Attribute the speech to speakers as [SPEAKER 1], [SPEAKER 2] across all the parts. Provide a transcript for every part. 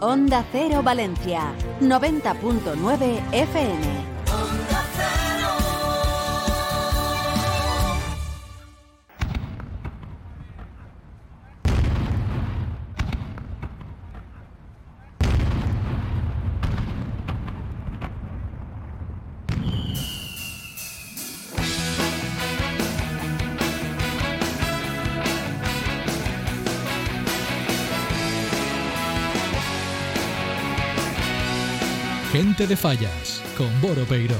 [SPEAKER 1] Onda Cero Valencia, 90.9 FM.
[SPEAKER 2] Gente de Fallas, con Boro Peiró.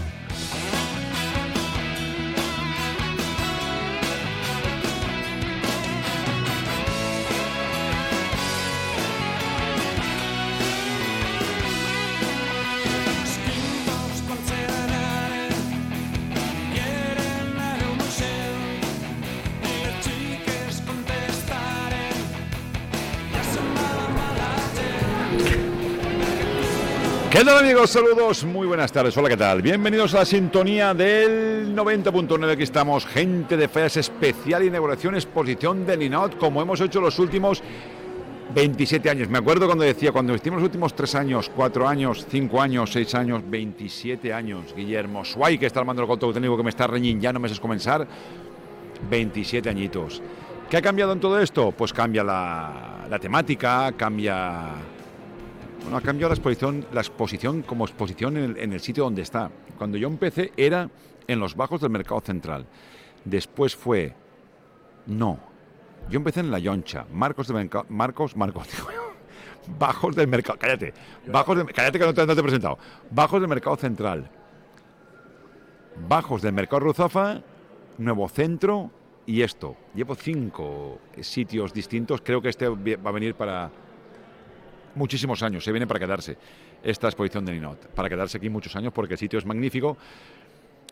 [SPEAKER 3] ¿Qué tal amigos? Saludos, muy buenas tardes. Hola, ¿qué tal? Bienvenidos a la sintonía del 90.9. Aquí estamos, gente de fallas especial, inauguración, exposición de Ninaot, como hemos hecho los últimos 27 años. Me acuerdo cuando decía, cuando hicimos los últimos 3 años, 4 años, 5 años, 6 años, 27 años, Guillermo Suay, que está armando el control técnico que me está reñin ya, no me haces comenzar, 27 añitos. ¿Qué ha cambiado en todo esto? Pues cambia la, la temática, cambia bueno, ha cambiado la exposición, la exposición como exposición en el, en el sitio donde está. Cuando yo empecé era en los bajos del mercado central. Después fue. No. Yo empecé en la Yoncha. Marcos del mercado. Marcos, Marcos, digo yo. Bajos del mercado. Cállate. Bajos del, cállate que no te, no te he presentado. Bajos del mercado central. Bajos del mercado Ruzafa. Nuevo centro. Y esto. Llevo cinco sitios distintos. Creo que este va a venir para muchísimos años, se viene para quedarse esta exposición de Ninot, para quedarse aquí muchos años porque el sitio es magnífico.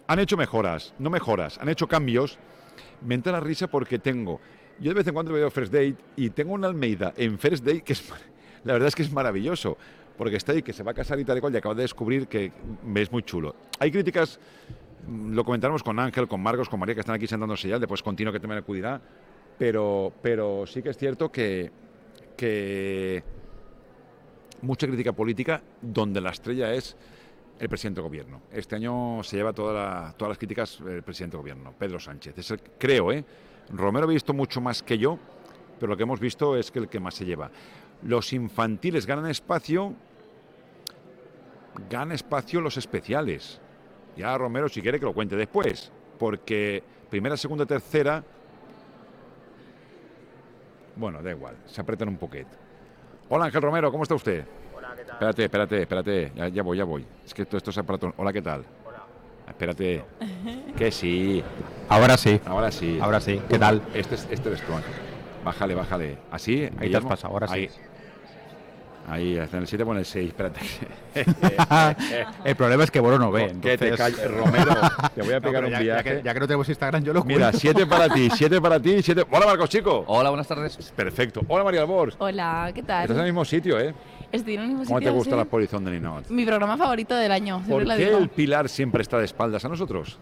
[SPEAKER 3] Han hecho mejoras, no mejoras, han hecho cambios. Me entra la risa porque tengo, yo de vez en cuando veo First Date y tengo una Almeida en First Date que es, la verdad es que es maravilloso, porque está ahí que se va a casar y tal y cual y acaba de descubrir que es muy chulo. Hay críticas, lo comentaremos con Ángel, con Marcos, con María que están aquí sentándose ya, después continuo que también acudirá, pero, pero sí que es cierto que, que mucha crítica política donde la estrella es el presidente del gobierno. Este año se lleva toda la, todas las críticas el presidente del gobierno, Pedro Sánchez. Es el, creo, ¿eh? Romero ha visto mucho más que yo, pero lo que hemos visto es que el que más se lleva. Los infantiles ganan espacio, ganan espacio los especiales. Ya Romero, si quiere, que lo cuente después, porque primera, segunda, tercera... Bueno, da igual, se apretan un poquito. Hola Ángel Romero, ¿cómo está usted?
[SPEAKER 4] Hola, ¿qué tal?
[SPEAKER 3] Espérate, espérate, espérate. Ya, ya voy, ya voy. Es que esto, esto es aparato. Hola, ¿qué tal?
[SPEAKER 4] Hola.
[SPEAKER 3] Espérate. Que sí.
[SPEAKER 5] Ahora sí,
[SPEAKER 3] Ahora sí.
[SPEAKER 5] ahora sí. ¿Qué tal?
[SPEAKER 3] Este, es, este eres tú, Ángel. Bájale, bájale. ¿Así?
[SPEAKER 5] ¿Qué te has pasado? Ahora sí.
[SPEAKER 3] Ahí. Ahí, hasta en el 7 pone el 6. Espérate.
[SPEAKER 5] El problema es que Boro no ve.
[SPEAKER 3] que te
[SPEAKER 5] entonces-
[SPEAKER 3] calles, Romero. Te voy a
[SPEAKER 5] No, pero
[SPEAKER 3] pegar un
[SPEAKER 5] ya, ya
[SPEAKER 3] viaje.
[SPEAKER 5] que, ya que no tenemos Instagram, yo lo
[SPEAKER 3] Mira,
[SPEAKER 5] cuento.
[SPEAKER 3] 7 para ti, 7 para ti, 7. Hola, Marcos, chico.
[SPEAKER 6] Hola, buenas tardes.
[SPEAKER 3] Perfecto. Hola, María Albors.
[SPEAKER 7] Hola, ¿qué tal?
[SPEAKER 3] Estás en el mismo sitio, ¿eh?
[SPEAKER 7] Estoy en el mismo
[SPEAKER 3] ¿Cómo te
[SPEAKER 7] sitio,
[SPEAKER 3] gusta
[SPEAKER 7] sí.
[SPEAKER 3] la exposición de Ninaot?
[SPEAKER 7] Mi programa favorito del año, siempre
[SPEAKER 3] ¿Por
[SPEAKER 7] lo
[SPEAKER 3] qué
[SPEAKER 7] digo.
[SPEAKER 3] el Pilar siempre está de espaldas a nosotros?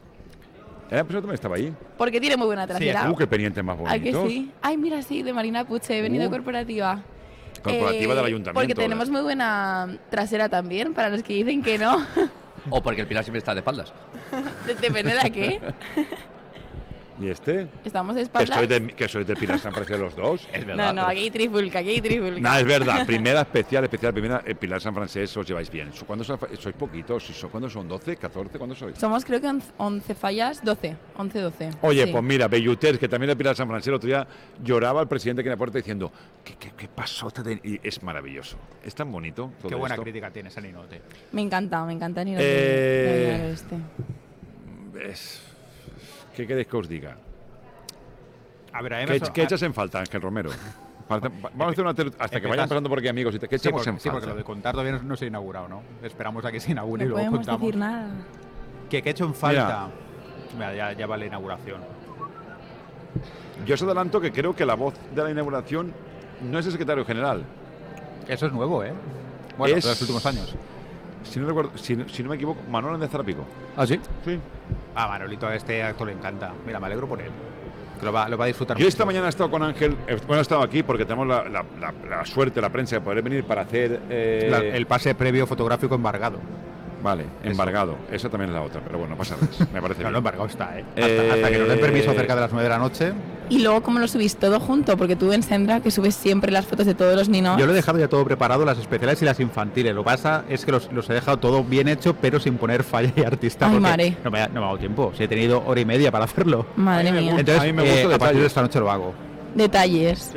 [SPEAKER 3] El año pasado también estaba ahí.
[SPEAKER 7] Porque tiene muy buena trasera.
[SPEAKER 3] Uh, qué pendiente más bonito.
[SPEAKER 7] ¿A que sí? Ay, mira, sí, de Marina Puche, he venido
[SPEAKER 3] Uh.
[SPEAKER 7] corporativa.
[SPEAKER 3] Corporativa
[SPEAKER 7] Eh,
[SPEAKER 3] del ayuntamiento.
[SPEAKER 7] Porque tenemos muy buena trasera también, para los que dicen que no.
[SPEAKER 6] O porque el Pilar siempre está de espaldas.
[SPEAKER 7] De- Depende de a qué.
[SPEAKER 3] ¿Y este?
[SPEAKER 7] Estamos de
[SPEAKER 3] Que
[SPEAKER 7] espaldas.
[SPEAKER 3] soy, de, que soy del Pilar, se han parecido los dos.
[SPEAKER 6] Es
[SPEAKER 7] No,
[SPEAKER 6] verdad.
[SPEAKER 7] no, aquí hay trifulca, aquí hay trifulca.
[SPEAKER 3] No, es verdad. Primera especial, especial, primera. eh, Pilar San Francés, os lleváis bien. So- ¿Cuándo son- sois poquitos? Si so- ¿Cuándo son? ¿12? ¿14? ¿Cuándo sois?
[SPEAKER 7] Somos creo que 11 fallas, 12, 11, 12.
[SPEAKER 3] Oye,
[SPEAKER 7] Sí.
[SPEAKER 3] pues mira, Belluter, que también de Pilar San Francés, el otro día lloraba el presidente que en la puerta diciendo, ¿qué, qué, qué pasó? Y es maravilloso. Es tan bonito. todo
[SPEAKER 5] Qué buena
[SPEAKER 3] esto.
[SPEAKER 5] crítica tienes, Aninote.
[SPEAKER 7] Me encanta, me encanta ni
[SPEAKER 3] Eh,
[SPEAKER 7] este.
[SPEAKER 3] Es- ¿Qué queréis que os diga?
[SPEAKER 5] A ver, a mí me
[SPEAKER 3] ¿Qué,
[SPEAKER 5] sor-
[SPEAKER 3] qué
[SPEAKER 5] a-
[SPEAKER 3] echas en falta, Ángel Romero? Falta- va- vamos a hacer una ter- hasta que
[SPEAKER 5] ah.
[SPEAKER 3] vayan
[SPEAKER 5] Empezás.
[SPEAKER 3] pasando por aquí amigos. y te- ¿Qué
[SPEAKER 5] Sí,
[SPEAKER 3] echamos
[SPEAKER 5] porque,
[SPEAKER 3] en
[SPEAKER 5] sí, porque
[SPEAKER 3] falta?
[SPEAKER 5] lo de contar todavía no, no se ha inaugurado, ¿no? Esperamos a que se inaugure y
[SPEAKER 7] No
[SPEAKER 5] luego
[SPEAKER 7] podemos
[SPEAKER 5] contamos.
[SPEAKER 7] decir nada.
[SPEAKER 5] ¿Qué, qué he hecho en falta? Mira, ya, ya va la inauguración.
[SPEAKER 3] Yo os adelanto que creo que la voz de la inauguración no es el secretario general.
[SPEAKER 5] Eso es nuevo, ¿eh? Bueno,
[SPEAKER 3] Es-
[SPEAKER 5] de los últimos años.
[SPEAKER 3] Si no, recuerdo- si- si no me equivoco, Manuel Andrés Zarapico.
[SPEAKER 5] ¿Ah, sí?
[SPEAKER 3] Sí.
[SPEAKER 5] Ah, Manolito, a este actor le encanta. Mira, me alegro por él. Pero va, lo va a disfrutar
[SPEAKER 3] Yo esta
[SPEAKER 5] mucho.
[SPEAKER 3] mañana he estado con Ángel, eh, bueno, he estado aquí porque tenemos la, la- la- la suerte, la prensa de poder venir para hacer... eh,
[SPEAKER 5] La- el pase previo fotográfico embargado.
[SPEAKER 3] Vale, embargado. Esa también es la otra, pero bueno, no pasa nada. Me parece
[SPEAKER 5] No,
[SPEAKER 3] bien.
[SPEAKER 5] no, embargado está, ¿eh? Hasta,
[SPEAKER 3] Eh,
[SPEAKER 5] hasta que nos den permiso cerca de las 9 de la noche.
[SPEAKER 7] Y luego, ¿cómo lo subís todo junto? Porque tú en Sendra, que subes siempre las fotos de todos los ninos.
[SPEAKER 5] Yo lo he dejado ya todo preparado, las especiales y las infantiles. Lo que pasa es que los, los he dejado todo bien hecho, pero sin poner falla y artista.
[SPEAKER 7] Ay,
[SPEAKER 5] porque
[SPEAKER 7] mare.
[SPEAKER 5] No me, ha, no me ha dado tiempo. Si he tenido hora y media para hacerlo.
[SPEAKER 7] Madre
[SPEAKER 3] A mí me
[SPEAKER 7] mía.
[SPEAKER 3] gusta.
[SPEAKER 5] Entonces,
[SPEAKER 3] A mí me
[SPEAKER 5] eh,
[SPEAKER 3] gusta
[SPEAKER 5] a partir
[SPEAKER 3] detalles.
[SPEAKER 5] de esta noche lo hago.
[SPEAKER 7] Detalles.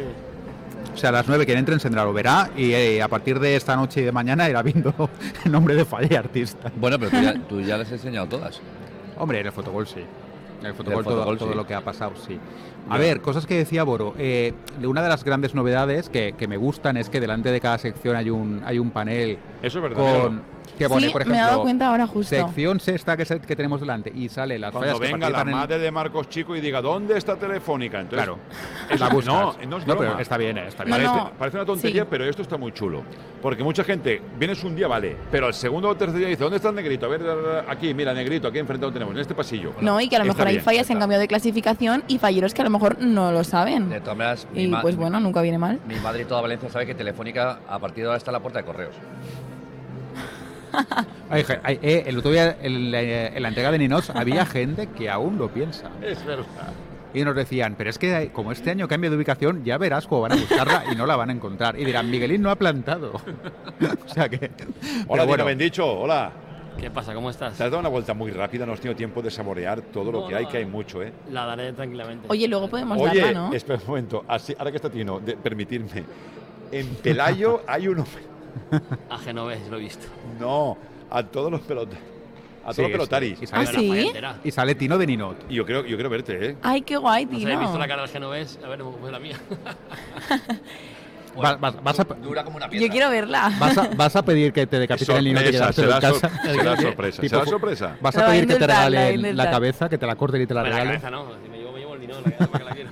[SPEAKER 5] O sea, a las 9 que entren, Sendra lo verá. Y eh, a partir de esta noche y de mañana irá viendo el nombre de falla y artista.
[SPEAKER 6] Bueno, pero tú ya, tú ya las has enseñado todas.
[SPEAKER 5] Hombre, en el fotogol sí. En el fotogol,
[SPEAKER 6] el
[SPEAKER 5] todo-
[SPEAKER 6] fotogol,
[SPEAKER 5] todo,
[SPEAKER 6] sí.
[SPEAKER 5] lo que ha pasado, sí. A ver, cosas que decía Boro. Eh, una de las grandes novedades que, que me gustan es que delante de cada sección hay un, hay un panel
[SPEAKER 3] Eso es verdad.
[SPEAKER 5] con...
[SPEAKER 3] míralo.
[SPEAKER 5] Que pone,
[SPEAKER 7] sí,
[SPEAKER 5] por
[SPEAKER 7] me he dado
[SPEAKER 5] ejemplo,
[SPEAKER 7] cuenta ahora justo.
[SPEAKER 5] sección sexta que, es el que tenemos delante y sale las
[SPEAKER 3] Cuando
[SPEAKER 5] fallas que
[SPEAKER 3] venga la
[SPEAKER 5] participan en-
[SPEAKER 3] madre de Marcos Chico y diga, ¿dónde está Telefónica? Entonces,
[SPEAKER 5] Claro,
[SPEAKER 3] es-
[SPEAKER 5] la buscas.
[SPEAKER 3] No, no es broma.
[SPEAKER 5] pero está bien, eh, está bien.
[SPEAKER 7] No,
[SPEAKER 3] Parece,
[SPEAKER 7] no.
[SPEAKER 3] parece una tontería,
[SPEAKER 7] Sí.
[SPEAKER 3] pero esto está muy chulo. Porque mucha gente, vienes un día, vale, pero al segundo o tercer día dice, ¿dónde está el negrito? A ver, aquí, mira, negrito, aquí enfrentado tenemos, en este pasillo.
[SPEAKER 7] No, y que a lo
[SPEAKER 3] Está
[SPEAKER 7] mejor hay
[SPEAKER 3] bien,
[SPEAKER 7] fallas
[SPEAKER 3] está.
[SPEAKER 7] en cambio de clasificación y falleros que a lo mejor no lo
[SPEAKER 6] De
[SPEAKER 7] saben.
[SPEAKER 6] todas maneras, mi,
[SPEAKER 7] Y
[SPEAKER 6] ma-
[SPEAKER 7] pues bueno, nunca viene mal.
[SPEAKER 6] mi madre y toda Valencia sabe que Telefónica a partir de ahora está en la puerta de correos.
[SPEAKER 5] Ay, je- ay, eh, el otro día en la, en la entrega de Ninos había gente que aún lo piensa.
[SPEAKER 3] Es verdad.
[SPEAKER 5] Y nos decían, pero es que eh, como este año cambia de ubicación, ya verás cómo van a buscarla y no la van a encontrar. Y dirán, Miguelín no ha plantado. o sea que...
[SPEAKER 3] Hola,
[SPEAKER 5] pero
[SPEAKER 3] Dino Bendicho, hola.
[SPEAKER 4] ¿Qué pasa? ¿Cómo estás?
[SPEAKER 3] Te has dado una vuelta muy rápida, no has tenido tiempo de saborear todo lo
[SPEAKER 4] No,
[SPEAKER 3] que hay,
[SPEAKER 4] no.
[SPEAKER 3] que hay mucho, ¿eh?
[SPEAKER 4] La daré tranquilamente.
[SPEAKER 7] Oye, luego podemos
[SPEAKER 3] Oye,
[SPEAKER 7] darla, ¿no?
[SPEAKER 3] espera un momento, así, ahora que está Tino, de- permitirme. En Pelayo hay uno.
[SPEAKER 4] A Genovés, lo he visto.
[SPEAKER 3] No, a todos los pelotari. A todos
[SPEAKER 5] Sí,
[SPEAKER 3] los pelotaris.
[SPEAKER 5] sí, y
[SPEAKER 4] Ah,
[SPEAKER 5] sale-
[SPEAKER 4] la
[SPEAKER 7] sí?
[SPEAKER 4] falla entera.
[SPEAKER 5] Y sale Tino de Ninot.
[SPEAKER 3] Y Yo creo, yo quiero verte, ¿eh?
[SPEAKER 7] Ay, qué guay,
[SPEAKER 4] No
[SPEAKER 7] tío.
[SPEAKER 4] sé, he visto la cara del Genovés. A ver, ¿cómo es la mía?
[SPEAKER 5] Va- vas, vas a,
[SPEAKER 6] Du- Dura como una piedra.
[SPEAKER 7] Yo quiero verla.
[SPEAKER 5] vas, a, vas a pedir que te decapiten el Ninot y
[SPEAKER 3] Sorpresa,
[SPEAKER 5] quedártelo
[SPEAKER 3] será,
[SPEAKER 5] en
[SPEAKER 3] sor-
[SPEAKER 5] casa.
[SPEAKER 3] será sorpresa.
[SPEAKER 5] Tipo,
[SPEAKER 3] será sorpresa.
[SPEAKER 5] Vas
[SPEAKER 7] Lo
[SPEAKER 5] a
[SPEAKER 7] va a
[SPEAKER 5] pedir que te
[SPEAKER 7] intentar, lo va a
[SPEAKER 5] regalen la
[SPEAKER 7] intentar.
[SPEAKER 5] cabeza, que te la corten y te la
[SPEAKER 4] Bueno, la
[SPEAKER 5] regalen.
[SPEAKER 4] cabeza no. Si me llevo, me llevo el dinero. La cabeza que la quiero.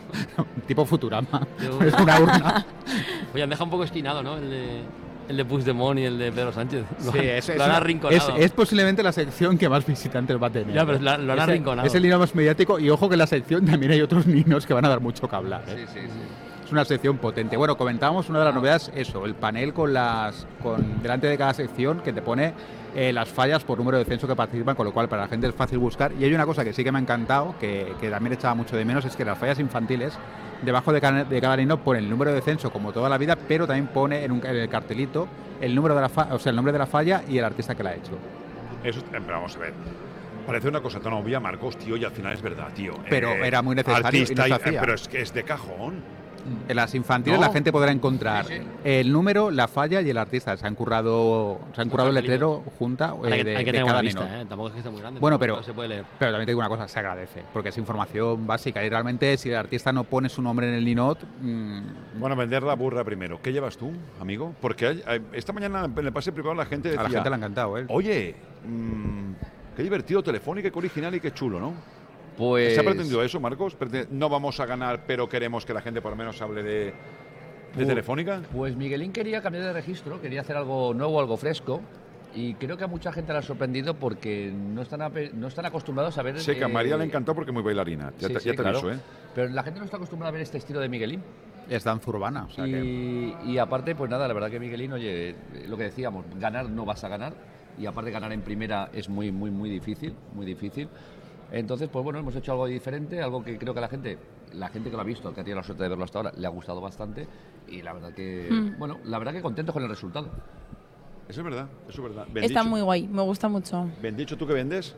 [SPEAKER 5] Tipo Futurama.
[SPEAKER 4] Yo-
[SPEAKER 5] Es una urna.
[SPEAKER 4] Oye, han dejado un poco esquinado, ¿no? El de, el de Puigdemont y el de Pedro Sánchez. Lo
[SPEAKER 5] Sí,
[SPEAKER 4] han,
[SPEAKER 5] es- es
[SPEAKER 4] lo han
[SPEAKER 5] una- es,
[SPEAKER 4] arrinconado.
[SPEAKER 5] es posiblemente la sección que más visitantes va a tener. ¿eh?
[SPEAKER 4] Ya, pero la- lo han
[SPEAKER 5] Es el-
[SPEAKER 4] arrinconado.
[SPEAKER 5] Es el nino más mediático y ojo que en la sección también hay otros niños que van a dar mucho que hablar. ¿eh?
[SPEAKER 6] Sí, sí, sí.
[SPEAKER 5] Es una sección potente. Bueno, comentábamos una de las novedades, eso, el panel con las con delante de cada sección que te pone eh, las fallas por número de censo que participan, con lo cual para la gente es fácil buscar. Y hay una cosa que sí que me ha encantado, que, que también echaba mucho de menos, es que las fallas infantiles, debajo de cada, de cada niño pone el número de censo como toda la vida, pero también pone en, un- en el cartelito el número de la fa- o sea, el nombre de la falla y el artista que la ha hecho.
[SPEAKER 3] Eso, eh, pero vamos a ver. Parece una cosa tan obvia, Marcos, tío, y al final es verdad, tío. Eh,
[SPEAKER 5] Pero era muy necesario y
[SPEAKER 3] Artista,
[SPEAKER 5] no se
[SPEAKER 3] eh,
[SPEAKER 5] hacía.
[SPEAKER 3] pero es que es de cajón.
[SPEAKER 5] En las infantiles
[SPEAKER 3] No.
[SPEAKER 5] la gente podrá encontrar el número, la falla y el artista. Se han currado, se
[SPEAKER 4] Pues
[SPEAKER 5] han currado el
[SPEAKER 4] cartelitos.
[SPEAKER 5] letrero junta eh,
[SPEAKER 4] Ahora que-
[SPEAKER 5] de,
[SPEAKER 4] hay que
[SPEAKER 5] de
[SPEAKER 4] tener
[SPEAKER 5] cada
[SPEAKER 4] una
[SPEAKER 5] nino.
[SPEAKER 4] vista, ¿eh? Tampoco es que esté muy grande.
[SPEAKER 5] Bueno,
[SPEAKER 4] tampoco
[SPEAKER 5] pero-
[SPEAKER 4] Se puede leer.
[SPEAKER 5] Pero también te digo una cosa, se agradece, porque es información básica y realmente si el artista no pone su nombre en el linot, mm,
[SPEAKER 3] Bueno, vender la burra primero. ¿Qué llevas tú, amigo? pues Porque hay- hay- esta mañana en el pase privado la gente
[SPEAKER 5] a
[SPEAKER 3] decía,
[SPEAKER 5] la gente le ha encantado. ¿eh?
[SPEAKER 3] oye, mm, qué divertido Telefónica, qué original y qué chulo, ¿no?
[SPEAKER 6] Pues.
[SPEAKER 3] ¿Se ha pretendido eso, Marcos? Prete- No vamos a ganar, pero queremos que la gente por lo menos hable de, de
[SPEAKER 6] Uh.
[SPEAKER 3] Telefónica.
[SPEAKER 6] Pues Miguelín quería cambiar de registro, quería hacer algo nuevo, algo fresco. Y creo que a mucha gente la ha sorprendido porque no están, ape- no están acostumbrados a ver.
[SPEAKER 3] Sé que a
[SPEAKER 6] eh,
[SPEAKER 3] María le encantó porque es muy bailarina. Ya
[SPEAKER 6] sí,
[SPEAKER 3] te,
[SPEAKER 6] sí,
[SPEAKER 3] ya te
[SPEAKER 6] claro.
[SPEAKER 3] aviso, ¿eh?
[SPEAKER 6] Pero la gente no está acostumbrada a ver este estilo de Miguelín.
[SPEAKER 5] Es danza urbana. o sea que-
[SPEAKER 6] y, y aparte, pues nada, la verdad que Miguelín, oye, eh, lo que decíamos, ganar no vas a ganar. Y aparte, ganar en primera es muy, muy, muy difícil, muy difícil. Entonces, pues bueno, hemos hecho algo diferente, algo que creo que a la gente, la gente que lo ha visto, que ha tenido la suerte de verlo hasta ahora, le ha gustado bastante. Y la verdad que,
[SPEAKER 7] Mm.
[SPEAKER 6] bueno, la verdad que contentos con el resultado.
[SPEAKER 3] Eso es verdad, eso es verdad. Bendicho,
[SPEAKER 7] Está muy guay, me gusta mucho.
[SPEAKER 3] Bendicho, ¿tú qué vendes?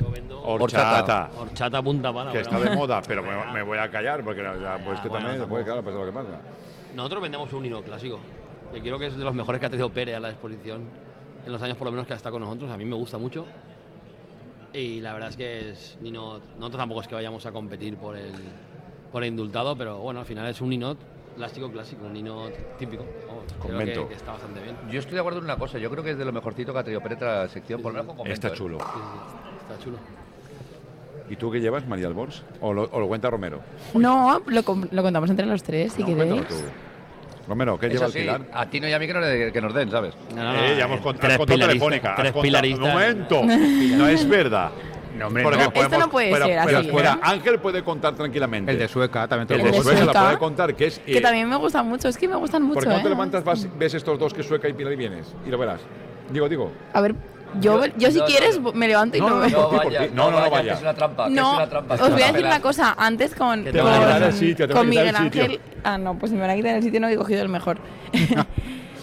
[SPEAKER 4] Yo vendo
[SPEAKER 6] Horchata.
[SPEAKER 4] horchata punta para.
[SPEAKER 3] que
[SPEAKER 4] bueno. Ah,
[SPEAKER 3] está de moda, pero me, me voy a callar porque la- la- pues que
[SPEAKER 4] bueno,
[SPEAKER 3] también
[SPEAKER 4] tampoco.
[SPEAKER 3] puede quedar pasa lo que pasa.
[SPEAKER 4] Nosotros vendemos un hino clásico. Que creo que es de los mejores que ha tenido Pérez a la exposición. En los años por lo menos que ha estado con nosotros. A mí me gusta mucho. Y la verdad es que es Ninot. Nosotros tampoco es que vayamos a competir por el, por el indultado, pero bueno, al final es un Ninot plástico clásico, un Ninot típico. Vamos, creo
[SPEAKER 3] Convento.
[SPEAKER 4] que- que está bastante bien.
[SPEAKER 6] Yo estoy de acuerdo en una cosa, yo creo que es de lo mejorcito que ha traído Peretra la sección, por lo menos con convento,
[SPEAKER 3] Está
[SPEAKER 6] ¿eh?
[SPEAKER 3] chulo.
[SPEAKER 4] Sí, sí, Está chulo.
[SPEAKER 3] ¿Y tú qué llevas, María Albors? ¿O lo, o lo cuenta Romero?
[SPEAKER 7] No, lo, com- lo contamos entre los tres, si
[SPEAKER 3] No,
[SPEAKER 4] ¿Eh?
[SPEAKER 7] queréis.
[SPEAKER 3] cuéntalo tú. Romero, ¿qué
[SPEAKER 6] Eso
[SPEAKER 3] lleva
[SPEAKER 6] sí,
[SPEAKER 3] el pilar?
[SPEAKER 6] a Tino y a mí que, no le- que nos den, ¿sabes?
[SPEAKER 4] No, no, no,
[SPEAKER 3] Eh, ya
[SPEAKER 4] eh,
[SPEAKER 3] hemos contado,
[SPEAKER 4] tres
[SPEAKER 3] has contado
[SPEAKER 4] pilaristas-
[SPEAKER 3] telefónica. has
[SPEAKER 4] Tres
[SPEAKER 3] contado-
[SPEAKER 4] pilaristas.
[SPEAKER 3] ¡Un momento! No es verdad.
[SPEAKER 5] No, hombre,
[SPEAKER 3] Porque
[SPEAKER 5] no.
[SPEAKER 7] esto no puede ser así,
[SPEAKER 3] espera,
[SPEAKER 7] ¿eh?
[SPEAKER 3] Ángel puede contar tranquilamente.
[SPEAKER 5] El de Sueca también te
[SPEAKER 3] El
[SPEAKER 5] lo
[SPEAKER 7] El
[SPEAKER 3] de
[SPEAKER 7] de
[SPEAKER 5] puedo poner.
[SPEAKER 3] Sueca la
[SPEAKER 7] Sueca.
[SPEAKER 3] puede contar, que es.
[SPEAKER 7] Que
[SPEAKER 3] eh,
[SPEAKER 7] también me gustan mucho, es que me gustan mucho.
[SPEAKER 3] porque cuando
[SPEAKER 7] ¿eh?
[SPEAKER 3] te levantas vas- ves estos dos que Sueca y Pilar y vienes. Y lo verás. Digo, digo.
[SPEAKER 7] A ver, yo, yo si
[SPEAKER 6] No, no,
[SPEAKER 7] quieres
[SPEAKER 6] no.
[SPEAKER 7] me levanto y no, me-
[SPEAKER 3] por ti, por ti. No, no, no
[SPEAKER 6] que
[SPEAKER 3] vaya.
[SPEAKER 6] Es una trampa, que es
[SPEAKER 7] No,
[SPEAKER 6] una trampa.
[SPEAKER 7] os voy a decir una cosa. Antes con,
[SPEAKER 6] Te van a
[SPEAKER 7] con-
[SPEAKER 6] quitar el
[SPEAKER 3] sitio, te van a
[SPEAKER 7] con
[SPEAKER 3] quitar
[SPEAKER 7] Miguel
[SPEAKER 3] el sitio.
[SPEAKER 7] Ángel. Ah, no, pues me van a quitar el sitio, no he cogido el mejor.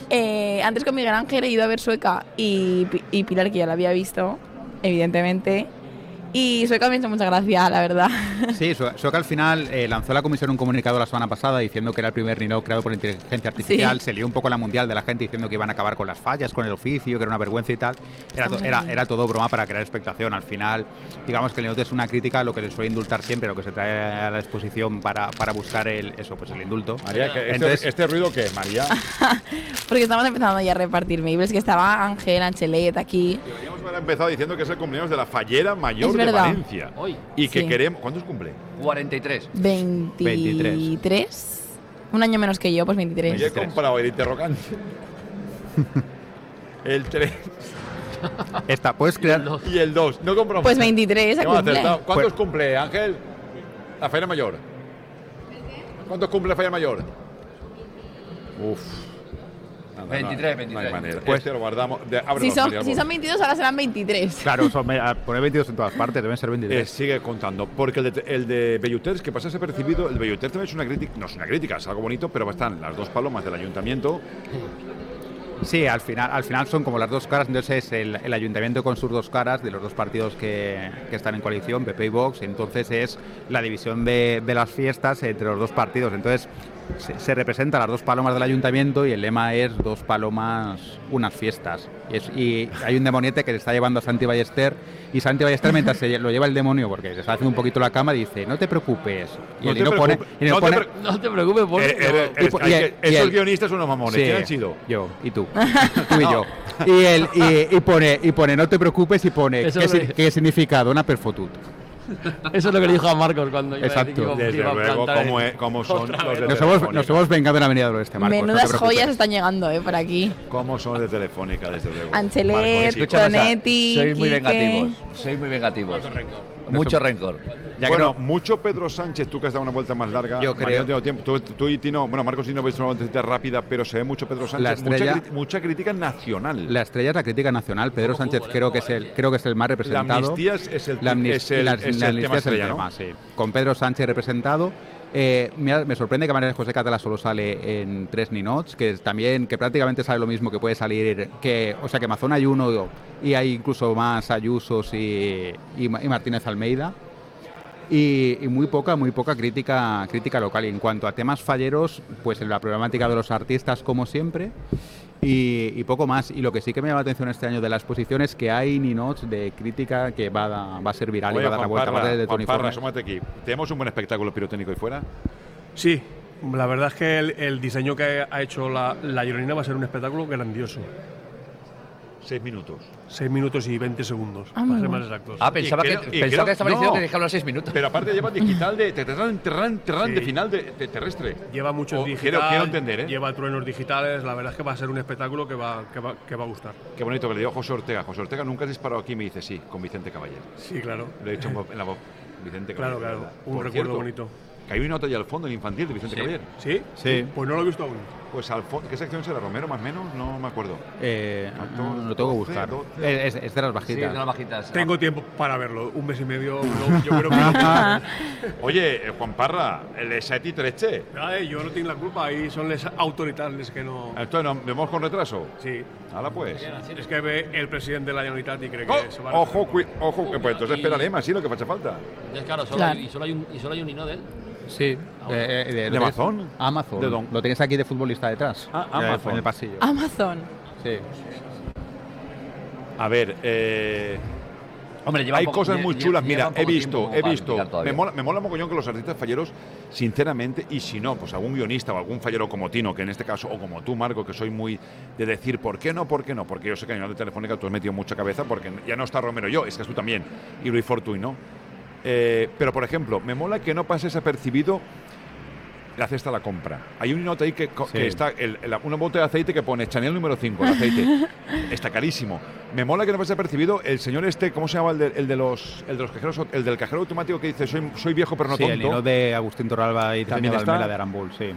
[SPEAKER 7] Eh, antes con Miguel Ángel he ido a ver Sueca y, Pi- y Pilar, que ya la había visto, evidentemente. Y Sueca me ha hecho mucha gracia, la verdad.
[SPEAKER 5] Sí, Sue- Sueca al final eh, lanzó la comisión un comunicado la semana pasada diciendo que era el primer Nino creado por inteligencia artificial.
[SPEAKER 7] Sí.
[SPEAKER 5] Se lió un poco la mundial de la gente diciendo que iban a acabar con las fallas, con el oficio, que era una vergüenza y tal. Era, to-
[SPEAKER 7] Estamos
[SPEAKER 5] era,
[SPEAKER 7] ahí.
[SPEAKER 5] era todo broma para crear expectación. Al final, digamos que el Ninot es una crítica a lo que le suele indultar siempre, a lo que se trae a la exposición para, para buscar el, eso, pues el indulto.
[SPEAKER 3] María, que este,
[SPEAKER 5] Entonces-
[SPEAKER 3] este ruido que María.
[SPEAKER 7] Porque estamos empezando ya a repartir mails, que estaba Ángel, Anchelet aquí.
[SPEAKER 3] Deberíamos haber empezado diciendo que es el cumpleaños de la fallera mayor
[SPEAKER 7] Es
[SPEAKER 3] de
[SPEAKER 7] verdad.
[SPEAKER 3] Valencia.
[SPEAKER 6] Hoy,
[SPEAKER 3] Y que
[SPEAKER 7] Sí.
[SPEAKER 3] queremos. ¿Cuántos cumple?
[SPEAKER 6] 43.
[SPEAKER 7] 23. Un año menos que yo, pues 23.
[SPEAKER 3] Me he comprado el interrogante. el 3
[SPEAKER 5] Esta, puedes crear.
[SPEAKER 3] y el 2. No compramos.
[SPEAKER 7] Pues 23, a
[SPEAKER 3] Hemos
[SPEAKER 7] cumple.
[SPEAKER 3] acertado. ¿Cuántos
[SPEAKER 5] Pues-
[SPEAKER 3] cumple, Ángel? La Feria Mayor. ¿Cuántos cumple la Feria Mayor? Uf. Nada, no,
[SPEAKER 6] 23,
[SPEAKER 3] No hay
[SPEAKER 6] 23.
[SPEAKER 3] manera.
[SPEAKER 5] Pues-
[SPEAKER 3] este lo guardamos. De, ábrelo,
[SPEAKER 7] Si son,
[SPEAKER 3] María,
[SPEAKER 7] si
[SPEAKER 3] por
[SPEAKER 7] son 22, ahora serán 23.
[SPEAKER 5] Claro, son, me- a- poner 22 en todas partes, deben ser
[SPEAKER 3] Eh,
[SPEAKER 5] 23.
[SPEAKER 3] sigue contando, porque el de, el de Belluters, que pasa desapercibido, el de Belluters también es una crítica, no es una crítica, es algo bonito, pero están las dos palomas del ayuntamiento.
[SPEAKER 5] Sí, al final, al final son como las dos caras, entonces es el, el ayuntamiento con sus dos caras de los dos partidos que, que están en coalición, PP y Vox, entonces es la división de, de las fiestas entre los dos partidos, entonces se, se representan las dos palomas del ayuntamiento y el lema es dos palomas, unas fiestas. Y, es- y hay un demoniete que se está llevando a Santi Ballester y Santi Ballester mientras se lle- lo lleva el demonio porque se está haciendo un poquito la cama dice, no te preocupes. Y
[SPEAKER 3] No
[SPEAKER 5] el
[SPEAKER 3] te
[SPEAKER 5] Nino pone...
[SPEAKER 3] preocupes,
[SPEAKER 5] y el
[SPEAKER 3] no te
[SPEAKER 5] pone-
[SPEAKER 3] pre-
[SPEAKER 4] No te preocupes, por
[SPEAKER 3] Eh, eh, eh,
[SPEAKER 5] Y po- y
[SPEAKER 3] hay que-
[SPEAKER 5] el- y
[SPEAKER 3] estos
[SPEAKER 5] el-
[SPEAKER 3] guionistas son unos mamones,
[SPEAKER 5] Sí,
[SPEAKER 3] ¿quién han sido?
[SPEAKER 5] Yo y tú. tú y yo. Y, él, y, y pone, y pone, no te preocupes, y pone,
[SPEAKER 4] Eso
[SPEAKER 5] ¿qué,
[SPEAKER 4] lo
[SPEAKER 5] si-
[SPEAKER 4] dije.
[SPEAKER 5] qué significa dona per fotut?
[SPEAKER 4] Eso es lo que le dijo a Marcos cuando iba a decir
[SPEAKER 5] Exacto.
[SPEAKER 4] que iba- que
[SPEAKER 3] Desde
[SPEAKER 4] iba a
[SPEAKER 3] luego,
[SPEAKER 4] plantar
[SPEAKER 3] como,
[SPEAKER 4] el-
[SPEAKER 3] es- como son
[SPEAKER 4] Otra
[SPEAKER 3] los
[SPEAKER 4] vez.
[SPEAKER 3] de
[SPEAKER 5] Nos hemos,
[SPEAKER 3] Telefónica.
[SPEAKER 5] nos hemos vengado en la Avenida del Oeste, Marcos. no te
[SPEAKER 7] Menudas
[SPEAKER 5] preocupes.
[SPEAKER 7] joyas están llegando, eh, por aquí.
[SPEAKER 3] ¿Cómo son de Telefónica, desde luego?
[SPEAKER 7] Ancelet,
[SPEAKER 3] Marcos y
[SPEAKER 7] Escucha,
[SPEAKER 3] Chico.
[SPEAKER 6] Escúchame, Sa,
[SPEAKER 7] Tonetti,
[SPEAKER 6] Sois muy
[SPEAKER 7] Quique.
[SPEAKER 6] vengativos. Sois muy vengativos. Mucho rencor.
[SPEAKER 5] Ya que
[SPEAKER 3] bueno,
[SPEAKER 5] no-
[SPEAKER 3] mucho Pedro Sánchez, tú que has dado una vuelta más larga.
[SPEAKER 5] Yo
[SPEAKER 3] María,
[SPEAKER 5] creo-
[SPEAKER 3] no tengo tiempo. Tú, tú y Tino, bueno, Marcos y Tino veis una vueltecita rápida, pero se ve mucho Pedro
[SPEAKER 5] La
[SPEAKER 3] Sánchez.
[SPEAKER 5] estrella-
[SPEAKER 3] mucha, cri- mucha crítica nacional.
[SPEAKER 5] la estrella es la crítica nacional. Pedro Sánchez
[SPEAKER 4] ¿eh?
[SPEAKER 5] creo que es el, creo que es el más
[SPEAKER 3] La
[SPEAKER 5] representado.
[SPEAKER 3] amnistía es, es el,
[SPEAKER 5] La amnistía
[SPEAKER 3] es el,
[SPEAKER 5] la-
[SPEAKER 3] es el
[SPEAKER 5] la amnistía
[SPEAKER 3] tema
[SPEAKER 5] es el
[SPEAKER 3] estrella, ¿no?
[SPEAKER 5] tema, sí. Con Pedro Sánchez representado. Eh, me, me sorprende que María José Catalá solo sale en tres ninots, que es también que prácticamente sale lo mismo que puede salir que, o sea, que Mazón hay uno y hay incluso más Ayusos y, y Ma- y Martínez Almeida. Y, y muy poca, muy poca crítica, crítica local. Y en cuanto a temas falleros, pues en la problemática de los artistas, como siempre, y, y poco más. Y lo que sí que me llama la atención este año de la exposición es que hay ninots de crítica que va a, da- va a ser viral
[SPEAKER 3] Oye,
[SPEAKER 5] y va a dar la
[SPEAKER 3] Juan
[SPEAKER 5] vuelta
[SPEAKER 3] Parra,
[SPEAKER 5] aparte de
[SPEAKER 3] Juan
[SPEAKER 5] Tony
[SPEAKER 3] Parra,
[SPEAKER 5] Fornes.
[SPEAKER 3] asómate aquí. Tenemos un buen espectáculo pirotécnico ahí fuera.
[SPEAKER 8] Sí, la verdad es que el, el diseño que ha hecho la, la Llorina va a ser un espectáculo grandioso.
[SPEAKER 3] Seis minutos.
[SPEAKER 8] 6 minutos y 20 segundos,
[SPEAKER 7] Ah,
[SPEAKER 8] para
[SPEAKER 7] muy
[SPEAKER 8] ser más
[SPEAKER 7] bueno.
[SPEAKER 8] exactos.
[SPEAKER 6] Ah, pensaba
[SPEAKER 3] Y
[SPEAKER 6] que,
[SPEAKER 3] creo- y
[SPEAKER 6] pensaba
[SPEAKER 3] creo-
[SPEAKER 6] que estaban
[SPEAKER 3] no.
[SPEAKER 6] diciendo que dejé hablar 6 minutos.
[SPEAKER 3] Pero aparte lleva digital de te terran, terran, terran de
[SPEAKER 8] Sí.
[SPEAKER 3] final de, de terrestre.
[SPEAKER 8] lleva mucho
[SPEAKER 3] O-
[SPEAKER 8] digital,
[SPEAKER 3] Oh, Quiero, quiero entender, ¿eh?
[SPEAKER 8] lleva truenos digitales, la verdad es que va a ser un espectáculo que va, que va, que va a gustar.
[SPEAKER 3] Qué bonito que le dio a José Ortega. José Ortega nunca has disparado aquí, me dice sí, con Vicente Caballero.
[SPEAKER 8] Sí, claro.
[SPEAKER 3] Lo he dicho en voz- en la voz. Vicente
[SPEAKER 8] Claro,
[SPEAKER 3] Caballero.
[SPEAKER 8] claro,
[SPEAKER 3] ¿verdad?
[SPEAKER 8] un
[SPEAKER 3] Por
[SPEAKER 8] recuerdo
[SPEAKER 3] cierto,
[SPEAKER 8] bonito.
[SPEAKER 3] Que hay una nota allá al fondo en infantil de Vicente
[SPEAKER 6] Sí.
[SPEAKER 3] Caballero.
[SPEAKER 8] ¿Sí?
[SPEAKER 5] Sí.
[SPEAKER 8] Pues no lo he visto aún.
[SPEAKER 3] Pues al fondo, ¿qué sección será? ¿Romero más o menos? No me acuerdo.
[SPEAKER 5] Eh,
[SPEAKER 3] Catorce,
[SPEAKER 5] no lo tengo que buscar.
[SPEAKER 3] doce.
[SPEAKER 5] Eh, Es, es de las
[SPEAKER 6] Sí,
[SPEAKER 5] bajitas.
[SPEAKER 6] de las bajitas.
[SPEAKER 8] Tengo tiempo para verlo, un mes y medio, no, yo creo que no.
[SPEAKER 3] Oye, eh, Juan Parra, el de Seti Treche.
[SPEAKER 8] Ah, eh, yo no tengo la culpa, ahí son las autoridades que no...
[SPEAKER 3] Esto nos vemos con retraso.
[SPEAKER 8] Sí,
[SPEAKER 3] Ahora pues.
[SPEAKER 8] es que ve el presidente de la Generalitat y cree que se va a...
[SPEAKER 3] Oh, ojo, cui- ojo, que- pues entonces
[SPEAKER 4] Y-
[SPEAKER 3] espérale más, sí, lo que hace falta.
[SPEAKER 4] Ya es claro, solo,
[SPEAKER 7] Claro.
[SPEAKER 4] Y, solo hay un, y solo hay un hino de él.
[SPEAKER 5] Sí. Eh, eh, ¿lo tienes-
[SPEAKER 3] Ah, Amazon?
[SPEAKER 5] Amazon.
[SPEAKER 3] De Don-
[SPEAKER 5] Lo tienes aquí de futbolista detrás.
[SPEAKER 3] Ah,
[SPEAKER 5] Eh,
[SPEAKER 3] Amazon.
[SPEAKER 5] En el pasillo.
[SPEAKER 7] Amazon.
[SPEAKER 5] Sí.
[SPEAKER 3] A ver, eh,
[SPEAKER 6] Hombre, lleva
[SPEAKER 3] hay
[SPEAKER 6] poco-
[SPEAKER 3] cosas
[SPEAKER 6] lle-
[SPEAKER 3] muy
[SPEAKER 6] lle-
[SPEAKER 3] chulas.
[SPEAKER 6] lleva
[SPEAKER 3] Mira,
[SPEAKER 6] poco
[SPEAKER 3] he
[SPEAKER 6] tiempo
[SPEAKER 3] visto,
[SPEAKER 6] como
[SPEAKER 3] he
[SPEAKER 6] para
[SPEAKER 3] visto.
[SPEAKER 6] criticar todavía.
[SPEAKER 3] Me mola, me mola mogollón que los artistas falleros, sinceramente, y si no, pues algún guionista o algún fallero como Tino, que en este caso, o como tú, Marco, que soy muy de decir por qué no, por qué no, porque yo sé que en la telefónica tú has metido mucha cabeza, porque ya no está Romero yo, es que tú también, y Luis Fortuy, ¿no? Eh, pero, por ejemplo, me mola que no pase desapercibido la cesta la compra. Hay un nota ahí que, co-
[SPEAKER 5] Sí.
[SPEAKER 3] que está, el- la- una botella de aceite que pone Chanel número 5, el aceite. está carísimo. Me mola que no haya percibido el señor este, ¿cómo se llama? El, de, el de los, el de los cajeros, el del cajero automático que dice, soy, soy viejo pero no
[SPEAKER 5] sí,
[SPEAKER 3] tonto.
[SPEAKER 5] el hilo de Agustín Torralba y también
[SPEAKER 3] También está.
[SPEAKER 5] Almela de Arambul, sí.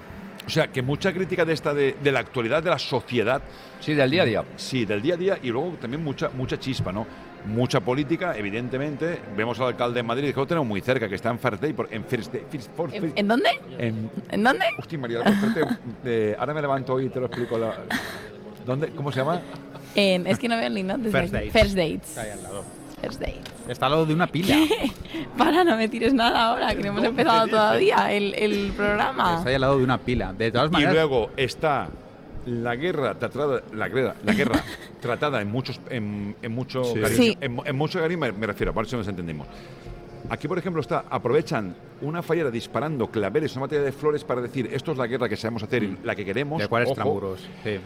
[SPEAKER 3] O sea, que mucha crítica de esta, de, de la actualidad, de la sociedad,
[SPEAKER 6] Sí, del día a día.
[SPEAKER 3] Sí, del día a día y luego también mucha, mucha chispa, ¿no? Mucha política, evidentemente. Vemos al alcalde de Madrid, que lo tenemos muy cerca, que está en Fairday, por- en Thursday- First- for-
[SPEAKER 7] ¿En, en dónde?
[SPEAKER 3] en-
[SPEAKER 7] ¿En dónde?
[SPEAKER 3] Hostia, María, por suerte, eh, ahora me levanto y te lo explico. la- ¿Dónde? ¿Cómo se llama?
[SPEAKER 7] En- es que no veo el link, ¿no? Desde
[SPEAKER 5] First
[SPEAKER 7] aquí.
[SPEAKER 5] Dates.
[SPEAKER 7] First Dates.
[SPEAKER 5] al lado.
[SPEAKER 7] First Dates.
[SPEAKER 5] Está al lado de una pila.
[SPEAKER 7] Para, no me tires nada ahora, que no hemos
[SPEAKER 3] No,
[SPEAKER 7] empezado
[SPEAKER 3] te dije.
[SPEAKER 7] todavía el, el programa.
[SPEAKER 5] Está ahí al lado de una pila. De todas
[SPEAKER 3] Y
[SPEAKER 5] maneras,
[SPEAKER 3] luego está la guerra tratada, la guerra, la guerra tratada en muchos, en, en mucho
[SPEAKER 5] Sí.
[SPEAKER 3] cariño,
[SPEAKER 7] Sí.
[SPEAKER 3] en, mu- en mucho cariño me, me refiero, por eso nos entendemos. Aquí, por ejemplo, está aprovechan una fallera disparando claveles, una materia de flores para decir esto es la guerra que sabemos hacer, y la que queremos.
[SPEAKER 5] Mm. de cuáles
[SPEAKER 3] ojo.
[SPEAKER 5] tramuros. Sí.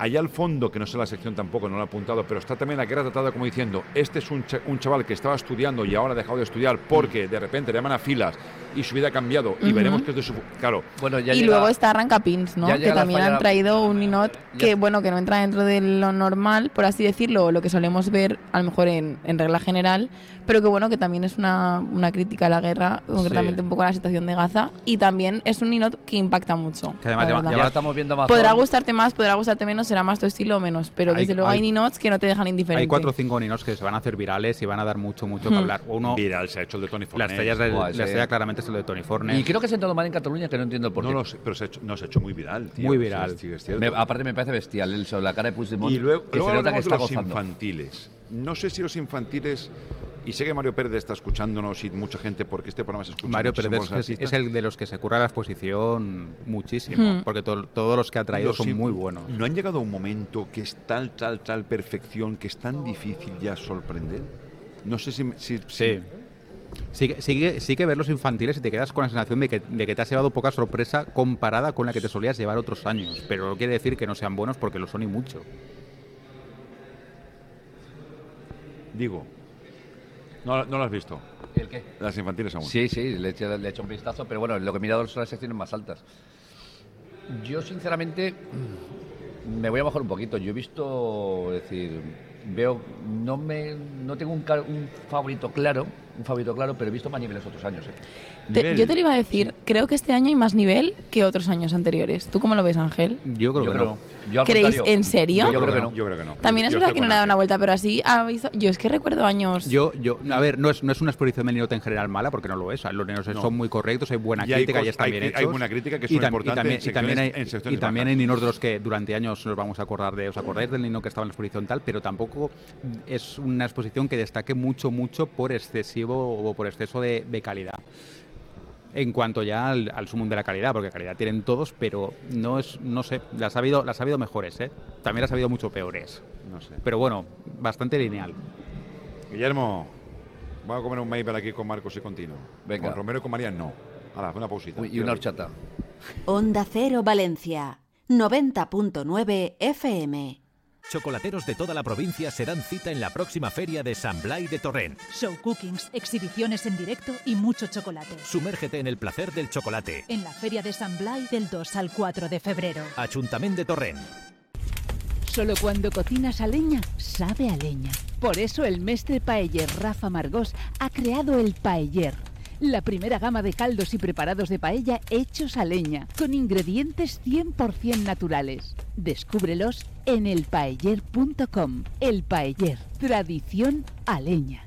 [SPEAKER 3] Allá al fondo, que no sé la sección tampoco, no lo he apuntado, pero está también la guerra tratada como diciendo, este es un, cha- un chaval que estaba estudiando y ahora ha dejado de estudiar
[SPEAKER 6] Mm.
[SPEAKER 3] porque de repente le llaman a filas y su vida ha cambiado y
[SPEAKER 7] Ujú.
[SPEAKER 3] veremos que es de su... fu- Claro,
[SPEAKER 6] Bueno, ya
[SPEAKER 7] Y
[SPEAKER 6] llega-
[SPEAKER 7] luego está Arrancapins, ¿no?
[SPEAKER 6] ya
[SPEAKER 7] Que
[SPEAKER 6] llega la
[SPEAKER 7] también han
[SPEAKER 6] falla-
[SPEAKER 7] traído un Ninot
[SPEAKER 6] Ya-
[SPEAKER 7] que, bueno, que no entra dentro de lo normal, por así decirlo, o lo que solemos ver, a lo mejor en, en regla general, pero que, bueno, que también es una, una crítica a la guerra, concretamente un poco a la situación de Gaza, y también es un Ninot que impacta mucho.
[SPEAKER 5] Que además
[SPEAKER 7] la
[SPEAKER 5] llama-
[SPEAKER 7] verdad.
[SPEAKER 6] ya estamos viendo más.
[SPEAKER 7] Podrá gustarte más, podrá gustarte menos, será más tu estilo o menos, pero
[SPEAKER 5] Hay-
[SPEAKER 7] desde luego hay,
[SPEAKER 5] hay-
[SPEAKER 7] Ninots que no te dejan indiferente.
[SPEAKER 5] Hay cuatro o cinco ninos que se van a hacer virales y van a dar mucho, mucho que
[SPEAKER 7] Hmm.
[SPEAKER 5] hablar. Uno,
[SPEAKER 3] viral se ha hecho el de Tony
[SPEAKER 5] la
[SPEAKER 3] Fornés.
[SPEAKER 5] estrella, es el-
[SPEAKER 6] Buah, ese-
[SPEAKER 5] la estrella claramente es el de Tony Fornés.
[SPEAKER 6] Y creo que se ha entrado mal en Cataluña, que no entiendo por
[SPEAKER 3] No
[SPEAKER 6] qué.
[SPEAKER 3] lo sé, pero se ha hecho, no, se ha hecho muy viral. tío.
[SPEAKER 5] Muy
[SPEAKER 3] Sí,
[SPEAKER 5] viral.
[SPEAKER 3] sí, es cierto.
[SPEAKER 6] Me- aparte me parece bestial el, sobre la cara de Puigdemont.
[SPEAKER 3] y luego,
[SPEAKER 6] que
[SPEAKER 3] luego
[SPEAKER 6] se nota que
[SPEAKER 3] hablamos de
[SPEAKER 6] está
[SPEAKER 3] los
[SPEAKER 6] gozando.
[SPEAKER 3] infantiles. No sé si los infantiles... Y sé que Mario Pérez está escuchándonos y mucha gente porque este programa se escucha.
[SPEAKER 5] Mario
[SPEAKER 3] muchísimo
[SPEAKER 5] Pérez
[SPEAKER 3] los
[SPEAKER 5] es,
[SPEAKER 3] artistas.
[SPEAKER 5] es el de los que se curra la exposición muchísimo,
[SPEAKER 7] Hmm.
[SPEAKER 5] porque to- todos los que ha traído
[SPEAKER 3] Los
[SPEAKER 5] son
[SPEAKER 3] in-
[SPEAKER 5] muy buenos.
[SPEAKER 3] ¿No han llegado a un momento que es tal, tal, tal perfección que es tan difícil ya sorprender? No sé si... me- si-
[SPEAKER 5] Sí. Sí, que- sí, que- sí que ver los infantiles y te quedas con la sensación de que, de que te has llevado poca sorpresa comparada con la que te solías llevar otros años. Pero no quiere decir que no sean buenos porque lo son y mucho.
[SPEAKER 3] Digo. No, no lo has visto.
[SPEAKER 6] ¿El qué?
[SPEAKER 3] Las infantiles aún.
[SPEAKER 6] Sí, sí, le he, hecho, le he hecho un vistazo, pero bueno, lo que he mirado son las secciones más altas. Yo, sinceramente, me voy a bajar un poquito. Yo he visto, es decir, veo, no me, no tengo un, ca- un favorito claro, un favorito claro, pero he visto más niveles otros años. eh.
[SPEAKER 7] Te-
[SPEAKER 3] Nivel.
[SPEAKER 7] yo te lo iba a decir, creo que este año hay más nivel que otros años anteriores. ¿Tú cómo lo ves, Ángel?
[SPEAKER 5] Yo creo
[SPEAKER 6] Yo
[SPEAKER 5] que
[SPEAKER 6] creo,
[SPEAKER 5] no.
[SPEAKER 6] yo al
[SPEAKER 7] ¿Creéis
[SPEAKER 6] contrario.
[SPEAKER 7] en serio?
[SPEAKER 6] Yo creo que no.
[SPEAKER 3] Yo creo que no.
[SPEAKER 7] También es
[SPEAKER 3] Yo
[SPEAKER 7] verdad
[SPEAKER 3] estoy
[SPEAKER 7] que no
[SPEAKER 3] con
[SPEAKER 7] le da
[SPEAKER 3] Ángel.
[SPEAKER 7] una vuelta, pero así ha visto. Yo es que recuerdo años.
[SPEAKER 5] Yo, yo, a ver, no es, no es una exposición de Ninot en general mala, porque no lo es. Los Ninots
[SPEAKER 3] No.
[SPEAKER 5] son muy correctos, hay buena
[SPEAKER 3] Y hay
[SPEAKER 5] crítica
[SPEAKER 3] cos-
[SPEAKER 5] y están
[SPEAKER 3] hay-
[SPEAKER 5] bien
[SPEAKER 3] hay
[SPEAKER 5] hechos.
[SPEAKER 3] buena crítica que
[SPEAKER 5] Y
[SPEAKER 3] son
[SPEAKER 5] tam- y
[SPEAKER 3] importantes
[SPEAKER 5] también-
[SPEAKER 3] en
[SPEAKER 5] y también
[SPEAKER 3] secciones-
[SPEAKER 5] hay-
[SPEAKER 3] en
[SPEAKER 5] Y
[SPEAKER 3] secciones
[SPEAKER 5] también hay
[SPEAKER 3] bajas.
[SPEAKER 5] Ninos de los que durante años nos vamos a acordar de, ¿os acordáis del Nino que estaba en la exposición tal? Pero tampoco es una exposición que destaque mucho, mucho por excesivo o por exceso de, de calidad. En cuanto ya al, al sumum de la calidad, porque calidad tienen todos, pero no es, no sé, las ha habido, las ha habido mejores, ¿eh? También las ha habido mucho peores.
[SPEAKER 3] No sé.
[SPEAKER 5] Pero bueno, bastante lineal.
[SPEAKER 3] Guillermo, vamos a comer un maple aquí con Marcos y Contino.
[SPEAKER 6] Venga.
[SPEAKER 3] Con Romero y con María no. Ahora, una pausita.
[SPEAKER 6] Uy, y una horchata.
[SPEAKER 1] Onda Cero Valencia, 90.9 FM.
[SPEAKER 9] Chocolateros de toda la provincia se dan cita en la próxima feria de San Blay de Torrent.
[SPEAKER 10] Show cookings, exhibiciones en directo y mucho chocolate.
[SPEAKER 9] Sumérgete en el placer del chocolate.
[SPEAKER 10] En la Feria de San Blay del 2 al 4 de febrero.
[SPEAKER 9] Ayuntamiento de Torrent.
[SPEAKER 11] Solo cuando cocinas a leña, sabe a leña. Por eso el mestre paeller Rafa Margós ha creado el paeller. La primera gama de caldos y preparados de paella hechos a leña, con ingredientes 100% naturales. Descúbrelos en elpaeller.com. El paeller, tradición a leña.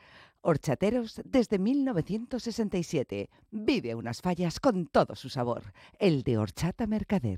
[SPEAKER 12] Horchateros desde 1967. Vive unas fallas con todo su sabor. El de horchata mercader.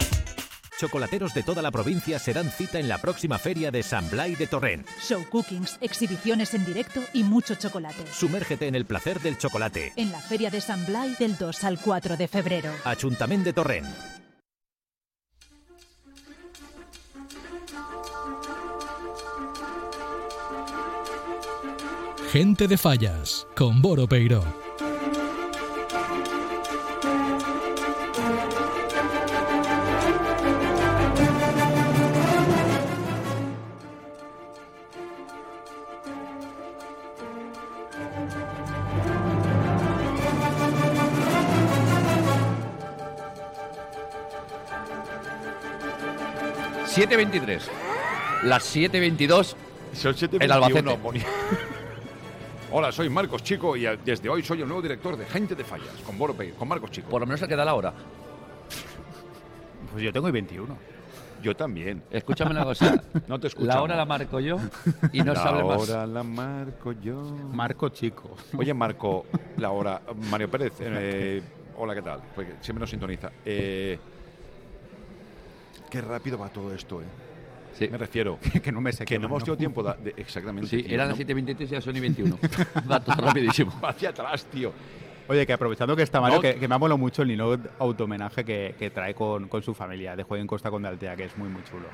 [SPEAKER 9] Chocolateros de toda la provincia serán cita en la próxima feria de San Blai de Torrent.
[SPEAKER 10] Show cookings, exhibiciones en directo y mucho chocolate.
[SPEAKER 9] Sumérgete en el placer del chocolate.
[SPEAKER 10] En la Feria de San Blay del 2 al 4 de febrero.
[SPEAKER 9] Ayuntamiento de Torrent.
[SPEAKER 2] Gente de Fallas con Boro Peiro.
[SPEAKER 6] ¿7.23? Las 7.22.
[SPEAKER 3] Son
[SPEAKER 6] El Albacete.
[SPEAKER 3] Hola, soy Marcos Chico y a- desde hoy soy el nuevo director de Gente de Fallas, con Boro Peiro, con Marcos Chico. Por
[SPEAKER 6] lo menos se queda la hora.
[SPEAKER 5] Pues yo tengo 21.
[SPEAKER 3] Yo también.
[SPEAKER 6] Escúchame una cosa.
[SPEAKER 3] no te escucho.
[SPEAKER 6] La hora la marco yo y no se hable más.
[SPEAKER 3] La hora la marco yo.
[SPEAKER 5] Marco Chico.
[SPEAKER 3] Oye, Marco, la hora. Mario Pérez, eh, hola, ¿qué tal? Porque siempre nos sintoniza. Eh, qué rápido va todo esto, ¿eh? Me refiero.
[SPEAKER 5] que no me sé qué
[SPEAKER 3] Que no
[SPEAKER 5] más,
[SPEAKER 3] hemos
[SPEAKER 5] ¿no?
[SPEAKER 3] tenido tiempo da- de- exactamente.
[SPEAKER 6] Sí,
[SPEAKER 3] tío,
[SPEAKER 6] eran
[SPEAKER 3] ¿no?
[SPEAKER 6] las 7.23 y ya son y 21. Va todo rapidísimo.
[SPEAKER 3] Va hacia atrás, tío.
[SPEAKER 5] Oye, que aprovechando que está Mario,
[SPEAKER 3] No.
[SPEAKER 5] que, que me ha molado mucho el Nino automenaje que, que trae con, con su familia de Juego en Costa con Daltea, que es muy, muy chulo.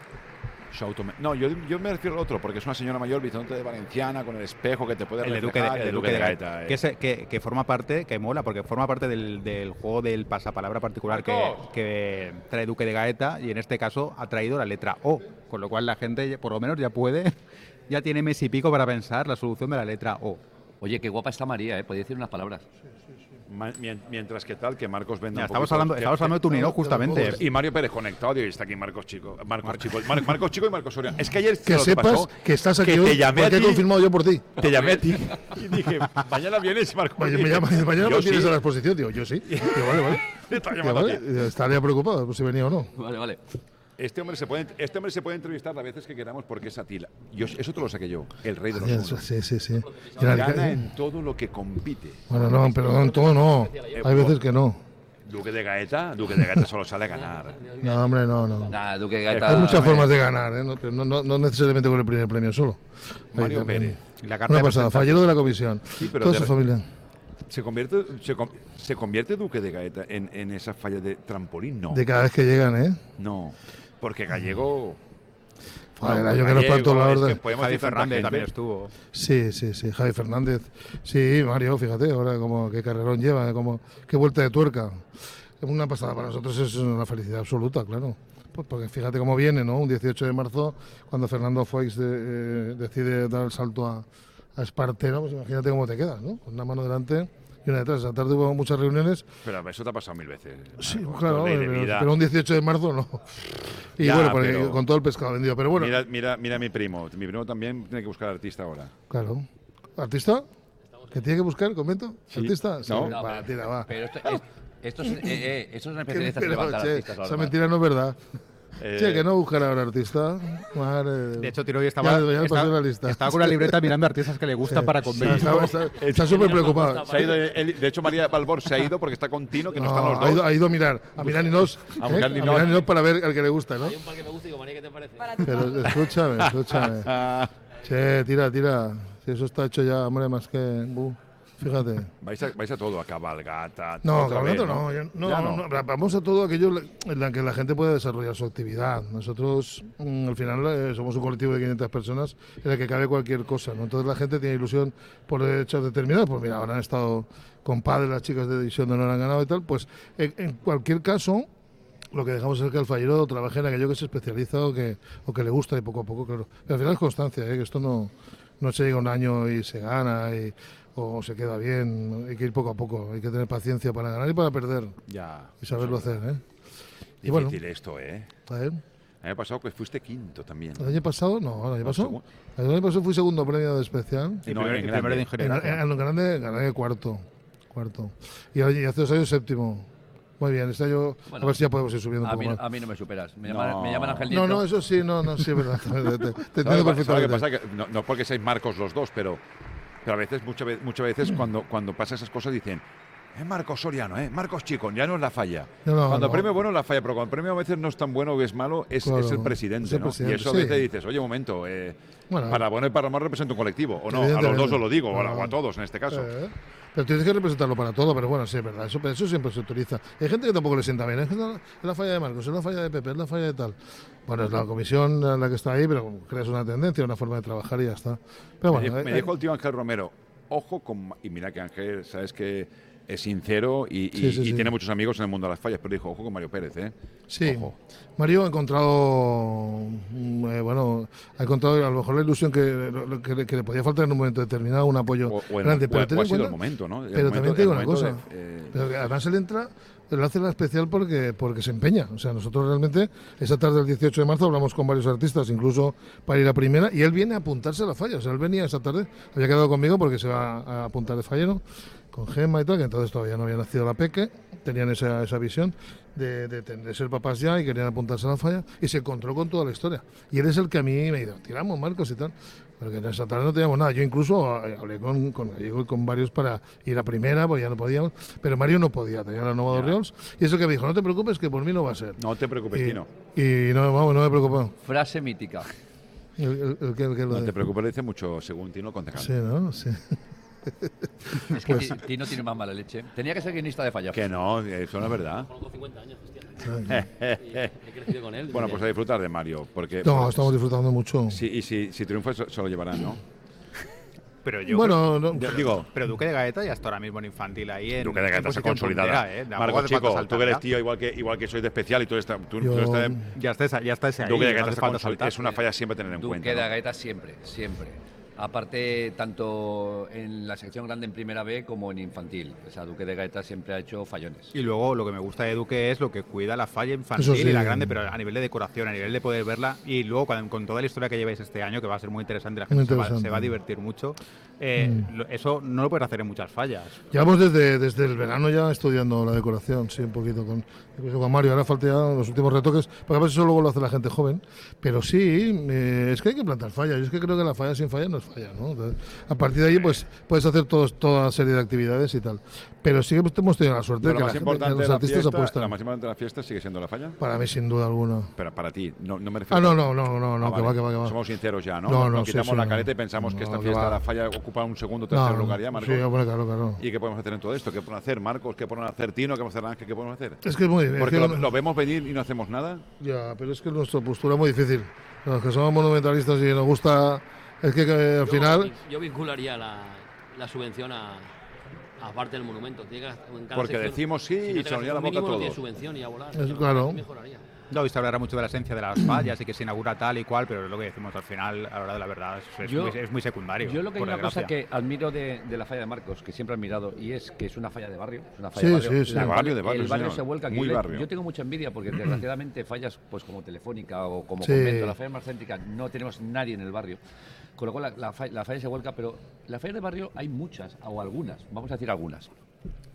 [SPEAKER 3] Su autome- No, yo, yo me refiero al otro, porque es una señora mayor, bisonte de Valenciana, con el espejo que te puede
[SPEAKER 5] El de Duque de,
[SPEAKER 3] reflejar,
[SPEAKER 5] el de Duque de Gaeta,
[SPEAKER 3] eh.
[SPEAKER 5] que, se- que- que forma parte, que mola, porque forma parte del, del juego del pasapalabra particular que,
[SPEAKER 3] ¡Marcos!
[SPEAKER 5] que trae Duque de Gaeta, y en este caso ha traído la letra O, con lo cual la gente, ya- por lo menos, ya puede, ya tiene mes y pico para pensar la solución de la letra O.
[SPEAKER 6] Oye, qué guapa está María, ¿eh? Podía decir unas palabras.
[SPEAKER 3] Ma- mien- Mientras que tal, que Marcos venda.
[SPEAKER 5] Ya,
[SPEAKER 3] un
[SPEAKER 5] estamos
[SPEAKER 3] poquito.
[SPEAKER 5] hablando-
[SPEAKER 3] Que-
[SPEAKER 5] estamos hablando de tu
[SPEAKER 3] que-
[SPEAKER 5] Nino, justamente.
[SPEAKER 3] Y Mario Pérez conectado, y está aquí Marcos Chico. Marcos Chico, Mar- Marcos Chico y Marcos Soriano. Es que ayer.
[SPEAKER 13] Que
[SPEAKER 3] lo
[SPEAKER 13] sepas
[SPEAKER 3] pasó,
[SPEAKER 13] que estás aquí hoy
[SPEAKER 3] te llamé a
[SPEAKER 13] porque he
[SPEAKER 3] ti,
[SPEAKER 13] confirmado yo por ti.
[SPEAKER 3] Te llamé a ti y dije, mañana vienes, Marcos.
[SPEAKER 13] Oye, me llama, mañana
[SPEAKER 3] Yo
[SPEAKER 13] no tienes
[SPEAKER 3] sí.
[SPEAKER 13] a la exposición, digo, yo sí. Digo, vale, vale.
[SPEAKER 3] Te estaba
[SPEAKER 13] Digo,
[SPEAKER 3] llamando a
[SPEAKER 13] vale,
[SPEAKER 3] ti.
[SPEAKER 13] eh, Estaría preocupado por si venía o no.
[SPEAKER 6] Vale, vale.
[SPEAKER 3] Este hombre, se puede, este hombre se puede entrevistar las veces que queramos porque es Atila. Yo, eso te lo saqué yo, el rey de los
[SPEAKER 13] Ya,
[SPEAKER 3] unos.
[SPEAKER 13] Sí, sí, sí. Era el
[SPEAKER 3] Gana
[SPEAKER 13] que-
[SPEAKER 3] en todo lo que compite. Eh, oh,
[SPEAKER 13] Bueno, no, pero en todo no. Hay veces que no.
[SPEAKER 3] Duque de Gaeta, Duque de Gaeta solo sale a ganar.
[SPEAKER 13] No, hombre, no, no.
[SPEAKER 6] Nah, Duque de
[SPEAKER 13] Hay
[SPEAKER 6] Gaeta.
[SPEAKER 13] muchas formas de ganar, ¿eh? no, pero no, no- no necesariamente con el primer premio solo.
[SPEAKER 3] Mario
[SPEAKER 13] Ahí también.
[SPEAKER 3] Pérez. La carta
[SPEAKER 13] Una
[SPEAKER 3] de
[SPEAKER 13] pasada,
[SPEAKER 3] presentación.
[SPEAKER 13] fallero de la comisión.
[SPEAKER 3] Sí, pero
[SPEAKER 13] Toda
[SPEAKER 3] de
[SPEAKER 13] su
[SPEAKER 3] re-
[SPEAKER 13] familia.
[SPEAKER 3] ¿Se convierte, se, com- se convierte Duque de Gaeta en, en esa falla de trampolín? No.
[SPEAKER 13] De cada vez que llegan, ¿eh?
[SPEAKER 3] No, porque Gallego.
[SPEAKER 13] Joder, el año Ah, que nos plantó la orden.
[SPEAKER 5] Javi Fernández también
[SPEAKER 3] ¿eh?
[SPEAKER 5] estuvo.
[SPEAKER 13] Sí, sí, sí. Javi Fernández. Sí, Mario, fíjate, ahora como qué carrerón lleva, como qué vuelta de tuerca. Es Una pasada para nosotros es una felicidad absoluta, claro. Pues porque fíjate cómo viene, ¿no? Un 18 de marzo, cuando Fernando Foix de- eh, decide dar el salto a, a Espartero, pues imagínate cómo te quedas, ¿no? Con una mano delante y una detrás. Esa tarde hubo muchas reuniones.
[SPEAKER 3] Pero eso te ha pasado mil veces.
[SPEAKER 13] Sí,
[SPEAKER 3] Marcos,
[SPEAKER 13] claro,
[SPEAKER 3] ley de
[SPEAKER 13] pero,
[SPEAKER 3] vida.
[SPEAKER 13] pero un 18 de marzo no. Y
[SPEAKER 3] Ya,
[SPEAKER 13] bueno, porque
[SPEAKER 3] pero-
[SPEAKER 13] con todo el pescado vendido. Pero bueno,
[SPEAKER 3] Mira, mira, mira a mi primo. Mi primo también tiene que buscar artista ahora.
[SPEAKER 13] Claro. ¿Artista? ¿Que tiene que buscar? ¿Comento? ¿Artista? Sí,
[SPEAKER 6] No,
[SPEAKER 13] va,
[SPEAKER 6] pero-
[SPEAKER 13] tira, va.
[SPEAKER 6] Pero esto, es, esto es, eh, eh, esto es una
[SPEAKER 13] Que-
[SPEAKER 6] especialista que
[SPEAKER 13] pero,
[SPEAKER 6] levanta
[SPEAKER 13] che,
[SPEAKER 6] artistas ahora.
[SPEAKER 13] esa mentira no es verdad.
[SPEAKER 6] Eh,
[SPEAKER 13] Che, que no buscará ahora artista. Madre
[SPEAKER 5] De hecho, Tiro hoy
[SPEAKER 13] ya-
[SPEAKER 5] estaba,
[SPEAKER 13] ya le pasé
[SPEAKER 5] estaba-
[SPEAKER 13] la lista.
[SPEAKER 5] estaba con una libreta mirando artistas que le gustan
[SPEAKER 13] Sí,
[SPEAKER 5] para
[SPEAKER 13] sí,
[SPEAKER 5] convencer.
[SPEAKER 13] está- está- está súper preocupado.
[SPEAKER 3] Se ha ido eh, él- de hecho, María Balbor se ha ido porque está con Tino, que no,
[SPEAKER 13] No,
[SPEAKER 3] están los dos.
[SPEAKER 13] Ah, ha, ido, ha ido a mirar, a mirar Ninos,
[SPEAKER 3] A
[SPEAKER 13] ¿eh?
[SPEAKER 3] mirar
[SPEAKER 13] A
[SPEAKER 3] Ninos.
[SPEAKER 13] mirar Ninos para ver al que le gusta, ¿no?
[SPEAKER 4] Que me gusta y digo, María, ¿qué te parece?
[SPEAKER 13] Pero escúchame, escúchame. che, tira, tira. Si eso está hecho ya, hombre, más que... bu. Fíjate.
[SPEAKER 3] Vais a, vais a todo, a cabalgata.
[SPEAKER 13] No,
[SPEAKER 3] otra
[SPEAKER 13] cabalgata
[SPEAKER 3] vez,
[SPEAKER 13] no. yo- no,
[SPEAKER 3] Ya
[SPEAKER 13] no, no, Vamos a todo aquello en la que la gente pueda desarrollar su actividad. Nosotros, mm, al final, eh, somos un colectivo de 500 personas en el que cabe cualquier cosa. ¿no? Entonces la gente tiene ilusión por hechos determinados. Pues mira, ahora han estado con padres, las chicas de división de honor han ganado y tal. Pues en, en cualquier caso, lo que dejamos es que el fallero trabaje en aquello que se especializa o que, o que le gusta y poco a poco, claro. Y al final es constancia, ¿eh? que esto no, no se llega un año y se gana y- o se queda bien. Hay que ir poco a poco, hay que tener paciencia para ganar y para perder.
[SPEAKER 3] Ya.
[SPEAKER 13] Y saberlo hacer, ¿eh? Y
[SPEAKER 3] Difícil
[SPEAKER 13] bueno,
[SPEAKER 3] esto, ¿eh?
[SPEAKER 13] a ver,
[SPEAKER 3] El año pasado que fuiste quinto también.
[SPEAKER 13] el año pasado, no, el año
[SPEAKER 3] No,
[SPEAKER 13] pasado.
[SPEAKER 3] segundo.
[SPEAKER 13] El año pasado fui segundo premio de especial.
[SPEAKER 3] Y No, primer- en y grande. primero de ingeniero.
[SPEAKER 13] En, en lo grande gané cuarto. Cuarto. Y, y hace dos años séptimo. Muy bien, este año
[SPEAKER 6] Bueno,
[SPEAKER 13] a ver si ya podemos ir subiendo un
[SPEAKER 6] a
[SPEAKER 13] poco
[SPEAKER 6] mí,
[SPEAKER 13] más.
[SPEAKER 6] a mí no me superas. Me llaman, me llaman Ángel
[SPEAKER 13] No,
[SPEAKER 6] Nieto.
[SPEAKER 13] no, eso sí, no, no, sí, es verdad. Te, te- te
[SPEAKER 3] ¿Sabes lo que pasa? ¿Sabes
[SPEAKER 13] entiendo
[SPEAKER 3] lo que
[SPEAKER 13] perfectamente.
[SPEAKER 3] pasa? Que no, no porque seáis Marcos los dos, pero, pero a veces, muchas veces, muchas
[SPEAKER 13] Mm.
[SPEAKER 3] veces cuando, cuando pasa esas cosas dicen, es Marcos Soriano, ¿eh? Marcos Chico, ya no es la falla.
[SPEAKER 13] No, no,
[SPEAKER 3] cuando
[SPEAKER 13] no.
[SPEAKER 3] premio bueno es la falla, pero cuando premio a veces no es tan bueno o es malo, es,
[SPEAKER 13] Claro,
[SPEAKER 3] es el presidente,
[SPEAKER 13] es el
[SPEAKER 3] ¿no?
[SPEAKER 13] presidente,
[SPEAKER 3] y eso a
[SPEAKER 13] sí.
[SPEAKER 3] veces dices, oye, un momento, eh,
[SPEAKER 13] Bueno.
[SPEAKER 3] para bueno y para malo represento un colectivo, o no, a los
[SPEAKER 13] Evidentemente.
[SPEAKER 3] dos os lo digo, o a-
[SPEAKER 13] No, no.
[SPEAKER 3] o a todos en este caso.
[SPEAKER 13] Eh, Pero tienes que representarlo para todo, pero bueno, sí, es verdad. Eso, eso siempre se utiliza. Hay gente que tampoco le sienta bien. Es la, es la falla de Marcos, es la falla de Pepe, es la falla de tal. Bueno, es la comisión la que está ahí, pero creas una tendencia, una forma de trabajar y ya está. Pero bueno,
[SPEAKER 3] me, di- me
[SPEAKER 13] eh,
[SPEAKER 3] dijo el tío Ángel Romero, ojo con... Ma-". Y mira que Ángel, sabes que es sincero y, y-
[SPEAKER 13] Sí, sí,
[SPEAKER 3] y
[SPEAKER 13] sí.
[SPEAKER 3] tiene muchos amigos en el mundo de las fallas, pero dijo, ojo con Mario Pérez, ¿eh?
[SPEAKER 13] Sí. Mario ha encontrado, mm, eh, bueno, ha encontrado a lo mejor la ilusión que, lo- lo que le- que le podía faltar en un momento determinado, un apoyo
[SPEAKER 3] o en-
[SPEAKER 13] grande.
[SPEAKER 3] o-
[SPEAKER 13] Pero
[SPEAKER 3] o
[SPEAKER 13] ten en
[SPEAKER 3] ha sido el
[SPEAKER 13] cuenta-
[SPEAKER 3] momento, ¿no? El
[SPEAKER 13] pero
[SPEAKER 3] momento-
[SPEAKER 13] también te digo
[SPEAKER 3] el
[SPEAKER 13] una cosa.
[SPEAKER 3] momento de- eh,
[SPEAKER 13] pero que además él entra, él hace la especial porque, porque se empeña. O sea, nosotros realmente, esa tarde del 18 de marzo, hablamos con varios artistas, incluso para ir a primera, y él viene a apuntarse a la falla. O sea, él venía esa tarde, había quedado conmigo porque se va a apuntar de fallero con Gemma y tal, que entonces todavía no había nacido la Peque, tenían esa, esa visión de, de ten- de ser papás ya y querían apuntarse a la falla, y se encontró con toda la historia. Y él es el que a mí me dijo, tiramos Marcos y tal, pero que en esa tarde no teníamos nada. Yo incluso eh, hablé con, con Gallego y con varios para ir a primera, porque ya no podíamos, pero Mario no podía, tenía la Nova de Orioles, y eso que me dijo, no te preocupes, que por mí no va a ser.
[SPEAKER 3] No te preocupes,
[SPEAKER 13] Y-
[SPEAKER 3] Tino.
[SPEAKER 13] Y no, vamos, no me preocupo.
[SPEAKER 6] Frase mítica.
[SPEAKER 13] El, el- el que- el que lo
[SPEAKER 3] No
[SPEAKER 13] de-
[SPEAKER 3] te preocupes, le dice mucho según Tino el concejal.
[SPEAKER 13] Sí, ¿no? Sí.
[SPEAKER 6] Es que
[SPEAKER 13] Pues-
[SPEAKER 6] Ti- Tino tiene más mala leche. Tenía que ser guionista de fallas.
[SPEAKER 3] Que no, eso no es verdad.
[SPEAKER 4] Conozco 50 años, hostia.
[SPEAKER 5] Eh.
[SPEAKER 3] He
[SPEAKER 4] crecido con él.
[SPEAKER 3] Bueno, pues a disfrutar de Mario, porque...
[SPEAKER 13] No, estamos disfrutando mucho.
[SPEAKER 3] Sí, y si, si triunfa, se se lo llevarán, ¿no?
[SPEAKER 5] Pero yo
[SPEAKER 13] Bueno,
[SPEAKER 5] creo-
[SPEAKER 13] no-
[SPEAKER 5] yo-
[SPEAKER 3] Digo-
[SPEAKER 5] pero Duque de Gaeta ya está ahora mismo en infantil ahí en
[SPEAKER 3] Duque de
[SPEAKER 5] en
[SPEAKER 3] Gata está
[SPEAKER 5] posición
[SPEAKER 3] consolidada.
[SPEAKER 5] puntera, ¿eh? Tampoco
[SPEAKER 3] Marco,
[SPEAKER 5] hace falta
[SPEAKER 3] chico, tú
[SPEAKER 5] saltar,
[SPEAKER 3] que eres
[SPEAKER 5] ¿ya?
[SPEAKER 3] tío, igual que, igual que sois de especial y tú estás... Tú,
[SPEAKER 5] Yo-
[SPEAKER 3] tú estás-
[SPEAKER 5] Ya está esa- ya está ese ahí,
[SPEAKER 3] Duque de
[SPEAKER 5] no
[SPEAKER 3] Gata
[SPEAKER 5] hace
[SPEAKER 3] está
[SPEAKER 5] falta
[SPEAKER 3] consoli-
[SPEAKER 5] saltar.
[SPEAKER 3] Es una falla siempre tener en
[SPEAKER 6] Duque
[SPEAKER 3] cuenta.
[SPEAKER 6] de
[SPEAKER 3] ¿no?
[SPEAKER 6] Gaeta siempre, siempre. Aparte, tanto en la sección grande en primera B como en infantil. O sea, Duque de Gaeta siempre ha hecho fallones.
[SPEAKER 5] Y luego lo que me gusta de Duque es lo que cuida la falla infantil
[SPEAKER 13] Eso sí.
[SPEAKER 5] y la grande, pero a nivel de decoración, a nivel de poder verla. Y luego con, con toda la historia que lleváis este año, que va a ser muy interesante, la
[SPEAKER 13] Muy
[SPEAKER 5] gente se va- Se, va,
[SPEAKER 13] interesante. Mm.
[SPEAKER 5] a divertir mucho. eh, lo- eso no lo puedes hacer en muchas fallas.
[SPEAKER 13] Llevamos desde, desde el verano ya estudiando la decoración, sí, un poquito con, incluso con Mario. Ahora falta ya los últimos retoques, porque a veces eso luego lo hace la gente joven. Pero sí, eh, es que hay que plantar fallas. Yo es que creo que la falla sin falla no es falla, ¿no? Entonces, a partir de ahí, pues puedes hacer todos, toda una serie de actividades y tal. Pero sí que hemos tenido la suerte
[SPEAKER 3] Pero
[SPEAKER 13] de
[SPEAKER 3] lo
[SPEAKER 13] que la
[SPEAKER 3] más
[SPEAKER 13] gente- que
[SPEAKER 3] importante de
[SPEAKER 13] los
[SPEAKER 3] la
[SPEAKER 13] artistas
[SPEAKER 3] fiesta-
[SPEAKER 13] apuestan.
[SPEAKER 3] Lo más importante de la fiesta sigue siendo la falla.
[SPEAKER 13] Para mí, sin duda alguna.
[SPEAKER 3] Pero para ti, no, no me refiero.
[SPEAKER 13] Ah, no, no, no, no, no,
[SPEAKER 3] Ah,
[SPEAKER 13] que
[SPEAKER 3] vale.
[SPEAKER 13] va, que va, que va.
[SPEAKER 3] Somos sinceros ya, ¿no?
[SPEAKER 13] No,
[SPEAKER 3] Nos
[SPEAKER 13] no, sí,
[SPEAKER 3] quitamos
[SPEAKER 13] sí,
[SPEAKER 3] la
[SPEAKER 13] no.
[SPEAKER 3] careta y pensamos que
[SPEAKER 13] No,
[SPEAKER 3] esta
[SPEAKER 13] que
[SPEAKER 3] fiesta
[SPEAKER 13] va.
[SPEAKER 3] de la falla ocupa un segundo o tercer
[SPEAKER 13] No,
[SPEAKER 3] lugar ya, Marcos.
[SPEAKER 13] sí, hombre, claro, claro.
[SPEAKER 3] ¿Y qué podemos hacer en todo esto? ¿Qué podemos hacer, Marcos? ¿Qué podemos hacer, Tino? ¿Qué podemos hacer, Ángel? ¿Qué podemos hacer?
[SPEAKER 13] Es que es muy- es
[SPEAKER 3] Porque
[SPEAKER 13] que
[SPEAKER 3] lo,
[SPEAKER 13] no-
[SPEAKER 3] lo vemos venir y no hacemos nada.
[SPEAKER 13] Ya, pero es que nuestra postura es muy difícil. Los que somos monumentalistas y nos gusta. Es que, que al final.
[SPEAKER 4] Yo vincularía la, la subvención a, a parte del monumento. Tiene que- en cada
[SPEAKER 3] Porque
[SPEAKER 4] sección,
[SPEAKER 3] decimos sí y
[SPEAKER 4] no te
[SPEAKER 3] se nos
[SPEAKER 4] gastas
[SPEAKER 3] llena la
[SPEAKER 4] un
[SPEAKER 3] boca
[SPEAKER 4] mínimo, no
[SPEAKER 3] todo.
[SPEAKER 4] tiene subvención y a volar.
[SPEAKER 13] Es- claro.
[SPEAKER 4] Mejoraría.
[SPEAKER 5] No, hoy se hablará mucho de la esencia de las fallas y que se inaugura tal y cual, pero es lo que decimos al final, a la hora de la verdad, es, es
[SPEAKER 6] Yo-
[SPEAKER 5] muy, es muy secundario.
[SPEAKER 6] Yo lo que hay
[SPEAKER 5] por
[SPEAKER 6] una cosa
[SPEAKER 5] desgracia.
[SPEAKER 6] que admiro de, de la falla de Marcos, que siempre he admirado, y es que es una falla de barrio. Es una
[SPEAKER 5] Sí,
[SPEAKER 6] falla de barrio.
[SPEAKER 5] sí, sí.
[SPEAKER 6] La
[SPEAKER 5] De
[SPEAKER 6] cual
[SPEAKER 5] barrio, de barrio,
[SPEAKER 6] El barrio
[SPEAKER 5] señor.
[SPEAKER 6] se vuelca aquí.
[SPEAKER 5] Muy
[SPEAKER 6] Yo-
[SPEAKER 5] barrio.
[SPEAKER 6] Yo tengo mucha envidia porque desgraciadamente fallas pues como Telefónica o como
[SPEAKER 5] Sí.
[SPEAKER 6] Convento, la falla más céntrica, no tenemos nadie en el barrio. Con lo cual la, la fa- la falla, se vuelca, pero la falla de barrio hay muchas, o algunas, vamos a decir algunas,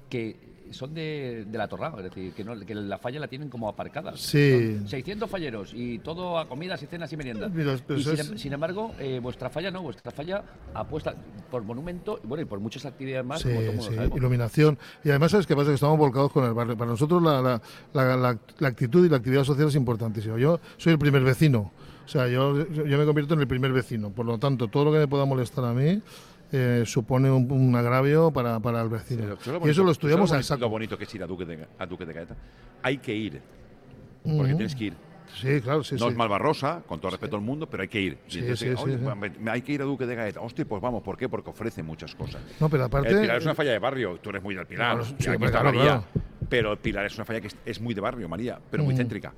[SPEAKER 6] que son de, de la torrada, es decir, que, no, que la falla la tienen como aparcada.
[SPEAKER 13] Sí.
[SPEAKER 6] Son 600 falleros y todo a comidas y cenas y meriendas.
[SPEAKER 13] Mira,
[SPEAKER 5] pues
[SPEAKER 13] pero
[SPEAKER 6] Y
[SPEAKER 13] eso
[SPEAKER 6] sin,
[SPEAKER 13] es-
[SPEAKER 6] em- sin embargo, eh, vuestra falla no, vuestra falla apuesta por monumento bueno, y por muchas actividades más,
[SPEAKER 13] Sí,
[SPEAKER 6] como todo el mundo
[SPEAKER 13] sí,
[SPEAKER 6] sabemos.
[SPEAKER 13] iluminación. Y además, ¿sabes qué pasa? Que estamos volcados con el barrio. Para nosotros la, la- la- la- la actitud y la actividad social es importantísima. Yo soy el primer vecino. O sea, yo, yo me convierto en el primer vecino. Por lo tanto, todo lo que me pueda molestar a mí, eh, supone un, un agravio para, para el vecino.
[SPEAKER 3] Pero
[SPEAKER 13] y eso lo estudiamos
[SPEAKER 3] eso
[SPEAKER 13] a
[SPEAKER 3] es
[SPEAKER 13] esa
[SPEAKER 3] lo bonito, lo bonito que es ir a Duque de, a Duque de Caeta. Hay que ir, porque
[SPEAKER 13] Ujú.
[SPEAKER 3] tienes que ir.
[SPEAKER 13] Sí, claro, sí,
[SPEAKER 3] no es
[SPEAKER 13] sí.
[SPEAKER 3] Malvarrosa, con todo respeto al mundo, pero hay que ir. Y
[SPEAKER 13] Sí,
[SPEAKER 3] entonces,
[SPEAKER 13] sí,
[SPEAKER 3] "Oye,
[SPEAKER 13] sí,
[SPEAKER 3] pues, me- Hay que ir a Duque de Gaeta. Hostia, pues vamos, ¿por qué? Porque ofrece muchas cosas.
[SPEAKER 13] No, pero aparte-
[SPEAKER 3] El Pilar es una falla de barrio, tú eres muy del Pilar.
[SPEAKER 13] Claro, sí,
[SPEAKER 3] y aquí
[SPEAKER 13] hombre,
[SPEAKER 3] está
[SPEAKER 13] claro,
[SPEAKER 3] María.
[SPEAKER 13] claro.
[SPEAKER 3] Pero el Pilar es una falla que es, es muy de barrio, María, pero muy
[SPEAKER 13] Mm.
[SPEAKER 3] céntrica.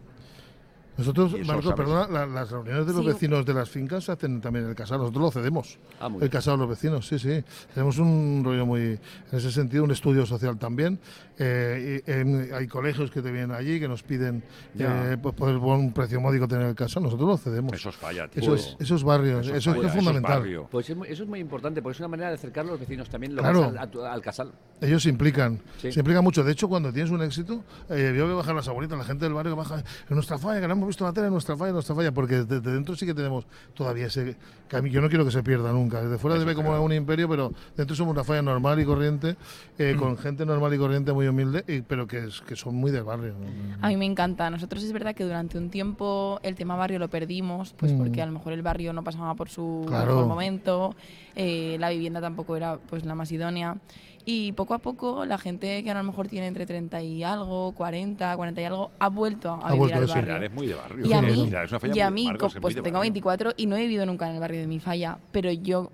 [SPEAKER 13] Nosotros,
[SPEAKER 3] Y eso
[SPEAKER 13] Marco,
[SPEAKER 3] lo sabes.
[SPEAKER 13] perdona, la- las reuniones de los
[SPEAKER 3] Sí.
[SPEAKER 13] vecinos de las fincas se hacen también en el casado, nosotros lo cedemos.
[SPEAKER 3] Ah, muy
[SPEAKER 13] el
[SPEAKER 3] bien.
[SPEAKER 13] casado de los vecinos, sí, sí. Tenemos un rollo muy, en ese sentido, un estudio social también. Eh, y, em, hay colegios que te vienen allí, que nos piden
[SPEAKER 3] Ya.
[SPEAKER 13] eh, pues, poder poner un precio módico tener el casado, nosotros lo cedemos.
[SPEAKER 3] Eso es falla, tío.
[SPEAKER 13] Eso es, eso es barrio, eso, es, que es fundamental.
[SPEAKER 3] barrio.
[SPEAKER 6] Pues es muy- eso es muy importante, porque es una manera de acercar a los vecinos también lo
[SPEAKER 13] Claro.
[SPEAKER 6] más al, a tu- al casal.
[SPEAKER 13] Ellos se implican,
[SPEAKER 6] Sí.
[SPEAKER 13] se implican mucho. De hecho, cuando tienes un éxito, eh, yo veo bajar las abuelitas, la gente del barrio que baja, en nuestra falla, que no hemos visto la tele, en nuestra falla, en nuestra falla, porque desde dentro sí que tenemos todavía ese... Que a mí- yo no quiero que se pierda nunca. Desde fuera se ve como un imperio, pero dentro somos una falla normal y corriente, eh, con gente normal y corriente muy humilde, y- pero que, es- que son muy del barrio. ¿no?
[SPEAKER 7] A mí me encanta. Nosotros es verdad que durante un tiempo el tema barrio lo perdimos, pues
[SPEAKER 13] Mm.
[SPEAKER 7] porque a lo mejor el barrio no pasaba por su
[SPEAKER 13] Claro.
[SPEAKER 7] mejor momento, eh, la vivienda tampoco era pues la más idónea. Y poco a poco la gente que ahora a lo mejor tiene entre 30 y algo, 40, 40 y algo, ha vuelto a vivir al barrio.
[SPEAKER 3] Pilar es muy de barrio.
[SPEAKER 7] Y a mí,
[SPEAKER 3] Pilar es una falla
[SPEAKER 7] y a
[SPEAKER 3] muy-
[SPEAKER 7] mí
[SPEAKER 3] Marcos,
[SPEAKER 7] co-
[SPEAKER 3] es muy
[SPEAKER 7] pues
[SPEAKER 3] de
[SPEAKER 7] tengo
[SPEAKER 3] barrio.
[SPEAKER 7] 24 y no he vivido nunca en el barrio de mi falla, pero yo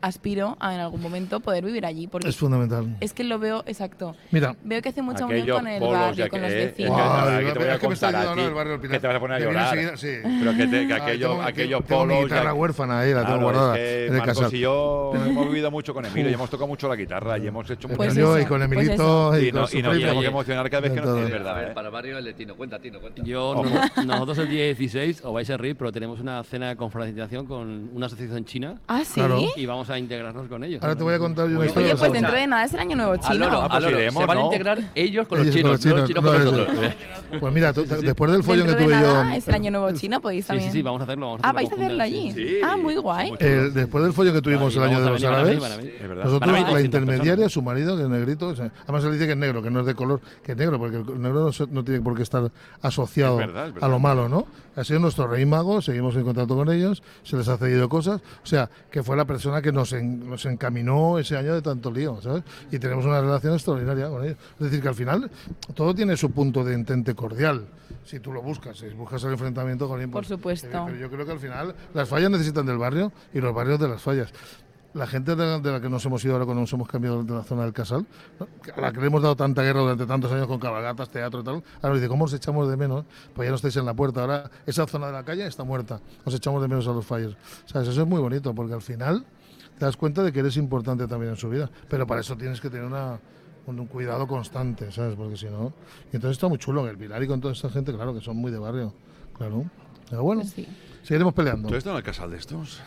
[SPEAKER 7] aspiro a en algún momento poder vivir allí. Porque
[SPEAKER 13] Es fundamental.
[SPEAKER 7] Es que lo veo exacto.
[SPEAKER 13] Mira.
[SPEAKER 7] Veo que hace mucha
[SPEAKER 3] Aquellos
[SPEAKER 7] unión con el
[SPEAKER 3] polos
[SPEAKER 7] barrio,
[SPEAKER 3] ya
[SPEAKER 7] con
[SPEAKER 3] que-
[SPEAKER 7] los
[SPEAKER 3] eh,
[SPEAKER 7] vecinos.
[SPEAKER 3] es que te-
[SPEAKER 13] Ay,
[SPEAKER 3] que te voy a
[SPEAKER 13] es que me está
[SPEAKER 3] contar a
[SPEAKER 13] ayudando
[SPEAKER 3] ti,
[SPEAKER 13] el barrio del Pilar.
[SPEAKER 3] que te vas a poner a
[SPEAKER 13] Me viene
[SPEAKER 3] llorar.
[SPEAKER 13] enseguida, sí.
[SPEAKER 3] Pero que, te- que
[SPEAKER 13] Ah,
[SPEAKER 3] aquello-
[SPEAKER 13] tengo-
[SPEAKER 3] aquellos
[SPEAKER 13] tengo mi
[SPEAKER 3] polos...
[SPEAKER 13] guitarra huérfana ahí, la tengo
[SPEAKER 3] Claro, es
[SPEAKER 13] guardada
[SPEAKER 3] que
[SPEAKER 13] en el
[SPEAKER 3] Marcos
[SPEAKER 13] casal.
[SPEAKER 3] y yo hemos vivido mucho con Emilio
[SPEAKER 13] Uf.
[SPEAKER 3] y hemos tocado mucho la guitarra y hemos hecho
[SPEAKER 13] Pues
[SPEAKER 3] mucho-
[SPEAKER 13] yo y con Emilito y
[SPEAKER 3] y,
[SPEAKER 13] con
[SPEAKER 3] no-
[SPEAKER 13] su
[SPEAKER 3] y nos
[SPEAKER 13] primo.
[SPEAKER 3] tenemos que emocionar cada vez que nos...
[SPEAKER 13] Entonces-
[SPEAKER 3] Es
[SPEAKER 6] A ver,
[SPEAKER 3] verdad, ¿eh?
[SPEAKER 6] Para el barrio el de Tino, cuenta, Tino, cuenta.
[SPEAKER 4] Yo,
[SPEAKER 3] Ojo.
[SPEAKER 4] no- nosotros el día 16, os vais a reír, pero tenemos una cena de confraternización con una asociación china.
[SPEAKER 7] Ah, ¿sí? Claro.
[SPEAKER 4] Y vamos a integrarnos con ellos.
[SPEAKER 13] Ahora te voy a contar yo una
[SPEAKER 4] Oye,
[SPEAKER 13] historia.
[SPEAKER 7] Oye, pues
[SPEAKER 13] de
[SPEAKER 7] dentro de nada es el año nuevo chino.
[SPEAKER 3] Ah, pues
[SPEAKER 4] se van a integrar
[SPEAKER 6] ellos
[SPEAKER 4] con los
[SPEAKER 13] Ellos
[SPEAKER 4] chinos, no los chinos con
[SPEAKER 13] no,
[SPEAKER 4] nosotros.
[SPEAKER 13] eso. Pues mira, tú- después del follón que
[SPEAKER 7] Dentro de
[SPEAKER 13] tuve yo...
[SPEAKER 7] nada es el año nuevo chino, podéis
[SPEAKER 4] Sí,
[SPEAKER 7] también.
[SPEAKER 4] sí, sí, vamos a hacerlo. Vamos a
[SPEAKER 7] Ah, vais
[SPEAKER 4] hacerlo
[SPEAKER 7] a hacerlo
[SPEAKER 4] conjuntas,
[SPEAKER 7] allí.
[SPEAKER 4] sí.
[SPEAKER 7] Ah, muy guay.
[SPEAKER 13] El- después del follo que tuvimos
[SPEAKER 4] Ay,
[SPEAKER 13] el año de
[SPEAKER 4] vamos
[SPEAKER 13] los
[SPEAKER 4] a venir, van a
[SPEAKER 13] árabes,
[SPEAKER 4] venir, van a venir. Es verdad. Van a
[SPEAKER 13] nosotros,
[SPEAKER 4] venir
[SPEAKER 13] la
[SPEAKER 4] 200
[SPEAKER 13] intermediaria, su marido, que es negrito, o sea, además se le dice que es negro, que no es de color, que es negro, porque el negro no, se- no tiene por qué estar asociado
[SPEAKER 3] Es verdad, es verdad.
[SPEAKER 13] a lo malo, ¿no? Ha sido nuestro rey mago, seguimos en contacto con ellos, se les ha cedido cosas, o sea, que fue la persona que nos, en- nos encaminó ese año de tanto lío, ¿sabes? Y tenemos una relación extraordinaria con ellos. Es decir, que al final todo tiene su punto de entente cordial, si tú lo buscas, si buscas el enfrentamiento con pues
[SPEAKER 3] Pues,
[SPEAKER 7] Por supuesto.
[SPEAKER 3] eh,
[SPEAKER 13] pero yo creo que al final las fallas necesitan del barrio y los barrios de las fallas. La gente de la, de la que nos hemos ido ahora cuando nos hemos cambiado de la zona del Casal, ¿no? a la que le hemos dado tanta guerra durante tantos años con cabalgatas, teatro y tal, ahora nos dice, ¿cómo os echamos de menos? Pues ya no estáis en la puerta, ahora esa zona de la calle está muerta, os echamos de menos a los fallas. ¿Sabes? Eso es muy bonito porque al final te das cuenta de que eres importante también en su vida, pero para eso tienes que tener una, un, un cuidado constante, ¿sabes? Porque si no... Y entonces está muy chulo en el Pilar y con toda esta gente, claro, que son muy de barrio, claro. Pero bueno, seguiremos peleando.
[SPEAKER 3] ¿Tú has estado en el casal de estos?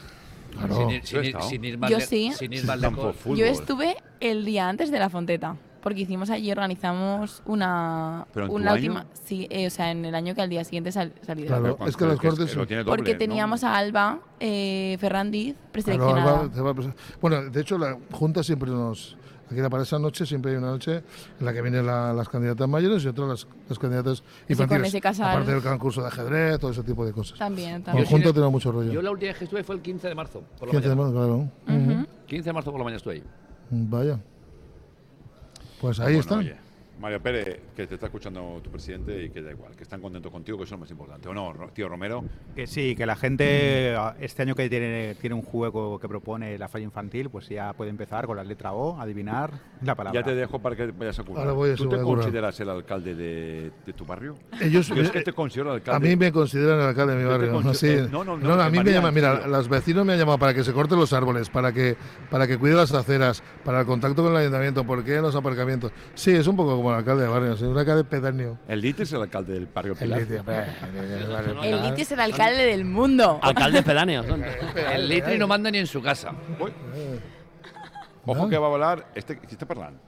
[SPEAKER 13] Claro.
[SPEAKER 6] Sin ir-
[SPEAKER 3] ¿Tú
[SPEAKER 6] sin
[SPEAKER 3] has
[SPEAKER 6] ir-
[SPEAKER 3] estado?
[SPEAKER 6] sin ir más
[SPEAKER 7] Yo
[SPEAKER 6] le-
[SPEAKER 7] sí.
[SPEAKER 6] sin ir
[SPEAKER 3] Sí,
[SPEAKER 6] más
[SPEAKER 3] Eh, campo
[SPEAKER 6] lejos.
[SPEAKER 3] fútbol.
[SPEAKER 7] Yo estuve el día antes de la Fonteta, porque hicimos allí, organizamos una,
[SPEAKER 3] ¿Pero en tu
[SPEAKER 7] una
[SPEAKER 3] año?
[SPEAKER 7] última. Sí, eh, o sea, en el año que al día siguiente sal- salí de la
[SPEAKER 13] Claro,
[SPEAKER 7] Fonteta.
[SPEAKER 13] es que las cortes.
[SPEAKER 3] lo tiene doble,
[SPEAKER 7] Porque
[SPEAKER 3] ¿no?
[SPEAKER 7] teníamos a Alba eh, Ferrandiz
[SPEAKER 13] Claro,
[SPEAKER 7] preseleccionada.
[SPEAKER 13] Alba te Ah, va a presen- Bueno, de hecho, la Junta siempre nos. Aquí para esa noche siempre hay una noche en la que vienen la- las candidatas mayores y otras las, las candidatas infantiles.
[SPEAKER 7] ese casal-
[SPEAKER 13] Aparte del concurso de ajedrez, todo ese tipo de cosas.
[SPEAKER 7] También,
[SPEAKER 13] Con
[SPEAKER 7] también.
[SPEAKER 13] Junta tenemos mucho rollo.
[SPEAKER 6] Yo la última vez que estuve fue el 15 de marzo, por la
[SPEAKER 13] 15 de
[SPEAKER 6] mañana.
[SPEAKER 13] marzo, claro. Ujú.
[SPEAKER 6] 15 de marzo por la mañana estuve ahí.
[SPEAKER 13] Vaya. Pues ahí
[SPEAKER 3] Bueno,
[SPEAKER 13] está.
[SPEAKER 3] oye, Mario Pérez, que te está escuchando tu presidente y que da igual, que están contentos contigo, que eso es lo más importante. ¿O no, Ro- tío Romero?
[SPEAKER 5] Que sí, que la gente a- este año que tiene, tiene un juego que propone la falla infantil, pues ya puede empezar con la letra O, adivinar la palabra.
[SPEAKER 3] Ya te dejo para que vayas a currar.
[SPEAKER 13] Ahora voy a-
[SPEAKER 3] ¿Tú
[SPEAKER 13] voy
[SPEAKER 3] te
[SPEAKER 13] a currar.
[SPEAKER 3] consideras el alcalde de, de tu barrio?
[SPEAKER 13] Ellos- eh,
[SPEAKER 3] Yo es que te considero el
[SPEAKER 13] A
[SPEAKER 3] alcalde.
[SPEAKER 13] mí me consideran el alcalde de
[SPEAKER 3] Yo
[SPEAKER 13] mi
[SPEAKER 3] te
[SPEAKER 13] barrio.
[SPEAKER 3] considero-
[SPEAKER 13] así.
[SPEAKER 3] eh, no, no, no,
[SPEAKER 13] a
[SPEAKER 3] que
[SPEAKER 13] mí me
[SPEAKER 3] María,
[SPEAKER 13] llaman, mira,
[SPEAKER 3] tío.
[SPEAKER 13] los vecinos me han llamado para que se corten los árboles, para que para que cuide las aceras, para el contacto con el ayuntamiento, porque los aparcamientos. Sí, es un poco como el alcalde de barrio, es un alcalde pedáneo.
[SPEAKER 3] El Liti es el alcalde del barrio Pilar.
[SPEAKER 13] Liti,
[SPEAKER 7] El Liti es el alcalde del mundo.
[SPEAKER 4] Alcaldes pedáneos. ¿no?
[SPEAKER 6] El litri no manda ni en su casa.
[SPEAKER 3] Ojo que va a volar. Este, ¿Qué está hablando?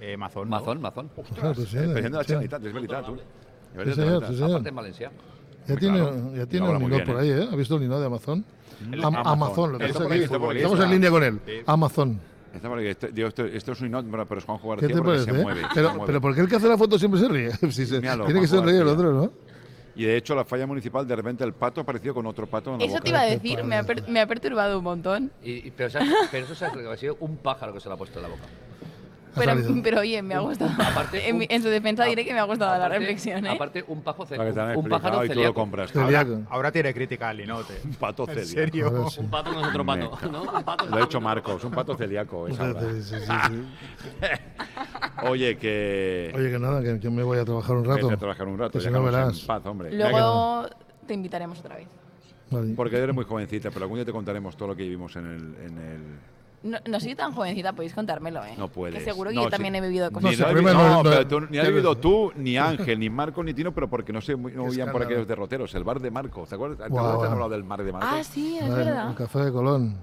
[SPEAKER 5] Eh, mazón.
[SPEAKER 6] Mazón, Eh, mazón.
[SPEAKER 13] Ostras, pues sí,
[SPEAKER 3] el presidente de la
[SPEAKER 13] sí.
[SPEAKER 3] Generalitat, es verdad, tú. Es verdad,
[SPEAKER 13] Sí, señor,
[SPEAKER 3] es
[SPEAKER 13] sí,
[SPEAKER 3] verdad.
[SPEAKER 13] señor.
[SPEAKER 6] Aparte en Valencia.
[SPEAKER 13] Ya
[SPEAKER 3] Hombre,
[SPEAKER 13] tiene,
[SPEAKER 3] claro.
[SPEAKER 13] ya tiene
[SPEAKER 3] Habla
[SPEAKER 13] un
[SPEAKER 3] muy
[SPEAKER 13] Nino
[SPEAKER 3] bien,
[SPEAKER 13] por
[SPEAKER 3] ¿eh?
[SPEAKER 13] ahí, ¿eh? ¿Ha visto el Nino de Amazon?
[SPEAKER 3] El
[SPEAKER 13] Am-
[SPEAKER 3] Amazon.
[SPEAKER 13] Amazon, lo
[SPEAKER 3] Está
[SPEAKER 13] tenéis
[SPEAKER 3] por
[SPEAKER 13] aquí.
[SPEAKER 3] ahí, está por ahí,
[SPEAKER 13] Estamos en
[SPEAKER 3] está.
[SPEAKER 13] línea con él.
[SPEAKER 3] Sí.
[SPEAKER 13] Amazon.
[SPEAKER 3] Está porque este- digo, esto, esto es un inod, pero es Juanjo García
[SPEAKER 13] ¿Qué te
[SPEAKER 3] porque se
[SPEAKER 13] parece? eh?
[SPEAKER 3] mueve. se
[SPEAKER 13] Pero,
[SPEAKER 3] mueve.
[SPEAKER 13] pero ¿por qué el que hace la foto siempre se ríe? Si se-
[SPEAKER 3] Míralo,
[SPEAKER 13] tiene que
[SPEAKER 3] Juanjo
[SPEAKER 13] sonreír el
[SPEAKER 3] García.
[SPEAKER 13] otro, ¿no?
[SPEAKER 3] Y de hecho, la falla municipal, de repente el pato apareció con otro pato en la
[SPEAKER 7] Eso
[SPEAKER 3] boca.
[SPEAKER 7] te iba a decir, me ha, per- me ha perturbado un montón.
[SPEAKER 6] Y- y- pero, se ha- pero eso se ha, ha sido un pájaro que se le ha puesto en la boca.
[SPEAKER 7] Pero, pero ¿eh? oye, me ha gustado.
[SPEAKER 6] Aparte,
[SPEAKER 7] en, mi- en su defensa diré que me ha gustado la
[SPEAKER 6] aparte-
[SPEAKER 7] reflexión, ¿eh?
[SPEAKER 6] Aparte, un, pajo ce-
[SPEAKER 3] Para que te han
[SPEAKER 6] un pájaro
[SPEAKER 3] explicado y tú lo
[SPEAKER 6] celíaco.
[SPEAKER 3] compras.
[SPEAKER 5] Ahora,
[SPEAKER 3] Celíaco.
[SPEAKER 5] ahora tiene crítica al linote. Un
[SPEAKER 3] pato
[SPEAKER 5] ¿En
[SPEAKER 3] celíaco.
[SPEAKER 5] serio?
[SPEAKER 3] Ahora sí. Un pato no es otro pato, ¿no?
[SPEAKER 4] Un pato
[SPEAKER 3] Lo ha hecho Marcos, un pato celíaco. es ahora.
[SPEAKER 13] Sí, sí, sí,
[SPEAKER 3] Oye, que.
[SPEAKER 13] Oye, que nada, que yo me voy a trabajar un rato.
[SPEAKER 3] Vete a trabajar un rato,
[SPEAKER 13] Que
[SPEAKER 3] ya
[SPEAKER 13] si no
[SPEAKER 3] acabamos en
[SPEAKER 13] verás.
[SPEAKER 3] paz, hombre.
[SPEAKER 7] Luego te invitaremos otra vez.
[SPEAKER 3] Porque eres muy jovencita, pero algún día te contaremos todo lo que vivimos en el. En el...
[SPEAKER 7] No, no soy tan jovencita, podéis contármelo, ¿eh?
[SPEAKER 3] No puedes.
[SPEAKER 7] Que seguro que
[SPEAKER 3] No,
[SPEAKER 7] yo
[SPEAKER 3] sí.
[SPEAKER 7] también he vivido
[SPEAKER 3] Ni
[SPEAKER 7] cosas.
[SPEAKER 3] lo he
[SPEAKER 13] problema
[SPEAKER 3] vi-
[SPEAKER 13] no
[SPEAKER 3] no,
[SPEAKER 13] es- no-
[SPEAKER 3] pero tú- ni has
[SPEAKER 13] ya
[SPEAKER 3] vivido
[SPEAKER 13] ves.
[SPEAKER 3] tú, ni Ángel, ni Marco, ni Tino, pero porque no se muy- no
[SPEAKER 13] Qué
[SPEAKER 3] huían por
[SPEAKER 13] escándalo.
[SPEAKER 3] aquellos derroteros. El bar de Marco, ¿te acuerdas? ¿Te
[SPEAKER 13] Guau,
[SPEAKER 3] acuerdas que
[SPEAKER 13] guau.
[SPEAKER 3] hemos hablado del bar de Marco?
[SPEAKER 7] Ah, sí, es
[SPEAKER 13] A ver,
[SPEAKER 7] verdad.
[SPEAKER 13] El café de Colón.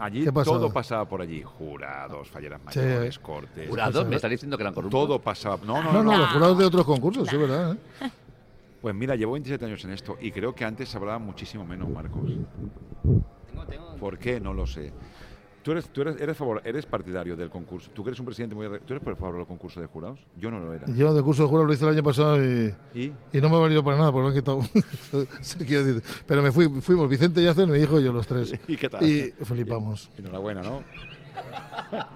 [SPEAKER 3] Allí
[SPEAKER 13] ¿Qué pasaba?
[SPEAKER 3] todo pasaba por allí. Jurados, falleras
[SPEAKER 13] Sí.
[SPEAKER 3] mayores, cortes.
[SPEAKER 6] Jurados, me están diciendo que eran corruptos.
[SPEAKER 3] Todo pasaba. No, no,
[SPEAKER 13] No, no, los jurados de otros concursos, sí, ¿verdad? eh?
[SPEAKER 3] Pues mira, llevo 27 años en esto y creo que antes se hablaba muchísimo menos, Marcos. ¿Por qué? No lo sé. ¿Tú eres, tú eres, eres, favor- eres partidario del concurso? ¿Tú que eres un presidente muy... re- ¿Tú eres por favor del concurso de jurados? Yo no lo era.
[SPEAKER 13] Yo de curso de jurado lo hice el año pasado y,
[SPEAKER 3] ¿Y?
[SPEAKER 13] y no me ha valido para nada, porque me han quitado. Sí, quiero decir, Pero me fui, fuimos Vicente Yacen, mi hijo y yo los tres.
[SPEAKER 3] ¿Y qué tal?
[SPEAKER 13] Y flipamos.
[SPEAKER 3] Enhorabuena, ¿no?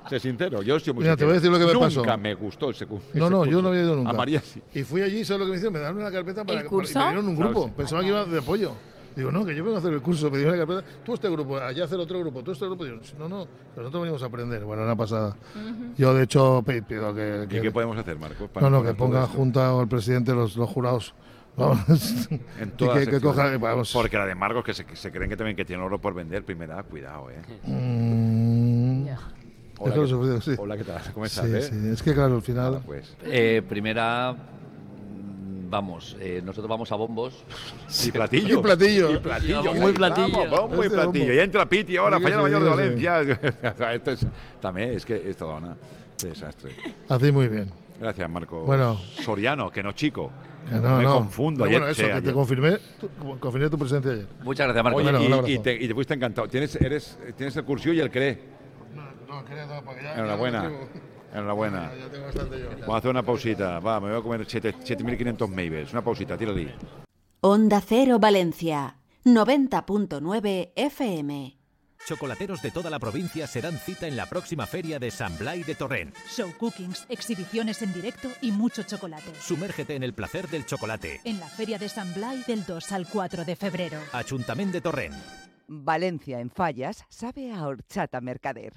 [SPEAKER 3] sé sincero, yo soy muy
[SPEAKER 13] Mira, te voy a
[SPEAKER 3] sincero.
[SPEAKER 13] decir lo que me
[SPEAKER 3] Nunca
[SPEAKER 13] pasó.
[SPEAKER 3] me gustó el secu-
[SPEAKER 13] No,
[SPEAKER 3] ese
[SPEAKER 13] no, yo
[SPEAKER 3] curso.
[SPEAKER 13] no había ido nunca.
[SPEAKER 3] A María sí.
[SPEAKER 13] Y fui allí, ¿sabes lo que me hicieron? Me dieron una carpeta para...
[SPEAKER 7] ¿El curso?
[SPEAKER 13] para- y me dieron un
[SPEAKER 3] Claro,
[SPEAKER 13] grupo.
[SPEAKER 3] sí.
[SPEAKER 13] Pensaba que iba de apoyo. Digo, no, que yo vengo a hacer el curso. Me dieron una carpeta. Tú este grupo, allá hacer otro grupo, tú este grupo. Digo, no, no, nosotros venimos a aprender. Bueno, una pasada. Yo, de hecho, pe- pido que... que-
[SPEAKER 3] ¿Y qué podemos hacer, Marcos? para
[SPEAKER 13] No, no, que
[SPEAKER 3] mejorar todo
[SPEAKER 13] ponga
[SPEAKER 3] esto?
[SPEAKER 13] junta o el presidente los, los jurados. Vamos.
[SPEAKER 3] En
[SPEAKER 13] Y
[SPEAKER 3] todas
[SPEAKER 13] que, que
[SPEAKER 3] secciones.
[SPEAKER 13] coja... Vamos.
[SPEAKER 3] Porque la de Marcos, que se, que se creen que también que tienen oro por vender, primera, cuidado, ¿eh?
[SPEAKER 13] Mm.
[SPEAKER 3] Hola,
[SPEAKER 13] Eso lo
[SPEAKER 3] ¿qué-
[SPEAKER 13] sufrido, sí.
[SPEAKER 3] hola, ¿qué tal? ¿Cómo estás,
[SPEAKER 13] Sí,
[SPEAKER 3] eh?
[SPEAKER 13] sí. Es que claro, al final...
[SPEAKER 3] Pues,
[SPEAKER 6] Eh, primera, mm, vamos, eh, nosotros vamos a bombos.
[SPEAKER 3] Y platillo.
[SPEAKER 13] Y platillo.
[SPEAKER 3] Y platillo.
[SPEAKER 6] Vamos,
[SPEAKER 3] muy
[SPEAKER 6] muy
[SPEAKER 3] platillo.
[SPEAKER 6] platillo.
[SPEAKER 3] Vamos, vamos, muy
[SPEAKER 13] Este
[SPEAKER 3] platillo.
[SPEAKER 13] bombo.
[SPEAKER 3] Y entra Piti ahora,
[SPEAKER 13] Dígase,
[SPEAKER 3] falla mayor de
[SPEAKER 13] dígase.
[SPEAKER 3] Valencia. O sea, Esto es, también es que esto da una desastre.
[SPEAKER 13] Hacéis muy bien.
[SPEAKER 3] Gracias, Marco.
[SPEAKER 13] Bueno.
[SPEAKER 3] Soriano, que no chico.
[SPEAKER 13] Que No,
[SPEAKER 3] me
[SPEAKER 13] no.
[SPEAKER 3] confundo.
[SPEAKER 13] Pero
[SPEAKER 3] ayer,
[SPEAKER 13] bueno, eso,
[SPEAKER 3] che,
[SPEAKER 13] que te
[SPEAKER 3] ayer.
[SPEAKER 13] confirmé, tu, confirmé tu presencia ayer.
[SPEAKER 6] Muchas gracias, Marco.
[SPEAKER 3] Oye,
[SPEAKER 13] Bueno, un
[SPEAKER 3] y-
[SPEAKER 13] abrazo.
[SPEAKER 3] y, te, y te fuiste encantado. Tienes, eres, tienes el cursillo y el cree. Enhorabuena. Enhorabuena.
[SPEAKER 13] Ya tengo bastante yo.
[SPEAKER 3] Vamos a hacer una pausita. Va, me voy a comer siete- 7.500 Maybells. Una pausita, tírale.
[SPEAKER 1] Onda Cero Valencia 90.9 FM.
[SPEAKER 9] Chocolateros de toda la provincia serán cita en la próxima feria de San Blai de Torrent.
[SPEAKER 10] Show cookings, exhibiciones en directo y mucho chocolate.
[SPEAKER 9] Sumérgete en el placer del chocolate.
[SPEAKER 10] En la Feria de San Blai del 2 al 4 de febrero.
[SPEAKER 9] Ayuntamiento de Torrent.
[SPEAKER 12] Valencia en Fallas sabe a horchata mercader.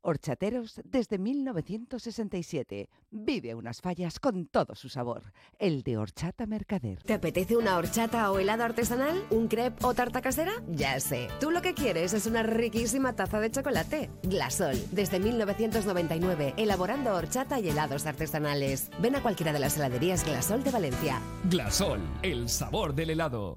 [SPEAKER 12] Horchateros desde 1967. Vive unas fallas con todo su sabor. El de horchata mercader.
[SPEAKER 14] ¿Te apetece una horchata o helado artesanal? ¿Un crepe o tarta casera? Ya sé. Tú lo que quieres es una riquísima taza de chocolate. Glasol, desde 1999, elaborando horchata y helados artesanales. Ven a cualquiera de las heladerías Glasol de Valencia.
[SPEAKER 2] Glasol, el sabor del helado.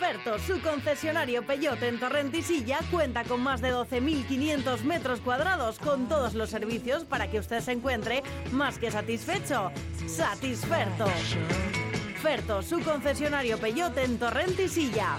[SPEAKER 15] Ferto, su concesionario Peyote en Torrentisilla, cuenta con más de 12.500 metros cuadrados con todos los servicios para que usted se encuentre más que satisfecho. ¡Satisferto! Ferto, su concesionario Peyote en Torrentisilla.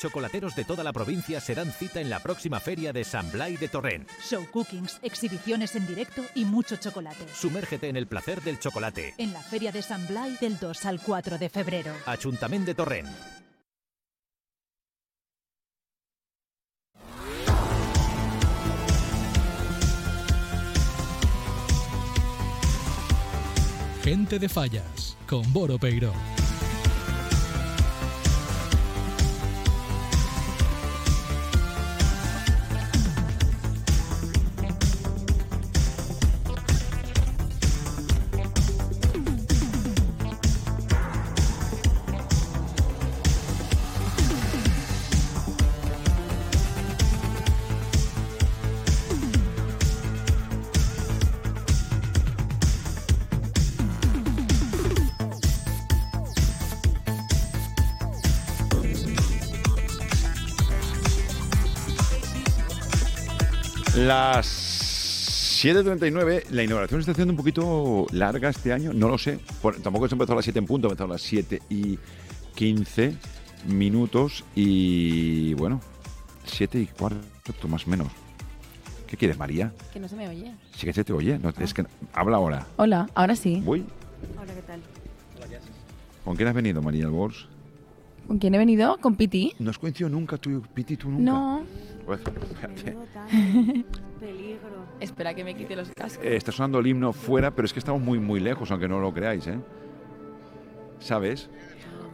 [SPEAKER 9] Chocolateros de toda la provincia serán cita en la próxima feria de San Blai de Torrent.
[SPEAKER 10] Show cookings, exhibiciones en directo y mucho chocolate.
[SPEAKER 9] Sumérgete en el placer del chocolate.
[SPEAKER 10] En la Feria de San Blai del 2 al 4 de febrero.
[SPEAKER 9] Ayuntamiento de Torrent.
[SPEAKER 2] Gente de Fallas con Boro Peiró.
[SPEAKER 3] Las 7.39, la inauguración se está haciendo un poquito larga este año, no lo sé. Por- tampoco se empezó a las 7 en punto, empezó a las 7 y 15 minutos y bueno, 7 y cuarto más o menos. ¿Qué quieres, María?
[SPEAKER 7] Que no se me oye.
[SPEAKER 3] Sí que se te oye, no, es que habla ahora.
[SPEAKER 7] Hola, ahora sí.
[SPEAKER 3] Voy.
[SPEAKER 7] Hola, ¿qué tal?
[SPEAKER 3] ¿Con quién has venido, María Albors?
[SPEAKER 7] ¿Con quién he venido? ¿Con Piti?
[SPEAKER 3] No has coincidido nunca tú, Piti, tú nunca.
[SPEAKER 7] No.
[SPEAKER 3] Pues, espérate.
[SPEAKER 7] Peligro. Espera que me quite los cascos.
[SPEAKER 3] Eh, está sonando el himno fuera, pero es que estamos muy, muy lejos, aunque no lo creáis, ¿eh? ¿Sabes?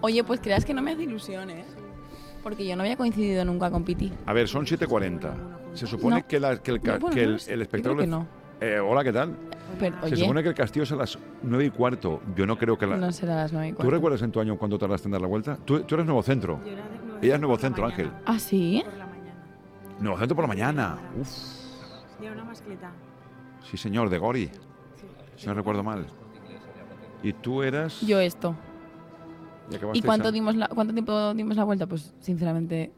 [SPEAKER 7] Oye, pues creas que no me hace ilusión, ¿eh? Porque yo no había coincidido nunca con Piti.
[SPEAKER 3] A ver, son 7.40. Se supone
[SPEAKER 7] No.
[SPEAKER 3] que, la- que el, ca-
[SPEAKER 7] No, bueno,
[SPEAKER 3] que
[SPEAKER 7] no
[SPEAKER 3] el-
[SPEAKER 7] lo sé.
[SPEAKER 3] el
[SPEAKER 7] Yo
[SPEAKER 3] espectáculo...
[SPEAKER 7] creo que no.
[SPEAKER 3] Eh, hola, ¿qué tal?
[SPEAKER 7] Pero,
[SPEAKER 3] Se
[SPEAKER 7] oye,
[SPEAKER 3] supone que el castillo es a las 9 y cuarto. Yo no creo que la...
[SPEAKER 7] no será a las 9 y
[SPEAKER 3] ¿Tú
[SPEAKER 7] cuarto.
[SPEAKER 3] recuerdas en tu año cuando tardaste en dar la vuelta? Tú, tú eres Nuevo Centro. Ella es Nuevo Centro, Ángel.
[SPEAKER 7] ¿Ah, sí?
[SPEAKER 3] Nuevo Centro por la mañana. Uf,
[SPEAKER 16] Lleva una mascleta.
[SPEAKER 3] sí señor, de Gori. Si no recuerdo mal. Y tú eras...
[SPEAKER 7] Yo esto.
[SPEAKER 3] y acabasteis
[SPEAKER 7] ¿Y cuánto,
[SPEAKER 3] a-
[SPEAKER 7] dimos la, cuánto tiempo dimos la vuelta? Pues sinceramente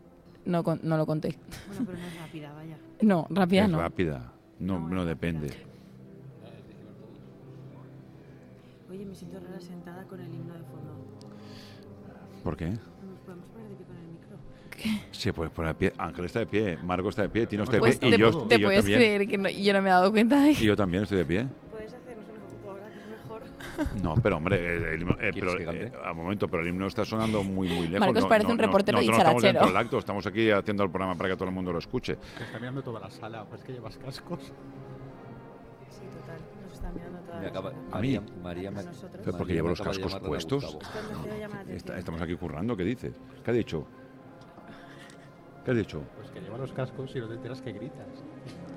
[SPEAKER 7] no, con- no lo conté.
[SPEAKER 16] Bueno, pero no es rápida, vaya.
[SPEAKER 7] No, rápida
[SPEAKER 3] Es
[SPEAKER 7] no.
[SPEAKER 3] rápida. No, no depende.
[SPEAKER 16] Oye, me siento rara sentada con el himno de fondo.
[SPEAKER 3] ¿Por qué?
[SPEAKER 16] Nos podemos poner de pie con el micro.
[SPEAKER 3] Sí, pues por la pie. Ángel está de pie, Marco está de pie, Tino está de pie
[SPEAKER 7] Pues te,
[SPEAKER 3] y yo,
[SPEAKER 7] te
[SPEAKER 3] y yo
[SPEAKER 7] puedes
[SPEAKER 3] también.
[SPEAKER 7] creer que no- yo no me he dado cuenta de
[SPEAKER 3] Y yo también estoy de pie.
[SPEAKER 16] Puedes hacernos un poco ahora, que es mejor.
[SPEAKER 3] No, pero hombre, el, el himno- eh, pero, eh, a momento, pero el himno está sonando muy, muy lejos.
[SPEAKER 7] Marcos
[SPEAKER 3] No,
[SPEAKER 7] parece
[SPEAKER 3] no,
[SPEAKER 7] un
[SPEAKER 3] no,
[SPEAKER 7] reportero
[SPEAKER 3] nosotros no estamos dentro
[SPEAKER 7] dicharachero.
[SPEAKER 3] del acto, estamos aquí haciendo el programa para que todo el mundo lo escuche.
[SPEAKER 5] Está mirando toda la sala, pues que llevas cascos.
[SPEAKER 16] Sí, total. Nos están mirando todas.
[SPEAKER 6] Me
[SPEAKER 16] las
[SPEAKER 6] acaba-
[SPEAKER 16] personas.
[SPEAKER 3] A mí.
[SPEAKER 6] María, María me-
[SPEAKER 16] Nosotros.
[SPEAKER 3] Pero porque
[SPEAKER 6] María
[SPEAKER 3] llevo
[SPEAKER 6] me
[SPEAKER 3] los
[SPEAKER 6] acaba de
[SPEAKER 3] cascos
[SPEAKER 6] llamar la
[SPEAKER 3] puestos.
[SPEAKER 6] Gustavo.
[SPEAKER 16] Es cuando te llama la
[SPEAKER 3] Está-
[SPEAKER 16] atención.
[SPEAKER 3] estamos aquí currando, ¿qué dices? ¿Qué ha dicho? ¿Qué has dicho?
[SPEAKER 5] Pues que lleva los cascos y no te enteras que gritas.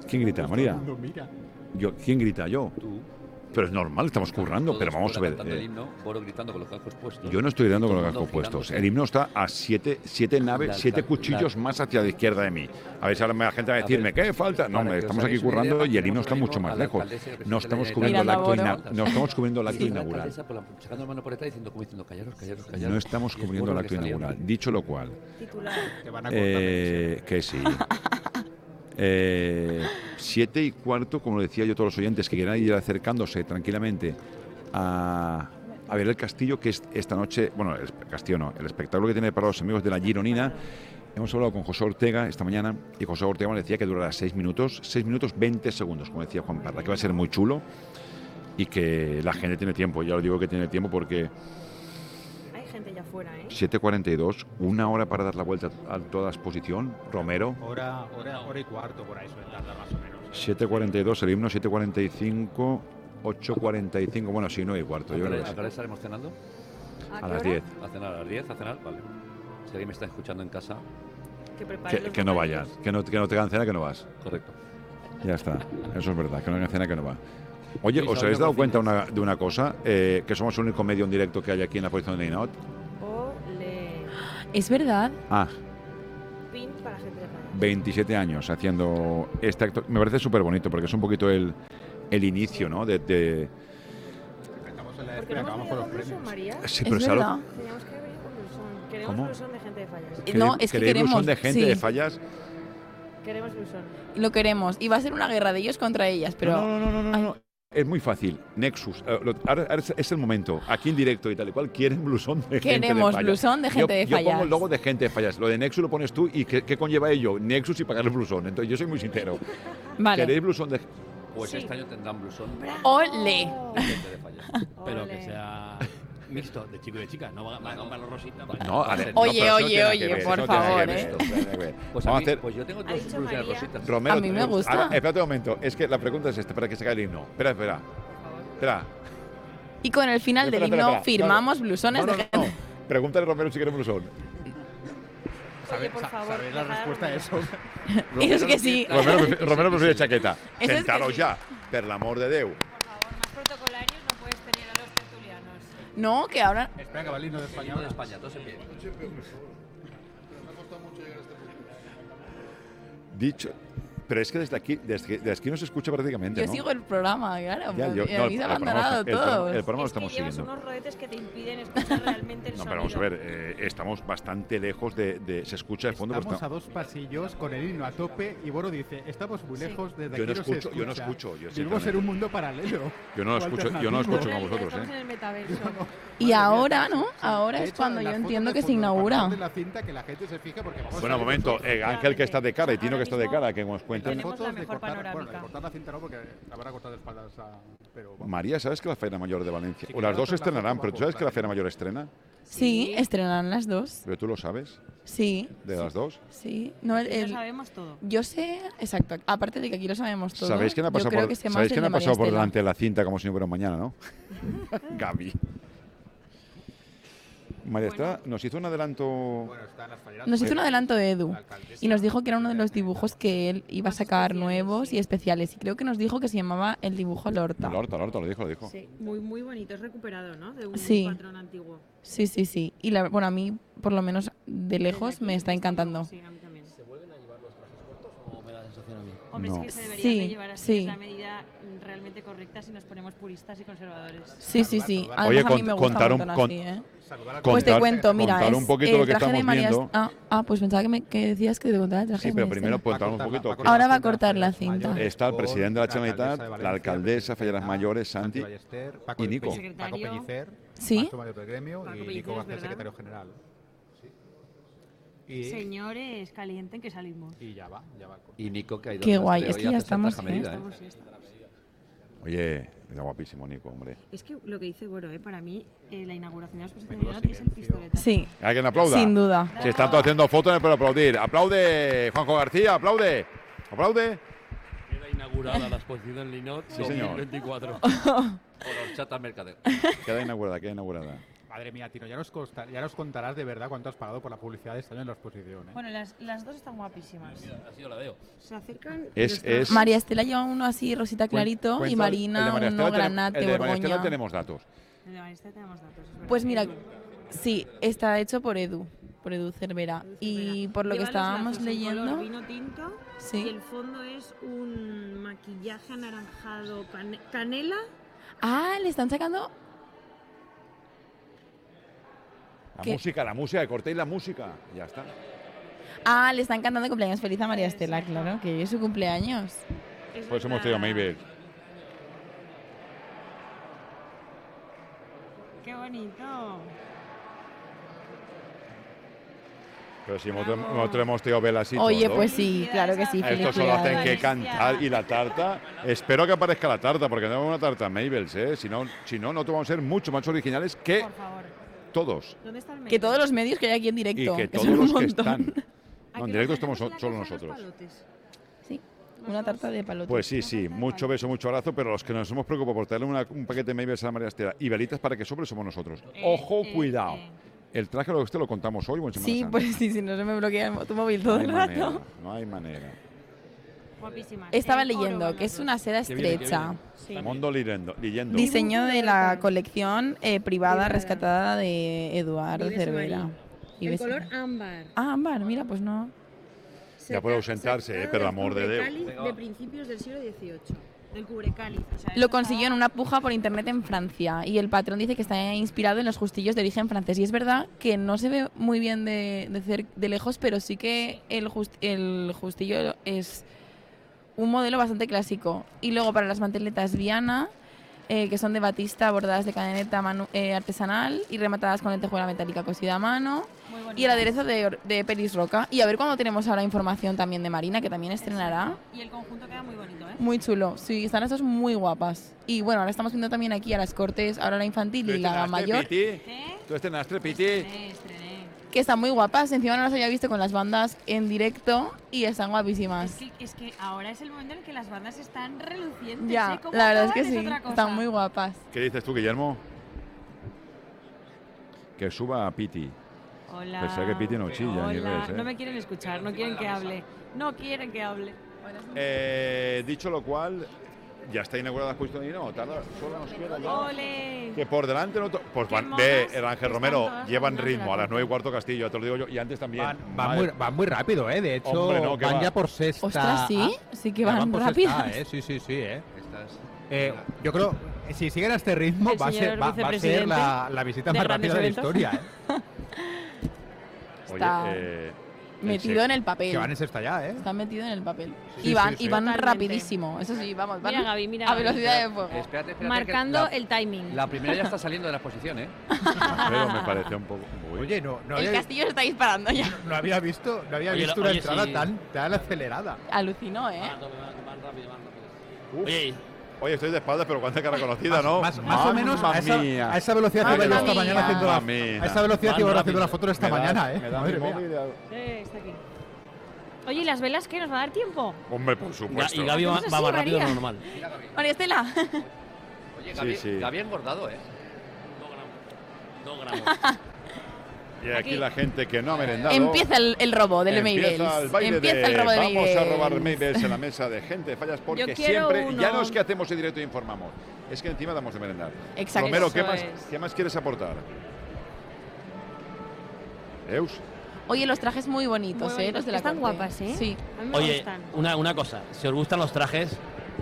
[SPEAKER 3] ¿Quién grita,
[SPEAKER 5] Todo el
[SPEAKER 3] María?
[SPEAKER 5] mundo mira.
[SPEAKER 3] Yo, ¿Quién grita? Yo. Pero es normal, estamos currando,
[SPEAKER 6] Todos
[SPEAKER 3] pero vamos a
[SPEAKER 6] fuera
[SPEAKER 3] ver.
[SPEAKER 6] cantando
[SPEAKER 3] eh,
[SPEAKER 6] el himno, Boro gritando con los cascos puestos.
[SPEAKER 3] Yo no estoy dando con los
[SPEAKER 6] Todo
[SPEAKER 3] cascos
[SPEAKER 6] el mundo
[SPEAKER 3] puestos.
[SPEAKER 6] girándose.
[SPEAKER 3] El himno está a siete, siete
[SPEAKER 6] La-
[SPEAKER 3] naves, siete
[SPEAKER 6] la-
[SPEAKER 3] cuchillos más hacia la izquierda de mí. A ver si ahora la gente va a decirme, ¿qué falta? No,
[SPEAKER 6] para
[SPEAKER 3] hombre,
[SPEAKER 6] que os
[SPEAKER 3] estamos aquí
[SPEAKER 6] hagáis una
[SPEAKER 3] currando
[SPEAKER 6] idea,
[SPEAKER 3] y el himno
[SPEAKER 6] tenemos
[SPEAKER 3] está
[SPEAKER 6] ahora
[SPEAKER 3] mucho
[SPEAKER 6] mismo
[SPEAKER 3] más
[SPEAKER 6] a la
[SPEAKER 3] lejos.
[SPEAKER 6] alcaldesa y
[SPEAKER 3] No
[SPEAKER 6] presidente
[SPEAKER 3] estamos
[SPEAKER 6] de-
[SPEAKER 3] cubriendo el
[SPEAKER 6] Mirando
[SPEAKER 3] acto,
[SPEAKER 6] a
[SPEAKER 3] ina-
[SPEAKER 6] Boro.
[SPEAKER 3] no estamos cubriendo el
[SPEAKER 6] Sí,
[SPEAKER 3] acto
[SPEAKER 6] la
[SPEAKER 3] inaugural.
[SPEAKER 6] alcaldesa, por la- Sacando mano por detrás diciendo, como diciendo, callaros, callaros, callaros.
[SPEAKER 3] No estamos
[SPEAKER 6] Y el
[SPEAKER 3] cubriendo el
[SPEAKER 6] Boro
[SPEAKER 3] acto
[SPEAKER 6] le salía
[SPEAKER 3] inaugural. Dicho lo cual,
[SPEAKER 16] Titular.
[SPEAKER 3] eh, que sí. Eh, siete y cuarto, como decía yo a todos los oyentes, que quieran ir acercándose tranquilamente a, a ver el castillo, que es esta noche, bueno, el espe- castillo no, el espectáculo que tiene para los amigos de la Gironina. Hemos hablado con José Ortega esta mañana y José Ortega me decía que durará seis minutos, seis minutos 20 segundos, como decía Juan Parra, que va a ser muy chulo y que la gente tiene tiempo. Ya os digo que tiene tiempo porque
[SPEAKER 16] Hay gente ya afuera, ¿eh?
[SPEAKER 3] 7.42, una hora para dar la vuelta a toda la exposición. Romero,
[SPEAKER 5] Hora, hora, hora y cuarto por ahí suele tardar más o menos.
[SPEAKER 3] 7.42, el himno 7.45, 8.45, bueno, sí, 9 y cuarto, yo
[SPEAKER 6] ¿A qué
[SPEAKER 3] creo
[SPEAKER 6] hora-
[SPEAKER 3] que
[SPEAKER 6] a qué hora estaremos cenando?
[SPEAKER 16] ¿A
[SPEAKER 3] qué las hora? 10.
[SPEAKER 6] ¿A cenar a las 10? ¿A cenar? Vale. Si alguien me está escuchando en casa,
[SPEAKER 16] Que prepare
[SPEAKER 3] sí. que,
[SPEAKER 16] los
[SPEAKER 3] que no
[SPEAKER 16] bocadillos.
[SPEAKER 3] vayas, que no, que no te cancela, que no vas.
[SPEAKER 6] Correcto.
[SPEAKER 3] Ya está, eso es verdad, que no cancela, que no va. Oye,
[SPEAKER 6] Luis,
[SPEAKER 3] ¿os
[SPEAKER 6] ahora
[SPEAKER 3] habéis dado
[SPEAKER 6] cocinas.
[SPEAKER 3] cuenta una- de una cosa? Eh, que somos el único medio en directo que hay aquí en la posición de Inaot.
[SPEAKER 16] Ole.
[SPEAKER 7] Es verdad.
[SPEAKER 3] Ah,
[SPEAKER 16] Pin para gente de playa.
[SPEAKER 3] 27 años haciendo este acto. Me parece súper bonito porque es un poquito el, el inicio, ¿no? De, de-
[SPEAKER 16] Porque no hemos
[SPEAKER 5] acabamos
[SPEAKER 16] venido
[SPEAKER 5] con los
[SPEAKER 16] con blusón, María.
[SPEAKER 3] Sí, pero Es ¿sabes lo-
[SPEAKER 16] Teníamos que haber venido con blusón. Queremos
[SPEAKER 3] ¿Cómo?
[SPEAKER 16] blusón de gente de fallas.
[SPEAKER 7] Eh, No, es que
[SPEAKER 3] ¿Queréis blusón
[SPEAKER 7] queremos,
[SPEAKER 3] de gente
[SPEAKER 7] sí.
[SPEAKER 3] de fallas?
[SPEAKER 16] Queremos blusón.
[SPEAKER 7] Lo queremos. Y va a ser una guerra de ellos contra ellas, pero...
[SPEAKER 3] No, no, no, no, no. Es muy fácil. Nexus. eh, lo- ahora, ahora es- es el momento. Aquí en directo y tal y cual. Quieren blusón de gente de
[SPEAKER 7] Queremos
[SPEAKER 3] fallas.
[SPEAKER 7] blusón de
[SPEAKER 3] Yo-
[SPEAKER 7] gente de
[SPEAKER 3] yo, pongo
[SPEAKER 7] fallas.
[SPEAKER 3] el logo de gente de fallas. Lo de Nexus lo pones tú y ¿qué, qué conlleva ello? Nexus y pagar el blusón. Entonces yo soy muy sincero.
[SPEAKER 7] Vale.
[SPEAKER 3] ¿Queréis blusón de.?
[SPEAKER 6] pues este año tendrán blusón.
[SPEAKER 7] ¡Ole!
[SPEAKER 4] Pero que sea mixto, de chico y de chica. No va, va- va los rosita. pues. va-
[SPEAKER 3] No, a ver,
[SPEAKER 7] Oye,
[SPEAKER 3] no, pero eso no
[SPEAKER 7] oye,
[SPEAKER 3] tiene nada que
[SPEAKER 7] oye,
[SPEAKER 3] ver,
[SPEAKER 7] por
[SPEAKER 3] eso no tiene nada que
[SPEAKER 7] favor,
[SPEAKER 3] ver,
[SPEAKER 7] ¿eh?
[SPEAKER 3] eso no tiene nada que ver. Vamos
[SPEAKER 6] Pues, a
[SPEAKER 3] a
[SPEAKER 6] mí-
[SPEAKER 3] hacer.
[SPEAKER 6] pues yo tengo
[SPEAKER 16] Ha
[SPEAKER 6] dos
[SPEAKER 16] dicho
[SPEAKER 6] blusones de
[SPEAKER 16] María.
[SPEAKER 6] rositas.
[SPEAKER 3] Romero,
[SPEAKER 7] A mí me
[SPEAKER 3] tenemos-
[SPEAKER 7] gusta.
[SPEAKER 3] Ahora, espérate un momento. Es que la pregunta es esta. Espera que se caiga el himno. Espera, espera. Espera.
[SPEAKER 7] Y con el final del
[SPEAKER 3] Espera, espera,
[SPEAKER 7] himno
[SPEAKER 3] espera.
[SPEAKER 7] firmamos blusones
[SPEAKER 3] No, no,
[SPEAKER 7] de
[SPEAKER 3] no,
[SPEAKER 7] gente...
[SPEAKER 3] no. Pregúntale a Romero si quiere blusón.
[SPEAKER 16] Oye, por favor.
[SPEAKER 5] ¿Sabéis la
[SPEAKER 16] dejad a
[SPEAKER 5] respuesta a
[SPEAKER 16] Romero.
[SPEAKER 5] eso?
[SPEAKER 7] Eso es que sí.
[SPEAKER 3] Romero, prefi- Romero prefiere chaqueta.
[SPEAKER 7] es que
[SPEAKER 3] Sentaros
[SPEAKER 7] sí.
[SPEAKER 3] ya, per l'amor de Déu.
[SPEAKER 16] protocolarios no puedes tener a los tertulianos.
[SPEAKER 7] No, que ahora...
[SPEAKER 5] Espera, que va el himno de
[SPEAKER 6] El
[SPEAKER 5] España.
[SPEAKER 6] himno de España, todos en pie.
[SPEAKER 3] Dicho, Pero es que desde aquí, desde, desde aquí no se escucha prácticamente.
[SPEAKER 7] Yo
[SPEAKER 3] ¿no?
[SPEAKER 7] sigo el programa, claro.
[SPEAKER 3] Ya,
[SPEAKER 7] me-
[SPEAKER 3] yo-
[SPEAKER 17] eh,
[SPEAKER 7] me
[SPEAKER 3] no, el-
[SPEAKER 7] habéis
[SPEAKER 3] el programa
[SPEAKER 7] abandonado
[SPEAKER 3] está- el pro-
[SPEAKER 7] todos.
[SPEAKER 3] el programa lo estamos
[SPEAKER 16] Llevas
[SPEAKER 3] siguiendo.
[SPEAKER 16] unos rodetes que te impiden escuchar realmente el
[SPEAKER 3] No, pero
[SPEAKER 16] sonido.
[SPEAKER 3] vamos a ver, eh, estamos bastante lejos de, de- Se escucha de fondo, pero
[SPEAKER 5] Estamos
[SPEAKER 3] está-
[SPEAKER 5] a dos pasillos con el himno a tope y Boro dice, estamos muy lejos, desde
[SPEAKER 3] Yo
[SPEAKER 5] aquí
[SPEAKER 3] no
[SPEAKER 5] se
[SPEAKER 3] escucho, yo no
[SPEAKER 5] escucha".
[SPEAKER 3] escucho, yo
[SPEAKER 5] Vivimos
[SPEAKER 3] sí,
[SPEAKER 5] en un mundo paralelo.
[SPEAKER 3] Yo no lo
[SPEAKER 5] o
[SPEAKER 3] escucho, yo no lo escucho como
[SPEAKER 5] alternativo.
[SPEAKER 3] vosotros,
[SPEAKER 16] Estamos en
[SPEAKER 3] ¿eh?
[SPEAKER 16] el metaverso.
[SPEAKER 7] Y ahora, ¿no? Ahora
[SPEAKER 5] De
[SPEAKER 7] es
[SPEAKER 5] hecho,
[SPEAKER 7] cuando
[SPEAKER 5] en
[SPEAKER 7] yo
[SPEAKER 5] la foto
[SPEAKER 7] entiendo
[SPEAKER 5] de
[SPEAKER 7] que se
[SPEAKER 5] fondo,
[SPEAKER 7] inaugura.
[SPEAKER 5] de la cinta que la gente se fija porque vamos
[SPEAKER 3] Bueno,
[SPEAKER 5] a-
[SPEAKER 3] un momento, eh, Ángel que está de cara y Tino que está de cara, que
[SPEAKER 5] Las
[SPEAKER 3] nos cuenten.
[SPEAKER 5] fotos
[SPEAKER 16] la
[SPEAKER 5] de
[SPEAKER 16] mejor
[SPEAKER 5] cortar- bueno, de
[SPEAKER 16] panorámica.
[SPEAKER 5] cortar la cinta no, porque habrá cortado de espaldas a... Pero vamos.
[SPEAKER 3] María, ¿sabes que la Feria Mayor de Valencia?
[SPEAKER 5] Sí,
[SPEAKER 3] O las
[SPEAKER 5] claro,
[SPEAKER 3] dos
[SPEAKER 5] pero la
[SPEAKER 3] estrenarán,
[SPEAKER 5] foto
[SPEAKER 3] pero
[SPEAKER 5] va
[SPEAKER 3] ¿tú sabes
[SPEAKER 5] por
[SPEAKER 3] que la Feria Mayor estrena?
[SPEAKER 7] Sí, estrenan las dos.
[SPEAKER 3] ¿Pero tú lo sabes?
[SPEAKER 7] Sí.
[SPEAKER 3] ¿De las dos?
[SPEAKER 7] Sí. No, el-
[SPEAKER 16] Aquí lo
[SPEAKER 7] el-
[SPEAKER 16] sabemos todo.
[SPEAKER 7] Yo sé, exacto. Aparte de que aquí lo sabemos todo.
[SPEAKER 3] ¿Sabéis quién ha
[SPEAKER 7] yo
[SPEAKER 3] pasado,
[SPEAKER 7] creo
[SPEAKER 3] por,
[SPEAKER 7] que sé más
[SPEAKER 3] ¿sabéis
[SPEAKER 7] el
[SPEAKER 3] quién
[SPEAKER 7] de
[SPEAKER 3] ha pasado
[SPEAKER 7] María
[SPEAKER 3] por
[SPEAKER 7] Estela.
[SPEAKER 3] delante de la cinta como si no hubiera un mañana, no? Gaby. María Estela nos hizo un adelanto.
[SPEAKER 7] Nos hizo un adelanto de Edu
[SPEAKER 3] La alcaldesa.
[SPEAKER 7] y nos dijo que era uno de los dibujos que él iba a sacar nuevos y especiales. Y creo que nos dijo que se llamaba el dibujo Lorta.
[SPEAKER 3] Lorta, Lorta, lo dijo, lo dijo.
[SPEAKER 16] Sí, muy, muy bonito. Es recuperado, ¿no? De un
[SPEAKER 7] Sí.
[SPEAKER 16] patrón antiguo.
[SPEAKER 7] Sí, sí, sí. Y la, bueno, a mí, por lo menos de lejos, me está encantando.
[SPEAKER 16] Sí, a mí también. ¿Se vuelven a llevar los trajes cortos
[SPEAKER 4] o me da la sensación a mí?
[SPEAKER 16] Hombre,
[SPEAKER 4] No.
[SPEAKER 16] es que se debería
[SPEAKER 7] Sí,
[SPEAKER 16] de llevar así.
[SPEAKER 7] sí.
[SPEAKER 16] Es la medida mm, realmente correcta si nos ponemos puristas y conservadores.
[SPEAKER 7] Sí, sí, sí.
[SPEAKER 3] Oye,
[SPEAKER 7] Además, a mí
[SPEAKER 3] con-
[SPEAKER 7] me gusta
[SPEAKER 3] contar un-
[SPEAKER 7] montón
[SPEAKER 3] con-
[SPEAKER 7] así, ¿eh?
[SPEAKER 3] Saludar a
[SPEAKER 7] Pues te
[SPEAKER 3] contar-
[SPEAKER 7] cuento, mira,
[SPEAKER 3] contar
[SPEAKER 7] es
[SPEAKER 3] un poquito lo
[SPEAKER 7] el
[SPEAKER 3] que
[SPEAKER 7] traje de
[SPEAKER 3] estamos
[SPEAKER 7] María
[SPEAKER 3] viendo.
[SPEAKER 7] Est- Ah, ah, pues pensaba que, me, que decías que te contaba el traje
[SPEAKER 3] Sí,
[SPEAKER 7] de
[SPEAKER 3] pero
[SPEAKER 7] María
[SPEAKER 3] primero
[SPEAKER 7] Estela.
[SPEAKER 3] contar un poquito. que-
[SPEAKER 7] Ahora va a cortar la cinta.
[SPEAKER 3] Está el presidente de la Generalitat,
[SPEAKER 5] alcaldesa de
[SPEAKER 3] la
[SPEAKER 5] Valencia,
[SPEAKER 3] alcaldesa, Falleras Mayores, Santi
[SPEAKER 5] Ballester, Paco
[SPEAKER 3] y Nico.
[SPEAKER 5] Pellicer, Paco
[SPEAKER 16] Secretario.
[SPEAKER 5] Pellicer,
[SPEAKER 7] Sí.
[SPEAKER 5] Marta Mayor del
[SPEAKER 16] Paco
[SPEAKER 5] gremio y
[SPEAKER 16] Pellicer,
[SPEAKER 5] Nico
[SPEAKER 16] es
[SPEAKER 5] García,
[SPEAKER 16] verdad.
[SPEAKER 5] secretario general. Y,
[SPEAKER 16] Señores, calienten que salimos.
[SPEAKER 5] y ya va, ya va.
[SPEAKER 6] Y Nico que ha ido
[SPEAKER 7] Qué
[SPEAKER 6] a las
[SPEAKER 7] guay,
[SPEAKER 6] tres
[SPEAKER 7] es que
[SPEAKER 6] hoy
[SPEAKER 7] ya
[SPEAKER 6] a hacer
[SPEAKER 7] estamos,
[SPEAKER 6] traje
[SPEAKER 7] ¿eh?
[SPEAKER 6] medida,
[SPEAKER 16] Estamos fiesta.
[SPEAKER 3] Oye, era guapísimo Nico, hombre.
[SPEAKER 16] Es que lo que dice Boro, ¿eh? para mí eh, la inauguración de la exposición de Donati es el pistoletazo.
[SPEAKER 7] Sí.
[SPEAKER 3] ¿Hay quien aplauda?
[SPEAKER 7] Sin duda.
[SPEAKER 3] Si están todos haciendo fotos, no puedo aplaudir. ¡Aplaude! Juanjo García, aplaude. ¡Aplaude!
[SPEAKER 4] Queda inaugurada la exposición Linot
[SPEAKER 3] Sí, señor.
[SPEAKER 4] 2024. Por Horchata Mercader.
[SPEAKER 3] Queda inaugurada, queda inaugurada.
[SPEAKER 5] Madre mía, Tino, ya nos, consta- ya nos contarás de verdad cuánto has pagado por la publicidad de este año en la exposición. ¿eh?
[SPEAKER 16] Bueno, las, las dos están guapísimas.
[SPEAKER 4] Ha sido la deo.
[SPEAKER 16] Se acercan.
[SPEAKER 3] Es-
[SPEAKER 16] los trajes.
[SPEAKER 3] es-
[SPEAKER 7] María Estela lleva uno así, Rosita Clarito,
[SPEAKER 3] Cuenta
[SPEAKER 7] y
[SPEAKER 3] el- el de
[SPEAKER 7] Marina
[SPEAKER 3] María
[SPEAKER 7] uno
[SPEAKER 3] Estela tenemos-
[SPEAKER 7] granate,
[SPEAKER 3] El de María Estela
[SPEAKER 7] borgoña.
[SPEAKER 3] tenemos datos.
[SPEAKER 16] De la Maestría tenemos datos. es verdad.
[SPEAKER 7] Pues mira, sí, está hecho por Edu, por Edu Cervera. Y por lo que
[SPEAKER 16] Lleva los
[SPEAKER 7] estábamos
[SPEAKER 16] lazos en color
[SPEAKER 7] leyendo,
[SPEAKER 16] vino tinto
[SPEAKER 7] Sí.
[SPEAKER 16] y el fondo es un maquillaje anaranjado cane- canela.
[SPEAKER 7] ah, le están sacando
[SPEAKER 3] La
[SPEAKER 7] ¿Qué?
[SPEAKER 3] música, la música, que cortéis la música. Ya está.
[SPEAKER 7] Ah, le están cantando cumpleaños feliz a María Estela, claro, que hoy es su cumpleaños.
[SPEAKER 16] Es
[SPEAKER 3] Por eso hemos
[SPEAKER 16] verdad.
[SPEAKER 3] tenido Maybell.
[SPEAKER 16] Qué bonito.
[SPEAKER 3] Pero si nosotros nosotros hemos tenido velas y
[SPEAKER 7] Oye,
[SPEAKER 3] todo.
[SPEAKER 7] pues sí, claro que sí,
[SPEAKER 3] A Esto solo hacen que
[SPEAKER 7] felicidades.
[SPEAKER 3] cantar y la tarta. Espero que aparezca la tarta, porque tenemos una tarta Maybells, ¿eh? Si no, si no, nosotros vamos a ser mucho más originales que
[SPEAKER 16] Por favor.
[SPEAKER 3] todos.
[SPEAKER 16] ¿Dónde está el
[SPEAKER 7] Que
[SPEAKER 16] Maybell?
[SPEAKER 7] todos los medios que hay aquí en directo.
[SPEAKER 3] Y que todos
[SPEAKER 7] son un
[SPEAKER 3] los que
[SPEAKER 7] montón.
[SPEAKER 3] están.
[SPEAKER 16] Ah,
[SPEAKER 3] No, en directo estamos
[SPEAKER 16] Tenemos la
[SPEAKER 3] so- solo
[SPEAKER 16] caja de los
[SPEAKER 3] nosotros.
[SPEAKER 16] palotes.
[SPEAKER 7] Pues Sí, una tarta de palotes.
[SPEAKER 3] Pues sí, sí, mucho beso, mucho abrazo, pero los que nos hemos preocupado por traerle una- un paquete de Maybells a la María Estela y velitas para que sobre somos nosotros. Ojo, cuidado. El traje lo que usted lo contamos hoy, buen
[SPEAKER 7] Sí, pues sí, si no se me bloquea el mo- tu móvil
[SPEAKER 3] no
[SPEAKER 7] todo
[SPEAKER 3] hay
[SPEAKER 7] el
[SPEAKER 3] manera,
[SPEAKER 7] rato.
[SPEAKER 3] no hay manera.
[SPEAKER 16] Guapísimas.
[SPEAKER 7] Estaba
[SPEAKER 16] El oro
[SPEAKER 7] leyendo
[SPEAKER 16] con
[SPEAKER 7] que
[SPEAKER 16] las
[SPEAKER 7] es
[SPEAKER 16] dos.
[SPEAKER 7] una seda
[SPEAKER 3] Qué bien, qué
[SPEAKER 7] estrecha.
[SPEAKER 3] bien. Mondo leyendo. leyendo.
[SPEAKER 7] Diseño de la colección eh, privada rescatada de Eduardo
[SPEAKER 16] Vives
[SPEAKER 7] Cervera.
[SPEAKER 16] amarillo.
[SPEAKER 7] Y
[SPEAKER 16] El
[SPEAKER 7] ves-
[SPEAKER 16] color ámbar.
[SPEAKER 7] Ah, ámbar, mira, pues no.
[SPEAKER 3] Ya puede ausentarse, eh, por el amor de Dios.
[SPEAKER 16] Cáliz de principios del siglo XVIII. Del cubrecáliz. O sea,
[SPEAKER 7] Lo
[SPEAKER 16] eso
[SPEAKER 7] consiguió en una puja por internet en Francia y el patrón dice que está inspirado en los justillos de origen francés. Y es verdad que no se ve muy bien de, de, cer- de lejos, pero sí que el, jus- el justillo es un modelo bastante clásico. Y luego para las manteletas Viana, eh, que son de batista bordadas de cadeneta manu- eh, artesanal y rematadas con lentejuela metálica cosida a mano. Y el aderezo de, or- de Pelis Roca. Y a ver cuándo tenemos ahora información también de Marina, que también estrenará.
[SPEAKER 16] está- Y el conjunto queda muy bonito, ¿eh?
[SPEAKER 7] Muy chulo, sí, están las dos muy guapas. Y bueno, ahora estamos viendo también aquí a las cortes, ahora la infantil y la mayor, ¿Eh?
[SPEAKER 3] Piti? ¿Tú estrenaste, Piti?
[SPEAKER 7] que están muy guapas. Encima no las había visto con las bandas en directo y están
[SPEAKER 16] Es
[SPEAKER 7] guapísimas.
[SPEAKER 16] que, es que ahora es el momento en el que las bandas están relucientes.
[SPEAKER 7] Ya,
[SPEAKER 16] ¿eh? Como
[SPEAKER 7] la verdad es
[SPEAKER 16] acaban
[SPEAKER 7] que sí,
[SPEAKER 16] otra cosa.
[SPEAKER 7] están muy guapas.
[SPEAKER 3] ¿Qué dices tú, Guillermo? Que suba a Piti.
[SPEAKER 16] Hola.
[SPEAKER 3] Pensaba que Piti no chilla ni
[SPEAKER 16] Hola.
[SPEAKER 3] res, ¿eh?
[SPEAKER 16] No me quieren escuchar, no quieren que hable. No quieren que hable.
[SPEAKER 3] Eh, dicho lo cual, Ya está inaugurada la exposición de Nino, tarda solo nos queda ya.
[SPEAKER 16] ¡Ole!
[SPEAKER 3] Que por delante no. to- Pues
[SPEAKER 16] Qué
[SPEAKER 3] van, ve,
[SPEAKER 16] monos
[SPEAKER 3] el Ángel
[SPEAKER 16] están
[SPEAKER 3] Romero,
[SPEAKER 16] todas
[SPEAKER 3] llevan
[SPEAKER 16] andando de
[SPEAKER 3] ritmo a
[SPEAKER 16] la
[SPEAKER 3] las 9 y cuarto Castillo, ya te lo digo yo, y antes también.
[SPEAKER 5] Van muy, van muy rápido, ¿eh? De hecho,
[SPEAKER 3] Hombre, no, que
[SPEAKER 5] van
[SPEAKER 3] va.
[SPEAKER 5] ya por sexta. Ah,
[SPEAKER 7] Ostras, sí, sí que
[SPEAKER 5] Ya
[SPEAKER 7] van
[SPEAKER 5] por
[SPEAKER 7] rápidas.
[SPEAKER 5] sexta, ¿eh? Sí, sí, sí, ¿eh? Eh, yo creo, eh, si siguen a este ritmo,
[SPEAKER 7] El
[SPEAKER 5] va a
[SPEAKER 7] señor
[SPEAKER 5] ser, va- va a ser
[SPEAKER 7] vicepresidente
[SPEAKER 5] la, la visita
[SPEAKER 7] de
[SPEAKER 5] más
[SPEAKER 7] grandes
[SPEAKER 5] rápida de la
[SPEAKER 7] eventos.
[SPEAKER 5] historia, ¿eh?
[SPEAKER 7] Está
[SPEAKER 3] eh,
[SPEAKER 7] metido en el papel.
[SPEAKER 5] Que van en sexta ya, ¿eh?
[SPEAKER 7] Está metido en el papel.
[SPEAKER 5] Sí,
[SPEAKER 7] y van,
[SPEAKER 5] sí, sí.
[SPEAKER 7] y van
[SPEAKER 5] Totalmente.
[SPEAKER 7] rapidísimo. Eso sí, vamos, van
[SPEAKER 16] Mira, Gaby, mira,
[SPEAKER 7] a
[SPEAKER 16] Gaby.
[SPEAKER 7] velocidad de fuego.
[SPEAKER 6] Espérate, espérate, que
[SPEAKER 16] Marcando
[SPEAKER 6] la-
[SPEAKER 16] el timing.
[SPEAKER 6] La primera ya está saliendo de la exposición, ¿eh?
[SPEAKER 3] Pero me parece un poco.
[SPEAKER 5] Oye, no, no,
[SPEAKER 7] El
[SPEAKER 5] había,
[SPEAKER 7] castillo se está disparando ya.
[SPEAKER 5] no había visto, no había
[SPEAKER 4] Oye,
[SPEAKER 5] visto
[SPEAKER 4] lo-
[SPEAKER 5] una
[SPEAKER 4] oye,
[SPEAKER 5] entrada
[SPEAKER 4] sí.
[SPEAKER 5] tan, tan acelerada.
[SPEAKER 7] Alucinó, ¿eh?
[SPEAKER 3] Oye. Oye, estoy de espaldas, pero cuánta cara conocida, ¿no?
[SPEAKER 5] Más, más o menos a esa, a esa velocidad que
[SPEAKER 3] Mamma
[SPEAKER 5] iba esta mañana
[SPEAKER 3] mía.
[SPEAKER 5] haciendo la,
[SPEAKER 3] Mamma mía.
[SPEAKER 5] a esa velocidad
[SPEAKER 3] Van
[SPEAKER 5] que iba haciendo
[SPEAKER 3] rápido.
[SPEAKER 5] la foto esta
[SPEAKER 3] Me da-
[SPEAKER 5] mañana, ¿eh?
[SPEAKER 3] me da mi
[SPEAKER 5] Madre mía.
[SPEAKER 3] móvil
[SPEAKER 16] Eh, está aquí. Oye, ¿y las velas qué? ¿Nos va a dar tiempo?
[SPEAKER 3] Hombre, por supuesto.
[SPEAKER 4] Y Gaby va,
[SPEAKER 16] Hacemos
[SPEAKER 4] va
[SPEAKER 16] así,
[SPEAKER 4] más rápido de lo
[SPEAKER 16] María.
[SPEAKER 4] normal.
[SPEAKER 7] María Estela.
[SPEAKER 6] Oye,
[SPEAKER 3] Sí,
[SPEAKER 6] Gaby,
[SPEAKER 3] sí.
[SPEAKER 6] Gaby ha engordado, ¿eh?
[SPEAKER 3] Y aquí la gente que no ha merendado.
[SPEAKER 7] Empieza el, el robo del Maybells.
[SPEAKER 3] Empieza el baile
[SPEAKER 7] Empieza
[SPEAKER 3] de
[SPEAKER 7] el robo de
[SPEAKER 3] Vamos a robar
[SPEAKER 7] Maybells.
[SPEAKER 3] Maybells en la mesa de gente de fallas porque
[SPEAKER 7] Yo quiero
[SPEAKER 3] siempre,
[SPEAKER 7] uno.
[SPEAKER 3] ya no es que hacemos en directo e informamos, es que encima damos de merendar.
[SPEAKER 7] Exacto.
[SPEAKER 3] Romero, ¿qué
[SPEAKER 7] Eso
[SPEAKER 3] más,
[SPEAKER 7] es.
[SPEAKER 3] ¿qué más quieres aportar? Eus,
[SPEAKER 7] Oye, los trajes muy bonitos,
[SPEAKER 16] Muy
[SPEAKER 7] ¿eh? Los de la
[SPEAKER 16] Están
[SPEAKER 7] corte.
[SPEAKER 16] guapas, ¿eh?
[SPEAKER 7] Sí.
[SPEAKER 16] A mí me
[SPEAKER 4] Oye,
[SPEAKER 16] gustan.
[SPEAKER 4] una, una cosa, si os gustan los trajes,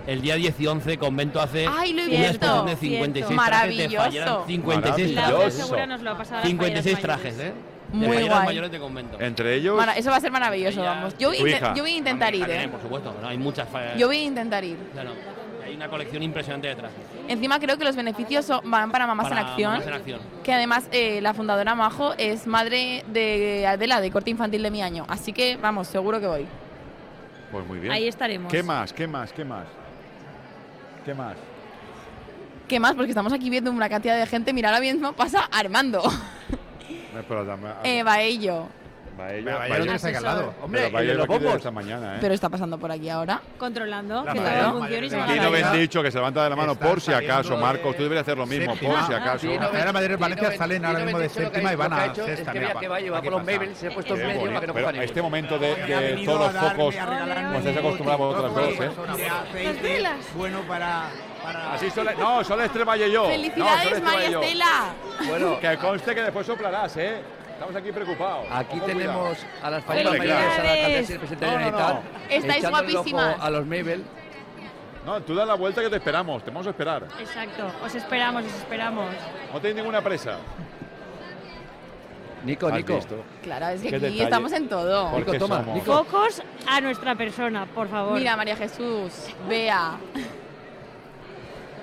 [SPEAKER 4] el día 10 y 11 Convento hace
[SPEAKER 7] Ay, lo he
[SPEAKER 4] una
[SPEAKER 7] visto.
[SPEAKER 4] exposición de 56
[SPEAKER 7] Cierto.
[SPEAKER 4] trajes de
[SPEAKER 7] Maravilloso.
[SPEAKER 4] falleras, 56
[SPEAKER 7] Maravilloso.
[SPEAKER 4] trajes. ¿eh?
[SPEAKER 7] La segura nos lo ha pasado a las
[SPEAKER 4] 56
[SPEAKER 7] falleras
[SPEAKER 4] trajes, ¿eh?
[SPEAKER 7] Muy
[SPEAKER 4] de falleras
[SPEAKER 7] guay.
[SPEAKER 4] mayores de convento.
[SPEAKER 3] entre ellos.
[SPEAKER 7] Mara- eso va a ser maravilloso, vamos. Yo voy,
[SPEAKER 3] Tu
[SPEAKER 7] inte-
[SPEAKER 3] hija.
[SPEAKER 7] yo voy a intentar ir,
[SPEAKER 4] También,
[SPEAKER 7] ¿eh?
[SPEAKER 4] por supuesto, ¿no? hay muchas fallas.
[SPEAKER 7] Yo voy a intentar ir.
[SPEAKER 4] Claro, hay una colección impresionante de trajes.
[SPEAKER 7] Encima creo que los beneficios son- van para mamás
[SPEAKER 4] Para
[SPEAKER 7] en acción.
[SPEAKER 4] Mamás en Acción.
[SPEAKER 7] Que además eh, la fundadora Majo es madre de Adela, de corte infantil de mi año. Así que, vamos, seguro que voy.
[SPEAKER 3] Pues muy bien.
[SPEAKER 7] Ahí estaremos.
[SPEAKER 3] ¿Qué más? ¿Qué más? ¿Qué más? ¿Qué más?
[SPEAKER 7] ¿Qué más? Porque estamos aquí viendo una cantidad de gente. Mira, ahora mismo pasa Armando.
[SPEAKER 3] No, pero dame-
[SPEAKER 7] Eh, va ello.
[SPEAKER 3] va ello,
[SPEAKER 5] Pero
[SPEAKER 3] va
[SPEAKER 5] Baello
[SPEAKER 3] ello.
[SPEAKER 5] no está aquí al lado.
[SPEAKER 3] Pero
[SPEAKER 5] Hombre, y
[SPEAKER 3] Baello
[SPEAKER 5] de los
[SPEAKER 3] va aquí de
[SPEAKER 5] bombos.
[SPEAKER 3] esta mañana, ¿eh?
[SPEAKER 7] Pero está pasando por aquí ahora.
[SPEAKER 16] Controlando,
[SPEAKER 3] La
[SPEAKER 16] que
[SPEAKER 3] madre.
[SPEAKER 16] todo funcione y se
[SPEAKER 3] Tino
[SPEAKER 16] haga la-
[SPEAKER 3] Bendicho, que se levanta de la mano
[SPEAKER 5] Está
[SPEAKER 3] por si
[SPEAKER 5] saliendo
[SPEAKER 3] acaso,
[SPEAKER 5] de
[SPEAKER 3] Marcos. Tú deberías hacer lo mismo, por
[SPEAKER 5] séptima.
[SPEAKER 3] si acaso.
[SPEAKER 5] Tino Las Real Madrid y Valencia salen ahora mismo de séptima y van a
[SPEAKER 6] Es
[SPEAKER 5] sexta.
[SPEAKER 6] que
[SPEAKER 5] mira,
[SPEAKER 6] mira que va a
[SPEAKER 5] va
[SPEAKER 6] llevar
[SPEAKER 5] que
[SPEAKER 6] por los
[SPEAKER 5] pasa.
[SPEAKER 6] Mabel, se ha puesto en
[SPEAKER 3] Qué
[SPEAKER 6] medio para
[SPEAKER 3] bonito.
[SPEAKER 6] que no
[SPEAKER 3] Pero
[SPEAKER 6] coja
[SPEAKER 3] este
[SPEAKER 6] ninguno.
[SPEAKER 3] momento de,
[SPEAKER 6] Ha
[SPEAKER 3] de
[SPEAKER 6] venido
[SPEAKER 3] todos los
[SPEAKER 6] a darme,
[SPEAKER 3] focos,
[SPEAKER 6] a regalarme
[SPEAKER 3] como estáis acostumbrados
[SPEAKER 6] Dos
[SPEAKER 3] vosotras dos, ¿eh?
[SPEAKER 6] bolitas, una
[SPEAKER 18] este
[SPEAKER 5] Bueno, para.
[SPEAKER 3] Así sole, no, solo este valle yo.
[SPEAKER 7] ¡Felicidades, María Estela!
[SPEAKER 3] Bueno, que conste que después soplarás, ¿eh? Estamos aquí preocupados.
[SPEAKER 6] Aquí
[SPEAKER 3] Ojo, cuidado.
[SPEAKER 6] tenemos a las fallas
[SPEAKER 3] Hombre,
[SPEAKER 6] mayores, a la
[SPEAKER 3] claro.
[SPEAKER 6] alcaldesa y el presidente
[SPEAKER 3] No,
[SPEAKER 6] de
[SPEAKER 3] no,
[SPEAKER 6] la
[SPEAKER 3] no.
[SPEAKER 6] Generalitat.
[SPEAKER 7] Estáis
[SPEAKER 6] echándole el ojo
[SPEAKER 7] guapísimas.
[SPEAKER 6] A los Mabel.
[SPEAKER 3] No, tú da la vuelta que te esperamos, te vamos a esperar.
[SPEAKER 16] Exacto, os esperamos, os esperamos.
[SPEAKER 3] No tenéis ninguna presa.
[SPEAKER 6] Nico,
[SPEAKER 3] ¿Has
[SPEAKER 6] Nico.
[SPEAKER 3] visto?
[SPEAKER 7] Claro, es que
[SPEAKER 3] Qué
[SPEAKER 7] aquí
[SPEAKER 3] detalle.
[SPEAKER 7] estamos en todo.
[SPEAKER 3] Porque
[SPEAKER 6] Nico, toma,
[SPEAKER 3] somos-
[SPEAKER 6] Nico.
[SPEAKER 16] Focos a nuestra persona, por favor.
[SPEAKER 7] Mira, María Jesús, vea.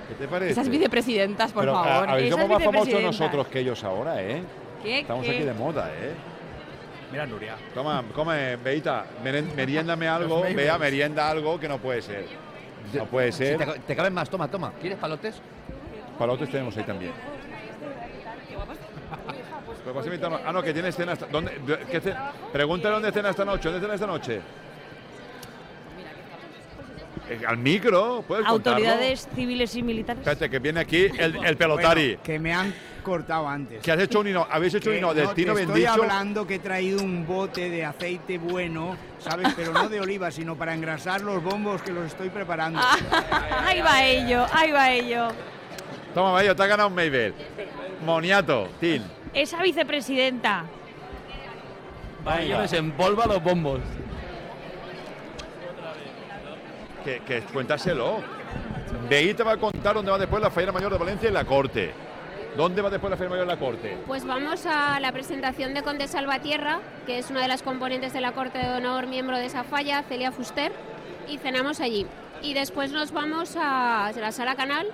[SPEAKER 3] ¿Qué te parece?
[SPEAKER 7] Esas vicepresidentas, por
[SPEAKER 3] Pero, a-
[SPEAKER 7] favor.
[SPEAKER 3] A, ver, somos
[SPEAKER 7] Esas
[SPEAKER 3] más famosos
[SPEAKER 7] vicepresidentas.
[SPEAKER 3] nosotros que ellos ahora, ¿eh?
[SPEAKER 16] ¿Qué?
[SPEAKER 3] Estamos
[SPEAKER 16] ¿Qué?
[SPEAKER 3] aquí de moda, ¿eh?
[SPEAKER 5] Mira, Nuria.
[SPEAKER 3] Toma, come, Beita, meren- meriéndame algo,
[SPEAKER 6] Los
[SPEAKER 3] vea,
[SPEAKER 6] Maybells.
[SPEAKER 3] merienda algo que no puede ser. No puede
[SPEAKER 6] Si te,
[SPEAKER 3] ser.
[SPEAKER 6] te caben más, toma, toma. ¿Quieres palotes?
[SPEAKER 3] Palotes tenemos ahí también. Pero vas a invitarnos- Ah, no, que tiene cena esta ¿dónde, de- qué ce- Pregúntale dónde cena esta noche. ¿Dónde cena esta noche? Eh, Al micro, puedes contarlo?
[SPEAKER 16] Autoridades civiles y militares.
[SPEAKER 3] Espérate, que viene aquí el, el pelotari.
[SPEAKER 18] Bueno, que me han cortado antes.
[SPEAKER 3] que has hecho un hino- habéis hecho un
[SPEAKER 18] Que
[SPEAKER 3] hino del
[SPEAKER 18] no, te
[SPEAKER 3] Tino
[SPEAKER 18] estoy
[SPEAKER 3] Bendicho.
[SPEAKER 18] hablando que he traído un bote de aceite bueno, ¿sabes? Pero no de oliva, sino para engrasar los bombos que los estoy preparando.
[SPEAKER 16] Ahí va ello, ahí va ello.
[SPEAKER 3] Toma, Bello, te ha ganado un Maybell. Moniato, Tin.
[SPEAKER 16] Esa vicepresidenta.
[SPEAKER 4] Baello desempolva los bombos.
[SPEAKER 3] Que, que cuéntaselo. De ahí te va a contar dónde va después la Feria Mayor de Valencia y la Corte. ¿Dónde va después la Feria Mayor de la Corte?
[SPEAKER 19] Pues vamos a la presentación de Conde Salvatierra, que es una de las componentes de la Corte de Honor, miembro de esa falla, Celia Fuster, y cenamos allí. Y después nos vamos a la Sala Canal,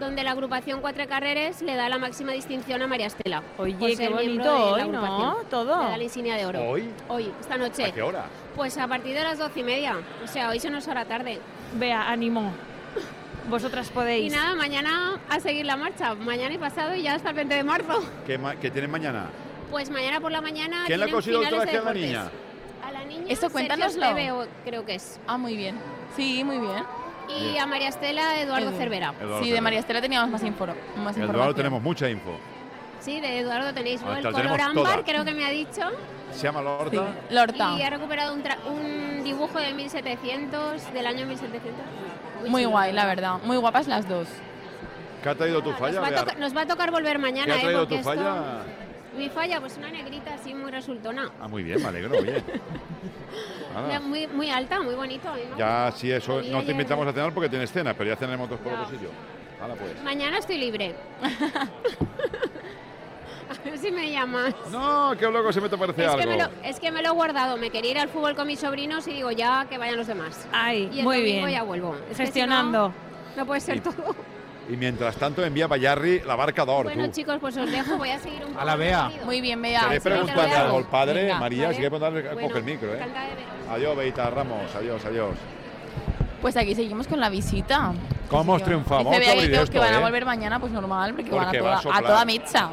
[SPEAKER 19] donde la agrupación Cuatro Carreres le da la máxima distinción a María Estela. Oye,
[SPEAKER 16] qué bonito hoy, ¿no? Todo.
[SPEAKER 19] Le da la insignia de oro.
[SPEAKER 3] ¿Hoy?
[SPEAKER 19] Hoy, esta noche.
[SPEAKER 3] ¿A qué hora?
[SPEAKER 19] Pues a partir de las doce y media. O sea, hoy se nos hará tarde.
[SPEAKER 16] Vea, ánimo. Vosotras
[SPEAKER 19] Y
[SPEAKER 16] podéis.
[SPEAKER 19] nada, mañana a seguir la marcha. Mañana y pasado y ya hasta el 20 de marzo.
[SPEAKER 3] ¿Qué, ma- qué tienen mañana?
[SPEAKER 19] Pues mañana por la mañana.
[SPEAKER 3] ¿Quién le ha
[SPEAKER 19] tienen
[SPEAKER 3] conseguido el
[SPEAKER 19] finales
[SPEAKER 3] traje a
[SPEAKER 19] de
[SPEAKER 3] la
[SPEAKER 19] deportes.
[SPEAKER 3] niña?
[SPEAKER 19] A la niña.
[SPEAKER 7] Eso,
[SPEAKER 19] Sergio
[SPEAKER 7] cuéntanoslo.
[SPEAKER 19] Esteve, o- creo que es.
[SPEAKER 7] Ah, muy bien. Sí, muy bien.
[SPEAKER 19] Y a María Estela, Eduardo Cervera.
[SPEAKER 3] Eduardo
[SPEAKER 7] sí, de
[SPEAKER 3] Cervera.
[SPEAKER 7] María Estela teníamos más, info más
[SPEAKER 3] El
[SPEAKER 7] información.
[SPEAKER 3] Eduardo tenemos mucha info.
[SPEAKER 19] Sí, de Eduardo tenéis, ¿no?
[SPEAKER 3] Ahorita
[SPEAKER 19] El
[SPEAKER 3] la
[SPEAKER 19] color
[SPEAKER 3] tenemos
[SPEAKER 19] ámbar,
[SPEAKER 3] toda.
[SPEAKER 19] creo que me ha dicho.
[SPEAKER 3] Se llama Lorta.
[SPEAKER 19] Y he recuperado un, tra- un dibujo de 1700, del año 1700.
[SPEAKER 7] Muy
[SPEAKER 19] chulo.
[SPEAKER 7] guay, la verdad. Muy guapas las dos.
[SPEAKER 3] ¿Qué ha traído tu falla?
[SPEAKER 19] Ah, Nos va, a
[SPEAKER 3] Bea?
[SPEAKER 19] toca- nos va a tocar volver
[SPEAKER 3] ¿Qué
[SPEAKER 19] mañana,
[SPEAKER 3] ha
[SPEAKER 19] ¿eh?
[SPEAKER 3] traído
[SPEAKER 19] Porque
[SPEAKER 3] tu
[SPEAKER 19] esto-
[SPEAKER 3] falla?
[SPEAKER 19] Mi falla, pues una negrita así muy resultona.
[SPEAKER 3] Ah, muy bien, me alegro, oye. Nada.
[SPEAKER 19] Era Muy, muy alta, muy bonito. a mí me
[SPEAKER 3] Ya, sí, eso.
[SPEAKER 19] Ahí
[SPEAKER 3] No te
[SPEAKER 19] ayer-
[SPEAKER 3] invitamos a cenar porque tienes cena, pero ya cenaremos todos por
[SPEAKER 19] Ya.
[SPEAKER 3] otro sitio. Hala, pues.
[SPEAKER 19] Mañana estoy libre. A ver si me llamas.
[SPEAKER 3] No, qué loco se me te parece
[SPEAKER 19] Es
[SPEAKER 3] algo.
[SPEAKER 19] que, me lo, es que me lo he guardado. Me quería ir al fútbol con mis sobrinos y digo ya que vayan los demás. Ay, y el
[SPEAKER 16] muy
[SPEAKER 19] domingo
[SPEAKER 16] bien.
[SPEAKER 19] ya vuelvo. Es que si
[SPEAKER 16] Gestionando.
[SPEAKER 19] no, no puede ser todo.
[SPEAKER 3] Y mientras tanto envía para Yarri la barca d'or,
[SPEAKER 19] Bueno,
[SPEAKER 3] tú.
[SPEAKER 19] chicos, pues os dejo. Voy a seguir un poco.
[SPEAKER 3] A la Bea.
[SPEAKER 7] Muy bien, Bea.
[SPEAKER 3] Queréis
[SPEAKER 7] espero que te lo
[SPEAKER 3] preguntarle
[SPEAKER 7] veas.
[SPEAKER 3] algo al padre,
[SPEAKER 7] Venga,
[SPEAKER 3] María,
[SPEAKER 7] vale.
[SPEAKER 3] si quieres preguntarle, coge el micro, ¿eh?
[SPEAKER 19] encantada de veros.
[SPEAKER 3] Adiós, Beita Ramos, adiós, adiós.
[SPEAKER 7] Pues aquí seguimos con la visita.
[SPEAKER 3] ¿Cómo os
[SPEAKER 7] Sí,
[SPEAKER 3] triunfamos?
[SPEAKER 7] Dice Bea
[SPEAKER 3] sobre
[SPEAKER 7] que, que
[SPEAKER 3] esto,
[SPEAKER 7] van a
[SPEAKER 3] eh?
[SPEAKER 7] volver mañana, pues normal, porque, van
[SPEAKER 3] Porque
[SPEAKER 7] a
[SPEAKER 3] va a
[SPEAKER 7] toda, a
[SPEAKER 3] soplar.
[SPEAKER 7] toda mecha.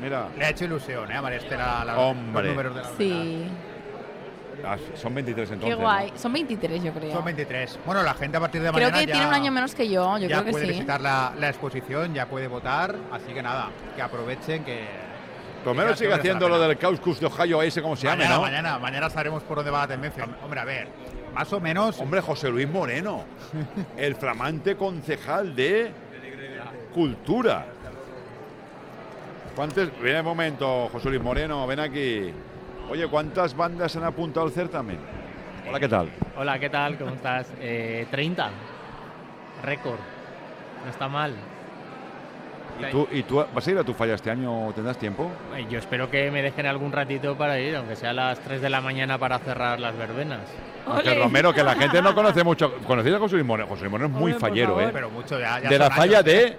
[SPEAKER 3] Mira.
[SPEAKER 5] Le ha hecho ilusión, ¿eh? A María Estela la-
[SPEAKER 3] Hombre.
[SPEAKER 5] los números de la
[SPEAKER 7] Sí,
[SPEAKER 3] Ah, Son 23 entonces.
[SPEAKER 7] qué
[SPEAKER 3] ¿no?
[SPEAKER 7] guay. Son 23, yo creo.
[SPEAKER 5] Son 23. Bueno, la gente a partir de
[SPEAKER 7] creo
[SPEAKER 5] mañana
[SPEAKER 7] que
[SPEAKER 5] ya,
[SPEAKER 7] tiene un año menos que yo, yo
[SPEAKER 5] ya
[SPEAKER 7] creo que
[SPEAKER 5] puede
[SPEAKER 7] sí. ¿eh?
[SPEAKER 5] visitar la, la exposición, ya puede votar, así que nada, que aprovechen que...
[SPEAKER 3] Romero
[SPEAKER 5] que
[SPEAKER 3] sigue
[SPEAKER 5] merece
[SPEAKER 3] haciendo
[SPEAKER 5] la
[SPEAKER 3] lo
[SPEAKER 5] pena.
[SPEAKER 3] del Causcus de Ohio ese, como se llama,
[SPEAKER 5] mañana,
[SPEAKER 3] ¿no?
[SPEAKER 5] mañana, mañana sabremos por dónde va la tendencia. Hombre, a ver, más o menos...
[SPEAKER 3] Hombre, José Luis Moreno, el flamante concejal de Cultura. ¿Cuántas? Ven un momento, José Luis Moreno, ven aquí. Oye, ¿cuántas bandas han apuntado al certamen? Hola, ¿qué tal?
[SPEAKER 8] Hola, ¿qué tal? ¿Cómo estás? Eh, 30. Récord. No está mal.
[SPEAKER 3] ¿Y tú, ¿Y tú vas a ir a tu falla este año? ¿Tendrás tiempo?
[SPEAKER 8] Eh, Yo espero que me dejen algún ratito para ir, aunque sea a las 3 de la mañana para cerrar las verbenas.
[SPEAKER 3] Aunque Romero, que la gente no conoce mucho. ¿Conocéis a José Luis Moreno? José Luis Moreno es muy
[SPEAKER 8] Hombre, por
[SPEAKER 3] fallero,
[SPEAKER 8] favor.
[SPEAKER 3] ¿eh?
[SPEAKER 5] Pero mucho ya- ya
[SPEAKER 3] de la
[SPEAKER 5] son
[SPEAKER 3] falla
[SPEAKER 5] años,
[SPEAKER 3] de
[SPEAKER 11] ¿eh?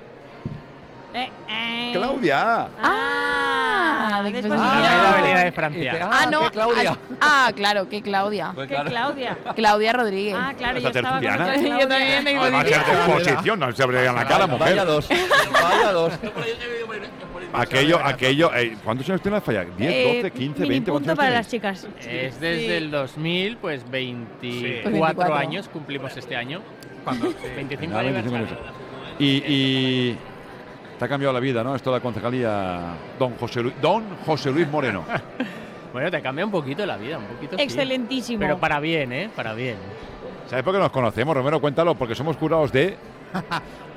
[SPEAKER 3] Claudia.
[SPEAKER 7] Eh, Ah, después
[SPEAKER 8] Ah,
[SPEAKER 7] mira.
[SPEAKER 8] la avenida de Francia.
[SPEAKER 7] Ah, no. Claudia. Ah, claro, que Claudia.
[SPEAKER 8] Pues Que claro.
[SPEAKER 7] Claudia. Claudia Rodríguez. Ah,
[SPEAKER 8] claro,
[SPEAKER 3] Esa yo estaba con tertuliana. otra Claudia.
[SPEAKER 7] yo también digo,
[SPEAKER 3] Va a ser
[SPEAKER 7] digo,
[SPEAKER 3] de exposición, no se abrirá la cara, mujer.
[SPEAKER 11] Vaya dos. Vaya dos.
[SPEAKER 3] Aquello, aquello. eh, ¿Cuántos años tiene la falla? ¿10, 12, 15, 20? ¿Cuántos años tenéis?
[SPEAKER 8] chicas. Es desde
[SPEAKER 11] Sí.
[SPEAKER 8] el 2000, pues 24,
[SPEAKER 11] Pues 24.
[SPEAKER 8] años cumplimos este año. ¿Cuándo? 25
[SPEAKER 3] Ah, 25
[SPEAKER 8] años.
[SPEAKER 3] minutos. Y, y te ha cambiado la vida, ¿no? Esto de la concejalía. Don José Luis, Don José Luis Moreno.
[SPEAKER 8] Bueno, te cambia un poquito la vida, un poquito. sí.
[SPEAKER 16] Excelentísimo.
[SPEAKER 8] Pero para bien, ¿eh? Para bien.
[SPEAKER 3] ¿Sabes por qué nos conocemos, Romero? Cuéntalo, porque somos curados de.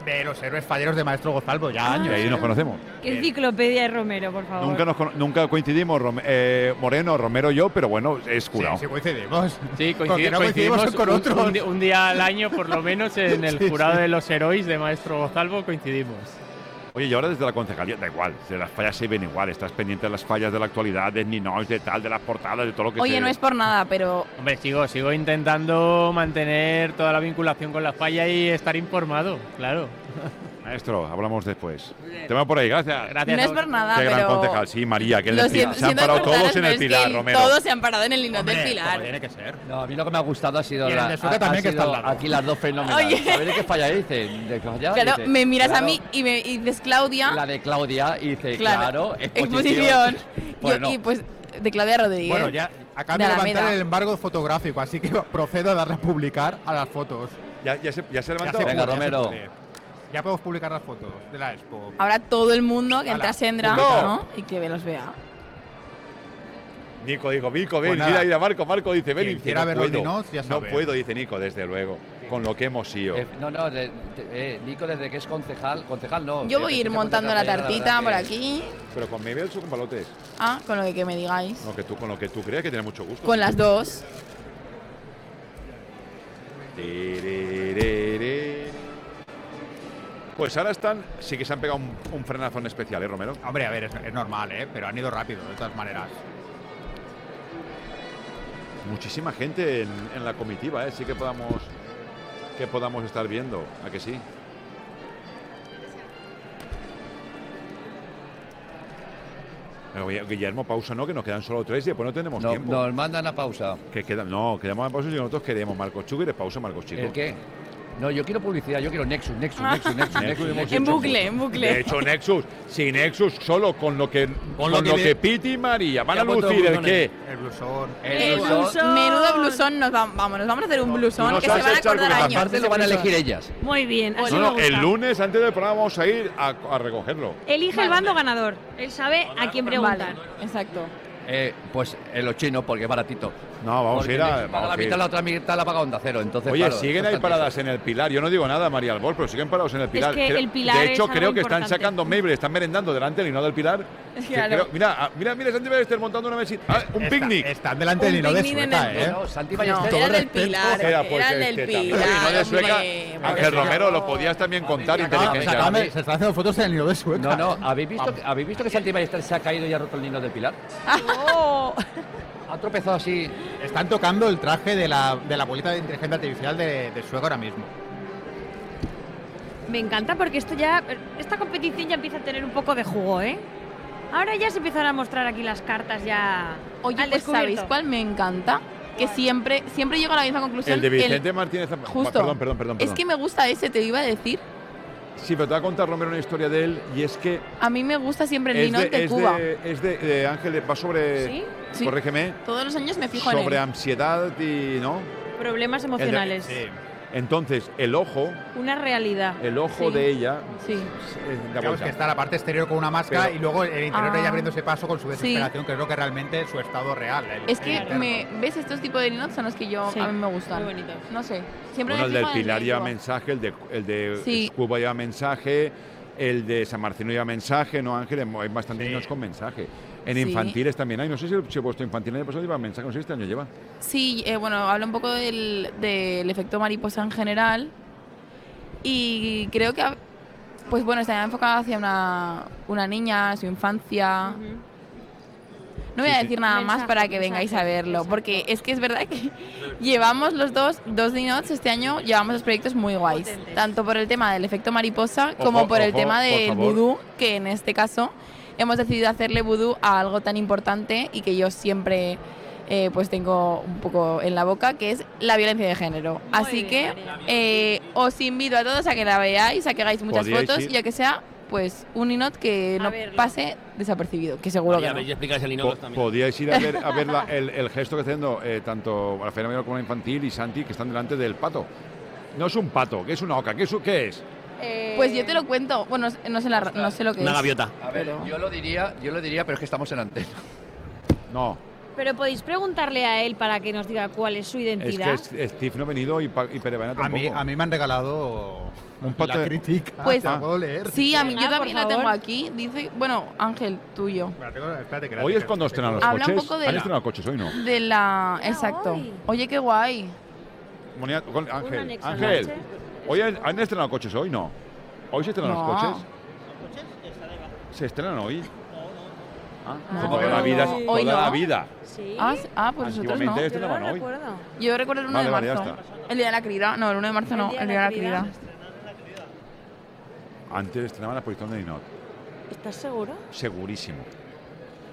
[SPEAKER 5] De los héroes falleros de Maestro Gozalvo,
[SPEAKER 7] Ah,
[SPEAKER 5] ya
[SPEAKER 3] Y
[SPEAKER 5] años.
[SPEAKER 3] ahí
[SPEAKER 5] ¿eh?
[SPEAKER 3] nos conocemos.
[SPEAKER 16] ¿Qué enciclopedia es Romero, por favor?
[SPEAKER 3] Nunca, nos cono- nunca coincidimos, Rom- eh, Moreno, Romero, yo, pero bueno, es curado.
[SPEAKER 5] sí coincidimos.
[SPEAKER 8] Sí, coincide-
[SPEAKER 5] Porque no coincidimos
[SPEAKER 8] coincidimos
[SPEAKER 5] con
[SPEAKER 8] un-
[SPEAKER 5] otros.
[SPEAKER 8] Un, di- un día al año, por lo menos, en el
[SPEAKER 3] Sí,
[SPEAKER 8] jurado
[SPEAKER 3] sí.
[SPEAKER 8] de los héroes de Maestro Gozalvo coincidimos.
[SPEAKER 3] Oye, y ahora desde la concejalía, da igual, de las fallas se ven igual, estás pendiente de las fallas de la actualidad, de Ninois, de tal, de las portadas, de todo lo que
[SPEAKER 7] Oye,
[SPEAKER 3] se-
[SPEAKER 7] no es por nada, pero
[SPEAKER 8] Hombre, sigo, sigo intentando mantener toda la vinculación con la falla y estar informado, claro.
[SPEAKER 3] Maestro, hablamos después. Te va por ahí, gracias.
[SPEAKER 8] Gracias.
[SPEAKER 7] No es por nada,
[SPEAKER 3] Qué gran
[SPEAKER 7] pero-
[SPEAKER 3] concejal, sí, María, que en
[SPEAKER 7] Lo
[SPEAKER 3] el Pilar.
[SPEAKER 7] siento-
[SPEAKER 3] Se han
[SPEAKER 7] siento
[SPEAKER 3] parado
[SPEAKER 7] cortaros,
[SPEAKER 3] todos en
[SPEAKER 7] pero
[SPEAKER 3] el
[SPEAKER 7] es que
[SPEAKER 3] Pilar, Romero.
[SPEAKER 7] todos se han parado en el himno del Pilar.
[SPEAKER 5] que ser.
[SPEAKER 6] No, a mí lo que me ha gustado ha sido,
[SPEAKER 5] Y en el
[SPEAKER 6] la,
[SPEAKER 5] de Sueca
[SPEAKER 6] ha- ha
[SPEAKER 5] también, que está
[SPEAKER 6] sido
[SPEAKER 5] al lado.
[SPEAKER 6] aquí las dos fenomenales.
[SPEAKER 7] Oye.
[SPEAKER 6] A ver, ¿de qué falla dice? ¿De qué falla?
[SPEAKER 7] Claro,
[SPEAKER 6] Dice,
[SPEAKER 7] me miras
[SPEAKER 6] claro,
[SPEAKER 7] a mí y me y dices Claudia.
[SPEAKER 6] La de Claudia y dice,
[SPEAKER 7] Claro.
[SPEAKER 6] claro,
[SPEAKER 7] Exposición.
[SPEAKER 6] Bueno,
[SPEAKER 7] Yo- y pues de Claudia Rodríguez.
[SPEAKER 5] Bueno, ya acaban de,
[SPEAKER 7] De Alameda.
[SPEAKER 5] levantar el embargo fotográfico, así que procedo a darle a publicar a las fotos.
[SPEAKER 3] Ya, ya se, ya se
[SPEAKER 5] levanta.
[SPEAKER 6] Venga, Romero.
[SPEAKER 5] Ya podemos publicar las fotos de la expo.
[SPEAKER 7] Ahora todo el mundo que entra a
[SPEAKER 5] Ala.
[SPEAKER 7] Sendra,
[SPEAKER 5] No.
[SPEAKER 7] ¿no? Y que los vea.
[SPEAKER 3] Nico dijo, Nico, ven,
[SPEAKER 5] Pues nada.
[SPEAKER 3] mira, mira, Marco, Marco dice, ven, y
[SPEAKER 5] Quien
[SPEAKER 3] dice,
[SPEAKER 5] quiera
[SPEAKER 3] no
[SPEAKER 5] ver los
[SPEAKER 3] puedo,
[SPEAKER 5] Ninos, ya
[SPEAKER 3] no
[SPEAKER 5] sabe.
[SPEAKER 3] puedo, dice Nico, desde luego, con lo que hemos ido.
[SPEAKER 6] Eh, no, no, de- de- eh, Nico desde que es concejal, concejal no.
[SPEAKER 7] Yo voy a ir
[SPEAKER 6] desde Oh, que es
[SPEAKER 7] montando la
[SPEAKER 6] concejal,
[SPEAKER 7] tartita
[SPEAKER 6] verdad
[SPEAKER 7] por
[SPEAKER 6] que-
[SPEAKER 7] aquí.
[SPEAKER 3] Pero con Mabel o con palotes,
[SPEAKER 7] Ah, con lo que, que me digáis.
[SPEAKER 3] con lo que tú, con lo que tú creas que tiene mucho gusto.
[SPEAKER 7] Con las dos.
[SPEAKER 3] Tererere. Pues ahora están, sí que se han pegado un, un frenazo en especial, ¿eh, Romero?
[SPEAKER 5] Hombre, a ver, es, es normal, ¿eh? Pero han ido rápido, de todas maneras.
[SPEAKER 3] Muchísima gente en, en la comitiva, ¿eh? Sí que podamos, que podamos estar viendo, ¿a que sí? Pero, Guilla- Guillermo, pausa, ¿no? Que nos quedan solo tres y después no tenemos
[SPEAKER 6] No,
[SPEAKER 3] tiempo.
[SPEAKER 6] nos mandan a pausa.
[SPEAKER 3] Que queda, no, quedamos pues. a pausa si nosotros queremos. Marcos Chu, ¿quieres pausa, Marcos Chico?
[SPEAKER 6] ¿El qué? No, yo quiero publicidad, yo quiero Nexus, Nexus, Nexus, Nexus. Nexus, Nexus,
[SPEAKER 7] Ah. En
[SPEAKER 6] Nexus.
[SPEAKER 7] bucle, en bucle.
[SPEAKER 3] De hecho, Nexus, si Nexus solo con lo que, con lo
[SPEAKER 6] que
[SPEAKER 3] que,
[SPEAKER 6] ve-
[SPEAKER 3] Piti y María van
[SPEAKER 6] Ya
[SPEAKER 3] a
[SPEAKER 6] ha puesto
[SPEAKER 3] lucir el
[SPEAKER 6] buzón
[SPEAKER 3] qué.
[SPEAKER 6] El blusón.
[SPEAKER 7] Menudo blusón nos va- vamos, nos vamos a hacer un blusón
[SPEAKER 3] nos
[SPEAKER 7] que se
[SPEAKER 3] has
[SPEAKER 7] van a
[SPEAKER 3] hecho algo
[SPEAKER 7] acordar
[SPEAKER 3] que
[SPEAKER 7] años.
[SPEAKER 3] aparte
[SPEAKER 7] de ese
[SPEAKER 3] lo van a
[SPEAKER 7] blusón.
[SPEAKER 3] elegir ellas.
[SPEAKER 16] Muy bien, así
[SPEAKER 3] No, no,
[SPEAKER 16] me gusta.
[SPEAKER 3] el lunes antes del programa vamos a ir a, a recogerlo.
[SPEAKER 16] Elige el bando ganador. Él sabe a quién preguntar.
[SPEAKER 7] exacto.
[SPEAKER 6] Eh, pues en los chinos, porque es baratito.
[SPEAKER 3] No, vamos a ir a- vamos
[SPEAKER 6] la
[SPEAKER 3] a ir.
[SPEAKER 6] mitad, la otra mitad la paga Onda Cero. Entonces,
[SPEAKER 3] Oye,
[SPEAKER 6] claro,
[SPEAKER 3] siguen
[SPEAKER 6] eso
[SPEAKER 3] ahí
[SPEAKER 6] está
[SPEAKER 3] paradas en el Pilar. Yo no digo nada, María Albor, pero siguen parados en el Pilar.
[SPEAKER 16] que
[SPEAKER 3] Creo-
[SPEAKER 16] el Pilar
[SPEAKER 3] de hecho,
[SPEAKER 16] es algo
[SPEAKER 3] creo que están
[SPEAKER 16] importante.
[SPEAKER 3] sacando Maybelline, están merendando delante del hino del Pilar. Que
[SPEAKER 7] Claro.
[SPEAKER 3] creo- mira, ah, mira, mira, Santi Ballester montando una mesita. Ah, un picnic. Están
[SPEAKER 5] delante Un del hino de picnic en Sueca, el- ¿eh?
[SPEAKER 6] No, no, Santi
[SPEAKER 7] No,
[SPEAKER 6] Ballester.
[SPEAKER 7] era del Pilar,
[SPEAKER 3] Era, pues,
[SPEAKER 7] era
[SPEAKER 3] este,
[SPEAKER 7] del
[SPEAKER 3] también.
[SPEAKER 7] Pilar,
[SPEAKER 3] El hino de Sueca,
[SPEAKER 7] hombre.
[SPEAKER 3] Ángel Romero, lo podías también contar
[SPEAKER 6] pues,
[SPEAKER 3] inteligencia.
[SPEAKER 5] se están haciendo fotos en el nido de Sueca.
[SPEAKER 6] Ah, No, no, ¿habéis visto, que- ¿habéis visto que Santi Ballester se ha caído y ha roto el nino del Pilar? Ha tropezado así.
[SPEAKER 5] Están tocando el traje de la, de la abuelita de inteligencia artificial de, de Sueca ahora mismo.
[SPEAKER 16] Me encanta porque esto ya, esta competición ya empieza a tener un poco de jugo, ¿eh? Ahora ya se empiezan a mostrar aquí las cartas ya
[SPEAKER 7] Oye,
[SPEAKER 16] al
[SPEAKER 7] pues ¿sabéis
[SPEAKER 16] descubierto.
[SPEAKER 7] cuál me encanta? Que siempre, siempre llego a la misma conclusión.
[SPEAKER 3] El de Vicente
[SPEAKER 7] el-
[SPEAKER 3] Martínez. Zam-
[SPEAKER 7] Justo.
[SPEAKER 3] Perdón, perdón, perdón.
[SPEAKER 7] Es
[SPEAKER 3] perdón.
[SPEAKER 7] que me gusta ese, te lo iba a decir.
[SPEAKER 3] Sí, pero te va a contar Romero una historia de él y es que
[SPEAKER 7] A mí me gusta siempre el
[SPEAKER 3] es
[SPEAKER 7] vino
[SPEAKER 3] de,
[SPEAKER 7] de,
[SPEAKER 3] es
[SPEAKER 7] Cuba.
[SPEAKER 3] de- es de- de eh, Ángel, va sobre.
[SPEAKER 16] ¿Sí?
[SPEAKER 7] Sí.
[SPEAKER 3] Corrígeme.
[SPEAKER 7] Todos los años me fijo
[SPEAKER 3] Sobre
[SPEAKER 7] en él.
[SPEAKER 3] ansiedad y. ¿No?
[SPEAKER 16] Problemas emocionales.
[SPEAKER 3] Entonces, el ojo,
[SPEAKER 16] Una realidad.
[SPEAKER 3] el ojo
[SPEAKER 16] Sí.
[SPEAKER 3] de ella. eh,
[SPEAKER 7] Sí.
[SPEAKER 5] Digamos que está la parte exterior con una máscara
[SPEAKER 3] Pero-
[SPEAKER 5] y luego el interior
[SPEAKER 7] Ah.
[SPEAKER 5] ella abriéndose paso con su desesperación, que es lo que realmente es su estado real. el-
[SPEAKER 7] Es
[SPEAKER 5] el
[SPEAKER 7] que
[SPEAKER 5] interno. Ah,
[SPEAKER 7] me ves estos tipos de vinos son los que yo
[SPEAKER 16] Sí.
[SPEAKER 7] a mí me gustan.
[SPEAKER 16] Muy bonitos.
[SPEAKER 7] No sé. Siempre
[SPEAKER 3] Bueno, el
[SPEAKER 7] me
[SPEAKER 3] del
[SPEAKER 7] fijo en
[SPEAKER 3] Pilar
[SPEAKER 7] de
[SPEAKER 3] lleva
[SPEAKER 7] Cuba.
[SPEAKER 3] mensaje, el de, el de
[SPEAKER 7] Sí.
[SPEAKER 3] Cuba lleva mensaje, el de San Marcino lleva mensaje, ¿no, Ángel? Hay bastantes niños con mensaje. En
[SPEAKER 7] Sí.
[SPEAKER 3] infantiles también hay. No sé si el puesto infantil el año pasado lleva mensaje, no sé si este año lleva.
[SPEAKER 7] Sí, eh, bueno, habla un poco del, del efecto mariposa en general. Y creo que, ha- pues bueno, está enfocado hacia una, una niña, su infancia. No voy a decir nada más
[SPEAKER 16] Mensaje,
[SPEAKER 7] para que vengáis a
[SPEAKER 16] mensaje,
[SPEAKER 7] verlo, porque es que es verdad que llevamos los dos, dos Dinots este año, llevamos los proyectos muy guays. Tanto por el tema del efecto mariposa como
[SPEAKER 16] Ojo,
[SPEAKER 7] por el
[SPEAKER 16] ojo,
[SPEAKER 7] tema
[SPEAKER 16] por
[SPEAKER 7] del
[SPEAKER 16] favor.
[SPEAKER 7] vudú, que en este caso hemos decidido hacerle vudú a algo tan importante y que yo siempre eh, pues tengo un poco en la boca, que es la violencia de género. Así que eh, os invito a todos a que la veáis, a que hagáis muchas
[SPEAKER 4] Podíais
[SPEAKER 7] fotos
[SPEAKER 4] ir-
[SPEAKER 7] y a que sea pues un inot que
[SPEAKER 16] A
[SPEAKER 7] no
[SPEAKER 16] verlo.
[SPEAKER 7] pase desapercibido, que seguro
[SPEAKER 4] Ya
[SPEAKER 7] que
[SPEAKER 4] veis,
[SPEAKER 7] no.
[SPEAKER 4] ya explicáis el
[SPEAKER 3] Po-
[SPEAKER 4] Linux también.
[SPEAKER 3] Podíais ir a ver, a ver la- el, el gesto que está haciendo eh, tanto la Mayor como la infantil y Santi, que están delante del pato. No es un pato, que es una oca, ¿qué es? ¿Qué es?
[SPEAKER 16] Eh,
[SPEAKER 7] Pues yo te lo cuento, bueno, no sé, la- no sé lo que es.
[SPEAKER 6] A ver, yo lo diría, yo lo diría, pero es que estamos en antena.
[SPEAKER 3] No,
[SPEAKER 16] Pero podéis preguntarle a él para que nos diga cuál es su
[SPEAKER 3] es
[SPEAKER 16] identidad.
[SPEAKER 3] que es- Steve no ha venido y, pa- y Perevana
[SPEAKER 5] A
[SPEAKER 3] tampoco.
[SPEAKER 5] mí, a mí me han regalado
[SPEAKER 3] Un pato
[SPEAKER 5] la
[SPEAKER 3] de-
[SPEAKER 5] crítica.
[SPEAKER 7] Pues-
[SPEAKER 5] la puedo leer.
[SPEAKER 7] Sí, a mí, yo
[SPEAKER 16] Venga, Ah, por
[SPEAKER 7] también la
[SPEAKER 16] favor.
[SPEAKER 7] tengo aquí. Dice, bueno, Ángel, tuyo.
[SPEAKER 5] Espérate, espérate, que la-
[SPEAKER 3] Hoy es cuando estrenan los
[SPEAKER 7] Habla un
[SPEAKER 3] coches.
[SPEAKER 7] poco de
[SPEAKER 3] ¿Han
[SPEAKER 7] la-
[SPEAKER 3] estrenado coches hoy no?
[SPEAKER 7] De
[SPEAKER 16] Ah,
[SPEAKER 7] la. Exacto. Oye, qué guay.
[SPEAKER 3] Monia- con- Ángel,
[SPEAKER 7] anexo
[SPEAKER 3] Ángel,
[SPEAKER 7] noche.
[SPEAKER 3] hoy han, han estrenado coches, hoy no. Hoy se estrenan
[SPEAKER 7] No.
[SPEAKER 3] los coches. ¿Se estrenan hoy? Ah,
[SPEAKER 7] No.
[SPEAKER 3] toda la vida,
[SPEAKER 7] Hoy
[SPEAKER 3] toda
[SPEAKER 7] no.
[SPEAKER 3] la vida.
[SPEAKER 7] Ah, s- ah, pues nosotros no.
[SPEAKER 3] Antiguamente estrenaban hoy.
[SPEAKER 7] Yo recuerdo el 1
[SPEAKER 3] Vale,
[SPEAKER 7] de
[SPEAKER 3] vale, ya
[SPEAKER 7] marzo. el día de la crida. No, el 1 de marzo no. El día de la crida.
[SPEAKER 3] Antes estrenaban la posición de Ninot,
[SPEAKER 16] ¿Estás seguro?
[SPEAKER 3] segurísimo.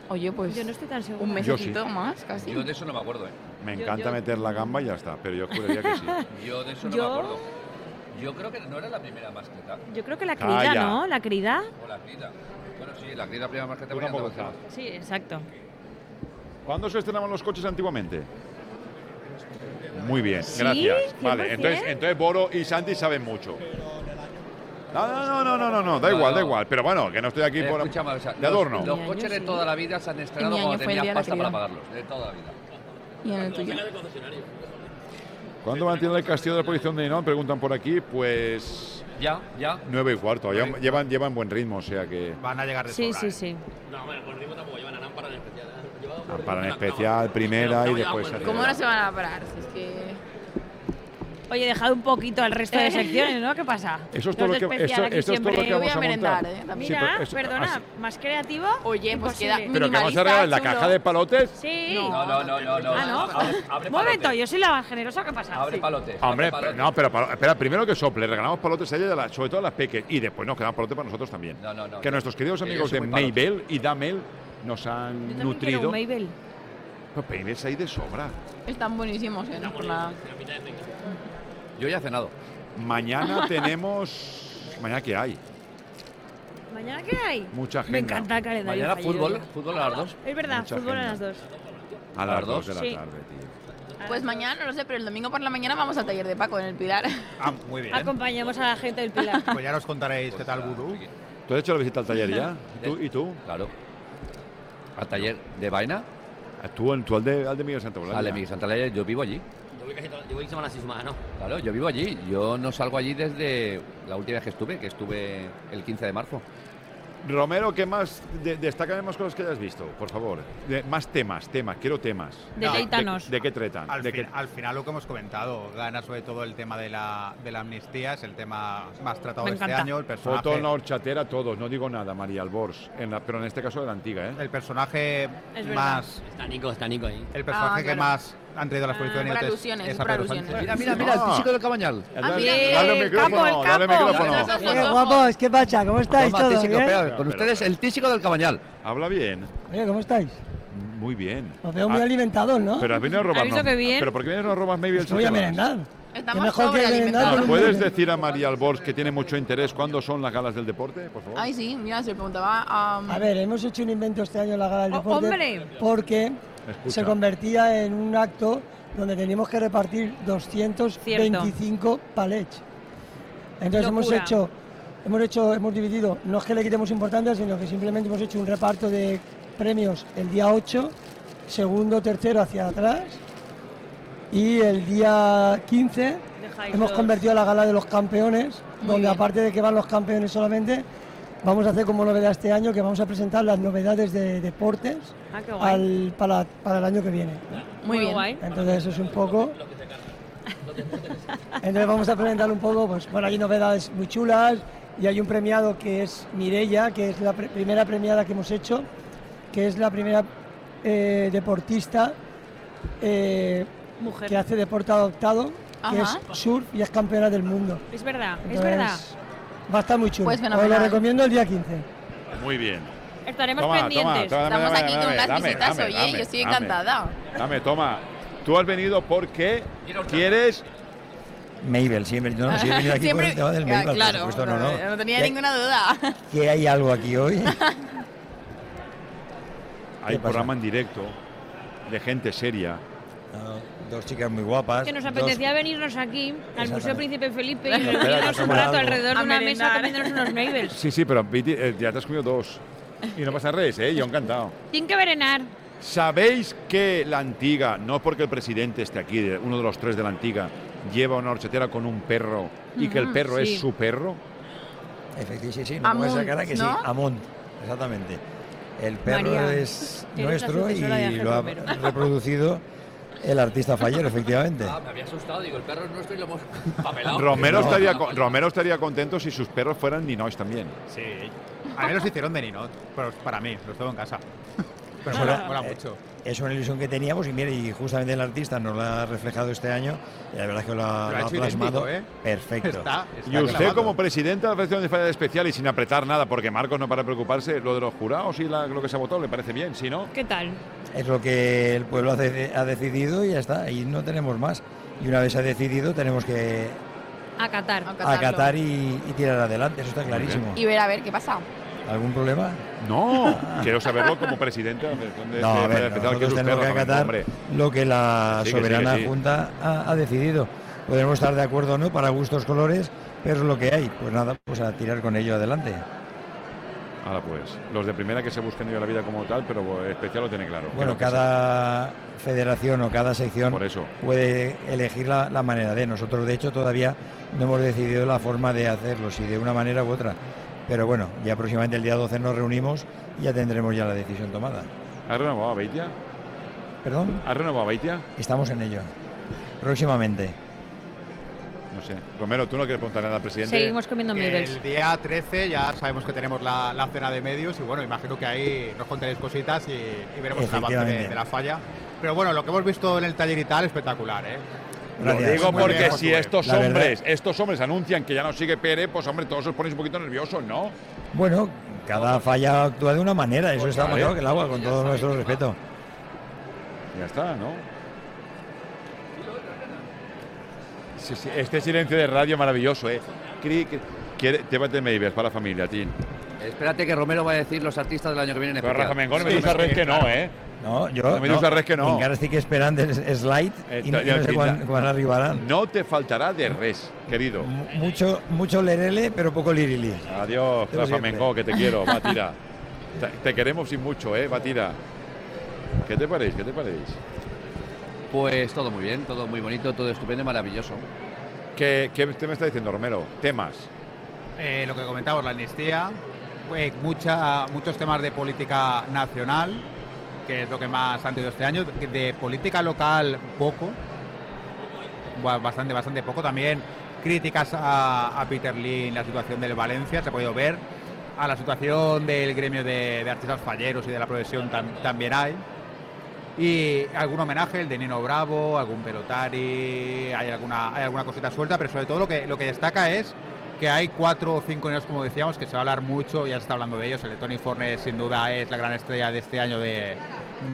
[SPEAKER 7] Oye, pues.
[SPEAKER 16] Yo no estoy tan segura.
[SPEAKER 7] Un
[SPEAKER 3] Yo sí.
[SPEAKER 7] mesecito más, casi.
[SPEAKER 6] Yo de eso no me acuerdo, ¿eh?
[SPEAKER 3] Me
[SPEAKER 6] Yo-
[SPEAKER 3] encanta
[SPEAKER 6] yo-
[SPEAKER 3] meter la gamba y ya está, pero yo juraría que sí.
[SPEAKER 6] Yo de eso no
[SPEAKER 16] Yo-
[SPEAKER 6] me acuerdo. Yo creo que no era la primera mascleta.
[SPEAKER 16] Yo creo que la crida,
[SPEAKER 3] Calla.
[SPEAKER 16] ¿no? ¿La crida?
[SPEAKER 6] O la crida. Bueno, sí, la crida primera mascleta.
[SPEAKER 3] Tú
[SPEAKER 6] venía
[SPEAKER 3] tampoco
[SPEAKER 6] andaba.
[SPEAKER 16] Sí, exacto.
[SPEAKER 3] ¿Cuándo se estrenaban los coches antiguamente? Muy bien,
[SPEAKER 16] Sí,
[SPEAKER 3] gracias. Vale,
[SPEAKER 16] 100%.
[SPEAKER 3] entonces, entonces Boro y Santi saben mucho. No, no, no, no, no, no, no, da
[SPEAKER 6] No,
[SPEAKER 3] igual, da
[SPEAKER 6] no.
[SPEAKER 3] igual. Pero bueno, que no estoy aquí
[SPEAKER 6] Eh,
[SPEAKER 3] por,
[SPEAKER 6] escúchame, o sea,
[SPEAKER 3] de
[SPEAKER 6] los-
[SPEAKER 3] adorno.
[SPEAKER 6] Los coches de toda la vida se han estrenado
[SPEAKER 7] mi año
[SPEAKER 6] cuando
[SPEAKER 7] fue el día de
[SPEAKER 6] tenías
[SPEAKER 7] la
[SPEAKER 6] pasta para
[SPEAKER 7] crida.
[SPEAKER 6] pagarlos. De toda la vida.
[SPEAKER 7] Y en el tuyo.
[SPEAKER 3] ¿Cuándo van a tener el castillo de la posición de Ninot? Preguntan por aquí, pues...
[SPEAKER 6] Ya, ya.
[SPEAKER 3] 9 y cuarto, ya llevan, llevan buen ritmo, o sea que...
[SPEAKER 5] Van a llegar de
[SPEAKER 16] Sí,
[SPEAKER 5] sobra,
[SPEAKER 16] sí,
[SPEAKER 5] ¿eh?
[SPEAKER 16] sí.
[SPEAKER 4] No, bueno, por ritmo tampoco llevan a Námpara en especial. ¿eh? Llevaba por
[SPEAKER 3] Para en
[SPEAKER 4] ritmo una-
[SPEAKER 3] especial, primera y después...
[SPEAKER 7] ¿Cómo no se van a parar? Si es que.
[SPEAKER 16] Oye, dejad un poquito al resto
[SPEAKER 7] Eh.
[SPEAKER 16] de secciones, ¿no? ¿Qué pasa?
[SPEAKER 3] Eso es todo
[SPEAKER 16] Los
[SPEAKER 3] lo que-
[SPEAKER 16] especiales
[SPEAKER 3] esto-
[SPEAKER 16] aquí
[SPEAKER 3] esto es todo lo
[SPEAKER 16] siempre.
[SPEAKER 3] que vamos a montar. Sí,
[SPEAKER 16] Mira,
[SPEAKER 3] pero eso-
[SPEAKER 16] perdona,
[SPEAKER 3] así-
[SPEAKER 16] más creativo.
[SPEAKER 7] ¿eh? Oye, pues queda
[SPEAKER 3] ¿Pero qué vamos a regalar? ¿La caja de palotes?
[SPEAKER 16] Sí.
[SPEAKER 6] No, no, no, no. no.
[SPEAKER 16] Ah, no.
[SPEAKER 6] Abre- abre
[SPEAKER 16] Momento, yo soy la más generosa, ¿qué pasa?
[SPEAKER 6] Abre
[SPEAKER 16] Sí.
[SPEAKER 6] palotes.
[SPEAKER 3] Hombre,
[SPEAKER 6] abre palotes.
[SPEAKER 3] no, pero palo- espera, primero que sople, regalamos palotes a ella, de la- sobre todo a las peques, y después nos quedan palotes para nosotros también.
[SPEAKER 6] No, no, no.
[SPEAKER 3] que nuestros queridos
[SPEAKER 6] Ellos
[SPEAKER 3] amigos
[SPEAKER 6] son
[SPEAKER 3] de
[SPEAKER 6] muy palotes.
[SPEAKER 3] Maybell y Damel nos han
[SPEAKER 16] También quiero
[SPEAKER 3] nutrido.
[SPEAKER 16] un Maybell.
[SPEAKER 3] Pero Maybell hay de sobra.
[SPEAKER 7] Están buenísimos, ¿eh? No es por nada.
[SPEAKER 6] Yo ya he cenado.
[SPEAKER 3] Mañana tenemos. ¿Mañana qué hay?
[SPEAKER 16] ¿Mañana qué hay?
[SPEAKER 3] Mucha gente.
[SPEAKER 16] Me encanta el calendario.
[SPEAKER 3] Mañana
[SPEAKER 16] fallido
[SPEAKER 3] fútbol,
[SPEAKER 16] ya.
[SPEAKER 3] fútbol a las dos.
[SPEAKER 16] Es verdad,
[SPEAKER 3] Mucha
[SPEAKER 16] fútbol a las
[SPEAKER 3] agenda.
[SPEAKER 16] dos.
[SPEAKER 3] A las 2 de
[SPEAKER 16] dos?
[SPEAKER 3] la
[SPEAKER 16] Sí.
[SPEAKER 3] tarde, tío.
[SPEAKER 7] Pues mañana no lo sé, pero el domingo por la mañana vamos al taller de Paco en el Pilar.
[SPEAKER 5] Ah, muy bien.
[SPEAKER 16] Acompañamos a la gente del Pilar.
[SPEAKER 5] Pues ya nos contaréis qué tal, gurú.
[SPEAKER 3] ¿Tú has hecho la visita al taller ya? ¿Y tú? ¿Y tú?
[SPEAKER 6] Claro. ¿Al taller de vaina?
[SPEAKER 3] Tú, tú al, de, al de Miguel Santa Eulalia.
[SPEAKER 6] Al de Miguel Santa Eulalia, yo vivo allí.
[SPEAKER 4] Yo voy casi todo- yo voy semana sí, semana no.
[SPEAKER 6] Claro, yo vivo allí. Yo no salgo allí desde la última vez que estuve, que estuve el 15 de marzo.
[SPEAKER 3] Romero, ¿qué más? De, destácame más cosas que hayas visto, por favor. De- más temas, temas, quiero temas. Ah,
[SPEAKER 5] Deleítanos.
[SPEAKER 3] ¿De, de qué tratan?
[SPEAKER 5] Al,
[SPEAKER 3] ¿De
[SPEAKER 5] fin-
[SPEAKER 3] qué-
[SPEAKER 5] al final lo que hemos comentado, gana sobre todo el tema de la, de la amnistía, es el tema más tratado este año, el personaje.
[SPEAKER 3] Foto en la horchatera, todos, no digo nada, María Albors. En la- pero en este caso de la antigua, ¿eh?
[SPEAKER 5] El personaje
[SPEAKER 7] Es verdad.
[SPEAKER 5] más.
[SPEAKER 4] Está Nico, está Nico ahí.
[SPEAKER 5] El personaje
[SPEAKER 7] Ah,
[SPEAKER 5] que
[SPEAKER 7] claro. Ah,
[SPEAKER 5] más han traído a la exposición
[SPEAKER 7] por
[SPEAKER 5] es-
[SPEAKER 7] alusiones,
[SPEAKER 5] es a
[SPEAKER 7] por
[SPEAKER 5] Pedro
[SPEAKER 7] alusiones.
[SPEAKER 5] Sánchez.
[SPEAKER 6] Mira, mira, mira, el chico del cabañal.
[SPEAKER 7] Ah,
[SPEAKER 3] Dale-
[SPEAKER 7] bien,
[SPEAKER 3] dale
[SPEAKER 7] el
[SPEAKER 3] micrófono,
[SPEAKER 7] capo, el
[SPEAKER 3] dale
[SPEAKER 7] capo.
[SPEAKER 3] micrófono.
[SPEAKER 7] Esos dos
[SPEAKER 20] Eh,
[SPEAKER 7] ojos.
[SPEAKER 20] guapos, ¿qué pasa? ¿Cómo estáis
[SPEAKER 6] Toma,
[SPEAKER 20] todos?
[SPEAKER 6] tísico,
[SPEAKER 20] ¿Bien?
[SPEAKER 6] espera, con ustedes el tísico del cabañal.
[SPEAKER 3] Habla bien.
[SPEAKER 20] Oye, ¿cómo estáis?
[SPEAKER 3] Muy bien.
[SPEAKER 20] Os veo muy
[SPEAKER 3] Ah,
[SPEAKER 20] alimentados, ¿no?
[SPEAKER 3] Pero has venido a robarnos.
[SPEAKER 20] Aviso que bien.
[SPEAKER 3] ¿Pero por qué vienes a robar maybe el
[SPEAKER 20] Voy a
[SPEAKER 3] Santa Eulalia?
[SPEAKER 20] merendar.
[SPEAKER 7] Estamos
[SPEAKER 20] Qué mejor que merendar
[SPEAKER 7] sobreenmentados.
[SPEAKER 20] con un
[SPEAKER 3] ¿Puedes
[SPEAKER 20] merengue.
[SPEAKER 3] decir a María Albors, que tiene mucho interés, cuándo son las galas del deporte, por favor?
[SPEAKER 7] Ay, sí, mira, se le preguntaba a... um,
[SPEAKER 20] A ver, hemos hecho un invento este año en la Gala del Deporte.
[SPEAKER 7] hombre.
[SPEAKER 20] Porque
[SPEAKER 3] Escucha.
[SPEAKER 20] se convertía en un acto donde teníamos que repartir 225 palets. Entonces hemos
[SPEAKER 7] Locura.
[SPEAKER 20] hecho, hemos hecho, hemos dividido, no es que le quitemos importancia, sino que simplemente hemos hecho un reparto de premios el día 8, segundo, tercero hacia atrás. Y el día 15
[SPEAKER 16] Dejáis
[SPEAKER 20] hemos
[SPEAKER 16] los-
[SPEAKER 20] convertido la gala de los campeones,
[SPEAKER 16] Muy
[SPEAKER 20] donde
[SPEAKER 16] bien.
[SPEAKER 20] aparte de que van los campeones solamente, vamos a hacer como novedad este año que vamos a presentar las novedades de deportes
[SPEAKER 16] Ah, qué guay.
[SPEAKER 20] al, para, para el año que viene.
[SPEAKER 16] Muy bien. guay.
[SPEAKER 20] Entonces eso es un poco... Entonces vamos a presentar un poco, pues bueno, hay novedades muy chulas y hay un premiado que es Mirella, que es la pre- primera premiada que hemos hecho, que es la primera eh, deportista eh,
[SPEAKER 16] Mujer.
[SPEAKER 20] que hace deporte adoptado, que
[SPEAKER 16] Ajá.
[SPEAKER 20] es surf y es campeona del mundo.
[SPEAKER 16] Es verdad, es
[SPEAKER 20] Entonces,
[SPEAKER 16] verdad.
[SPEAKER 20] Va a estar muy chulo.
[SPEAKER 16] Pues
[SPEAKER 20] Os lo
[SPEAKER 16] fenomenal.
[SPEAKER 20] recomiendo el día 15.
[SPEAKER 3] Muy bien.
[SPEAKER 7] Estaremos
[SPEAKER 3] Toma,
[SPEAKER 7] pendientes.
[SPEAKER 3] toma, toma,
[SPEAKER 7] Estamos
[SPEAKER 3] dame,
[SPEAKER 7] aquí
[SPEAKER 3] dame,
[SPEAKER 7] con unas
[SPEAKER 3] dame,
[SPEAKER 7] visitas,
[SPEAKER 3] dame,
[SPEAKER 7] oye,
[SPEAKER 3] dame,
[SPEAKER 7] yo estoy
[SPEAKER 3] dame.
[SPEAKER 7] encantada.
[SPEAKER 3] Dame, toma. Tú has venido porque quieres...
[SPEAKER 18] Mabel, siempre, no, sí he venido aquí por
[SPEAKER 7] Siempre-
[SPEAKER 18] el tema del
[SPEAKER 7] Ah,
[SPEAKER 18] Mabel,
[SPEAKER 7] claro,
[SPEAKER 18] por supuesto, no, no.
[SPEAKER 7] no tenía
[SPEAKER 18] ¿Qué-
[SPEAKER 7] ninguna duda.
[SPEAKER 18] ¿Que hay algo aquí hoy?
[SPEAKER 3] Hay
[SPEAKER 18] ¿Qué pasa?
[SPEAKER 3] programa en directo de gente seria.
[SPEAKER 18] dos chicas muy guapas.
[SPEAKER 16] Que nos apetecía venirnos aquí, al Museo
[SPEAKER 3] Exactamente.
[SPEAKER 16] Príncipe Felipe, y
[SPEAKER 18] Espera, que
[SPEAKER 16] reunirnos un
[SPEAKER 18] hacemos
[SPEAKER 16] rato
[SPEAKER 18] algo.
[SPEAKER 16] alrededor de
[SPEAKER 7] A
[SPEAKER 16] una mesa
[SPEAKER 7] merendar.
[SPEAKER 16] comiéndonos unos Mabels.
[SPEAKER 3] Sí, sí, pero Piti, eh, ya te has comido dos. Y no pasa res, ¿eh? Yo encantado.
[SPEAKER 16] Tienen que verenar.
[SPEAKER 3] ¿Sabéis que la antiga, no porque el presidente esté aquí, de- uno de los tres de la antiga, lleva una horchatera con un perro y que el
[SPEAKER 18] Ujú,
[SPEAKER 3] perro
[SPEAKER 18] sí.
[SPEAKER 3] es su perro?
[SPEAKER 18] Efectivamente, sí, sí, no pongas esa Amont, cara que sí. ¿no? Amont, exactamente. El perro María, es eres la nuestro y sucesora de Ángel lo ha Romero. reproducido el artista fallero, efectivamente.
[SPEAKER 6] Ah, me había asustado, digo, el perro es nuestro y lo hemos papelado.
[SPEAKER 3] Romero,
[SPEAKER 18] No.
[SPEAKER 3] estaría, co- Romero estaría contento si sus perros fueran ninois también.
[SPEAKER 5] Sí. A mí los hicieron de Nino, pero para mí, los tengo en casa. Pero
[SPEAKER 18] Bueno,
[SPEAKER 5] mola, mola
[SPEAKER 18] eh,
[SPEAKER 5] mucho.
[SPEAKER 18] Es una ilusión que teníamos y mire, y justamente el artista nos la ha reflejado este año y la verdad es que lo ha,
[SPEAKER 5] Lo ha
[SPEAKER 18] lo ha
[SPEAKER 5] hecho
[SPEAKER 18] plasmado
[SPEAKER 5] idéntico, ¿eh?
[SPEAKER 18] perfecto.
[SPEAKER 5] Está-
[SPEAKER 3] Y usted como presidenta de la Federación de Fallas Especial y sin apretar nada, porque Marcos no para de preocuparse, lo de los jurados y la- lo que se ha votado le parece bien, si no...
[SPEAKER 16] ¿Qué tal?
[SPEAKER 18] Es lo que el pueblo ha, de- ha decidido y ya está, y no tenemos más. Y una vez se ha decidido tenemos que
[SPEAKER 7] Acatar.
[SPEAKER 18] acatar y, y tirar adelante, eso está clarísimo.
[SPEAKER 7] Y ver a ver qué pasa.
[SPEAKER 18] ¿Algún problema?
[SPEAKER 3] No, quiero saberlo como presidenta de la Federación de-
[SPEAKER 18] No,
[SPEAKER 3] de
[SPEAKER 18] a
[SPEAKER 3] Fallas
[SPEAKER 18] ver,
[SPEAKER 3] Especial, que
[SPEAKER 18] nosotros
[SPEAKER 3] sus
[SPEAKER 18] tenemos que
[SPEAKER 3] perros,
[SPEAKER 18] acatar
[SPEAKER 3] hombre.
[SPEAKER 18] lo que la
[SPEAKER 3] Sí, que sí, que
[SPEAKER 18] soberana
[SPEAKER 3] sí.
[SPEAKER 18] Junta ha, ha decidido. Podemos estar de acuerdo o no, para gustos, colores, pero es lo que hay. Pues nada, pues a tirar con ello adelante.
[SPEAKER 3] Ahora pues, los de primera que se busquen ellos la vida como tal, pero bueno, especial lo tiene claro.
[SPEAKER 18] Bueno,
[SPEAKER 3] Que no, que
[SPEAKER 18] cada federación o cada sección puede elegir la, la manera de. Nosotros, de hecho, todavía no hemos decidido la forma de hacerlo, si de una manera u otra. Pero bueno, ya próximamente el día 12 nos reunimos y ya tendremos ya la decisión tomada.
[SPEAKER 3] sí. ¿Has renovado a Beitia?
[SPEAKER 18] ¿Perdón?
[SPEAKER 3] ¿Has renovado a Beitia?
[SPEAKER 18] Estamos en ello. Próximamente.
[SPEAKER 3] No sé. Romero, tú no quieres preguntar nada al presidente.
[SPEAKER 16] comiendo
[SPEAKER 5] Mabel.
[SPEAKER 16] Mabels.
[SPEAKER 5] El día 13 ya sabemos que tenemos la, la cena de medios y bueno, imagino que ahí nos contaréis cositas y, y veremos el avance de,
[SPEAKER 18] Efectivamente.
[SPEAKER 5] de la falla. Pero bueno, lo que hemos visto en el taller y tal, espectacular, ¿eh?
[SPEAKER 3] Lo digo
[SPEAKER 5] Muy
[SPEAKER 3] porque
[SPEAKER 5] bien,
[SPEAKER 3] si
[SPEAKER 5] Josué.
[SPEAKER 3] estos
[SPEAKER 18] pues, La verdad-
[SPEAKER 3] hombres, estos hombres anuncian que ya no sigue Pérez, pues hombre, todos os ponéis un poquito nerviosos, ¿no?
[SPEAKER 18] Bueno, cada falla actúa de una manera, eso
[SPEAKER 3] Pues
[SPEAKER 18] está
[SPEAKER 3] vale.
[SPEAKER 18] claro que el agua, con todo nuestro respeto.
[SPEAKER 3] Ya está, ¿no? Sí, sí, este silencio de radio maravilloso, ¿eh? Cri, cri. Quiere- Llévate Maybers para la familia, Tin.
[SPEAKER 6] Espérate que Romero va a decir los artistas del año que viene. en
[SPEAKER 3] Pero
[SPEAKER 6] especial.
[SPEAKER 3] Rafa Mengón y Medusa Res que no, ¿eh?
[SPEAKER 21] No, yo.
[SPEAKER 3] La Medusa
[SPEAKER 21] no,
[SPEAKER 3] Res que no.
[SPEAKER 21] Encara estic esperant el slide y no,
[SPEAKER 3] Esta-
[SPEAKER 21] yo no sé
[SPEAKER 3] Tin,
[SPEAKER 21] cuán,
[SPEAKER 3] la-
[SPEAKER 21] cuán arribarán.
[SPEAKER 3] No te faltará de res, querido.
[SPEAKER 21] Mucho, mucho lerele, pero poco lirili.
[SPEAKER 3] Adiós,
[SPEAKER 21] Como
[SPEAKER 3] Rafa
[SPEAKER 21] siempre.
[SPEAKER 3] Mengó, que te quiero, Batira. te, te queremos y mucho, ¿eh, Batira? ¿Qué te parece? ¿Qué te parece?
[SPEAKER 6] Pues todo muy bien, todo muy bonito, todo estupendo y maravilloso.
[SPEAKER 3] ¿Qué, qué usted me está diciendo, Romero? Temas.
[SPEAKER 5] Eh, lo que comentábamos, la amnistía, eh, mucha- muchos temas de política nacional, que es lo que más han tenido este año, de política local poco, ba- bastante, bastante poco también. Críticas a, a Peter Lin, la situación del Valencia, se ha podido ver, a la situación del gremio de, de artistas falleros y de la profesión tam- también hay. Y algún homenaje, el de Nino Bravo, algún pelotari, hay alguna, hay alguna cosita suelta, pero sobre todo lo que, lo que destaca es que hay cuatro o cinco niños, como decíamos, que se va a hablar mucho, ya se está hablando de ellos. El de Tony Fornes, sin duda, es la gran estrella de este año de,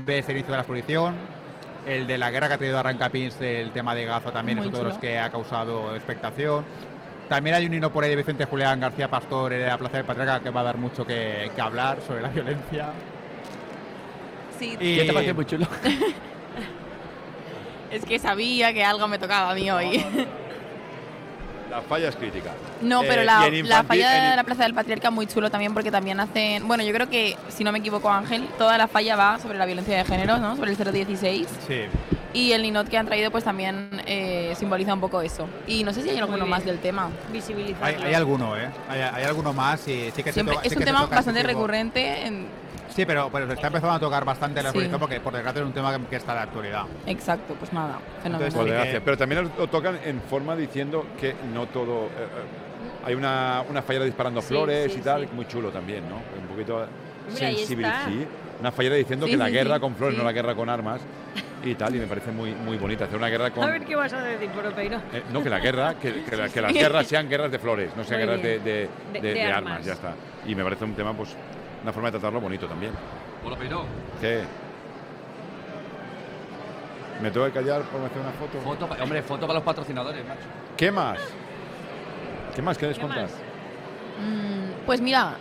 [SPEAKER 5] de este inicio de la exposición. El de la guerra que ha tenido Arrancapins, el tema de Gaza también
[SPEAKER 18] Muy
[SPEAKER 5] es otro de
[SPEAKER 18] chulo.
[SPEAKER 5] los que ha causado expectación. También hay un hino por ahí de Vicente Julián García Pastor en la Plaza del Patriarca que va a dar mucho que, que hablar sobre la violencia.
[SPEAKER 7] Sí,
[SPEAKER 5] Y-
[SPEAKER 6] chulo?
[SPEAKER 7] es que sabía que algo me tocaba a mí hoy.
[SPEAKER 3] La falla es crítica.
[SPEAKER 7] No,
[SPEAKER 3] Eh,
[SPEAKER 7] pero la,
[SPEAKER 3] y en
[SPEAKER 7] la
[SPEAKER 3] infantil-
[SPEAKER 7] falla
[SPEAKER 3] en-
[SPEAKER 7] de la Plaza del Patriarca muy chulo también porque también hacen, bueno, yo creo que, si no me equivoco Ángel, toda la falla va sobre la violencia de género, ¿no? Sobre el 016
[SPEAKER 5] Sí.
[SPEAKER 7] y el ninot que han traído pues también eh, simboliza un poco eso. Y no sé si hay
[SPEAKER 5] Muy
[SPEAKER 7] alguno
[SPEAKER 5] bien.
[SPEAKER 7] más del tema.
[SPEAKER 16] Visibilizar.
[SPEAKER 5] Hay, hay alguno, ¿eh? Hay, hay alguno más y sí que se
[SPEAKER 7] Siempre,
[SPEAKER 5] toca-
[SPEAKER 7] es
[SPEAKER 5] sí
[SPEAKER 7] un
[SPEAKER 5] que se
[SPEAKER 7] tema
[SPEAKER 5] toca
[SPEAKER 7] bastante
[SPEAKER 5] este tipo-
[SPEAKER 7] recurrente, en-
[SPEAKER 5] Sí, pero, pero se está empezando a tocar bastante la
[SPEAKER 7] Sí.
[SPEAKER 5] exposición porque, por desgracia, es un tema que, que está de actualidad.
[SPEAKER 7] exacto, pues nada, fenomenal.
[SPEAKER 3] Por desgracia. Pero también lo tocan en forma diciendo que no todo. eh, eh, hay una, una fallera disparando
[SPEAKER 16] Sí,
[SPEAKER 3] flores
[SPEAKER 16] sí,
[SPEAKER 3] y tal,
[SPEAKER 16] sí.
[SPEAKER 3] muy chulo también, ¿no? Un poquito
[SPEAKER 16] Hombre, ahí
[SPEAKER 3] sensibilidad.
[SPEAKER 16] está.
[SPEAKER 3] sí. Una fallera diciendo
[SPEAKER 16] Sí,
[SPEAKER 3] que la
[SPEAKER 16] sí,
[SPEAKER 3] guerra
[SPEAKER 16] sí,
[SPEAKER 3] con flores,
[SPEAKER 16] sí.
[SPEAKER 3] no la guerra con armas y tal, y me parece muy, muy bonita. Hacer una guerra con.
[SPEAKER 16] A ver qué vas a decir, Poropeiro.
[SPEAKER 3] Eh, no, que la guerra, que, que la- que las
[SPEAKER 16] sí.
[SPEAKER 3] guerras sean guerras de flores, no sean
[SPEAKER 16] Muy
[SPEAKER 3] guerras de,
[SPEAKER 16] bien.
[SPEAKER 3] de-
[SPEAKER 16] De-
[SPEAKER 3] de-
[SPEAKER 16] de
[SPEAKER 3] de
[SPEAKER 16] armas.
[SPEAKER 3] armas. ya está. Y me parece un tema, pues, una forma de tratarlo bonito también.
[SPEAKER 6] Poropeiro,
[SPEAKER 3] ¿Qué? ¿Me tengo que callar por hacer una foto?
[SPEAKER 6] foto, pa- hombre, foto para los patrocinadores, macho.
[SPEAKER 3] ¿Qué más? ¿Qué más quieres
[SPEAKER 6] ¿Qué
[SPEAKER 3] contar?
[SPEAKER 7] Mm, pues mira,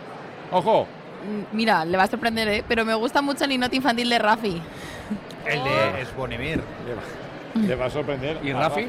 [SPEAKER 3] ¡Ojo!
[SPEAKER 7] mm, mira, le va a sorprender, ¿eh? Pero me gusta mucho el ninot infantil de Rafi.
[SPEAKER 5] El de Svonimir.
[SPEAKER 3] Le va, le va a sorprender.
[SPEAKER 5] ¿Y
[SPEAKER 3] a
[SPEAKER 5] Rafi?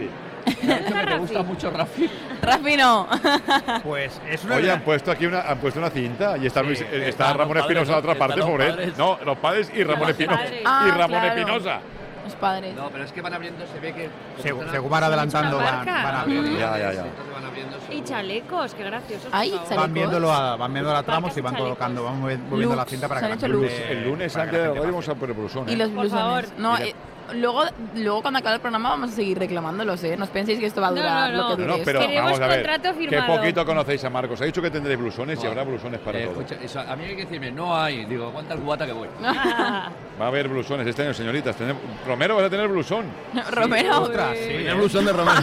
[SPEAKER 6] Me gusta mucho Rafi.
[SPEAKER 7] Rafi no.
[SPEAKER 5] Pues es una.
[SPEAKER 3] Oye, han puesto aquí una, han puesto una cinta y está, Luis- eh, está
[SPEAKER 5] están
[SPEAKER 3] Ramón
[SPEAKER 5] los padres,
[SPEAKER 3] Espinosa en la otra
[SPEAKER 5] están
[SPEAKER 3] parte,
[SPEAKER 5] los
[SPEAKER 3] pobre.
[SPEAKER 5] padres.
[SPEAKER 3] No, los padres y Ramón
[SPEAKER 5] los
[SPEAKER 3] Espinosa.
[SPEAKER 5] padres.
[SPEAKER 3] Y
[SPEAKER 7] Ah,
[SPEAKER 3] Ramón
[SPEAKER 7] claro.
[SPEAKER 3] Espinosa.
[SPEAKER 7] Los padres.
[SPEAKER 6] No, pero es que van abriendo, se ve que.
[SPEAKER 5] Según- según van adelantando,
[SPEAKER 16] Una
[SPEAKER 5] van,
[SPEAKER 16] barca.
[SPEAKER 5] van abriendo.
[SPEAKER 16] Ya,
[SPEAKER 3] ya, ya.
[SPEAKER 6] Entonces van abriendo su-
[SPEAKER 16] Y chalecos, qué gracioso.
[SPEAKER 7] Ay,
[SPEAKER 5] Van
[SPEAKER 7] chalecos.
[SPEAKER 5] viéndolo, a- van viendo la tramos
[SPEAKER 16] Barcas
[SPEAKER 5] y
[SPEAKER 16] y
[SPEAKER 5] van
[SPEAKER 16] chalecos.
[SPEAKER 5] colocando, van movi- moviendo la
[SPEAKER 7] Looks,
[SPEAKER 5] cinta para
[SPEAKER 7] se
[SPEAKER 5] que
[SPEAKER 7] han
[SPEAKER 5] la
[SPEAKER 7] hecho
[SPEAKER 5] gente,
[SPEAKER 7] looks.
[SPEAKER 3] El lunes
[SPEAKER 5] para que la
[SPEAKER 3] antes de
[SPEAKER 5] gente
[SPEAKER 3] hoy
[SPEAKER 5] pase.
[SPEAKER 3] vamos a por el blusón. ¿eh?
[SPEAKER 7] Y los
[SPEAKER 16] Por
[SPEAKER 7] blusones.
[SPEAKER 16] favor.
[SPEAKER 7] No,
[SPEAKER 3] Mira.
[SPEAKER 7] eh, luego, luego cuando acabe el programa vamos a seguir reclamándolos, ¿eh? No os penséis que esto va a
[SPEAKER 16] No,
[SPEAKER 7] durar
[SPEAKER 16] no,
[SPEAKER 7] lo que
[SPEAKER 3] No,
[SPEAKER 7] dure
[SPEAKER 3] no,
[SPEAKER 7] esto.
[SPEAKER 3] pero
[SPEAKER 16] Queremos
[SPEAKER 3] vamos a ver.
[SPEAKER 16] contrato
[SPEAKER 3] Qué
[SPEAKER 16] firmado.
[SPEAKER 3] poquito conocéis a Marcos. Ha dicho que tendréis blusones y
[SPEAKER 6] Bueno,
[SPEAKER 3] habrá blusones para
[SPEAKER 6] Eh,
[SPEAKER 3] todos.
[SPEAKER 6] escucha, eso, a mí hay que decirme, no hay. Digo, aguanta el cubata que voy.
[SPEAKER 3] Va a haber blusones este año, señoritas. Tenemos- Romero, vas a tener blusón.
[SPEAKER 7] Romero.
[SPEAKER 5] Ostras, sí.
[SPEAKER 22] Primer blusón de Romero.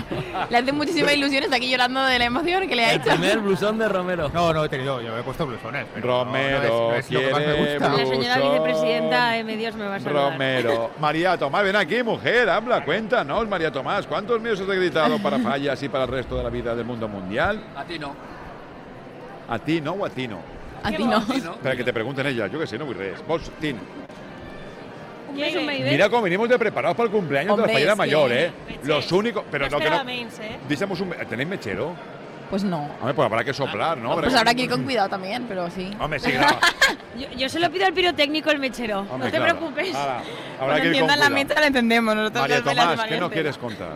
[SPEAKER 7] Le hace muchísima ilusión, está aquí llorando de la emoción que le ha hecho.
[SPEAKER 22] Primer blusón de Romero.
[SPEAKER 5] No, no he tenido, yo he puesto blusones. Pero no- no
[SPEAKER 3] Romero
[SPEAKER 5] es- no es lo que más me
[SPEAKER 3] quiere
[SPEAKER 5] gusta.
[SPEAKER 16] La señora
[SPEAKER 3] Blusón.
[SPEAKER 16] vicepresidenta, M. Dios, me va a saludar.
[SPEAKER 3] Romero. María Tomás, ven aquí, mujer, habla, cuéntanos, María Tomás, ¿cuántos míos has gritado para fallas y para el resto de la vida del mundo mundial?
[SPEAKER 6] A ti no.
[SPEAKER 3] ¿A ti no o a ti no?
[SPEAKER 7] A ti no.
[SPEAKER 3] Para que te pregunten ella, yo que sé, no voy res. Vos, Tin,
[SPEAKER 16] Un beso, un baby.
[SPEAKER 3] mira cómo venimos de preparados para el cumpleaños
[SPEAKER 7] Hombre,
[SPEAKER 3] de la fallera
[SPEAKER 7] es que-
[SPEAKER 3] mayor, ¿eh? Los únicos, pero
[SPEAKER 16] No
[SPEAKER 3] lo que
[SPEAKER 16] esperaba
[SPEAKER 3] no...
[SPEAKER 16] mains, ¿eh?
[SPEAKER 3] Dicemos un... ¿Tenéis mechero?
[SPEAKER 7] Pues no.
[SPEAKER 3] Hombre, pues habrá que soplar, ¿no?
[SPEAKER 7] Pues habrá que ir con cuidado también, pero sí.
[SPEAKER 3] Hombre, sí, claro.
[SPEAKER 16] Yo, yo se lo pido al pirotécnico el mechero.
[SPEAKER 3] Hombre,
[SPEAKER 16] no te
[SPEAKER 3] claro.
[SPEAKER 16] preocupes.
[SPEAKER 3] Ahora, habrá
[SPEAKER 7] Cuando
[SPEAKER 3] que ir con
[SPEAKER 7] entiendan la
[SPEAKER 3] cuidado.
[SPEAKER 7] meta la entendemos. Nosotros
[SPEAKER 3] María
[SPEAKER 7] las velas
[SPEAKER 3] Tomás, ¿qué no
[SPEAKER 7] valientes.
[SPEAKER 3] quieres contar?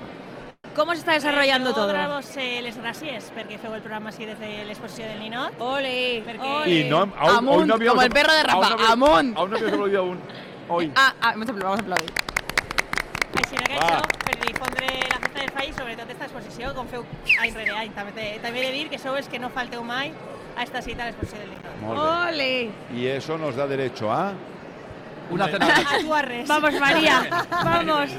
[SPEAKER 16] ¿Cómo se está desarrollando todo?
[SPEAKER 13] Doncs eh, les gràcies perquè feu el programa així des de l'exposició del Ninot.
[SPEAKER 16] Ole,
[SPEAKER 13] Perquè...
[SPEAKER 3] Y no, aún,
[SPEAKER 7] Amunt,
[SPEAKER 3] aún no habíamos-
[SPEAKER 7] como el perro de Rafa,
[SPEAKER 3] aún no habíamos-
[SPEAKER 7] Amunt.
[SPEAKER 3] Aún no habíamos aplaudido aún. Hoy.
[SPEAKER 7] Ah, ah, vamos a apl- vamos a aplaudir.
[SPEAKER 13] Així que
[SPEAKER 3] Va.
[SPEAKER 13] això, per difondre la festa del Fall i sobretot aquesta exposició, com feu any rere any. També, te, també he de dir que sou els que no falteu mai a esta cita a l'exposició del Ninot.
[SPEAKER 3] Molt bé. Y eso nos da derecho a...
[SPEAKER 6] Una
[SPEAKER 13] A tu a res.
[SPEAKER 16] Vamos, María, vamos.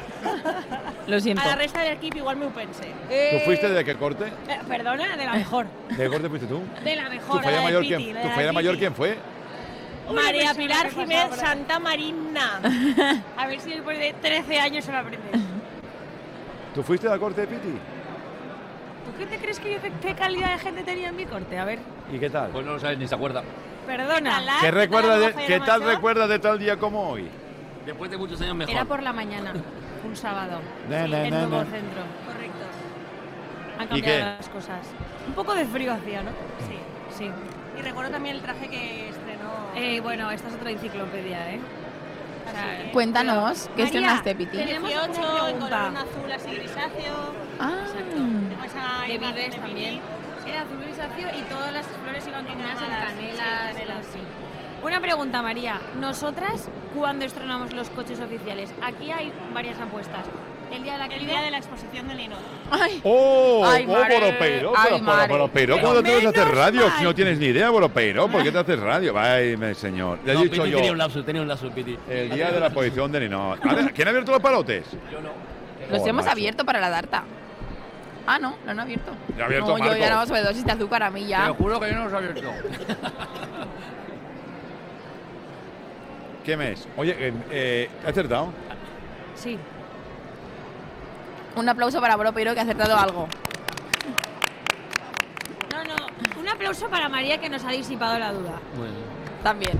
[SPEAKER 7] Lo siento.
[SPEAKER 13] A la resta de l'equip igual m'ho pense.
[SPEAKER 3] ¿Tú fuiste de qué corte?
[SPEAKER 13] Eh, perdona, de la mejor.
[SPEAKER 3] ¿De qué corte fuiste tú?
[SPEAKER 13] De la
[SPEAKER 3] ¿Tu
[SPEAKER 13] mejor. la
[SPEAKER 3] falla
[SPEAKER 13] del
[SPEAKER 3] mayor,
[SPEAKER 13] Piti,
[SPEAKER 3] quién,
[SPEAKER 13] la
[SPEAKER 3] tu
[SPEAKER 13] del
[SPEAKER 3] falla mayor
[SPEAKER 13] Piti.
[SPEAKER 3] quién fue?
[SPEAKER 13] María
[SPEAKER 16] persona
[SPEAKER 13] Pilar
[SPEAKER 16] que pasaba
[SPEAKER 13] Jiménez
[SPEAKER 16] por ahí.
[SPEAKER 13] Santa Marina.
[SPEAKER 16] A ver si después de 13 años se lo aprende.
[SPEAKER 3] ¿Tú fuiste de la corte de Piti?
[SPEAKER 16] ¿Tú qué te crees que yo qué, qué calidad de gente tenía en mi corte? A ver,
[SPEAKER 6] ¿Y qué tal? Pues no lo sabes ni se acuerda.
[SPEAKER 16] perdona.
[SPEAKER 13] Ah,
[SPEAKER 3] ¿Qué, recuerda de, ¿qué tal recuerdas de tal día como hoy?
[SPEAKER 4] Después de muchos años
[SPEAKER 16] Era
[SPEAKER 4] mejor.
[SPEAKER 16] por la mañana, un sábado,
[SPEAKER 3] Na, na,
[SPEAKER 16] en
[SPEAKER 3] na,
[SPEAKER 16] nuevo
[SPEAKER 3] na.
[SPEAKER 16] centro. Correcto. Han
[SPEAKER 3] ¿Y
[SPEAKER 16] cambiado
[SPEAKER 3] qué?
[SPEAKER 16] las cosas. Un poco de frío hacía, ¿no? Sí. Sí.
[SPEAKER 13] Y recuerdo también el traje que estrenó.
[SPEAKER 16] Eh, bueno, esta es otra enciclopedia, ¿eh? O sea, eh,
[SPEAKER 7] Cuéntanos, ¿qué
[SPEAKER 16] María,
[SPEAKER 7] estrenaste, Piti?
[SPEAKER 16] tenemos una
[SPEAKER 13] 18 en color
[SPEAKER 16] pregunta.
[SPEAKER 13] un azul así grisáceo.
[SPEAKER 7] Ah,
[SPEAKER 16] de Vives también. Era azul grisáceo y todas las flores iban combinadas en canelas. sí. Una pregunta, María. Nosotras, ¿cuándo estrenamos los coches oficiales? Aquí hay varias apuestas. El día de la,
[SPEAKER 13] El día de la exposición del Linot.
[SPEAKER 3] ¡Oh!
[SPEAKER 13] Ay,
[SPEAKER 3] ¡Oh,
[SPEAKER 13] mare.
[SPEAKER 3] Boropeiro!
[SPEAKER 13] Ay,
[SPEAKER 3] Pero,
[SPEAKER 13] mare.
[SPEAKER 3] pero, Boropeiro,
[SPEAKER 13] Pero
[SPEAKER 3] ¿cuándo te vas a hacer
[SPEAKER 13] menos
[SPEAKER 3] radio?
[SPEAKER 13] mal. Ah.
[SPEAKER 3] Si no tienes ni idea, Boropeiro, ¿por qué te haces radio? Ay, me señor. Le he
[SPEAKER 4] No,
[SPEAKER 3] dicho
[SPEAKER 4] Piti
[SPEAKER 3] yo,
[SPEAKER 4] tenía un lapsus, tenía un lapsus, Piti.
[SPEAKER 3] el día de la posición de Nino. A ver, ¿Quién ha abierto los palotes? Yo no.
[SPEAKER 7] Los hemos abierto para la Darta. Ah, no, lo han abierto.
[SPEAKER 3] Ya ha abierto
[SPEAKER 7] no, yo
[SPEAKER 3] Marco.
[SPEAKER 7] ya no sobredosis de azúcar a mí
[SPEAKER 6] Te
[SPEAKER 7] ya.
[SPEAKER 6] lo juro que yo no los he abierto.
[SPEAKER 3] ¿Qué mes? Oye, eh, eh, ¿he acertado?
[SPEAKER 16] Sí.
[SPEAKER 7] Un aplauso para Boro Peiro que ha acertado algo.
[SPEAKER 16] No, no. Un aplauso para María que nos ha disipado la duda.
[SPEAKER 7] También.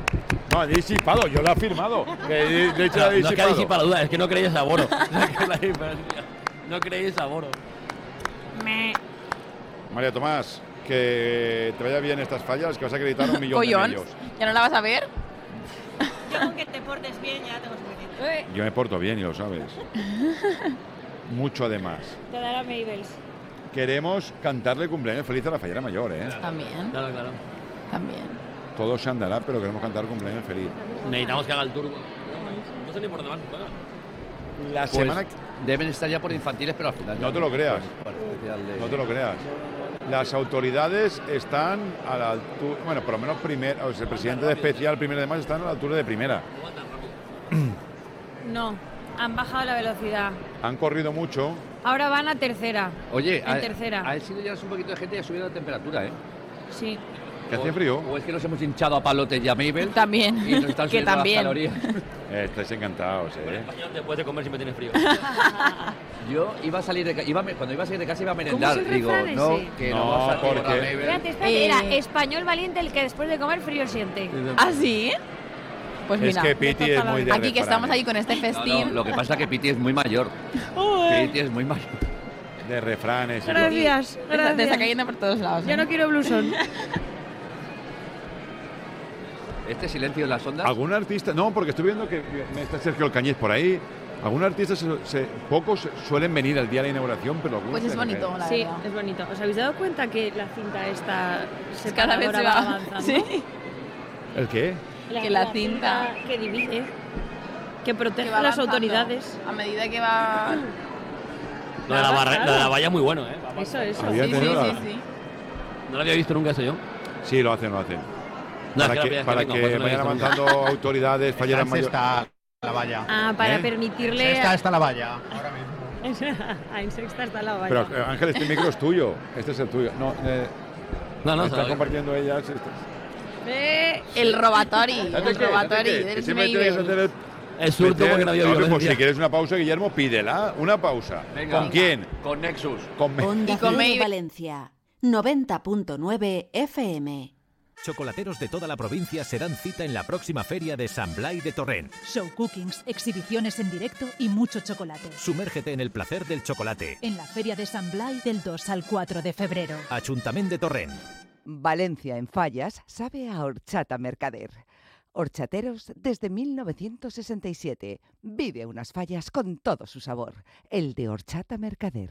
[SPEAKER 3] No, ha disipado, yo lo he firmado. De, de hecho,
[SPEAKER 4] No,
[SPEAKER 3] la he
[SPEAKER 4] no es que ha
[SPEAKER 3] disipado.
[SPEAKER 4] disipado la duda, es que no creéis a Boro. Esa es la diferencia. No creéis a Boro.
[SPEAKER 16] Me...
[SPEAKER 3] María Tomás, que te vaya bien estas fallas, que vas a acreditar un millón de
[SPEAKER 7] Collons.
[SPEAKER 3] medios.
[SPEAKER 7] ¿Ya no la vas a ver?
[SPEAKER 13] Yo con que te portes bien ya
[SPEAKER 16] Pues
[SPEAKER 13] tengo suficiente.
[SPEAKER 3] Yo me porto bien y lo sabes.
[SPEAKER 13] Eh.
[SPEAKER 3] Mucho además.
[SPEAKER 16] Te dará Mabels.
[SPEAKER 3] Queremos cantarle cumpleaños feliz a la fallera mayor, ¿eh?
[SPEAKER 7] También.
[SPEAKER 4] Claro, claro.
[SPEAKER 7] También.
[SPEAKER 3] Todo se andará, pero queremos cantar cumpleaños feliz.
[SPEAKER 4] Necesitamos que haga el turbo. No sé ni por dónde van. juega.
[SPEAKER 3] La
[SPEAKER 6] Pues
[SPEAKER 3] semana
[SPEAKER 6] Deben estar ya por infantiles, pero al final.
[SPEAKER 3] No
[SPEAKER 6] ya
[SPEAKER 3] te lo creas.
[SPEAKER 6] Para el especial de-
[SPEAKER 3] No te lo creas. Las autoridades están a la altura, bueno, por lo menos primer, o sea, el presidente de especial, primero de mayo, están a la altura de primera.
[SPEAKER 16] No, han bajado la velocidad.
[SPEAKER 3] Han corrido mucho.
[SPEAKER 16] Ahora van a tercera.
[SPEAKER 6] Oye,
[SPEAKER 16] en
[SPEAKER 6] ha,
[SPEAKER 16] tercera.
[SPEAKER 6] ha sido ya un poquito de gente y ha subido la temperatura, ¿eh?
[SPEAKER 16] Sí.
[SPEAKER 3] Que hace frío.
[SPEAKER 6] O es que nos hemos hinchado a palotes ya, Mabel.
[SPEAKER 7] También.
[SPEAKER 6] Y nos están
[SPEAKER 7] Que
[SPEAKER 6] subiendo
[SPEAKER 7] también.
[SPEAKER 6] las calorías.
[SPEAKER 3] Eh, estáis encantados, ¿eh?
[SPEAKER 4] Después de comer siempre tienes frío.
[SPEAKER 6] Yo iba a salir de casa, cuando iba a salir de casa iba a merendar.
[SPEAKER 16] es el
[SPEAKER 6] Digo,
[SPEAKER 16] refrán
[SPEAKER 6] no,
[SPEAKER 16] ese?
[SPEAKER 6] que
[SPEAKER 3] No,
[SPEAKER 6] no, vas a
[SPEAKER 3] porque-
[SPEAKER 6] cobrar, Mabel.
[SPEAKER 16] Espérate, espérate,
[SPEAKER 7] Eh.
[SPEAKER 16] era español valiente el que después de comer frío siente.
[SPEAKER 7] ¿Ah, sí? Pues
[SPEAKER 6] Es
[SPEAKER 7] mira.
[SPEAKER 6] que Piti es muy de
[SPEAKER 7] Aquí que
[SPEAKER 6] refranes.
[SPEAKER 7] estamos ahí con este
[SPEAKER 6] No,
[SPEAKER 7] festín.
[SPEAKER 6] no, lo que pasa es que Piti es muy mayor. Piti es muy mayor.
[SPEAKER 3] De refranes.
[SPEAKER 16] Gracias,
[SPEAKER 7] Te-
[SPEAKER 16] gracias.
[SPEAKER 7] Te está cayendo por todos lados. ¿eh?
[SPEAKER 16] Yo no quiero blusón.
[SPEAKER 6] Este silencio en las ondas.
[SPEAKER 3] ¿Algún artista? No, porque estoy viendo que me está Sergio Alcañez por ahí. Algún artista, se- se- pocos suelen venir al día de la inauguración, pero algunos.
[SPEAKER 16] Pues es
[SPEAKER 3] suelen
[SPEAKER 16] bonito,
[SPEAKER 3] venir.
[SPEAKER 16] la
[SPEAKER 1] Sí,
[SPEAKER 16] verdad.
[SPEAKER 1] es bonito. ¿Os habéis dado cuenta que la cinta esta se
[SPEAKER 7] Cada vez se va.
[SPEAKER 1] avanzando?
[SPEAKER 7] Sí.
[SPEAKER 3] ¿El qué?
[SPEAKER 7] Que la cinta-
[SPEAKER 1] que divide, que protege
[SPEAKER 7] Que va
[SPEAKER 1] a las
[SPEAKER 7] avanzando.
[SPEAKER 1] autoridades.
[SPEAKER 7] A medida que va.
[SPEAKER 4] Lo de la, barra- lo de la valla es muy bueno, ¿eh?
[SPEAKER 1] Eso, eso.
[SPEAKER 3] Había
[SPEAKER 1] Sí,
[SPEAKER 3] tenido
[SPEAKER 1] sí,
[SPEAKER 3] la-
[SPEAKER 1] sí, sí.
[SPEAKER 4] No lo había visto nunca eso yo.
[SPEAKER 3] Sí, lo hacen, lo hacen.
[SPEAKER 4] No, es
[SPEAKER 3] para
[SPEAKER 4] que la
[SPEAKER 3] que,
[SPEAKER 4] primera vez
[SPEAKER 3] para
[SPEAKER 4] que vengo,
[SPEAKER 3] que
[SPEAKER 4] por eso no he
[SPEAKER 3] vayan
[SPEAKER 4] visto nunca.
[SPEAKER 3] avanzando autoridades, falleras mayores.
[SPEAKER 5] está la valla.
[SPEAKER 1] Ah, para
[SPEAKER 3] ¿Eh?
[SPEAKER 1] permitirle.
[SPEAKER 5] Sexta está la valla.
[SPEAKER 1] Ah, en sexta está la
[SPEAKER 3] Pero
[SPEAKER 1] valla.
[SPEAKER 3] eh, Ángel, este micro es tuyo. Este es el tuyo. No, eh,
[SPEAKER 4] no,
[SPEAKER 3] Están
[SPEAKER 4] sabe.
[SPEAKER 3] compartiendo ellas. Este.
[SPEAKER 7] Eh, el robatori. El robatori del Smeagol.
[SPEAKER 4] Es surto
[SPEAKER 3] Meter-
[SPEAKER 4] porque no había
[SPEAKER 3] Oye, Pues
[SPEAKER 4] violencia.
[SPEAKER 3] si quieres una pausa, Guillermo, pídela. Una pausa.
[SPEAKER 6] Venga.
[SPEAKER 3] ¿Con quién?
[SPEAKER 6] Con Nexus.
[SPEAKER 3] Con me-
[SPEAKER 10] Onda
[SPEAKER 9] con
[SPEAKER 10] Cero
[SPEAKER 9] Maybe.
[SPEAKER 10] Valencia, 90.9 FM.
[SPEAKER 9] Chocolateros de toda la provincia serán cita en la próxima feria de San Blay de Torrent.
[SPEAKER 10] Show cookings, exhibiciones en directo y mucho chocolate.
[SPEAKER 9] Sumérgete en el placer del chocolate.
[SPEAKER 10] En la Feria de San Blay del 2 al 4 de febrero.
[SPEAKER 9] Ayuntamiento de Torrent.
[SPEAKER 12] Valencia en Fallas sabe a horchata mercader. Horchateros desde 1967. Vive unas fallas con todo su sabor. El de horchata mercader.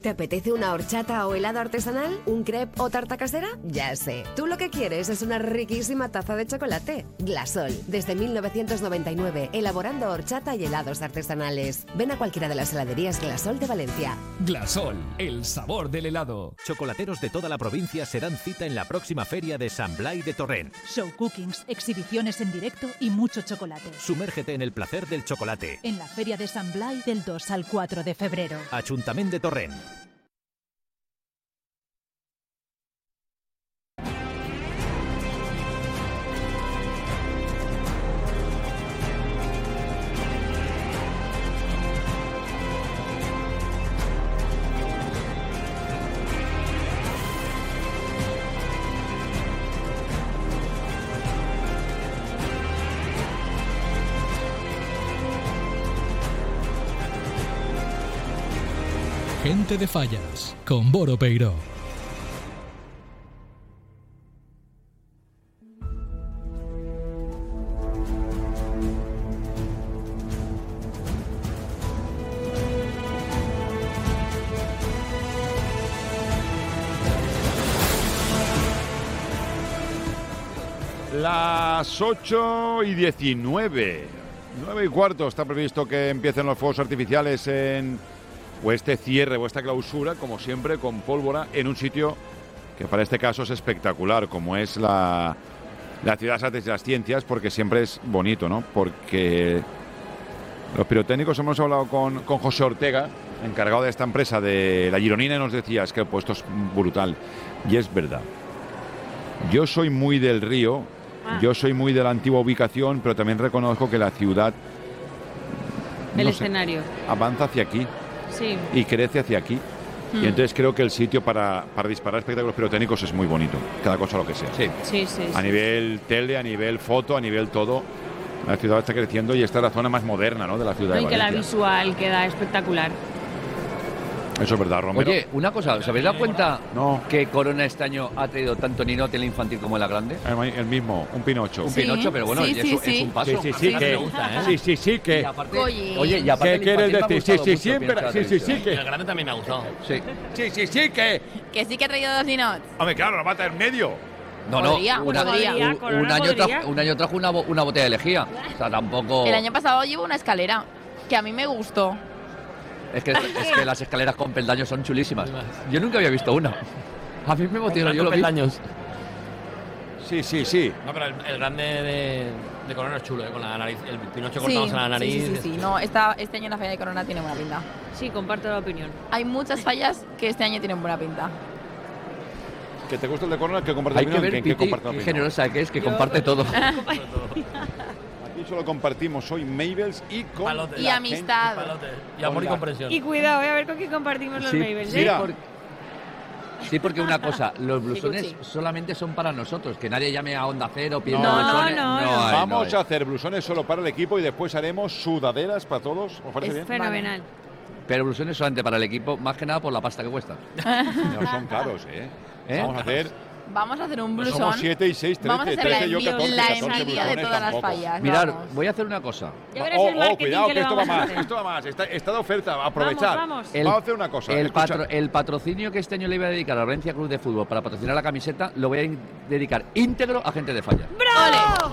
[SPEAKER 14] ¿Te apetece una horchata o helado artesanal? ¿Un crepe o tarta casera? Ya sé. Tú lo que quieres es una riquísima taza de chocolate. Glasol, desde 1999, elaborando horchata y helados artesanales. Ven a cualquiera de las heladerías Glasol de Valencia.
[SPEAKER 9] Glasol, el sabor del helado. Chocolateros de toda la provincia serán cita en la próxima feria de San Blai de Torrent.
[SPEAKER 10] Show cookings, exhibiciones en directo y mucho chocolate.
[SPEAKER 9] Sumérgete en el placer del chocolate.
[SPEAKER 10] En la Feria de San Blai del 2 al 4 de febrero.
[SPEAKER 9] Ayuntamiento de Torrent.
[SPEAKER 2] Gente de Fallas con Boro Peiró.
[SPEAKER 3] Las 8 y 19. 9 y cuarto está previsto que empiecen los fuegos artificiales en. O este cierre o esta clausura, como siempre, con pólvora en un sitio que para este caso es espectacular, como es la, la Ciudad de las Artes y las Ciencias, porque siempre es bonito, ¿no? Porque los pirotécnicos hemos hablado con, con José Ortega, encargado de esta empresa de la Gironina, y nos decía, es que el puesto es brutal. Y es verdad. Yo soy muy del río,
[SPEAKER 1] Ah.
[SPEAKER 3] yo soy muy de la antigua ubicación, pero también reconozco que la ciudad
[SPEAKER 1] El
[SPEAKER 3] no sé,
[SPEAKER 1] escenario.
[SPEAKER 3] avanza hacia aquí
[SPEAKER 1] Sí.
[SPEAKER 3] y crece hacia aquí.
[SPEAKER 1] Mm.
[SPEAKER 7] Hmm.
[SPEAKER 3] Y entonces creo que el sitio para, para disparar espectáculos pirotécnicos es muy bonito, cada cosa lo que sea.
[SPEAKER 1] Sí, sí,
[SPEAKER 3] A
[SPEAKER 1] sí.
[SPEAKER 3] nivel tele, a nivel foto, a nivel todo, la ciudad está creciendo y esta es la zona más moderna ¿no? de la ciudad.
[SPEAKER 1] No, y
[SPEAKER 3] de
[SPEAKER 1] que la
[SPEAKER 3] Valencia.
[SPEAKER 1] visual queda espectacular.
[SPEAKER 3] Eso es verdad, Romero.
[SPEAKER 6] Oye, una cosa, ¿os habéis dado cuenta que Corona este año ha traído tanto Ninote en la infantil como en la grande?
[SPEAKER 3] El, mismo, un Pinocho.
[SPEAKER 6] Un
[SPEAKER 3] Sí,
[SPEAKER 6] Pinocho, pero bueno,
[SPEAKER 3] sí,
[SPEAKER 6] y es,
[SPEAKER 3] sí,
[SPEAKER 6] un- es
[SPEAKER 3] sí.
[SPEAKER 6] un paso.
[SPEAKER 3] Sí, sí, sí,
[SPEAKER 6] A mí
[SPEAKER 3] que-
[SPEAKER 6] me gusta, ¿eh?
[SPEAKER 3] sí, sí, sí, que-
[SPEAKER 6] Y aparte-
[SPEAKER 3] Oye.
[SPEAKER 6] oye, y aparte
[SPEAKER 3] ¿Qué
[SPEAKER 6] el
[SPEAKER 3] quieres
[SPEAKER 6] infantil me ha
[SPEAKER 3] decir? Sí,
[SPEAKER 6] gustado
[SPEAKER 3] sí,
[SPEAKER 6] mucho,
[SPEAKER 3] sí,
[SPEAKER 6] piensa
[SPEAKER 3] pero-
[SPEAKER 6] la
[SPEAKER 3] sí, sí,
[SPEAKER 6] televisión.
[SPEAKER 3] sí, que-
[SPEAKER 4] El grande también me ha gustado.
[SPEAKER 6] Sí.
[SPEAKER 3] Sí, sí, sí, que.
[SPEAKER 7] Que sí que ha traído dos ninots.
[SPEAKER 3] Hombre, claro, la mata en medio.
[SPEAKER 6] No, no,
[SPEAKER 7] Podría,
[SPEAKER 6] una-
[SPEAKER 7] podría,
[SPEAKER 6] un- un,
[SPEAKER 7] Corona
[SPEAKER 6] año
[SPEAKER 7] podría.
[SPEAKER 6] trajo, un año trajo una, bo- una botella de lejía. O sea, tampoco.
[SPEAKER 3] Oh.
[SPEAKER 7] El año pasado llevo una escalera que a mí me gustó.
[SPEAKER 6] Es que, es que las escaleras con peldaños son chulísimas. Yo nunca había visto una. A mí me emocionó, yo lo vi.
[SPEAKER 4] peldaños.
[SPEAKER 3] Sí, sí, sí.
[SPEAKER 4] No, pero el, el grande de, de Corona es chulo, ¿eh? con la nariz, el pinocho
[SPEAKER 7] Sí,
[SPEAKER 4] cortado en la
[SPEAKER 7] sí,
[SPEAKER 4] nariz.
[SPEAKER 7] sí, sí, sí. No, esta, este año la falla de Corona tiene buena pinta.
[SPEAKER 1] Sí, comparto la opinión.
[SPEAKER 7] Hay muchas fallas que este año tienen buena pinta.
[SPEAKER 3] Que te gusta el de Corona, que comparte
[SPEAKER 6] Hay
[SPEAKER 3] la
[SPEAKER 6] que
[SPEAKER 3] opinión,
[SPEAKER 6] ver,
[SPEAKER 3] que- que
[SPEAKER 6] Piti,
[SPEAKER 3] comparte la
[SPEAKER 6] qué
[SPEAKER 3] opinión.
[SPEAKER 6] generosa que es, que comparte todo.
[SPEAKER 3] Aquí solo compartimos hoy Mabels y con
[SPEAKER 7] Y amistad.
[SPEAKER 6] Y amor y comprensión.
[SPEAKER 16] Y cuidado, voy a ver con qué compartimos los eh.
[SPEAKER 6] Sí,
[SPEAKER 16] Mabel.
[SPEAKER 6] sí, por- sí, porque una cosa, los blusones
[SPEAKER 16] Kikuchi.
[SPEAKER 6] solamente son para nosotros, que nadie llame a Onda Cero, pida
[SPEAKER 3] No, no,
[SPEAKER 6] blusones.
[SPEAKER 16] no,
[SPEAKER 6] no. hay,
[SPEAKER 3] Vamos
[SPEAKER 6] no
[SPEAKER 3] a hacer blusones solo para el equipo y después haremos sudaderas para todos. ¿Os parece bien?
[SPEAKER 16] Fenomenal.
[SPEAKER 6] Pero blusones solamente para el equipo, más que nada por la pasta que cuesta.
[SPEAKER 3] No, son caros, ¿eh?
[SPEAKER 6] ¿Eh?
[SPEAKER 3] Vamos a hacer.
[SPEAKER 7] Vamos a hacer un
[SPEAKER 3] No
[SPEAKER 7] blusón.
[SPEAKER 3] Pues somos 7 y 6,
[SPEAKER 7] Vamos a
[SPEAKER 3] 13,
[SPEAKER 7] hacer la
[SPEAKER 3] 13, yo
[SPEAKER 7] envidia-
[SPEAKER 3] 14,
[SPEAKER 7] la envidia
[SPEAKER 3] 14
[SPEAKER 7] de
[SPEAKER 3] blusones
[SPEAKER 7] todas las
[SPEAKER 3] tampoco.
[SPEAKER 7] fallas.
[SPEAKER 6] Mirar,
[SPEAKER 7] vamos.
[SPEAKER 6] voy a hacer una cosa.
[SPEAKER 16] Ya verás
[SPEAKER 3] Oh,
[SPEAKER 16] el
[SPEAKER 3] oh,
[SPEAKER 16] marketing
[SPEAKER 3] cuidado,
[SPEAKER 16] que
[SPEAKER 3] que,
[SPEAKER 16] le
[SPEAKER 3] esto va
[SPEAKER 16] vamos a
[SPEAKER 3] más,
[SPEAKER 16] hacer.
[SPEAKER 3] esto va más. Está, está de oferta, aprovechar.
[SPEAKER 16] Vamos, vamos.
[SPEAKER 3] a hacer una cosa.
[SPEAKER 6] El,
[SPEAKER 3] escucha.
[SPEAKER 6] patro- el patrocinio que este año le iba a dedicar al Valencia Club de Fútbol para patrocinar la camiseta lo voy a in- dedicar íntegro a gente de falla.
[SPEAKER 7] ¡Bravo!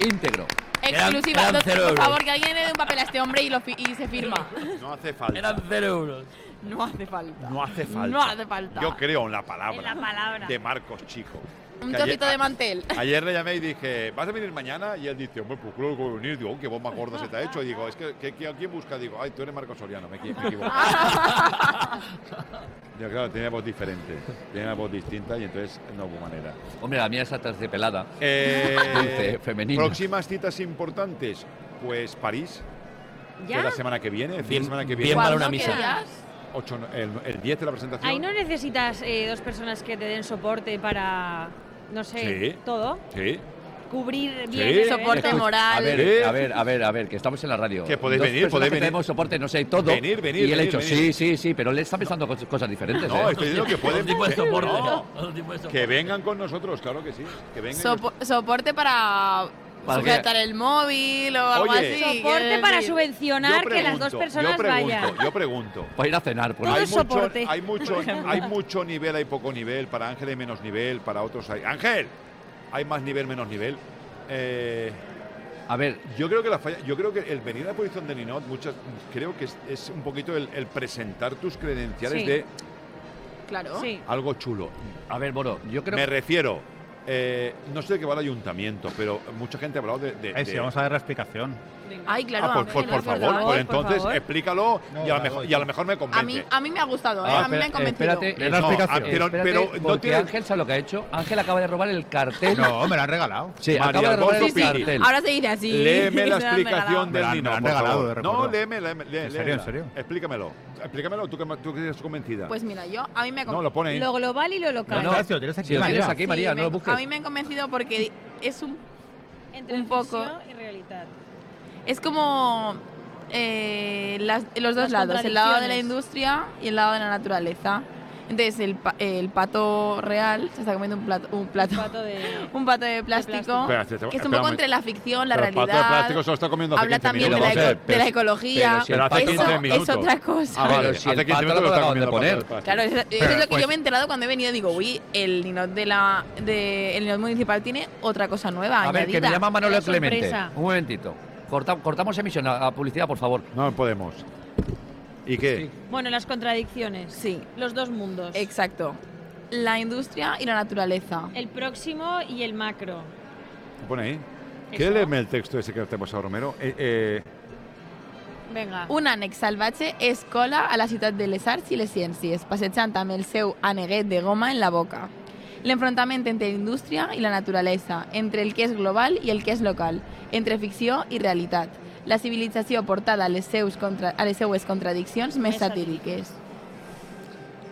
[SPEAKER 6] Íntegro.
[SPEAKER 7] Exclusiva.
[SPEAKER 6] Eran- eran
[SPEAKER 7] Entonces,
[SPEAKER 6] cero
[SPEAKER 7] por
[SPEAKER 6] euros.
[SPEAKER 7] favor, que alguien le dé un papel a este hombre y, lo fi- y se firma.
[SPEAKER 3] No hace falta.
[SPEAKER 6] Eran cero euros.
[SPEAKER 7] No hace falta.
[SPEAKER 3] No hace falta.
[SPEAKER 7] No hace falta.
[SPEAKER 3] Yo creo en la palabra.
[SPEAKER 7] En la palabra.
[SPEAKER 3] De Marcos, chico.
[SPEAKER 7] Un
[SPEAKER 3] Que ayer-
[SPEAKER 7] trocito de mantel.
[SPEAKER 3] Ayer le llamé y dije, ¿vas a venir mañana? Y él dice, hombre, pues claro que voy a venir. Digo, "Oh, qué bomba gorda se te ha hecho. Y digo, es que, que- que- ¿a quién busca? Digo, ay, tú eres Marco Soriano, me, equi- me equivoco. Yo, claro, tenía voz diferente, tenía una voz distinta y entonces no hubo manera.
[SPEAKER 6] Hombre, la mía es aterciopelada.
[SPEAKER 3] Eh,
[SPEAKER 6] Dulce, femenina.
[SPEAKER 3] Próximas citas importantes, pues París, que
[SPEAKER 16] ¿Ya?
[SPEAKER 3] es la semana que viene, el fin de
[SPEAKER 4] Bien-
[SPEAKER 3] semana que
[SPEAKER 4] bien
[SPEAKER 3] viene.
[SPEAKER 4] para una ¿Cuándo? misa. ¿Qué días?
[SPEAKER 3] Ocho, no- el, el 10 de la presentación.
[SPEAKER 16] Ahí no necesitas eh, dos personas que te den soporte para, no sé,
[SPEAKER 3] Sí.
[SPEAKER 16] todo.
[SPEAKER 3] Sí.
[SPEAKER 16] cubrir
[SPEAKER 6] Sí.
[SPEAKER 16] bien el soporte
[SPEAKER 6] Escucha,
[SPEAKER 16] moral.
[SPEAKER 6] A ver, eh. a ver, a ver, a ver, que estamos en la radio.
[SPEAKER 3] Que podéis
[SPEAKER 6] Dos
[SPEAKER 3] venir,
[SPEAKER 6] personas
[SPEAKER 3] podéis
[SPEAKER 6] que
[SPEAKER 3] venir.
[SPEAKER 6] Tenemos soporte, no sé, todo.
[SPEAKER 3] Venir, venir,
[SPEAKER 6] Y el
[SPEAKER 3] venir,
[SPEAKER 6] hecho,
[SPEAKER 3] venir.
[SPEAKER 6] sí, sí, sí, pero él está pensando cos- cosas diferentes.
[SPEAKER 3] No,
[SPEAKER 6] ¿eh?
[SPEAKER 3] estoy diciendo que pueden.
[SPEAKER 6] Tipo de soporte.
[SPEAKER 3] No,
[SPEAKER 6] Otro tipo de soporte.
[SPEAKER 3] que vengan con nosotros, claro que sí. Que vengan.
[SPEAKER 7] Sopo- soporte para
[SPEAKER 3] ¿Para qué?
[SPEAKER 7] sujetar el móvil o algo
[SPEAKER 3] Oye.
[SPEAKER 7] así.
[SPEAKER 16] Soporte
[SPEAKER 7] quiero
[SPEAKER 16] para
[SPEAKER 7] decir.
[SPEAKER 16] subvencionar
[SPEAKER 3] Yo
[SPEAKER 16] que las dos
[SPEAKER 3] pregunto,
[SPEAKER 16] personas
[SPEAKER 3] yo pregunto,
[SPEAKER 16] vayan.
[SPEAKER 3] Yo pregunto.
[SPEAKER 6] Para ir a cenar, por
[SPEAKER 16] Todo
[SPEAKER 3] hay
[SPEAKER 16] es
[SPEAKER 3] mucho,
[SPEAKER 16] soporte.
[SPEAKER 3] hay mucho,
[SPEAKER 16] Por ejemplo.
[SPEAKER 3] hay mucho nivel, hay poco nivel. Para Ángel hay menos nivel, para otros hay. Ángel, hay más nivel, menos nivel. Eh,
[SPEAKER 6] a ver,
[SPEAKER 3] yo creo que la falla, yo creo que el venir a la posición de Ninot, muchas, creo que es, es un poquito el, el presentar tus credenciales
[SPEAKER 7] Sí.
[SPEAKER 3] de
[SPEAKER 7] Claro.
[SPEAKER 3] algo chulo.
[SPEAKER 6] A ver, Boro, yo creo
[SPEAKER 3] Me
[SPEAKER 6] que-
[SPEAKER 3] refiero, eh, no sé de qué va el ayuntamiento, pero mucha gente ha hablado de. de-
[SPEAKER 5] Eh, sí,
[SPEAKER 3] de-
[SPEAKER 5] vamos a dar la explicación.
[SPEAKER 7] Ay, claro.
[SPEAKER 3] Ah, pues, pues, por,
[SPEAKER 7] Ángel,
[SPEAKER 3] favor,
[SPEAKER 7] por
[SPEAKER 3] pues entonces
[SPEAKER 7] favor.
[SPEAKER 3] explícalo y, a lo
[SPEAKER 5] la
[SPEAKER 3] mejor,
[SPEAKER 5] doy.
[SPEAKER 3] y a lo mejor me convence.
[SPEAKER 7] A mí, a mí me ha gustado, ¿eh?
[SPEAKER 6] Ah,
[SPEAKER 7] a mí me
[SPEAKER 6] espera-
[SPEAKER 7] han convencido.
[SPEAKER 6] Espérate,
[SPEAKER 3] Es la
[SPEAKER 6] no,
[SPEAKER 3] explicación.
[SPEAKER 6] ah,
[SPEAKER 3] Espérate,
[SPEAKER 6] pero no
[SPEAKER 3] porque
[SPEAKER 6] tiene... Ángel
[SPEAKER 3] Ángel
[SPEAKER 6] sabe lo que ha hecho. Ángel acaba de robar el cartel.
[SPEAKER 5] No, me lo han regalado.
[SPEAKER 6] Sí,
[SPEAKER 3] María
[SPEAKER 6] acaba de robar
[SPEAKER 3] Alberto
[SPEAKER 6] el
[SPEAKER 3] Piri.
[SPEAKER 6] cartel.
[SPEAKER 7] Ahora se dice así.
[SPEAKER 3] Léeme la
[SPEAKER 7] Me lo han regalado.
[SPEAKER 3] explicación
[SPEAKER 5] Me
[SPEAKER 3] del
[SPEAKER 5] la han-
[SPEAKER 3] Nino,
[SPEAKER 5] me la han
[SPEAKER 3] por
[SPEAKER 5] regalado,
[SPEAKER 3] favor.
[SPEAKER 5] de
[SPEAKER 3] No,
[SPEAKER 5] recuerdo.
[SPEAKER 3] léeme, léeme, lé-
[SPEAKER 5] ¿En serio,
[SPEAKER 3] léela.
[SPEAKER 5] en serio?
[SPEAKER 3] Explícamelo. Explícamelo, tú que, ma- tú que eres convencida.
[SPEAKER 7] Pues mira, yo a mí me ha
[SPEAKER 3] No, lo pone ahí.
[SPEAKER 7] convencido.
[SPEAKER 16] global y lo local.
[SPEAKER 3] No, no, Ignacio, tienes aquí, si lo María. tienes aquí, María,
[SPEAKER 7] me-
[SPEAKER 3] no lo busques.
[SPEAKER 7] A mí me han convencido porque es un, un poco.
[SPEAKER 16] y realidad.
[SPEAKER 7] Es como eh, las- los dos
[SPEAKER 16] Las
[SPEAKER 7] lados, el lado de la
[SPEAKER 16] contradicciones.
[SPEAKER 7] industria y el lado de la naturaleza. Entonces, el, pa- el pato real se está comiendo un plato, un plato, un pato de, plástico,
[SPEAKER 3] Espera, te- te-
[SPEAKER 7] que es un
[SPEAKER 3] espera
[SPEAKER 7] poco
[SPEAKER 3] un
[SPEAKER 7] entre la ficción, la
[SPEAKER 3] Pero el pato de
[SPEAKER 7] realidad.
[SPEAKER 3] plástico se lo está comiendo hace
[SPEAKER 7] Habla
[SPEAKER 3] 15
[SPEAKER 7] también de la,
[SPEAKER 3] minutos.
[SPEAKER 7] eco-
[SPEAKER 3] Pero
[SPEAKER 7] de la
[SPEAKER 3] si-
[SPEAKER 7] ecología.
[SPEAKER 3] pero si el pato hace 15
[SPEAKER 7] eso es
[SPEAKER 3] minutos.
[SPEAKER 7] otra cosa.
[SPEAKER 3] Ah, vale,
[SPEAKER 6] Pero si
[SPEAKER 3] hace
[SPEAKER 6] el
[SPEAKER 3] 15 minutos
[SPEAKER 6] pato lo
[SPEAKER 3] lo está
[SPEAKER 6] acaban de
[SPEAKER 3] comiendo
[SPEAKER 6] poner.
[SPEAKER 3] pato de plástico.
[SPEAKER 7] Claro, es, es
[SPEAKER 5] Pero,
[SPEAKER 7] lo que
[SPEAKER 5] pues-
[SPEAKER 7] yo me he enterado cuando he venido. Digo, uy, el ninot, de la, de, el ninot municipal tiene otra cosa nueva.
[SPEAKER 6] A ver, que me
[SPEAKER 7] añadida.
[SPEAKER 6] llama Manolo
[SPEAKER 7] Sorpresa.
[SPEAKER 6] Clemente. Un momentito. Corta- cortamos emisión a, a publicidad, por favor.
[SPEAKER 3] No podemos. ¿Y qué?
[SPEAKER 16] Bueno, las contradicciones.
[SPEAKER 7] Sí.
[SPEAKER 16] Los dos mundos.
[SPEAKER 7] Exacto. La industria y la naturaleza.
[SPEAKER 16] El próximo y el macro.
[SPEAKER 3] Lo pone ahí. ¿Quieres leerme el texto ese que te ha pasado, Romero? Eh, eh,
[SPEAKER 16] Venga.
[SPEAKER 7] Un ànex salvatge és cola a la ciutat de les arts i les ciències, passejant amb el seu aneguet de goma en la boca. L'enfrontament entre indústria i la naturalesa, entre el que és global i el que és local, entre ficció i realitat. La civilització portada a les, seus contra, a les seues contradiccions més satíriques.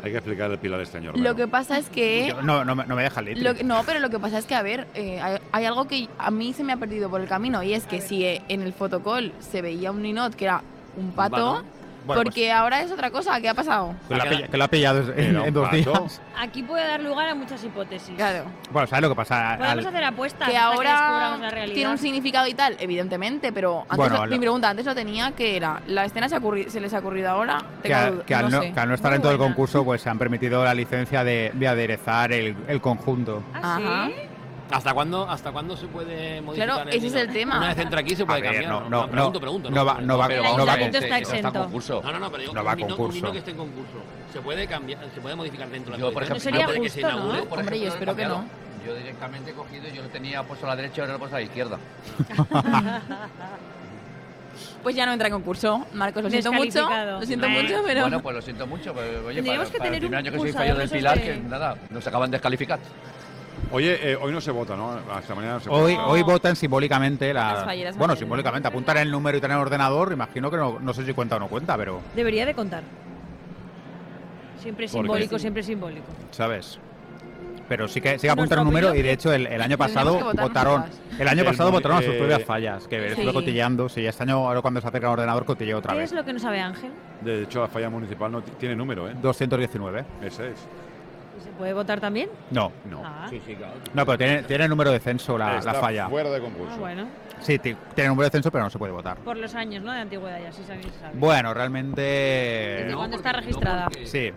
[SPEAKER 3] hay que explicar el pilar este año, Romero.
[SPEAKER 7] Lo que pasa es que...
[SPEAKER 5] Yo- no, no, me- no me deja leer.
[SPEAKER 7] Lo que- no, pero lo que pasa es que, a ver, eh, hay, hay algo que a mí se me ha perdido por el camino y es que si eh, en el fotocall se veía un ninot que era un pato,
[SPEAKER 5] pato. Bueno, pues
[SPEAKER 7] porque ahora es otra cosa, ¿qué ha pasado?
[SPEAKER 5] Que lo ha, pilla- que lo ha pillado en,
[SPEAKER 3] Era un
[SPEAKER 5] en dos
[SPEAKER 3] pato.
[SPEAKER 5] días.
[SPEAKER 16] Aquí puede dar lugar a muchas hipótesis.
[SPEAKER 7] Claro.
[SPEAKER 5] Bueno, ¿sabes lo que pasa? Al-
[SPEAKER 16] Podemos hacer apuestas.
[SPEAKER 7] Que
[SPEAKER 16] pues hasta
[SPEAKER 7] ahora
[SPEAKER 16] descubramos la realidad.
[SPEAKER 7] tiene un significado y tal, evidentemente, pero antes
[SPEAKER 5] Bueno,
[SPEAKER 7] lo-
[SPEAKER 5] lo-
[SPEAKER 7] mi pregunta antes lo tenía que era, ¿la escena se, ha ocurri- se les ha ocurrido ahora?
[SPEAKER 5] que,
[SPEAKER 7] Tengo
[SPEAKER 5] al,
[SPEAKER 7] duda,
[SPEAKER 5] que al no,
[SPEAKER 7] sé.
[SPEAKER 5] que al no estar en todo el concurso, pues se han permitido la licencia de, de aderezar el, el conjunto.
[SPEAKER 7] Ajá.
[SPEAKER 4] ¿Hasta cuándo, ¿Hasta cuándo se puede modificar
[SPEAKER 7] Claro, ese es
[SPEAKER 4] dinero?
[SPEAKER 7] el tema.
[SPEAKER 4] Una vez entra aquí se puede
[SPEAKER 5] A ver,
[SPEAKER 4] cambiar.
[SPEAKER 5] no,
[SPEAKER 4] ¿no?
[SPEAKER 5] no,
[SPEAKER 4] pregunto,
[SPEAKER 5] no,
[SPEAKER 4] pregunto.
[SPEAKER 5] no va- no va-
[SPEAKER 4] Pero
[SPEAKER 5] no
[SPEAKER 4] vamos,
[SPEAKER 5] va-
[SPEAKER 4] que-
[SPEAKER 5] Ayuntamiento eh, está
[SPEAKER 4] que no
[SPEAKER 5] exento.
[SPEAKER 4] concurso. No, no, no, pero digo,
[SPEAKER 5] No va
[SPEAKER 4] un himno-
[SPEAKER 5] concurso.
[SPEAKER 4] un himno que esté en concurso. Se puede cambiar, se puede modificar dentro de la
[SPEAKER 6] Yo, por
[SPEAKER 4] tradición?
[SPEAKER 6] ejemplo,
[SPEAKER 4] Antes de que se inaugure.
[SPEAKER 6] Por
[SPEAKER 7] Hombre, yo
[SPEAKER 6] ejemplo,
[SPEAKER 7] espero que no.
[SPEAKER 6] cambiado. Yo directamente he cogido y yo lo tenía puesto a la derecha y ahora lo he puesto a la izquierda.
[SPEAKER 7] Pues ya no entra en concurso, Marcos, lo siento mucho,
[SPEAKER 16] Descalificado.
[SPEAKER 7] lo siento mucho, pero...
[SPEAKER 6] Bueno, pues lo siento mucho. Pero, oye,
[SPEAKER 7] Tendríamos
[SPEAKER 6] para,
[SPEAKER 7] que
[SPEAKER 6] para
[SPEAKER 7] tener
[SPEAKER 6] el primer
[SPEAKER 7] un
[SPEAKER 6] año que soy
[SPEAKER 7] pulsador
[SPEAKER 6] fallo del
[SPEAKER 7] de
[SPEAKER 6] Pilar,
[SPEAKER 7] esos de-
[SPEAKER 6] que nada, nos acaban de descalificar.
[SPEAKER 3] Oye, eh, hoy no se vota, ¿no? Hasta mañana no se
[SPEAKER 5] Hoy,
[SPEAKER 3] vota.
[SPEAKER 5] hoy votan simbólicamente la.
[SPEAKER 16] Las falleras
[SPEAKER 5] bueno,
[SPEAKER 16] mayores.
[SPEAKER 5] simbólicamente, apuntan el número y tener el ordenador. Imagino que no, no sé si cuenta o no cuenta, pero.
[SPEAKER 16] Debería de contar. Siempre
[SPEAKER 5] ¿Por qué?
[SPEAKER 16] simbólico, siempre simbólico.
[SPEAKER 5] ¿Sabes? Pero sí que, sí que
[SPEAKER 16] Nuestra
[SPEAKER 5] apuntan un número y de hecho el, el año
[SPEAKER 16] Tendremos
[SPEAKER 5] pasado
[SPEAKER 16] que votar
[SPEAKER 5] votaron.
[SPEAKER 16] nosotras.
[SPEAKER 5] El año
[SPEAKER 3] El
[SPEAKER 5] pasado
[SPEAKER 3] moni-
[SPEAKER 5] votaron a sus
[SPEAKER 3] eh,
[SPEAKER 5] propias fallas, que estuve
[SPEAKER 16] Sí.
[SPEAKER 5] cotilleando. Sí, este año ahora cuando se acerca el ordenador cotilleo otra
[SPEAKER 16] ¿Qué
[SPEAKER 5] vez.
[SPEAKER 16] es lo que no sabe Ángel?
[SPEAKER 3] De hecho, la falla municipal no t- tiene número, ¿eh?
[SPEAKER 5] 219.
[SPEAKER 3] Ese es.
[SPEAKER 16] ¿Y ¿Se puede votar también?
[SPEAKER 5] No.
[SPEAKER 3] No.
[SPEAKER 16] Ah.
[SPEAKER 5] No, pero tiene, tiene número de censo la, la
[SPEAKER 3] Está
[SPEAKER 5] falla.
[SPEAKER 3] fuera de
[SPEAKER 16] Ah,
[SPEAKER 3] concurso.
[SPEAKER 16] bueno.
[SPEAKER 5] Sí, ti- tiene número de censo, pero no se puede votar.
[SPEAKER 16] Por los años, ¿no? De antigüedad ya, sí sabéis. sabéis.
[SPEAKER 5] Bueno, realmente.
[SPEAKER 7] eh,
[SPEAKER 16] Desde cuando está registrada.
[SPEAKER 5] Sí,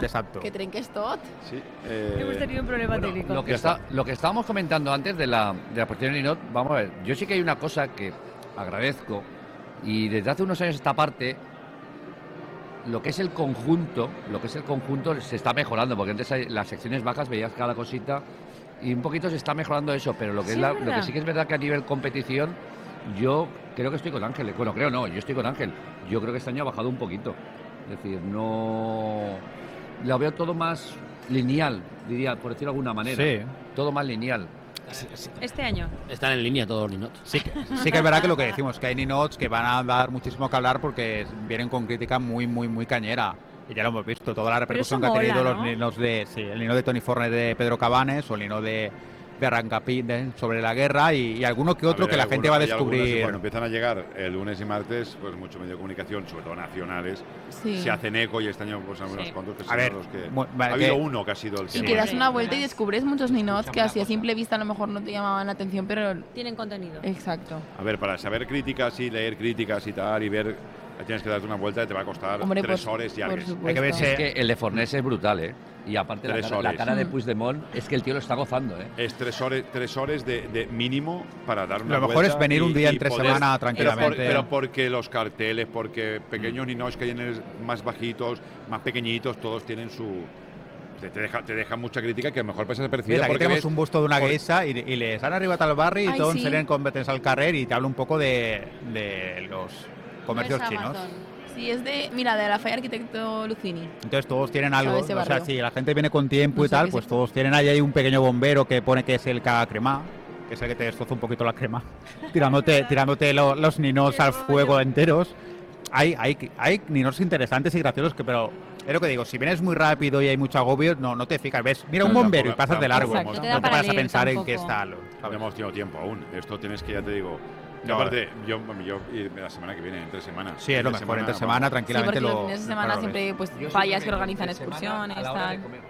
[SPEAKER 5] exacto.
[SPEAKER 7] Que tren que es tot.
[SPEAKER 3] Sí. eh,
[SPEAKER 16] Hemos tenido un problema técnico.
[SPEAKER 6] Eh, Lo que, está, lo que estábamos comentando antes de la, de la posición de Ninot, vamos a ver, yo sí que hay una cosa que agradezco y desde hace unos años esta parte, lo que es el conjunto, lo que es el conjunto se está mejorando, porque antes hay- las secciones bajas veías cada cosita y un poquito se está mejorando eso, pero lo que,
[SPEAKER 16] Sí,
[SPEAKER 6] es la-
[SPEAKER 16] es
[SPEAKER 6] lo
[SPEAKER 16] verdad.
[SPEAKER 6] que sí que es verdad que a nivel competición, yo creo que estoy con Ángel, eh, bueno, creo no, yo estoy con Ángel, yo creo que este año ha bajado un poquito, es decir, no... La veo todo más lineal, diría, por decirlo de alguna manera.
[SPEAKER 5] Sí.
[SPEAKER 6] Todo más lineal.
[SPEAKER 16] Este año.
[SPEAKER 4] Están en línea todos los ninots.
[SPEAKER 5] Sí que, Sí que es verdad que lo que decimos, que hay ninots que van a dar muchísimo que hablar porque vienen con crítica muy, muy, muy cañera. Y ya lo hemos visto, toda la repercusión que
[SPEAKER 16] eso
[SPEAKER 5] ha tenido
[SPEAKER 16] mola,
[SPEAKER 5] los
[SPEAKER 16] ¿no?
[SPEAKER 5] ninos de... sí, el nino de Tony Forner de Pedro Cabanes o el nino de, de de arrancapines sobre la guerra y, y alguno que otro
[SPEAKER 3] ver,
[SPEAKER 5] que la
[SPEAKER 3] hay
[SPEAKER 5] gente va a
[SPEAKER 3] algunos- hay algunos que
[SPEAKER 5] descubrir.
[SPEAKER 3] Cuando empiezan a llegar el lunes y martes, pues muchos medios de comunicación, sobre todo nacionales,
[SPEAKER 7] Sí.
[SPEAKER 3] se hacen eco y este año pues hay unos
[SPEAKER 7] Sí.
[SPEAKER 3] cuantos que
[SPEAKER 5] A
[SPEAKER 3] son
[SPEAKER 5] ver,
[SPEAKER 3] los que...
[SPEAKER 5] mu- vale,
[SPEAKER 3] ha habido
[SPEAKER 5] que-
[SPEAKER 3] uno que ha sido el que...
[SPEAKER 7] Y te das una vuelta y descubres muchos ninots que así a simple vista a lo mejor no te llamaban la atención, pero...
[SPEAKER 23] Tienen contenido.
[SPEAKER 7] Exacto.
[SPEAKER 3] A ver, para saber críticas y leer críticas y tal y ver... Tienes que darte una vuelta y te va a costar
[SPEAKER 7] Hombre,
[SPEAKER 3] tres
[SPEAKER 7] por-
[SPEAKER 3] horas y
[SPEAKER 7] por
[SPEAKER 3] algo.
[SPEAKER 7] supuesto. Hay que verse-
[SPEAKER 6] Es que el de Fornés es brutal, ¿eh? Y aparte la
[SPEAKER 3] Tres
[SPEAKER 6] cara, la
[SPEAKER 3] horas.
[SPEAKER 6] cara de
[SPEAKER 3] Mm.
[SPEAKER 6] Puigdemont es que el tío lo está gozando, ¿eh?
[SPEAKER 3] Es tres horas, tres horas de, de mínimo para dar una
[SPEAKER 5] Lo mejor
[SPEAKER 3] vuelta
[SPEAKER 5] es venir
[SPEAKER 3] y-
[SPEAKER 5] un día
[SPEAKER 3] y
[SPEAKER 5] entre
[SPEAKER 3] poder-
[SPEAKER 5] semana
[SPEAKER 3] pero por-
[SPEAKER 5] tranquilamente.
[SPEAKER 3] Pero, porque los carteles, porque
[SPEAKER 6] Mm.
[SPEAKER 3] pequeños ninos que hay en el- más bajitos, más pequeñitos, todos tienen su... Te, te deja, te deja mucha crítica que a lo mejor pasa desapercibida.
[SPEAKER 5] Mira, aquí
[SPEAKER 3] porque
[SPEAKER 5] tenemos
[SPEAKER 3] ves-
[SPEAKER 5] un busto de una
[SPEAKER 3] por-
[SPEAKER 5] guisa y, y les han arribat al barri
[SPEAKER 3] Ay,
[SPEAKER 5] y todos
[SPEAKER 3] sí.
[SPEAKER 5] se leen convertirse al carrer y te habla un poco de, de los comercios chinos.
[SPEAKER 7] Sí, es de, mira, de la falla arquitecto Lucini.
[SPEAKER 5] Entonces todos tienen
[SPEAKER 7] Sabe
[SPEAKER 5] algo.
[SPEAKER 7] ese
[SPEAKER 5] O sea,
[SPEAKER 7] barrio.
[SPEAKER 5] si la gente viene con tiempo
[SPEAKER 7] No
[SPEAKER 5] y
[SPEAKER 7] sé
[SPEAKER 5] tal,
[SPEAKER 7] qué
[SPEAKER 5] pues
[SPEAKER 7] es.
[SPEAKER 5] todos tienen ahí hay un pequeño bombero que pone que es el caga crema, que es el que te destroza un poquito la crema, tirándote, tirándote lo- los ninos al fuego enteros. Hay, hay, hay ninos interesantes y graciosos, que, pero es lo que digo, si vienes muy rápido y hay mucho agobio, no, no te fijas. Ves, mira un
[SPEAKER 3] Pero
[SPEAKER 5] bombero
[SPEAKER 3] tampoco-
[SPEAKER 5] y pasas de largo.
[SPEAKER 3] tampoco hemos-
[SPEAKER 5] No te paras a pensar en qué está. lo-
[SPEAKER 3] No hemos tenido tiempo aún. Esto tienes que, ya te digo... y
[SPEAKER 5] No,
[SPEAKER 3] aparte, yo, yo- y la semana que viene, entre semana.
[SPEAKER 5] Sí, es lo mejor, entre semana,
[SPEAKER 3] vamos.
[SPEAKER 7] Sí, porque
[SPEAKER 5] tranquilamente
[SPEAKER 7] los fines de semana siempre pues
[SPEAKER 6] Yo
[SPEAKER 7] fallas que
[SPEAKER 6] siempre
[SPEAKER 7] organizan
[SPEAKER 6] entre semana,
[SPEAKER 7] excursiones,
[SPEAKER 6] a la hora de
[SPEAKER 7] tal.
[SPEAKER 6] comer,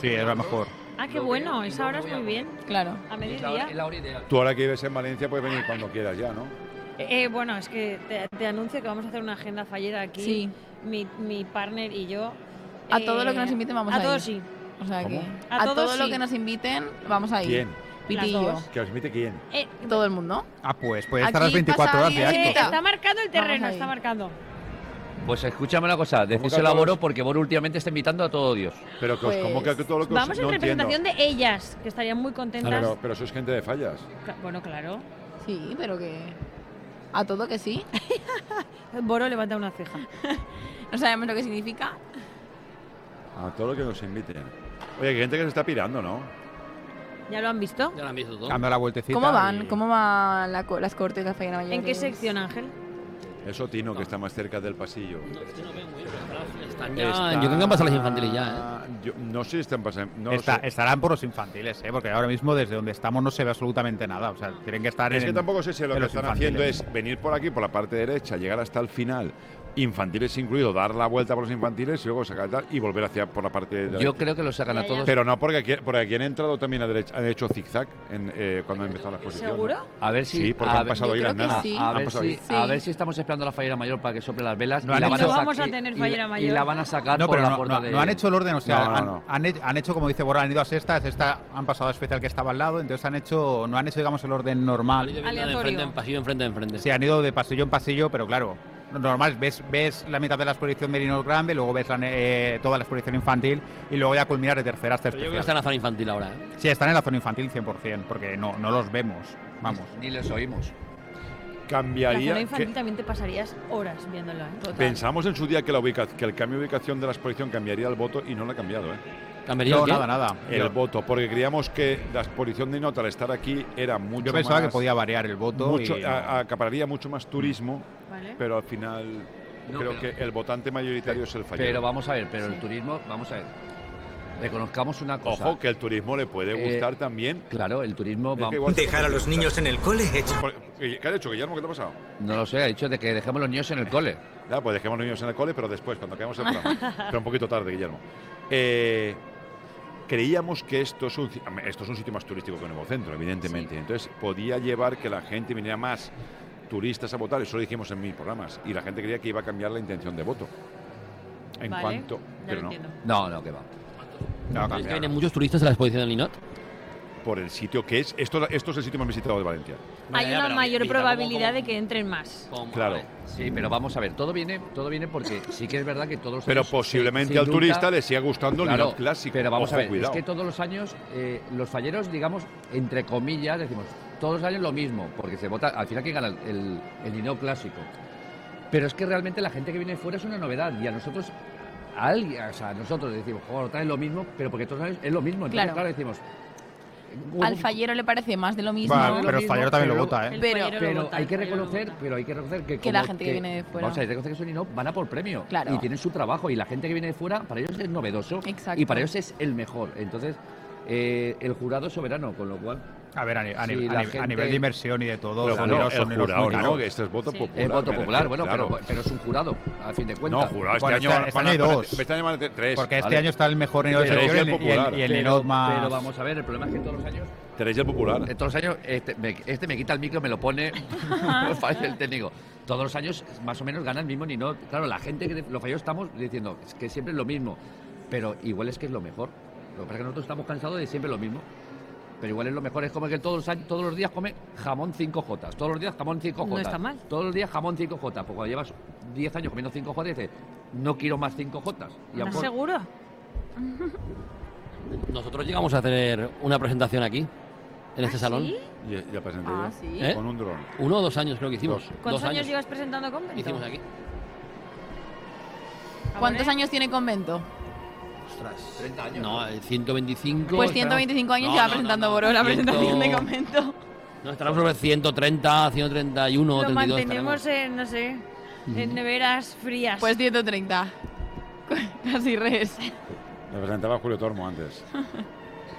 [SPEAKER 5] Sí, es lo mejor.
[SPEAKER 23] Ah, qué bueno, esa hora es muy bien.
[SPEAKER 7] Claro.
[SPEAKER 23] A mediodía.
[SPEAKER 3] Tú ahora que vives en Valencia puedes venir cuando quieras ya, ¿no?
[SPEAKER 16] Eh, bueno, es que te, te anuncio que vamos a hacer una agenda fallera aquí.
[SPEAKER 7] Sí.
[SPEAKER 16] Mi, mi partner y yo.
[SPEAKER 7] A
[SPEAKER 16] Eh,
[SPEAKER 7] todo lo que nos inviten vamos
[SPEAKER 16] a
[SPEAKER 7] a ir.
[SPEAKER 16] todos sí.
[SPEAKER 7] O sea
[SPEAKER 3] ¿Cómo?
[SPEAKER 7] que
[SPEAKER 16] A
[SPEAKER 7] a,
[SPEAKER 16] todos
[SPEAKER 7] todo lo
[SPEAKER 16] sí.
[SPEAKER 7] que nos inviten vamos a ir.
[SPEAKER 5] ¿Quién?
[SPEAKER 7] Piti y
[SPEAKER 16] Las
[SPEAKER 7] yo.
[SPEAKER 16] dos.
[SPEAKER 3] ¿Que os invite quién?
[SPEAKER 7] Todo el mundo.
[SPEAKER 5] Ah, pues puede estar
[SPEAKER 7] Aquí
[SPEAKER 5] las 24 horas
[SPEAKER 7] pasa
[SPEAKER 5] de
[SPEAKER 16] Eh,
[SPEAKER 5] acto.
[SPEAKER 16] está marcando el terreno, está marcando.
[SPEAKER 6] Pues escúchame una cosa, decíselo a Boro porque Boro últimamente está invitando a todo Dios.
[SPEAKER 3] Pero
[SPEAKER 16] que os- Pues, como que a todo
[SPEAKER 3] lo
[SPEAKER 16] Vamos en representación de ellas, que estarían muy contentas.
[SPEAKER 3] Pero, pero sois gente de fallas.
[SPEAKER 16] Ca- Bueno, claro.
[SPEAKER 7] Sí, pero que. A todo que sí.
[SPEAKER 16] Boro levanta una ceja.
[SPEAKER 7] no sabemos lo que significa.
[SPEAKER 3] A todo lo que nos inviten. Oye, que hay gente que se está pirando, ¿no?
[SPEAKER 16] ¿Ya lo han visto?
[SPEAKER 4] Ya lo han visto todo.
[SPEAKER 3] Dando la vueltecita.
[SPEAKER 7] ¿Cómo van? ¿Cómo van la co- las cortes de la Fallera Mayor?
[SPEAKER 16] ¿En qué sección, Ángel?
[SPEAKER 3] Eso Tino, que está más cerca del pasillo.
[SPEAKER 4] Están ya- Yo creo que han pasado las infantiles ya, ¿eh?
[SPEAKER 3] Ah, Yo no sé si están pasando. No
[SPEAKER 5] Está-
[SPEAKER 3] sé.
[SPEAKER 5] Estarán por los infantiles, ¿eh? porque ahora mismo desde donde estamos no se ve absolutamente nada. O sea, tienen que estar
[SPEAKER 3] Es
[SPEAKER 5] en.
[SPEAKER 3] que tampoco sé si lo
[SPEAKER 5] en
[SPEAKER 3] que
[SPEAKER 5] los
[SPEAKER 3] están
[SPEAKER 5] infantiles.
[SPEAKER 3] haciendo es venir por aquí, por la parte derecha, llegar hasta el final, infantiles incluido, dar la vuelta por los infantiles y luego sacar tal y volver hacia por la parte derecha.
[SPEAKER 6] Yo creo que lo sacan a todos.
[SPEAKER 3] Pero no, porque aquí, porque aquí han entrado también a derecha, han hecho zigzag en, eh, cuando ha empezado la exposición. ¿no?
[SPEAKER 6] ¿Seguro? A ver si.
[SPEAKER 3] Sí, porque
[SPEAKER 6] a
[SPEAKER 3] han
[SPEAKER 6] ver-
[SPEAKER 3] pasado
[SPEAKER 6] yo
[SPEAKER 3] ahí
[SPEAKER 6] creo
[SPEAKER 3] las
[SPEAKER 6] que
[SPEAKER 3] nanas.
[SPEAKER 6] sí.
[SPEAKER 3] Han
[SPEAKER 6] A ver
[SPEAKER 3] pasado
[SPEAKER 6] si-
[SPEAKER 3] ahí.
[SPEAKER 6] a ver si estamos esperando a la fallera mayor para que sople las velas.
[SPEAKER 5] No
[SPEAKER 6] y
[SPEAKER 5] han
[SPEAKER 6] la van
[SPEAKER 5] hecho-
[SPEAKER 6] sacar-
[SPEAKER 16] Vamos a tener
[SPEAKER 6] y-
[SPEAKER 16] fallera
[SPEAKER 6] y
[SPEAKER 16] mayor.
[SPEAKER 6] la van a sacar
[SPEAKER 5] No,
[SPEAKER 6] por
[SPEAKER 5] pero
[SPEAKER 6] la
[SPEAKER 5] no,
[SPEAKER 6] puerta
[SPEAKER 5] no-
[SPEAKER 6] de-
[SPEAKER 5] no han hecho el orden, o sea,
[SPEAKER 6] No, no,
[SPEAKER 5] han,
[SPEAKER 6] no.
[SPEAKER 5] han he- han hecho, como dice Borja, han ido a sextas, esta, han pasado a especial que estaba al lado, entonces han hecho, no han hecho, digamos, el orden normal.
[SPEAKER 4] De enfrente, en pasillo, enfrente, enfrente.
[SPEAKER 5] Sí, han ido de pasillo en pasillo, pero claro, lo normal, es ves, ves la mitad de la exposición de Nino Grande, luego ves la ne- eh, toda la exposición infantil y luego ya culminar de tercera hasta
[SPEAKER 4] Pero yo creo que
[SPEAKER 5] especial.
[SPEAKER 4] están en la zona infantil ahora, ¿eh?
[SPEAKER 5] Sí, están en la zona infantil 100%, porque no, no los vemos, vamos.
[SPEAKER 6] Ni les oímos.
[SPEAKER 3] Cambiaría.
[SPEAKER 16] La zona
[SPEAKER 3] que-
[SPEAKER 16] infantil también te pasarías horas viéndolo. ¿eh?
[SPEAKER 3] Pensamos en su día que, la ubica- que el cambio de ubicación de la exposición cambiaría el voto y no lo ha cambiado. ¿eh?
[SPEAKER 5] ¿Cambiaría No, el qué? nada, nada.
[SPEAKER 3] El
[SPEAKER 5] Yo-
[SPEAKER 3] voto, porque creíamos que la exposición de Nota al estar aquí era mucho
[SPEAKER 5] Yo pensaba
[SPEAKER 3] más-
[SPEAKER 5] que podía variar el voto
[SPEAKER 3] mucho-
[SPEAKER 5] y-
[SPEAKER 3] a- acapararía mucho más turismo,
[SPEAKER 16] Vale.
[SPEAKER 3] pero al final
[SPEAKER 6] No,
[SPEAKER 3] creo
[SPEAKER 6] pero-
[SPEAKER 3] que el votante mayoritario es el fallero.
[SPEAKER 6] Pero vamos a ver, pero el turismo, vamos a ver. Reconozcamos una cosa.
[SPEAKER 3] Ojo, que el turismo le puede
[SPEAKER 6] Eh,
[SPEAKER 3] gustar también.
[SPEAKER 6] Claro, el turismo
[SPEAKER 3] Es que
[SPEAKER 6] va
[SPEAKER 3] igual- Dejar a los niños
[SPEAKER 6] en el cole
[SPEAKER 3] ¿Qué qué has hecho, Guillermo? ¿Qué te ha pasado?
[SPEAKER 6] No lo sé, ha dicho de que dejemos los niños en el cole.
[SPEAKER 3] Ya, pues dejemos los niños en el cole, pero después, cuando acabemos el programa. pero un poquito tarde, Guillermo. Eh, creíamos que esto es, un, ci- esto es un sitio más turístico que Nuevo Centro, evidentemente. Entonces, podía llevar que la gente viniera más turistas a votar, eso lo dijimos en mis programas, y la gente creía que iba a cambiar la intención de voto. En
[SPEAKER 16] Vale,
[SPEAKER 3] cuanto...
[SPEAKER 16] ya lo
[SPEAKER 3] Pero no.
[SPEAKER 16] entiendo.
[SPEAKER 6] No, no, que va.
[SPEAKER 3] No,
[SPEAKER 4] ¿Crees que
[SPEAKER 3] cambiaron.
[SPEAKER 4] vienen muchos turistas a la exposición del Linot?
[SPEAKER 3] Por el sitio que es. Esto, esto es el sitio más visitado de Valencia.
[SPEAKER 16] Hay una mayor probabilidad de que entren más.
[SPEAKER 3] Claro.
[SPEAKER 6] Sí, pero vamos a ver, todo viene, todo viene porque sí que es verdad que todos los
[SPEAKER 3] Pero
[SPEAKER 6] años se-
[SPEAKER 3] posiblemente
[SPEAKER 6] se
[SPEAKER 3] al
[SPEAKER 6] indulta-
[SPEAKER 3] turista le siga gustando el
[SPEAKER 6] Claro,
[SPEAKER 3] Linot clásico.
[SPEAKER 6] Pero vamos
[SPEAKER 3] Ojo,
[SPEAKER 6] a ver,
[SPEAKER 3] cuidado.
[SPEAKER 6] es que todos los años eh, los falleros, digamos, entre comillas, decimos, todos los años lo mismo, porque se vota, al final que gana el, el, el Linot clásico. Pero es que realmente la gente que viene de fuera es una novedad y a nosotros, a alguien, o sea, nosotros decimos, joder, otra vez lo mismo, pero porque todos los años es lo mismo. Entonces,
[SPEAKER 7] Claro.
[SPEAKER 6] claro, decimos,
[SPEAKER 7] Al fallero le parece más de lo mismo.
[SPEAKER 6] Vale, pero el fallero también lo
[SPEAKER 7] pero-
[SPEAKER 6] vota, ¿eh? El
[SPEAKER 7] Pero,
[SPEAKER 6] pero hay que reconocer, pero hay que reconocer que,
[SPEAKER 7] Que la
[SPEAKER 6] como
[SPEAKER 7] gente que viene de fuera.
[SPEAKER 6] Vamos a ver, hay que reconocer que son Inop van a por premio
[SPEAKER 7] Claro.
[SPEAKER 6] y tienen su trabajo y la gente que viene de fuera para ellos es novedoso
[SPEAKER 7] Exacto.
[SPEAKER 6] y para ellos es el mejor. Entonces, Eh, el jurado es soberano, con lo cual.
[SPEAKER 5] A ver, a, ni- a
[SPEAKER 6] si
[SPEAKER 5] ni-
[SPEAKER 6] la
[SPEAKER 5] a ni- a nivel de inversión y de todo,
[SPEAKER 6] Pero
[SPEAKER 5] los
[SPEAKER 6] bueno,
[SPEAKER 5] dineros
[SPEAKER 6] el
[SPEAKER 5] son dineros
[SPEAKER 6] jurado,
[SPEAKER 5] muy
[SPEAKER 6] ¿no?
[SPEAKER 5] caros.
[SPEAKER 6] Que esto es voto Sí. popular, Es voto me popular, refiero, bueno, claro. pero- pero es un jurado, a fin de cuentas.
[SPEAKER 5] No, jurado, este
[SPEAKER 6] Bueno,
[SPEAKER 5] año
[SPEAKER 6] están-
[SPEAKER 5] van
[SPEAKER 6] están
[SPEAKER 5] a-
[SPEAKER 6] ahí dos.
[SPEAKER 5] Me están llamando tres. Porque este
[SPEAKER 6] Vale.
[SPEAKER 5] año está el mejor Nino del
[SPEAKER 6] Pero-
[SPEAKER 5] sector y el- y el- y el
[SPEAKER 6] Pero-
[SPEAKER 5] Nino más-
[SPEAKER 6] Pero vamos a ver, el problema es que todos los años.
[SPEAKER 24] Tenéis el popular.
[SPEAKER 6] Eh, Todos los años, este me, este me quita el micro, me lo pone. no falla el técnico. Todos los años, más o menos, gana el mismo Nino. Claro, la gente que lo falló estamos diciendo es que siempre es lo mismo. Pero igual es que es lo mejor. Lo que pasa es que nosotros estamos cansados de siempre lo mismo. Pero igual es lo mejor, es como que todos los, años- todos los días come jamón 5J. Todos los días jamón 5J.
[SPEAKER 17] No está mal.
[SPEAKER 6] Todos los días jamón 5J. Pues cuando llevas 10 años comiendo 5J, dices, no quiero más 5J. Y a lo
[SPEAKER 17] ¿Estás
[SPEAKER 6] mejor-
[SPEAKER 17] seguro?
[SPEAKER 4] Nosotros llegamos a hacer una presentación aquí, en este
[SPEAKER 17] ¿Ah,
[SPEAKER 4] salón.
[SPEAKER 17] sí?
[SPEAKER 3] Ya, presenté
[SPEAKER 17] Ah, yo. ¿sí?
[SPEAKER 4] ¿Eh?
[SPEAKER 17] Con un
[SPEAKER 3] dron.
[SPEAKER 4] Uno o dos años creo que hicimos.
[SPEAKER 17] ¿Cuántos
[SPEAKER 4] Dos
[SPEAKER 17] años llevas presentando convento?
[SPEAKER 4] Hicimos aquí.
[SPEAKER 7] ¿Cuántos años tiene convento?
[SPEAKER 4] Ostras. 30 años. No, eh, 125.
[SPEAKER 7] Pues
[SPEAKER 4] estará-
[SPEAKER 7] 125 años
[SPEAKER 4] No,
[SPEAKER 7] lleva
[SPEAKER 4] no,
[SPEAKER 7] presentando
[SPEAKER 4] no, no.
[SPEAKER 7] Boró la
[SPEAKER 4] 100,
[SPEAKER 7] presentación de convento.
[SPEAKER 4] No, estaremos sobre 130, 131,
[SPEAKER 16] Lo
[SPEAKER 4] 32.
[SPEAKER 16] mantenemos en, no sé, en neveras frías.
[SPEAKER 7] Pues 130. Casi res.
[SPEAKER 3] Me presentaba Julio Tormo antes.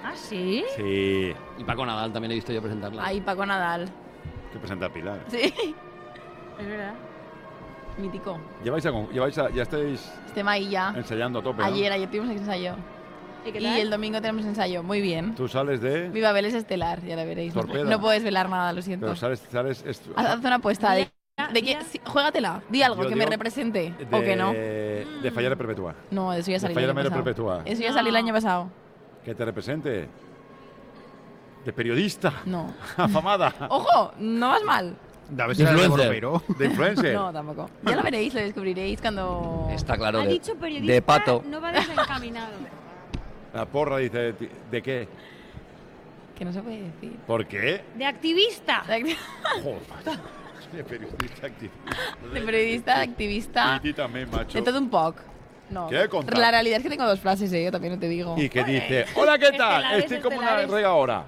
[SPEAKER 16] ¿Ah, sí?
[SPEAKER 3] Sí.
[SPEAKER 4] Y Paco Nadal también he visto yo presentarla.
[SPEAKER 7] Ahí, Paco Nadal.
[SPEAKER 3] Que presenta a Pilar.
[SPEAKER 7] Sí.
[SPEAKER 16] Es verdad.
[SPEAKER 7] Mítico.
[SPEAKER 3] Ya, vais a, con- ya, vais a- ya estáis
[SPEAKER 7] Este maíz ya.
[SPEAKER 3] ensayando a tope. ¿no?
[SPEAKER 7] Ayer, ayer tuvimos ensayo. ¿Y, el domingo tenemos ensayo. Muy bien.
[SPEAKER 3] Tú sales de.
[SPEAKER 7] Mi Babel es estelar, ya la veréis. No,
[SPEAKER 3] Torpeda.
[SPEAKER 7] no puedes velar nada, lo siento.
[SPEAKER 3] Pero sales. sales est-
[SPEAKER 7] Haz haz una apuesta. ¿De, de qué? sí, juégatela. Di algo
[SPEAKER 3] Yo
[SPEAKER 7] que me
[SPEAKER 3] digo
[SPEAKER 7] represente.
[SPEAKER 3] de-
[SPEAKER 7] ¿O que no?
[SPEAKER 3] De fallar perpetua.
[SPEAKER 7] No, eso ya
[SPEAKER 3] De
[SPEAKER 7] salió el
[SPEAKER 3] fallar
[SPEAKER 7] año pasado.
[SPEAKER 3] perpetua.
[SPEAKER 7] Eso ya salió el año pasado.
[SPEAKER 3] Que te represente. De periodista.
[SPEAKER 7] No.
[SPEAKER 3] Afamada.
[SPEAKER 7] ¡Ojo! No vas mal.
[SPEAKER 5] De
[SPEAKER 3] De
[SPEAKER 5] influencer.
[SPEAKER 3] influencer. De influencer.
[SPEAKER 7] No, tampoco. Ya lo veréis, lo descubriréis cuando...
[SPEAKER 6] Está claro.
[SPEAKER 17] Ha
[SPEAKER 6] de-
[SPEAKER 17] dicho periodista,
[SPEAKER 6] de pato.
[SPEAKER 17] no va desencaminado.
[SPEAKER 3] La porra dice. ¿De, ti- de qué?
[SPEAKER 7] Que no se puede decir.
[SPEAKER 3] ¿Por qué?
[SPEAKER 16] De activista.
[SPEAKER 3] Joder, macho. De periodista activista.
[SPEAKER 7] De periodista, activista...
[SPEAKER 3] Y ti también, macho.
[SPEAKER 7] De todo un poc. No.
[SPEAKER 3] ¿Qué contar?
[SPEAKER 7] La realidad es que tengo dos frases, eh, yo también te digo.
[SPEAKER 3] Y que dice, hola, ¿qué tal?
[SPEAKER 7] Estelares,
[SPEAKER 3] Estoy como una
[SPEAKER 7] estelares.
[SPEAKER 3] rega ahora.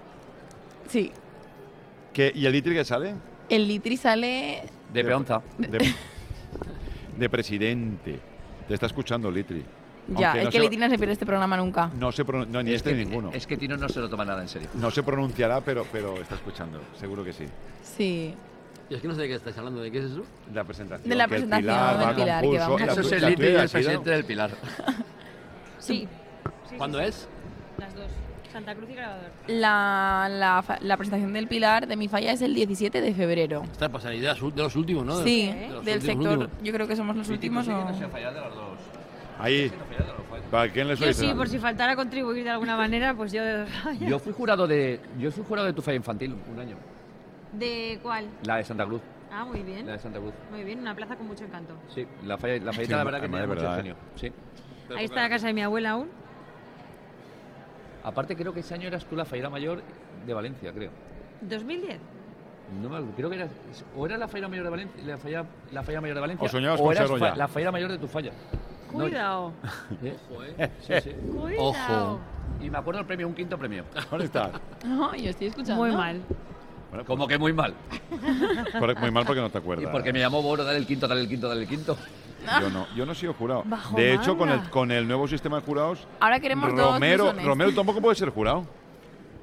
[SPEAKER 7] Sí.
[SPEAKER 3] ¿Qué- ¿Y el litri que sale?
[SPEAKER 7] El litri sale...
[SPEAKER 6] De peonza.
[SPEAKER 3] De, de presidente. Te está escuchando Litri.
[SPEAKER 7] Ya,
[SPEAKER 3] Aunque
[SPEAKER 7] es
[SPEAKER 3] no
[SPEAKER 7] que
[SPEAKER 3] se-
[SPEAKER 7] litri no se pierde este programa nunca.
[SPEAKER 3] No se pronun- no, ni este ni ninguno.
[SPEAKER 6] Es que Tino no se lo toma nada en serio.
[SPEAKER 3] No se pronunciará, pero, pero está escuchando. Seguro que sí.
[SPEAKER 7] Sí.
[SPEAKER 4] Yo es que no sé de qué estáis hablando, ¿de qué es eso?
[SPEAKER 3] La presentación.
[SPEAKER 7] De la
[SPEAKER 3] que el
[SPEAKER 7] presentación
[SPEAKER 3] Pilar
[SPEAKER 7] del
[SPEAKER 3] va a
[SPEAKER 7] Pilar, que
[SPEAKER 3] concurso.
[SPEAKER 7] vamos a
[SPEAKER 3] La
[SPEAKER 7] hacer.
[SPEAKER 3] tu-
[SPEAKER 7] Eso es
[SPEAKER 3] la
[SPEAKER 7] el
[SPEAKER 3] tuya
[SPEAKER 6] Litri
[SPEAKER 3] y
[SPEAKER 6] y
[SPEAKER 3] la
[SPEAKER 6] el
[SPEAKER 3] tuya.
[SPEAKER 6] presidente del Pilar.
[SPEAKER 16] Sí.
[SPEAKER 4] ¿Cuándo es?
[SPEAKER 16] Las dos. Santa Cruz y Grabador.
[SPEAKER 7] La, la fa- la presentación del Pilar de mi falla es el 17 de febrero.
[SPEAKER 4] Está pues, de las ul- de los últimos, ¿no? De los-
[SPEAKER 7] Sí,
[SPEAKER 4] de los
[SPEAKER 7] del
[SPEAKER 4] últimos,
[SPEAKER 7] sector.
[SPEAKER 4] últimos.
[SPEAKER 7] Yo creo que somos
[SPEAKER 16] Este
[SPEAKER 7] los últimos. o-
[SPEAKER 3] Ahí. ¿Para quién le
[SPEAKER 16] Yo
[SPEAKER 3] sois?
[SPEAKER 16] sí, por si faltara contribuir de alguna manera, pues yo de
[SPEAKER 6] Yo fui jurado de yo fui jurado de tu falla infantil un año.
[SPEAKER 16] ¿De cuál?
[SPEAKER 6] La de Santa Cruz.
[SPEAKER 16] Ah, muy bien.
[SPEAKER 6] La de Santa Cruz.
[SPEAKER 16] Muy bien, una plaza con mucho encanto.
[SPEAKER 6] Sí, la falla la fallita
[SPEAKER 3] Sí,
[SPEAKER 6] la verdad que
[SPEAKER 3] además
[SPEAKER 6] tiene
[SPEAKER 3] de
[SPEAKER 6] mucho
[SPEAKER 3] verdad, eh.
[SPEAKER 6] genio. Sí.
[SPEAKER 16] Ahí está la casa de mi abuela aún.
[SPEAKER 6] Aparte creo que ese año eras tú la fallera mayor de Valencia, creo.
[SPEAKER 16] 2010.
[SPEAKER 6] No me acuerdo, creo que eras o era la fallera mayor de Valencia, la falla la fallera mayor de Valencia
[SPEAKER 3] Os soñabas
[SPEAKER 6] o
[SPEAKER 3] con
[SPEAKER 6] eras
[SPEAKER 3] serlo
[SPEAKER 6] fa-
[SPEAKER 3] ya.
[SPEAKER 6] la fallera mayor de tu falla. No,
[SPEAKER 16] Cuidado.
[SPEAKER 6] ¿eh? Sí, sí.
[SPEAKER 16] Cuidado. Ojo.
[SPEAKER 6] Y me acuerdo el premio, un quinto premio.
[SPEAKER 3] ¿Dónde está?
[SPEAKER 7] No, yo estoy escuchando.
[SPEAKER 16] Muy mal.
[SPEAKER 6] Como que muy mal.
[SPEAKER 3] Correcto, Muy mal porque no te acuerdas.
[SPEAKER 6] Y porque me llamó Boro, dale el quinto, dale el quinto, dale el quinto.
[SPEAKER 3] Yo no, yo no he sido jurado.
[SPEAKER 7] Ah. Bajo
[SPEAKER 3] de hecho, con
[SPEAKER 7] manga.
[SPEAKER 3] el, con el nuevo sistema de jurados.
[SPEAKER 7] Ahora queremos dos
[SPEAKER 3] Romero,
[SPEAKER 7] musones.
[SPEAKER 3] Romero tampoco puede ser jurado.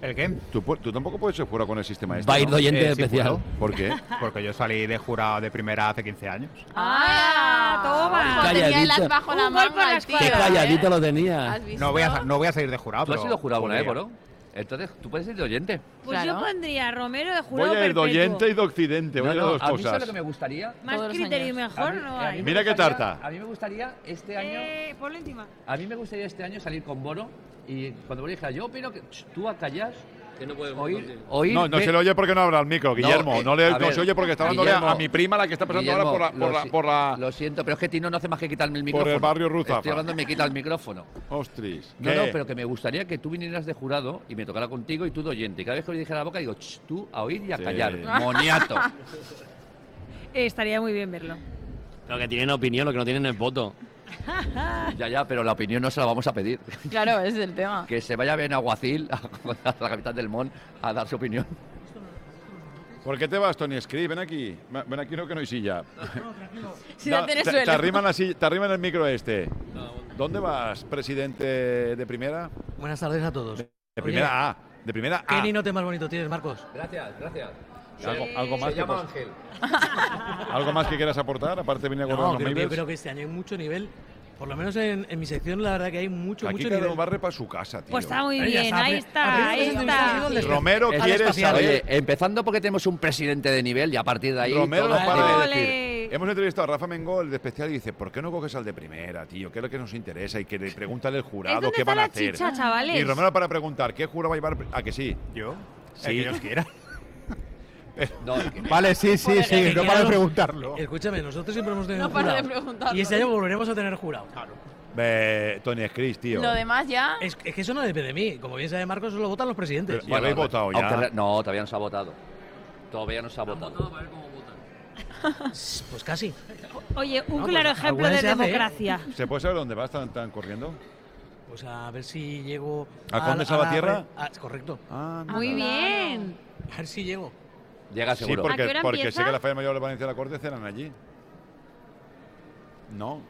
[SPEAKER 5] ¿El qué?
[SPEAKER 3] Tú, pu- tú tampoco puedes ser jurado con el sistema este.
[SPEAKER 5] Va a ir
[SPEAKER 3] ¿no?
[SPEAKER 5] de oyente Eh, sí, especial. puedo.
[SPEAKER 3] ¿Por qué?
[SPEAKER 5] Porque yo salí de jurado de primera hace 15 años.
[SPEAKER 7] ¡Ah!
[SPEAKER 16] toma.
[SPEAKER 7] Ojo, Tenía el as
[SPEAKER 5] Calladito.
[SPEAKER 7] bajo la
[SPEAKER 16] Un golpe a
[SPEAKER 7] manga,
[SPEAKER 16] la
[SPEAKER 7] tío.
[SPEAKER 5] Qué calladito
[SPEAKER 7] ¿eh?
[SPEAKER 5] lo tenía.
[SPEAKER 7] ¿Has visto?
[SPEAKER 5] No voy a, no voy a salir de jurado.
[SPEAKER 6] Tú has
[SPEAKER 5] pero
[SPEAKER 6] sido jurado una vez,
[SPEAKER 5] podría.
[SPEAKER 6] Boro. Entonces, tú puedes ir de oyente.
[SPEAKER 16] Pues yo pondría Romero de
[SPEAKER 3] Voy
[SPEAKER 16] jurado
[SPEAKER 3] a ir de
[SPEAKER 16] perpetuo.
[SPEAKER 3] oyente y de occidente. Voy a ir de
[SPEAKER 6] No,
[SPEAKER 3] dos
[SPEAKER 6] a mí ¿sabes lo
[SPEAKER 3] cosas.
[SPEAKER 6] que me gustaría.
[SPEAKER 16] Más
[SPEAKER 6] Todos los
[SPEAKER 16] criterio y
[SPEAKER 6] años.
[SPEAKER 16] mejor
[SPEAKER 6] A mí-
[SPEAKER 16] no
[SPEAKER 6] a mí
[SPEAKER 16] hay.
[SPEAKER 6] me
[SPEAKER 3] Mira qué
[SPEAKER 6] gustaría-
[SPEAKER 3] tarta.
[SPEAKER 6] A mí me gustaría este año,
[SPEAKER 16] Eh, ponlo encima.
[SPEAKER 6] a mí me gustaría este año salir con Boro y cuando Boro dijera, yo opino que ch, tú acallas,
[SPEAKER 4] Que no podemos
[SPEAKER 6] oír, oír
[SPEAKER 3] no, no
[SPEAKER 6] ver-
[SPEAKER 3] se le oye porque no habla al micro, Guillermo. No,
[SPEAKER 6] eh,
[SPEAKER 3] le,
[SPEAKER 6] a
[SPEAKER 3] no
[SPEAKER 6] ver,
[SPEAKER 3] se oye porque está hablando
[SPEAKER 6] Guillermo,
[SPEAKER 3] a mi prima, la que está pasando
[SPEAKER 6] Guillermo,
[SPEAKER 3] ahora por la, por
[SPEAKER 6] lo
[SPEAKER 3] la,
[SPEAKER 6] si-
[SPEAKER 3] por la-
[SPEAKER 6] Lo siento, pero es que Tino no hace más que quitarme el micrófono.
[SPEAKER 3] el barrio Ruzafa.
[SPEAKER 6] Estoy hablando, me quita el micrófono.
[SPEAKER 3] Ostris.
[SPEAKER 6] No,
[SPEAKER 3] ¿Qué?
[SPEAKER 6] no, pero que me gustaría que tú vinieras de jurado y me tocara contigo y tú de oyente. Y cada vez que le dijera la boca, digo, "Ch, tú a oír y a
[SPEAKER 3] Sí.
[SPEAKER 6] callar. Moniato.
[SPEAKER 16] Eh, estaría muy bien verlo.
[SPEAKER 4] Lo que tienen opinión, lo que no tienen es voto.
[SPEAKER 6] ya, ya, pero la opinión no se la vamos a pedir.
[SPEAKER 7] Claro, ese es el tema.
[SPEAKER 6] Que se vaya bien Aguacil, a la capital del Mon, a dar su opinión.
[SPEAKER 3] ¿Por qué te vas, Tony Escribe? Ven aquí. Ma- Ven aquí, no, que no hay silla.
[SPEAKER 7] Si no
[SPEAKER 3] Da-
[SPEAKER 7] tienes
[SPEAKER 3] te, te
[SPEAKER 7] suelo.
[SPEAKER 3] arriman la silla- te arriman el micro este. ¿Dónde vas, presidente de primera?
[SPEAKER 8] Buenas tardes a todos.
[SPEAKER 3] De
[SPEAKER 8] Oye,
[SPEAKER 3] primera A. De primera
[SPEAKER 8] ¿Qué
[SPEAKER 3] A.
[SPEAKER 8] nino más bonito tienes, Marcos?
[SPEAKER 6] Gracias, gracias.
[SPEAKER 3] Sí. Algo- algo más
[SPEAKER 6] Se
[SPEAKER 3] que
[SPEAKER 6] llama
[SPEAKER 3] pos-
[SPEAKER 6] Ángel.
[SPEAKER 3] ¿Algo más que quieras aportar? Aparte de venir a guardar
[SPEAKER 8] No,
[SPEAKER 3] los
[SPEAKER 8] creo que,
[SPEAKER 3] mails.
[SPEAKER 8] creo que este año hay mucho nivel. Por lo menos en, en mi sección, la verdad que hay mucho,
[SPEAKER 3] Aquí
[SPEAKER 8] mucho
[SPEAKER 3] cada
[SPEAKER 8] nivel.
[SPEAKER 3] uno barre para su casa, tío.
[SPEAKER 16] Pues está muy
[SPEAKER 8] Ahí ya
[SPEAKER 16] bien,
[SPEAKER 8] está,
[SPEAKER 16] ahí
[SPEAKER 8] apre-
[SPEAKER 16] está, ahí
[SPEAKER 8] aprendiendo de mis
[SPEAKER 16] está.
[SPEAKER 8] amigos del
[SPEAKER 3] Romero
[SPEAKER 6] Es
[SPEAKER 3] quiere
[SPEAKER 6] espacial.
[SPEAKER 3] saber-
[SPEAKER 6] Oye, empezando porque tenemos un presidente de nivel y a partir de ahí.
[SPEAKER 3] Romero
[SPEAKER 6] todo
[SPEAKER 3] no para de
[SPEAKER 6] nivel.
[SPEAKER 3] decir. Hemos entrevistado a Rafa Mengol de especial y dice, ¿por qué no coges al de primera, tío? ¿Qué es lo que nos interesa? Y que le preguntan al jurado
[SPEAKER 16] ¿Dónde
[SPEAKER 3] qué
[SPEAKER 16] está
[SPEAKER 3] van
[SPEAKER 16] la
[SPEAKER 3] a hacer.
[SPEAKER 16] chicha, chavales?
[SPEAKER 3] Y Romero para preguntar, ¿qué jurado va a llevar? pri- ¿A que sí? ¿Yo? Sí.
[SPEAKER 8] El que Dios
[SPEAKER 3] quiera.
[SPEAKER 5] Vale, sí, sí,
[SPEAKER 8] Joder,
[SPEAKER 5] sí,
[SPEAKER 3] eh,
[SPEAKER 8] que
[SPEAKER 5] no para de
[SPEAKER 8] quedaros-
[SPEAKER 5] preguntarlo.
[SPEAKER 8] Escúchame, nosotros siempre hemos tenido
[SPEAKER 7] No para
[SPEAKER 8] jurado.
[SPEAKER 7] de preguntarlo.
[SPEAKER 8] Y este año volveremos a tener jurado.
[SPEAKER 3] Eh, Tony Scris, tío.
[SPEAKER 7] Lo demás ya.
[SPEAKER 8] Es, es que eso no depende de mí. Como bien sabe Marcos, solo votan los presidentes.
[SPEAKER 3] Pero- Ya lo he votado, ya.
[SPEAKER 6] Aunque re- no, todavía no se ha votado. Todavía no se ha votado.
[SPEAKER 8] Pues casi.
[SPEAKER 16] Oye, un
[SPEAKER 8] No, pues,
[SPEAKER 16] claro ejemplo
[SPEAKER 8] alguna
[SPEAKER 16] de
[SPEAKER 8] se hace, ¿eh?
[SPEAKER 16] democracia.
[SPEAKER 3] ¿Se puede saber dónde vas? ¿Están, están corriendo?
[SPEAKER 8] Pues a ver si llego.
[SPEAKER 3] ¿A
[SPEAKER 8] la-
[SPEAKER 3] Conde Salvatierra?
[SPEAKER 8] re- ah, es correcto.
[SPEAKER 16] Muy bien.
[SPEAKER 8] A ver si llego.
[SPEAKER 6] Llega
[SPEAKER 3] Sí,
[SPEAKER 6] seguro.
[SPEAKER 16] ¿A qué
[SPEAKER 3] porque,
[SPEAKER 16] hora
[SPEAKER 3] porque
[SPEAKER 16] empieza?
[SPEAKER 3] sé que la falla mayor de Valencia de la Corte cenan allí. No.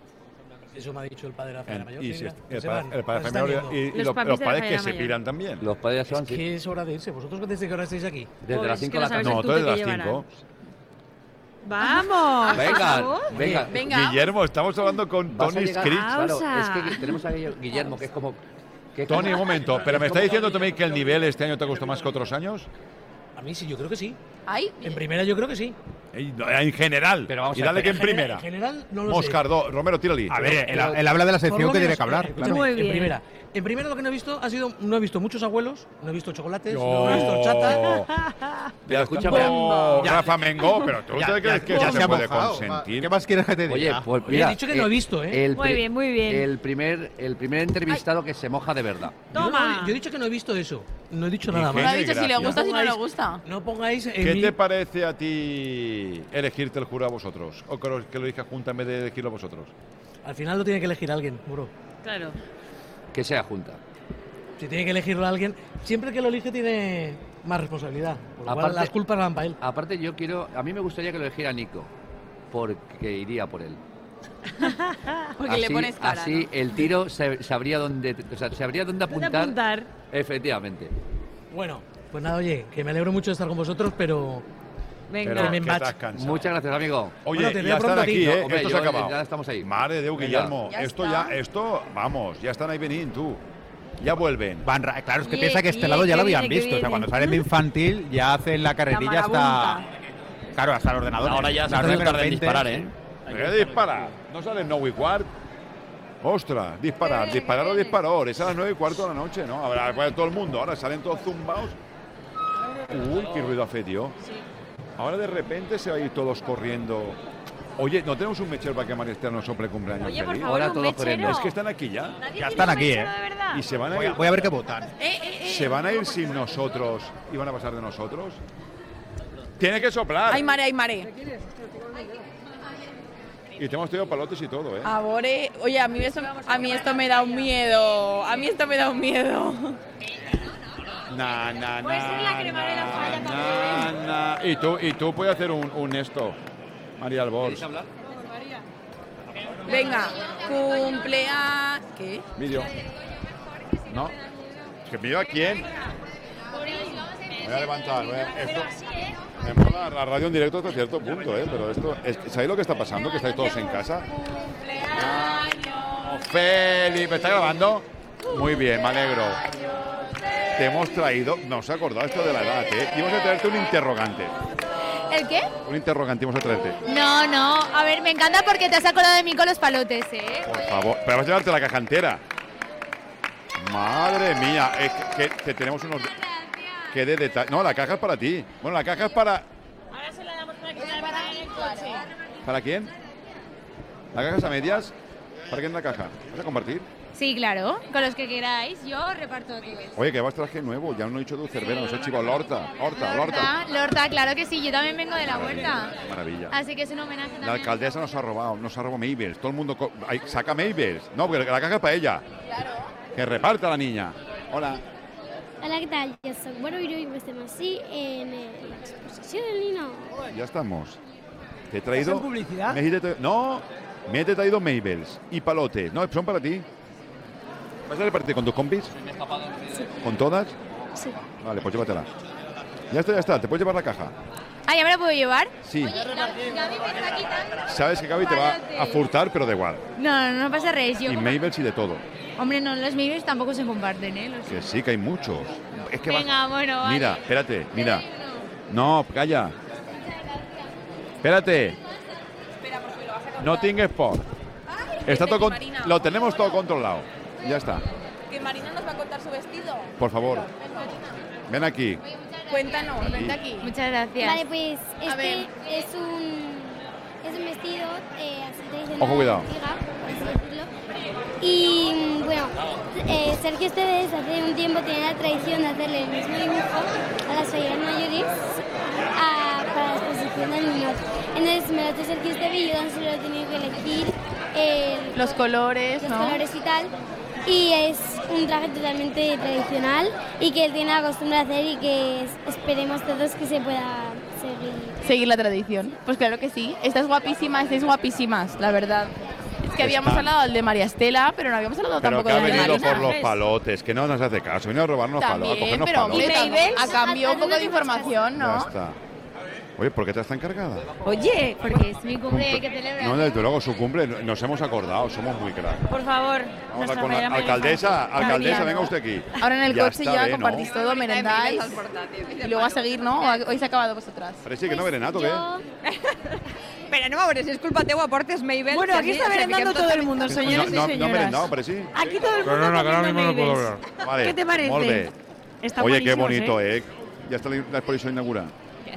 [SPEAKER 8] Eso me ha dicho el padre de la
[SPEAKER 3] en-
[SPEAKER 8] Federación Mayor.
[SPEAKER 3] y
[SPEAKER 8] que
[SPEAKER 3] si
[SPEAKER 8] mira,
[SPEAKER 3] est-
[SPEAKER 8] que
[SPEAKER 3] el,
[SPEAKER 8] se
[SPEAKER 3] pa-
[SPEAKER 8] van, se
[SPEAKER 3] el padre de la
[SPEAKER 8] están
[SPEAKER 3] Falla Mayor y,
[SPEAKER 8] yendo.
[SPEAKER 3] y los, los padres que se piran también.
[SPEAKER 6] Los padres
[SPEAKER 8] Es
[SPEAKER 6] son. sí.
[SPEAKER 8] que es hora de irse. ¿Vosotros desde qué hora estáis aquí?
[SPEAKER 6] Desde Joder, las es que cinco de la no tarde. sabes
[SPEAKER 3] No,
[SPEAKER 6] tú
[SPEAKER 3] todo
[SPEAKER 6] de
[SPEAKER 3] es
[SPEAKER 6] qué
[SPEAKER 3] las
[SPEAKER 6] llevarán.
[SPEAKER 3] 5.
[SPEAKER 16] Vamos.
[SPEAKER 6] Venga,
[SPEAKER 16] por favor.
[SPEAKER 6] venga.
[SPEAKER 3] Guillermo, estamos hablando con
[SPEAKER 6] Vas a
[SPEAKER 3] Tony
[SPEAKER 6] llegar-
[SPEAKER 3] Scritch.
[SPEAKER 6] Claro, es
[SPEAKER 16] Pausa.
[SPEAKER 8] Ah.
[SPEAKER 6] que tenemos a Guillermo, que es como. que es
[SPEAKER 3] Tony, un
[SPEAKER 6] como-
[SPEAKER 3] momento, pero me está diciendo también que el nivel este año te ha costado más que otros años.
[SPEAKER 8] A mí sí, yo creo que sí.
[SPEAKER 7] Ay,
[SPEAKER 8] En primera yo creo que sí.
[SPEAKER 3] Ey, no, En general. Pero
[SPEAKER 8] vamos
[SPEAKER 3] y
[SPEAKER 8] a
[SPEAKER 3] dale
[SPEAKER 8] ver.
[SPEAKER 3] que en
[SPEAKER 8] En general-
[SPEAKER 3] primera.
[SPEAKER 8] en general no lo sé.
[SPEAKER 3] Moscardó, Romero, tírale.
[SPEAKER 5] A ver, él, él habla de la
[SPEAKER 8] Por lo
[SPEAKER 5] sección que tiene
[SPEAKER 8] menos,
[SPEAKER 5] que hablar.
[SPEAKER 8] eh,
[SPEAKER 5] claro.
[SPEAKER 8] escúchame, En primera, en primera lo que no he visto ha sido, no he visto muchos abuelos, no he visto chocolates, no he visto
[SPEAKER 3] Yo.
[SPEAKER 8] horchata.
[SPEAKER 3] Ya está.
[SPEAKER 6] escúchame.
[SPEAKER 3] No,
[SPEAKER 6] Ya.
[SPEAKER 3] Rafa Mengó, pero tú
[SPEAKER 6] Ya,
[SPEAKER 3] sabes
[SPEAKER 6] ya,
[SPEAKER 3] que, que
[SPEAKER 6] ya
[SPEAKER 3] no
[SPEAKER 6] se
[SPEAKER 3] se
[SPEAKER 6] ha
[SPEAKER 3] puede
[SPEAKER 6] mojado,
[SPEAKER 3] consentir.
[SPEAKER 5] ¿Qué más quieres que te
[SPEAKER 6] Oye,
[SPEAKER 5] diga?
[SPEAKER 6] pues
[SPEAKER 8] Oye,
[SPEAKER 6] mira,
[SPEAKER 8] he dicho que no he visto, ¿eh?
[SPEAKER 6] el
[SPEAKER 8] Muy
[SPEAKER 6] pri-
[SPEAKER 8] bien, muy bien.
[SPEAKER 6] El primer, el primer entrevistado que se moja de verdad.
[SPEAKER 8] Yo no- Yo, he dicho que no he visto eso. No he dicho nada más.
[SPEAKER 6] Ingenio No ha dicho si le y gracia. gusta,
[SPEAKER 7] si no le
[SPEAKER 8] pongáis-
[SPEAKER 7] gusta.
[SPEAKER 8] No pongáis en
[SPEAKER 3] ¿Qué
[SPEAKER 8] mí-
[SPEAKER 3] te parece a ti elegirte el jurado a vosotros? ¿O que lo, que lo elija Junta en vez de elegirlo a vosotros?
[SPEAKER 8] Al final lo tiene que elegir alguien, muro.
[SPEAKER 16] Claro.
[SPEAKER 6] Que sea junta.
[SPEAKER 8] Si tiene que elegirlo alguien, siempre que lo elige tiene más responsabilidad. Por lo cual, las culpas van para él.
[SPEAKER 6] Aparte, yo quiero. A mí me gustaría que lo eligiera Nico. Porque iría por él.
[SPEAKER 7] Porque le pones cara.
[SPEAKER 6] Así el tiro se- sabría dónde, o sea, sabría dónde
[SPEAKER 7] ¿Dónde
[SPEAKER 6] apuntar.
[SPEAKER 7] apuntar?
[SPEAKER 6] Efectivamente.
[SPEAKER 8] Bueno, pues nada, oye, que me alegro mucho de estar con vosotros, pero.
[SPEAKER 6] Venga.
[SPEAKER 8] que me
[SPEAKER 6] Pero que
[SPEAKER 8] embacho.
[SPEAKER 6] estás cansado. Muchas gracias, amigo.
[SPEAKER 3] Oye,
[SPEAKER 8] Bueno, te veo
[SPEAKER 3] ya están
[SPEAKER 8] pronto a ti.
[SPEAKER 3] aquí,
[SPEAKER 8] No,
[SPEAKER 3] ¿eh?
[SPEAKER 6] hombre,
[SPEAKER 3] esto se
[SPEAKER 6] yo-
[SPEAKER 3] ha acabado.
[SPEAKER 6] ya estamos ahí.
[SPEAKER 3] Madre de Dios,
[SPEAKER 6] Venga.
[SPEAKER 3] Guillermo.
[SPEAKER 6] Ya
[SPEAKER 3] esto
[SPEAKER 6] está.
[SPEAKER 3] ya, esto, vamos, ya están ahí venido tú. Ya vuelven.
[SPEAKER 5] Van, ra- claro, es que
[SPEAKER 3] Oye,
[SPEAKER 5] piensa que este
[SPEAKER 3] oye,
[SPEAKER 5] lado ya
[SPEAKER 3] que
[SPEAKER 5] lo habían
[SPEAKER 3] viene, que
[SPEAKER 5] visto. O sea,
[SPEAKER 3] viene.
[SPEAKER 5] cuando salen de infantil ya hacen la carretilla hasta. Claro, hasta el eh, ordenador.
[SPEAKER 6] Ahora ya se
[SPEAKER 5] Las
[SPEAKER 6] hace
[SPEAKER 5] nueve
[SPEAKER 6] tarde en
[SPEAKER 5] menos
[SPEAKER 6] disparar,
[SPEAKER 5] 20.
[SPEAKER 6] ¿eh?
[SPEAKER 3] ¿Qué dispara? No sale no y cuart. Ostras, disparar, disparar o disparar. Es a las 9 y cuarto de la noche, ¿no? Ahora pues, todo el mundo, ahora salen todos zumbaos. Uy, qué ruido hace, tío. Ahora de repente se va a ir todos corriendo. Oye, ¿no tenemos un mechero para que María Esther nos sople cumpleaños
[SPEAKER 16] Oye, por
[SPEAKER 3] feliz?
[SPEAKER 16] favor, Ahora un todos mechero. corriendo.
[SPEAKER 3] Es que están aquí ya.
[SPEAKER 16] tiene están un aquí, mechero, ¿eh? de verdad.
[SPEAKER 3] Y se van a
[SPEAKER 5] Voy
[SPEAKER 3] ir.
[SPEAKER 5] a- voy a ver qué votan.
[SPEAKER 3] ¿Se van a ir sin nosotros y van a pasar de nosotros? Tiene que soplar.
[SPEAKER 7] Ay, mare, ay, mare.
[SPEAKER 3] Y te hemos tenido palotes y todo, ¿eh?
[SPEAKER 7] Ahora, oye, a mí, esto, a mí esto me da un miedo. A mí esto me da un miedo.
[SPEAKER 3] Na, na,
[SPEAKER 7] Puede
[SPEAKER 3] na,
[SPEAKER 7] ser la cremarela
[SPEAKER 3] na,
[SPEAKER 7] falla
[SPEAKER 3] na, na. Y tú, y tú puedes hacer un, un esto, María Albor.
[SPEAKER 7] Venga, cumplea. ¿Qué?
[SPEAKER 3] Vídeo. ¿No? ¿Que pido a quién?
[SPEAKER 17] ¿eh?
[SPEAKER 3] Voy a levantar. voy a- esto- me mola la radio en directo hasta cierto punto, ¿eh? Pero esto, es- ¿sabéis lo que está pasando? Que estáis todos en casa. Felipe, ¿está grabando? Muy bien, me alegro. Te hemos traído, nos ha acordado esto de la edad, ¿eh? Y vamos a traerte un interrogante.
[SPEAKER 19] ¿El qué?
[SPEAKER 3] Un interrogante vamos a traerte.
[SPEAKER 19] No, no. A ver, me encanta porque te has acordado de mí con los palotes, ¿eh?
[SPEAKER 3] Por favor, pero vas a llevarte la caja entera. Madre mía, es que, que- que tenemos unos. Que de detalle. No, la caja es para ti. Bueno, la caja es para.
[SPEAKER 13] Ahora se la damos para que se la metan en el coche.
[SPEAKER 3] ¿Para quién? ¿La caja es a medias? ¿Para quién es la caja? ¿Vas a compartir?
[SPEAKER 19] Sí, claro. Con los que queráis. Yo reparto a todos.
[SPEAKER 3] Oye, que vas traje nuevo, ya no he dicho de Cervera, nos he chivado la horta, horta, la
[SPEAKER 19] Lorta,
[SPEAKER 3] horta.
[SPEAKER 19] Lorta, claro que sí. Yo también vengo de la huerta.
[SPEAKER 3] Maravilla.
[SPEAKER 19] Así que es un homenaje
[SPEAKER 3] La
[SPEAKER 19] también.
[SPEAKER 3] alcaldesa nos ha robado, nos ha robado Maybells. Todo el mundo. co- Ay, saca Maybells. No, porque la caja es para ella. Que reparta la niña. Hola.
[SPEAKER 25] Hola, ¿qué tal? Yo soy Bueno y hoy estamos así en eh, la exposición del Lino.
[SPEAKER 3] Ya estamos. Te he traído.
[SPEAKER 25] ¿Hacen publicidad?
[SPEAKER 3] me he tra- no, me he traído Maybells y palotes. No, son para ti. ¿Vas a repartir con tus compis? ¿Con todas?
[SPEAKER 25] Sí.
[SPEAKER 3] Vale, pues llévatela. Ya está, ya está. Te puedes llevar la caja.
[SPEAKER 15] Ah, ¿ya me la puedo llevar?
[SPEAKER 3] Sí.
[SPEAKER 15] Oye, Gaby- Gaby me está quitando.
[SPEAKER 3] Sabes que Gaby te va a furtar, pero da igual.
[SPEAKER 15] No, no, no pasa res. Yo
[SPEAKER 3] Y
[SPEAKER 15] como-
[SPEAKER 3] Mabels y de todo.
[SPEAKER 15] Hombre, no, los Maybells tampoco se comparten, ¿eh? Los-
[SPEAKER 3] Que sí, que hay muchos. Es que vas-
[SPEAKER 15] Venga, bueno, vale.
[SPEAKER 3] Mira, espérate, mira. No, calla. Espérate. Notting Sport. Está todo con-
[SPEAKER 7] Marina.
[SPEAKER 3] Lo tenemos todo controlado. Ya está.
[SPEAKER 7] Que Marina nos va a contar su vestido.
[SPEAKER 3] Por favor, ven aquí.
[SPEAKER 7] Cuéntanos,
[SPEAKER 3] vente
[SPEAKER 7] aquí.
[SPEAKER 15] Muchas gracias.
[SPEAKER 25] Vale, pues
[SPEAKER 15] A ver.
[SPEAKER 25] este es un, es un vestido eh, así tradicional.
[SPEAKER 3] Ojo, cuidado.
[SPEAKER 25] antiga, por así decirlo. Y mm, bueno, eh, Sergio Esteves hace un tiempo tenía la tradición de hacerle el mismo dibujo a las falleras mayores a- para la exposición de niños. Entonces me lo hace Sergio Esteves y yo tan solo he tenido que elegir el-
[SPEAKER 7] Los colores,
[SPEAKER 25] los
[SPEAKER 7] ¿no?
[SPEAKER 25] colores y tal. Y es un traje totalmente tradicional y que él tiene la costumbre de hacer y que es- esperemos todos que se pueda seguir.
[SPEAKER 7] Seguir la tradición. Pues claro que sí. Estás guapísima, estáis guapísimas, la verdad. Es que habíamos
[SPEAKER 3] Está.
[SPEAKER 7] hablado del de María Estela, pero no habíamos hablado
[SPEAKER 3] Pero
[SPEAKER 7] tampoco
[SPEAKER 3] que ha
[SPEAKER 7] del de
[SPEAKER 3] venido
[SPEAKER 7] Marina.
[SPEAKER 3] por los palotes, que no nos hace caso. Vino a robarnos palos, a
[SPEAKER 7] También,
[SPEAKER 3] cogernos
[SPEAKER 7] pero
[SPEAKER 3] palos.
[SPEAKER 7] hombre, tam- a cambio un poco de información,
[SPEAKER 3] Ya
[SPEAKER 7] ¿no?
[SPEAKER 3] está. Oye, ¿por qué estás tan cargada?
[SPEAKER 15] Oye, porque es mi cumple hay que celebrar.
[SPEAKER 3] No, desde luego, su cumple, nos hemos acordado, somos muy crack.
[SPEAKER 15] Por favor.
[SPEAKER 3] Vamos a con la alcaldesa, alcaldesa, venga usted aquí.
[SPEAKER 7] Ahora en el
[SPEAKER 3] Ya
[SPEAKER 7] coche
[SPEAKER 3] está
[SPEAKER 7] ya
[SPEAKER 3] bien, ¿no?
[SPEAKER 7] compartís todo, merendáis. Y luego a seguir, ¿no? ¿O Hoy se ha acabado pues, vosotras.
[SPEAKER 3] Parece que no, Berenato, ¿qué?
[SPEAKER 11] Pero no, hombre, si es culpa teva, portes Maybell.
[SPEAKER 16] Bueno, aquí está merendando todo el mundo, señores
[SPEAKER 3] no,
[SPEAKER 16] y
[SPEAKER 3] no, no
[SPEAKER 16] señoras.
[SPEAKER 3] merendado, pero sí.
[SPEAKER 16] Aquí todo el mundo
[SPEAKER 3] no,
[SPEAKER 16] comiendo
[SPEAKER 3] ahora mismo no puedo
[SPEAKER 16] Maybells.
[SPEAKER 3] hablar. Vale,
[SPEAKER 16] ¿Qué te parece?
[SPEAKER 3] molt bé.
[SPEAKER 11] Estan
[SPEAKER 3] Oye, qué
[SPEAKER 11] boníssims,
[SPEAKER 3] bonito, eh? Ya está la exposición inaugurada.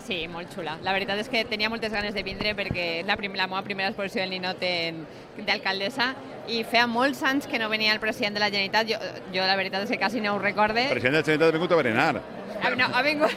[SPEAKER 11] Sí, molt xula. La veritat és que tenia moltes ganes de vindre perquè és la, prim la meva primera exposició del ninot en, d'alcaldessa i feia molts anys que no venia el president de la Generalitat. Jo, jo la veritat és que quasi no ho recorde.
[SPEAKER 3] Presidenta de Generalitat ha venido a berenar.
[SPEAKER 11] Ah, No, ha vingut...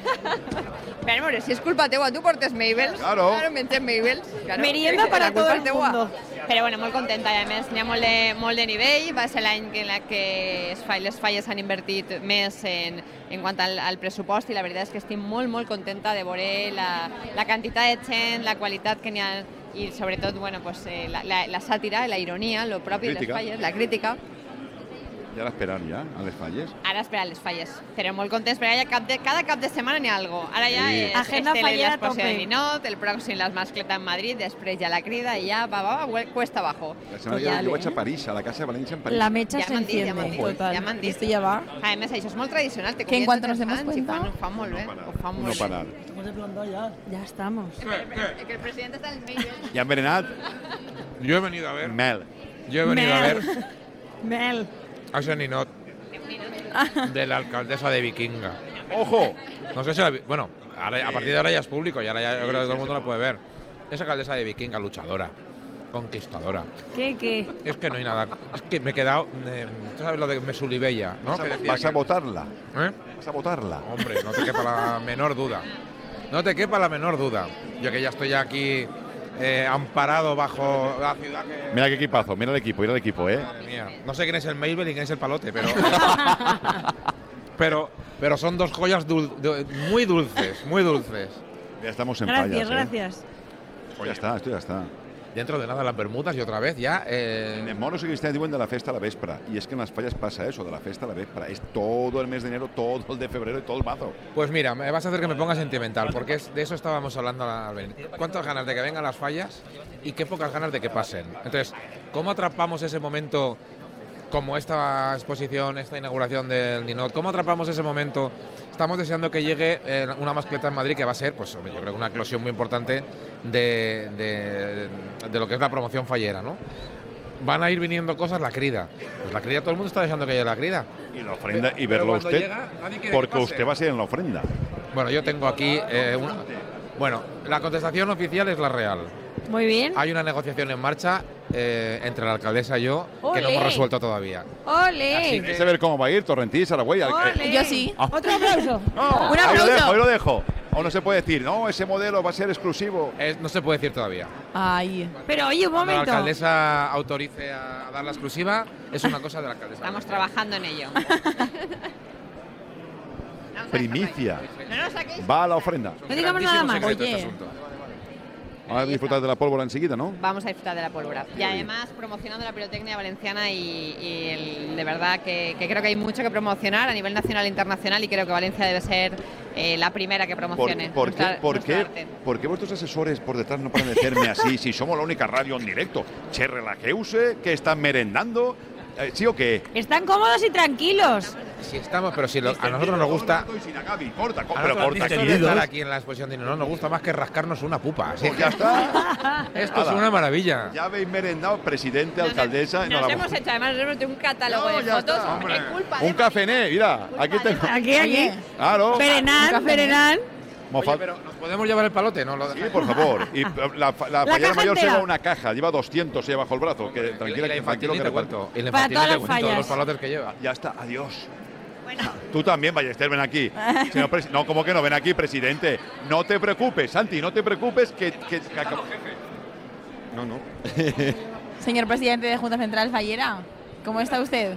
[SPEAKER 11] Però, amor, si és culpa teua, tu portes Maybells.
[SPEAKER 3] Claro.
[SPEAKER 11] Claro, mengem Maybells. Claro.
[SPEAKER 19] Merienda para
[SPEAKER 11] La culpa
[SPEAKER 19] todo
[SPEAKER 11] és
[SPEAKER 19] el
[SPEAKER 11] teua.
[SPEAKER 19] mundo.
[SPEAKER 11] Però, bueno, molt contenta, i a més, n'hi ha molt de, molt de nivell. Va ser l'any en la que es fa, les falles han invertit més en, en quant al, al pressupost i la veritat és que estic molt, molt contenta de veure la, la quantitat de gent, la qualitat que n'hi ha i sobretot bueno, pues, eh, la, la, la sàtira, la ironia, lo propi de les
[SPEAKER 3] crítica.
[SPEAKER 11] falles, la crítica.
[SPEAKER 3] Ya la esperan ya, a les falles.
[SPEAKER 11] Ara espera les falles, però molt contents, perquè ara ja cap de, cada cap de setmana n'hi ha algo. Ara ja
[SPEAKER 3] Sí.
[SPEAKER 11] és
[SPEAKER 19] Agenda
[SPEAKER 11] Estela i
[SPEAKER 19] fallera a
[SPEAKER 11] l'exposició
[SPEAKER 19] tope.
[SPEAKER 11] de Ninot, el pròxim les mascletes en Madrid, després ja la crida i ja va, va, va, vuel- cuesta abajo.
[SPEAKER 3] La semana que
[SPEAKER 11] Ja
[SPEAKER 3] viene yo
[SPEAKER 11] l'he.
[SPEAKER 3] voy a París, a la Casa de Valencia en París.
[SPEAKER 11] m'han dit, ja m'han dit, Ja m'han dit. ja va. A més, això és molt tradicional. Te
[SPEAKER 7] Que en cuanto nos demos
[SPEAKER 11] cuenta... Ho fa molt bé. Ho fa
[SPEAKER 3] No
[SPEAKER 11] molt bé.
[SPEAKER 3] parar.
[SPEAKER 16] Ya estamos.
[SPEAKER 11] Que el president està al medio.
[SPEAKER 3] ¿Ya han berenat?
[SPEAKER 21] Yo he venido a ver.
[SPEAKER 3] Mel.
[SPEAKER 21] Yo he venido a ver
[SPEAKER 16] Mel.
[SPEAKER 21] a ese ninot de la alcaldesa de Vikinga.
[SPEAKER 3] ¡Ojo!
[SPEAKER 21] No sé si la vi- Bueno, ahora- a partir de ahora ya es público y ahora ya yo creo que todo el mundo la puede ver. Esa alcaldesa de Vikinga, luchadora, conquistadora.
[SPEAKER 16] ¿Qué, qué?
[SPEAKER 21] Es que no hay nada. Es que me he quedado. eh, Tú sabes lo de Mesulibella, ¿no?
[SPEAKER 3] ¿Vas a-
[SPEAKER 21] Que decía
[SPEAKER 3] vas a
[SPEAKER 21] que-
[SPEAKER 3] votarla?
[SPEAKER 21] ¿Eh?
[SPEAKER 3] ¿Vas a votarla?
[SPEAKER 21] Hombre, no te quepa la menor duda. No te quepa la menor duda. Yo que ya estoy aquí eh, amparado bajo la ciudad que
[SPEAKER 3] Mira qué equipazo, mira el equipo, mira el equipo, ¿eh?
[SPEAKER 21] Madre mía, no sé quién es el Maybell y quién es el palote, pero. pero, pero son dos joyas dul- du- muy dulces, muy dulces.
[SPEAKER 3] Ya estamos en Pues
[SPEAKER 21] fallas,
[SPEAKER 16] Gracias,
[SPEAKER 21] ¿eh?
[SPEAKER 16] gracias.
[SPEAKER 3] Ya está, esto ya está.
[SPEAKER 21] Dentro de nada las Bermudas y otra vez ya. Eh...
[SPEAKER 3] En els moros i cristians diuen de la festa a la vespra. Y es que en las fallas pasa eso, de la festa a la vespra. Es todo el mes de enero, todo el de febrero y todo el mazo.
[SPEAKER 21] Pues mira, me vas a hacer que me ponga sentimental, porque es- de eso estábamos hablando al venir. ¿Cuántas ganas de que vengan las fallas y qué pocas ganas de que pasen? Entonces, ¿cómo atrapamos ese momento como esta exposición, esta inauguración del Ninot? ¿Cómo atrapamos ese momento? Estamos deseando que llegue eh, una mascleta en Madrid que va a ser, pues hombre, yo creo que una eclosión muy importante de, de- de lo que es la promoción fallera, ¿no? Van a ir viniendo cosas, la crida. Pues la crida, todo el mundo está deseando que llegue la crida.
[SPEAKER 3] Y la ofrenda y verlo
[SPEAKER 21] cuando
[SPEAKER 3] usted,
[SPEAKER 21] llega, nadie quiere que
[SPEAKER 3] porque
[SPEAKER 21] pase.
[SPEAKER 3] usted va a ser en la ofrenda.
[SPEAKER 21] Bueno, yo tengo aquí eh, una. Bueno, la contestación oficial es la real.
[SPEAKER 15] Muy bien.
[SPEAKER 21] Hay una negociación en marcha eh, entre la alcaldesa y yo que no
[SPEAKER 15] ¡Olé!
[SPEAKER 21] hemos resuelto todavía.
[SPEAKER 15] ¡Ole!
[SPEAKER 3] ¿Queréis saber cómo va a ir Torrentí, Saragüey?
[SPEAKER 15] Ole.
[SPEAKER 3] Eh,
[SPEAKER 15] sí.
[SPEAKER 3] Ah.
[SPEAKER 15] Otro aplauso.
[SPEAKER 3] No, ahí
[SPEAKER 15] Un
[SPEAKER 3] lo
[SPEAKER 15] aplauso.
[SPEAKER 3] dejo, ahí lo dejo. O no se puede decir, no, ese modelo va a ser exclusivo.
[SPEAKER 21] no se puede decir todavía.
[SPEAKER 16] Ay. Pero oye, un
[SPEAKER 21] Cuando la
[SPEAKER 16] momento.
[SPEAKER 21] alcaldesa autorice a dar la exclusiva, es una cosa de la alcaldesa.
[SPEAKER 11] Estamos trabajando en ello.
[SPEAKER 3] Primicia.
[SPEAKER 11] No nos saquéis.
[SPEAKER 3] Va a la ofrenda.
[SPEAKER 11] No digamos nada más.
[SPEAKER 21] Secreto este
[SPEAKER 11] Oye.
[SPEAKER 21] asunto.
[SPEAKER 3] Ahora disfrutar de la pólvora enseguida, ¿no?
[SPEAKER 11] Vamos a disfrutar de la pólvora. Y además promocionando la pirotecnia valenciana y, y el- de verdad que, que creo que hay mucho que promocionar a nivel nacional e internacional y creo que Valencia debe ser eh, la primera que
[SPEAKER 3] ¿Por,
[SPEAKER 11] promocione.
[SPEAKER 3] por qué,
[SPEAKER 11] nuestra-
[SPEAKER 3] por,
[SPEAKER 11] nuestra
[SPEAKER 3] qué,
[SPEAKER 11] arte.
[SPEAKER 3] por qué vuestros asesores por detrás no pueden decirme así si somos la única radio en directo? Che, relajeuse, que están merendando. Eh, ¿Sí o qué?
[SPEAKER 16] Están cómodos y tranquilos.
[SPEAKER 21] Si estamos, pero si lo- a nosotros nos gusta.
[SPEAKER 3] Corta,
[SPEAKER 21] a
[SPEAKER 3] pero
[SPEAKER 21] nosotros
[SPEAKER 3] corta,
[SPEAKER 21] esto de
[SPEAKER 3] distendidos.
[SPEAKER 21] estar aquí en la exposición de no, nos gusta más que rascarnos una pupa. Así que
[SPEAKER 3] Pues ya está.
[SPEAKER 21] Esto es
[SPEAKER 3] Ala.
[SPEAKER 21] una maravilla.
[SPEAKER 3] Ya habéis merendado, presidente, alcaldesa,
[SPEAKER 11] Nos
[SPEAKER 3] enhorabuena.
[SPEAKER 11] hemos hecho además nos hemos hecho un catálogo de fotos. Es culpa
[SPEAKER 3] Un cafené, mira, aquí tengo.
[SPEAKER 11] Aquí, aquí.
[SPEAKER 3] Claro.
[SPEAKER 11] Berenán,
[SPEAKER 16] berenán.
[SPEAKER 3] Mofa-
[SPEAKER 21] ¿Nos podemos llevar el palote? No, lo-
[SPEAKER 3] Sí, por favor. Y la, la,
[SPEAKER 21] caja
[SPEAKER 3] la fallera mayor se
[SPEAKER 21] entera.
[SPEAKER 3] lleva una caja, lleva 200 se lleva bajo el brazo. que, tranquila,
[SPEAKER 21] la
[SPEAKER 3] que
[SPEAKER 21] infantil
[SPEAKER 3] tranquilo
[SPEAKER 21] ni
[SPEAKER 3] que
[SPEAKER 21] te
[SPEAKER 3] reparto.
[SPEAKER 21] cuento. Y la Para infantil todas ni te las cuento, fallas. los palotes que lleva.
[SPEAKER 3] Ya está, adiós. Tú también, Ballester, ven aquí. Señor presi- no, ¿cómo que no? Ven aquí, presidente. No te preocupes, Santi, no te preocupes que... que- que acab- no, no.
[SPEAKER 7] Señor presidente de Junta Central Fallera, ¿cómo está usted?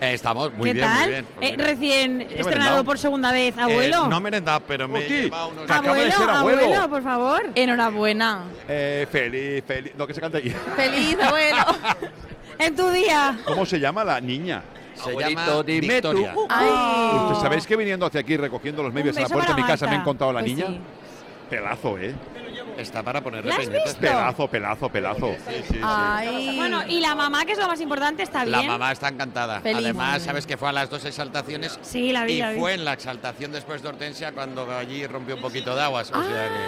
[SPEAKER 22] Estamos muy
[SPEAKER 16] ¿Qué
[SPEAKER 22] bien,
[SPEAKER 16] tal?
[SPEAKER 22] muy bien. Pues
[SPEAKER 16] Eh,
[SPEAKER 22] mira.
[SPEAKER 16] recién
[SPEAKER 22] he
[SPEAKER 16] estrenado
[SPEAKER 22] merendado.
[SPEAKER 16] por segunda vez,
[SPEAKER 22] Eh,
[SPEAKER 16] abuelo.
[SPEAKER 22] no merendad, pero me
[SPEAKER 3] Uki,
[SPEAKER 22] lleva unos...
[SPEAKER 3] que acaba de ser abuelo.
[SPEAKER 16] por favor.
[SPEAKER 7] Enhorabuena.
[SPEAKER 3] Eh, feliz, feliz... No, que se canta aquí.
[SPEAKER 7] Feliz abuelo.
[SPEAKER 16] en tu día.
[SPEAKER 3] ¿Cómo se llama la niña?
[SPEAKER 22] Se llama Victoria.
[SPEAKER 3] ¿Ustedes sabéis que viniendo hacia aquí recogiendo los medios en la
[SPEAKER 22] beso
[SPEAKER 3] puerta de
[SPEAKER 22] para
[SPEAKER 3] mi casa me
[SPEAKER 22] Marta.
[SPEAKER 3] han contado la
[SPEAKER 22] Pues
[SPEAKER 3] niña?
[SPEAKER 22] sí.
[SPEAKER 3] Pelazo, ¿eh?
[SPEAKER 22] Está para poner
[SPEAKER 16] ¿La has
[SPEAKER 22] pendientes.
[SPEAKER 16] visto?
[SPEAKER 3] Pelazo, pelazo, pelazo.
[SPEAKER 16] Bueno, y la mamá, que es lo más importante, está bien.
[SPEAKER 22] La mamá está encantada.
[SPEAKER 16] Feliz.
[SPEAKER 22] Además, sabes que fue a las dos exaltaciones.
[SPEAKER 16] Sí, la vi,
[SPEAKER 22] Y
[SPEAKER 16] la vi.
[SPEAKER 22] fue en la exaltación después de Hortensia cuando allí rompió un poquito de aguas. o sea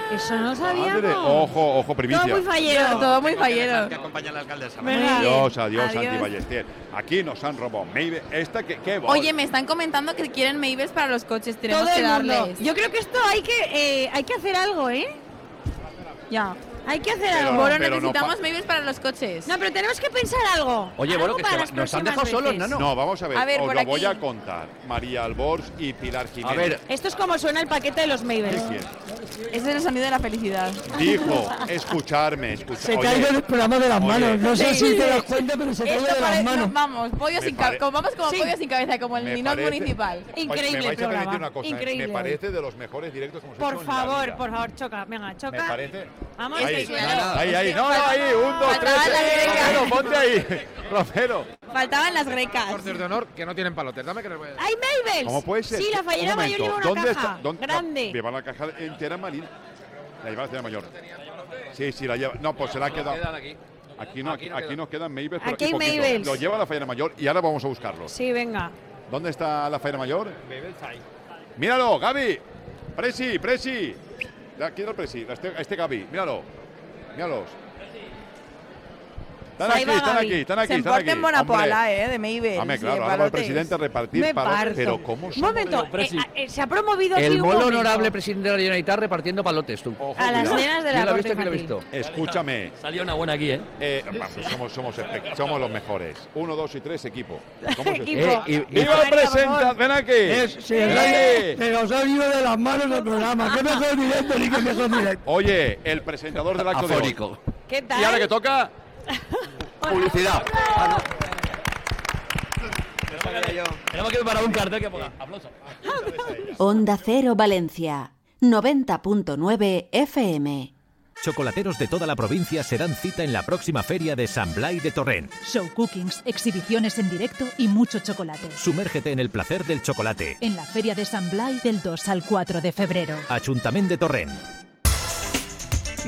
[SPEAKER 22] que-
[SPEAKER 16] Eso no sabíamos.
[SPEAKER 3] Madre, ojo, ojo, primicia.
[SPEAKER 16] Todo muy fallero. Todo muy fallero.
[SPEAKER 22] Que acompaña a la alcaldesa.
[SPEAKER 16] Venga.
[SPEAKER 3] Adiós, adiós,
[SPEAKER 7] Adiós.
[SPEAKER 3] Santi Ballester. Aquí nos han robado. Maybe, esta que. ¿Qué voz?
[SPEAKER 7] Oye, me están comentando que quieren Maybes para los coches, tenemos
[SPEAKER 16] Todo
[SPEAKER 7] que
[SPEAKER 16] el mundo.
[SPEAKER 7] darles.
[SPEAKER 16] Yo creo que esto hay que, eh, hay que hacer algo, ¿eh?
[SPEAKER 7] Ya.
[SPEAKER 16] Hay que hacer
[SPEAKER 7] Pero
[SPEAKER 16] algo.
[SPEAKER 7] no, Bueno, pero no necesitamos pa- Maybes para los coches.
[SPEAKER 16] No, pero tenemos que pensar algo.
[SPEAKER 22] Oye,
[SPEAKER 16] Algo para las próximas veces.
[SPEAKER 3] No, vamos a ver.
[SPEAKER 16] A ver,
[SPEAKER 3] os
[SPEAKER 16] por
[SPEAKER 3] lo
[SPEAKER 16] aquí.
[SPEAKER 3] voy a contar. María Albors y Pilar Jiménez.
[SPEAKER 16] Esto es como suena el paquete de los Maybes.
[SPEAKER 3] ¿Qué quieres?
[SPEAKER 7] Ese es el sonido de la felicidad.
[SPEAKER 3] Dijo, escucharme, escucharme.
[SPEAKER 7] Se te ha ido el
[SPEAKER 12] programa de las manos, no sé si te das cuenta, pero se te ha ido
[SPEAKER 7] Esto
[SPEAKER 12] de
[SPEAKER 7] pare-
[SPEAKER 12] las manos.
[SPEAKER 7] no, vamos, pollo
[SPEAKER 3] Me
[SPEAKER 7] sin ca-
[SPEAKER 3] pare-
[SPEAKER 7] como- vamos como
[SPEAKER 12] Sí.
[SPEAKER 7] pollo sin cabeza, como el
[SPEAKER 3] Me
[SPEAKER 7] minor
[SPEAKER 3] parece-
[SPEAKER 7] municipal.
[SPEAKER 3] me vais a permitir una cosa, ¿eh?
[SPEAKER 16] increíble.
[SPEAKER 3] Me parece de los mejores directos que hemos
[SPEAKER 16] Por
[SPEAKER 3] hecho. en la
[SPEAKER 16] favor,
[SPEAKER 3] vida.
[SPEAKER 16] por favor, choca. Venga, choca.
[SPEAKER 3] Me parece.
[SPEAKER 16] Vamos,
[SPEAKER 3] ahí,
[SPEAKER 16] que- claro.
[SPEAKER 3] ahí, ahí. No, no, ahí. Un, dos, tres.
[SPEAKER 7] Faltaba la
[SPEAKER 3] eh,
[SPEAKER 7] greca.
[SPEAKER 3] Romero, ponte ahí. Romero.
[SPEAKER 7] Faltaban las grecas.
[SPEAKER 21] Cortes de honor que no tienen palotes. Dame que les voy a-
[SPEAKER 16] ¡Hay Maybes!
[SPEAKER 3] ¿Cómo puede ser?
[SPEAKER 16] Sí, la fallera
[SPEAKER 3] Un
[SPEAKER 16] mayor
[SPEAKER 3] momento,
[SPEAKER 16] lleva una
[SPEAKER 3] ¿dónde
[SPEAKER 16] caja.
[SPEAKER 3] está- dónde- no,
[SPEAKER 16] grande.
[SPEAKER 3] lleva la caja entera marina. La lleva la señora mayor. Sí, sí, la lleva. No, pues se la ha quedado. Aquí no, aquí, aquí nos quedan Maybes, pero
[SPEAKER 16] Aquí
[SPEAKER 3] aquí,
[SPEAKER 16] hay
[SPEAKER 3] poquito.
[SPEAKER 16] Maybes.
[SPEAKER 3] Lo lleva la fallera mayor y ahora vamos a buscarlo.
[SPEAKER 16] Sí, venga.
[SPEAKER 3] ¿Dónde está la fallera mayor? Míralo, Gaby. Presi, Presi. La, quiero el Presi, la- este, este Gaby. Míralo. Míralos. Están aquí,
[SPEAKER 7] Ahí va
[SPEAKER 3] están
[SPEAKER 7] Gaby.
[SPEAKER 3] aquí, están aquí,
[SPEAKER 7] Se
[SPEAKER 3] están aquí.
[SPEAKER 7] emporta en Monapoalá,
[SPEAKER 3] Hombre.
[SPEAKER 7] eh, de Maybes.
[SPEAKER 3] Hombre,
[SPEAKER 7] y
[SPEAKER 3] claro,
[SPEAKER 7] de
[SPEAKER 3] ahora va el
[SPEAKER 7] palotes.
[SPEAKER 3] presidente a repartir
[SPEAKER 7] Me
[SPEAKER 3] palos,
[SPEAKER 7] parto.
[SPEAKER 3] pero ¿cómo se
[SPEAKER 16] Un momento,
[SPEAKER 3] mueve?
[SPEAKER 16] eh, a- eh, se ha promovido aquí
[SPEAKER 6] El
[SPEAKER 16] un
[SPEAKER 6] molo
[SPEAKER 16] momento.
[SPEAKER 6] honorable presidente de la Generalitat repartiendo palotes, tú.
[SPEAKER 16] A las
[SPEAKER 3] Cuidado.
[SPEAKER 16] nenas de la corte infantil.
[SPEAKER 3] Escúchame.
[SPEAKER 6] Salió una buena aquí, ¿eh?
[SPEAKER 3] Eh, vamos, somos, somos, espe- somos los mejores. Uno, dos y tres, equipo. ¿Cómo se
[SPEAKER 12] Equipo.
[SPEAKER 3] escucha?
[SPEAKER 12] Eh, y- y-
[SPEAKER 3] ¡Viva el presenta! ¡Ven aquí!
[SPEAKER 12] Es, se, os ha,
[SPEAKER 3] ¡Ven aquí!
[SPEAKER 12] se os ha ido de las manos el programa. ¡Qué mejor directo ni qué mejor directo!
[SPEAKER 3] Oye, el presentador del acto de hoy.
[SPEAKER 16] ¿Qué tal?
[SPEAKER 3] Y ahora que toca, publicidad.
[SPEAKER 4] Tenemos que preparar un cartel que ponga. Aplauso.
[SPEAKER 18] Onda Cero Valencia, 90.9 FM.
[SPEAKER 9] Chocolateros de toda la provincia se dan cita en la próxima feria de San Blai de Torrent.
[SPEAKER 10] Show cookings, exhibiciones en directo y mucho chocolate.
[SPEAKER 9] Sumérgete en el placer del chocolate.
[SPEAKER 10] En la Feria de San Blai del 2 al 4 de febrero.
[SPEAKER 9] Ayuntamiento de Torrent.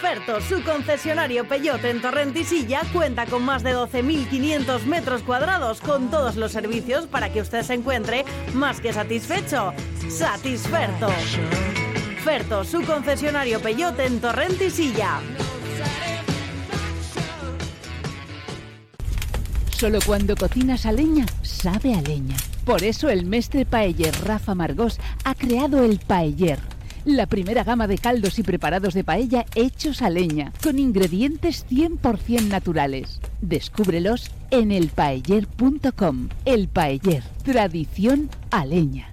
[SPEAKER 26] Ferto, su concesionario Peyote en Torrentisilla, cuenta con más de 12.500 metros cuadrados con todos los servicios para que usted se encuentre más que satisfecho. ¡Satisferto! Ferto, su concesionario Peyote en Torrentisilla.
[SPEAKER 27] Solo cuando cocinas a leña, sabe a leña. Por eso el mestre paeller Rafa Margós ha creado el paeller. la primera gama de caldos y preparados de paella hechos a leña, con ingredientes 100% naturales. Descúbrelos en elpaeller.com. El Paeller, tradición a leña.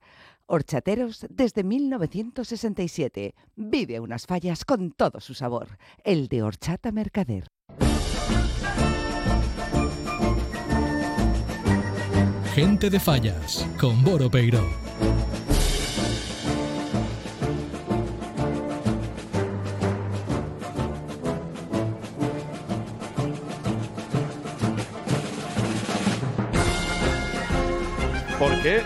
[SPEAKER 12] Horchateros desde 1967. Vive unas fallas con todo su sabor. El de Horchata Mercader.
[SPEAKER 2] Gente de Fallas, con Boro Peiro.
[SPEAKER 3] ¿Por qué?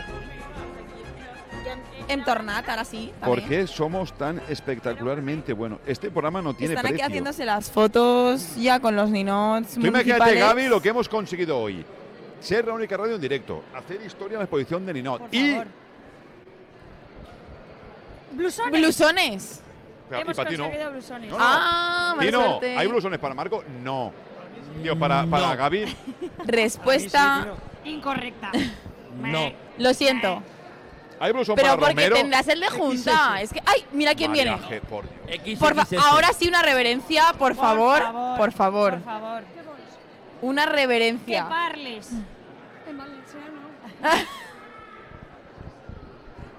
[SPEAKER 7] Entornat, ahora sí.
[SPEAKER 3] ¿Por
[SPEAKER 7] también.
[SPEAKER 3] qué somos tan espectacularmente buenos? Este programa no tiene
[SPEAKER 7] Están aquí
[SPEAKER 3] precio.
[SPEAKER 7] haciéndose las fotos ya con los ninots.
[SPEAKER 3] Tú imagínate,
[SPEAKER 7] municipales.
[SPEAKER 3] Gaby, lo que hemos conseguido hoy. Ser la única radio en directo, hacer historia en la exposición de Ninot. Y,
[SPEAKER 7] Blusones. Blusones.
[SPEAKER 3] y para ti no.
[SPEAKER 16] blusones.
[SPEAKER 3] No, no.
[SPEAKER 7] Ah, mala
[SPEAKER 3] Tino,
[SPEAKER 7] suerte.
[SPEAKER 3] ¿hay blusones para Marco? No. Tío, para, para Gaby,
[SPEAKER 7] Respuesta
[SPEAKER 16] Incorrecta.
[SPEAKER 3] no.
[SPEAKER 7] Lo siento.
[SPEAKER 3] ¿Hay blusón
[SPEAKER 7] Pero
[SPEAKER 3] para
[SPEAKER 7] porque
[SPEAKER 3] Romero?
[SPEAKER 7] tendrás el de junta. Es que, ay, mira quién viene.
[SPEAKER 3] Mariaje, por Dios.
[SPEAKER 7] Por fa- ahora sí una reverencia, por favor. Por favor.
[SPEAKER 16] Por favor.
[SPEAKER 7] Una
[SPEAKER 16] Que
[SPEAKER 7] reverencia.
[SPEAKER 16] parles. En valenciano.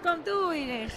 [SPEAKER 16] Con tú eres.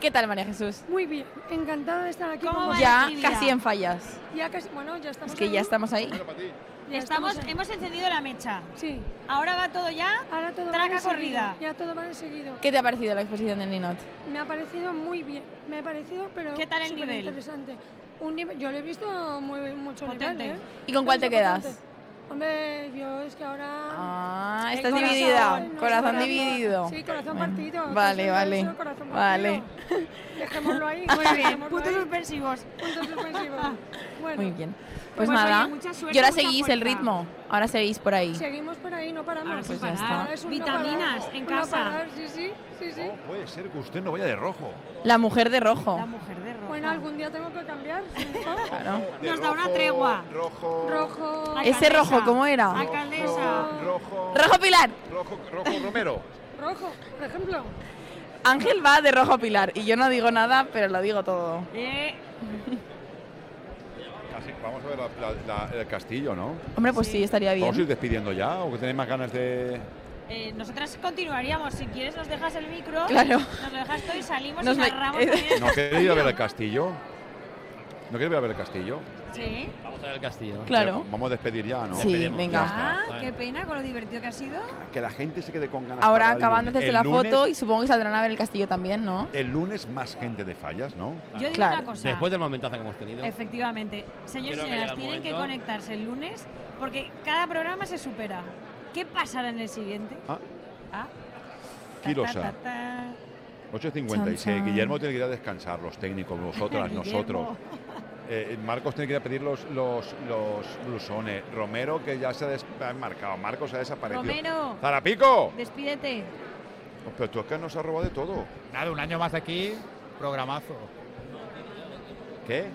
[SPEAKER 7] ¿Qué tal, María Jesús?
[SPEAKER 17] Muy bien, encantada de estar aquí. con vosotros.
[SPEAKER 7] Ya casi en fallas.
[SPEAKER 17] Ya casi, bueno, ya estamos
[SPEAKER 7] Es que ya estamos ahí.
[SPEAKER 17] Ya
[SPEAKER 16] Estamos,
[SPEAKER 17] estamos ahí.
[SPEAKER 16] hemos encendido la mecha.
[SPEAKER 17] Sí.
[SPEAKER 16] Ahora va todo ya.
[SPEAKER 17] Ahora todo
[SPEAKER 16] Traca
[SPEAKER 17] va enseguida,
[SPEAKER 16] corrida.
[SPEAKER 17] Ya todo va enseguido.
[SPEAKER 7] ¿Qué te ha parecido la exposición de Ninot?
[SPEAKER 17] Me ha parecido muy bien. Me ha parecido, pero
[SPEAKER 16] ¿Qué tal el nivel?
[SPEAKER 17] interesante. Un nivel, yo lo he visto muy mucho
[SPEAKER 16] Potente.
[SPEAKER 17] nivel, ¿eh?
[SPEAKER 7] ¿Y con cuál te
[SPEAKER 17] Mucho
[SPEAKER 7] quedas?
[SPEAKER 17] potente. Hombre, yo es que ahora
[SPEAKER 7] Ah,
[SPEAKER 17] El
[SPEAKER 7] estás
[SPEAKER 17] corazón,
[SPEAKER 7] dividida.
[SPEAKER 17] no,
[SPEAKER 7] Corazón dividido.
[SPEAKER 17] Sí, corazón
[SPEAKER 7] Bueno,
[SPEAKER 17] partido.
[SPEAKER 7] Vale,
[SPEAKER 17] corazón
[SPEAKER 7] vale.
[SPEAKER 17] denso, corazón
[SPEAKER 7] Vale.
[SPEAKER 17] partido. Dejémoslo ahí.
[SPEAKER 16] Muy bien.
[SPEAKER 17] dejémoslo
[SPEAKER 16] Puntos
[SPEAKER 17] ahí.
[SPEAKER 16] suspensivos.
[SPEAKER 17] Puntos suspensivos. Bueno.
[SPEAKER 7] Muy bien. Pues,
[SPEAKER 17] Pues,
[SPEAKER 7] nada.
[SPEAKER 17] oye, mucha suerte,
[SPEAKER 7] y ahora
[SPEAKER 17] mucha
[SPEAKER 7] seguís el
[SPEAKER 17] fuerza.
[SPEAKER 7] ritmo. Ahora seguís por ahí.
[SPEAKER 17] Seguimos por ahí, no paramos.
[SPEAKER 7] Ahora sí Pues ya parar. está.
[SPEAKER 17] Es un no
[SPEAKER 16] Vitaminas
[SPEAKER 17] parar,
[SPEAKER 16] en
[SPEAKER 17] un no
[SPEAKER 16] casa.
[SPEAKER 17] parar, sí, sí, sí, sí.
[SPEAKER 3] Puede ser que usted no vaya de rojo.
[SPEAKER 7] La mujer de rojo.
[SPEAKER 17] mujer de rojo. Bueno, algún día tengo que cambiar. si no.
[SPEAKER 7] Claro.
[SPEAKER 3] De
[SPEAKER 17] Nos da una
[SPEAKER 3] rojo,
[SPEAKER 17] tregua.
[SPEAKER 3] Rojo.
[SPEAKER 17] Rojo.
[SPEAKER 7] Ese rojo, ¿cómo era?
[SPEAKER 17] Alcaldesa.
[SPEAKER 3] Rojo.
[SPEAKER 7] Rojo Pilar.
[SPEAKER 3] Rojo, rojo Romero.
[SPEAKER 17] Rojo, por ejemplo.
[SPEAKER 7] Ángel va de rojo Pilar. Y yo no digo nada, pero lo digo todo.
[SPEAKER 16] Eh,
[SPEAKER 3] Casi, vamos a ver la- la- la- el castillo, ¿no?
[SPEAKER 7] Hombre, pues sí, estaría bien.
[SPEAKER 3] ¿Vamos a ir despidiendo ya o que tenéis más ganas de...?
[SPEAKER 16] Eh, nosotras continuaríamos. Si quieres, nos dejas el micro.
[SPEAKER 3] Claro.
[SPEAKER 16] Nos lo dejas todo y salimos
[SPEAKER 7] Nos
[SPEAKER 16] y
[SPEAKER 7] lo-
[SPEAKER 16] narramos.
[SPEAKER 7] eh.
[SPEAKER 16] también.
[SPEAKER 3] ¿No queréis ir a ver el castillo? ¿No queréis ir a ver el castillo?
[SPEAKER 16] Sí.
[SPEAKER 4] Vamos a ver el castillo.
[SPEAKER 3] Claro. Vamos a despedir ya, ¿no?
[SPEAKER 4] Sí, Despedimos, venga. ya
[SPEAKER 16] Ah, qué pena con lo divertido que ha sido.
[SPEAKER 3] Que la gente se quede con ganas.
[SPEAKER 7] Ahora
[SPEAKER 3] para el
[SPEAKER 7] acaban de
[SPEAKER 3] lunes.
[SPEAKER 7] hacerse
[SPEAKER 3] El
[SPEAKER 7] la
[SPEAKER 3] lunes-
[SPEAKER 7] foto y supongo que saldrán a ver el castillo también, ¿no?
[SPEAKER 3] El lunes más gente de fallas, ¿no?
[SPEAKER 16] Yo digo Claro. una cosa.
[SPEAKER 4] Después del momentazo que hemos tenido.
[SPEAKER 16] Efectivamente. Señores y
[SPEAKER 4] Creo que ha
[SPEAKER 16] señoras,
[SPEAKER 4] llegado el
[SPEAKER 16] tienen que
[SPEAKER 4] momento.
[SPEAKER 16] conectarse el lunes porque cada programa se supera. ¿Qué pasará en el siguiente?
[SPEAKER 3] Ah.
[SPEAKER 16] Ah.
[SPEAKER 3] Quirosa.
[SPEAKER 16] Ta, ta, ta.
[SPEAKER 3] 8.56.
[SPEAKER 16] Chan, chan.
[SPEAKER 3] Guillermo tiene que ir a descansar, los técnicos, vosotras, nosotros. Eh, Marcos tiene que ir a pedir los, los, los blusones. Romero, que ya se ha desmarcado. Marcos ha desaparecido.
[SPEAKER 16] Romero.
[SPEAKER 3] ¡Zarapico!
[SPEAKER 16] Despídete.
[SPEAKER 3] Pero tú es que nos has robado de todo.
[SPEAKER 12] Nada, un año más aquí, programazo.
[SPEAKER 3] ¿Qué?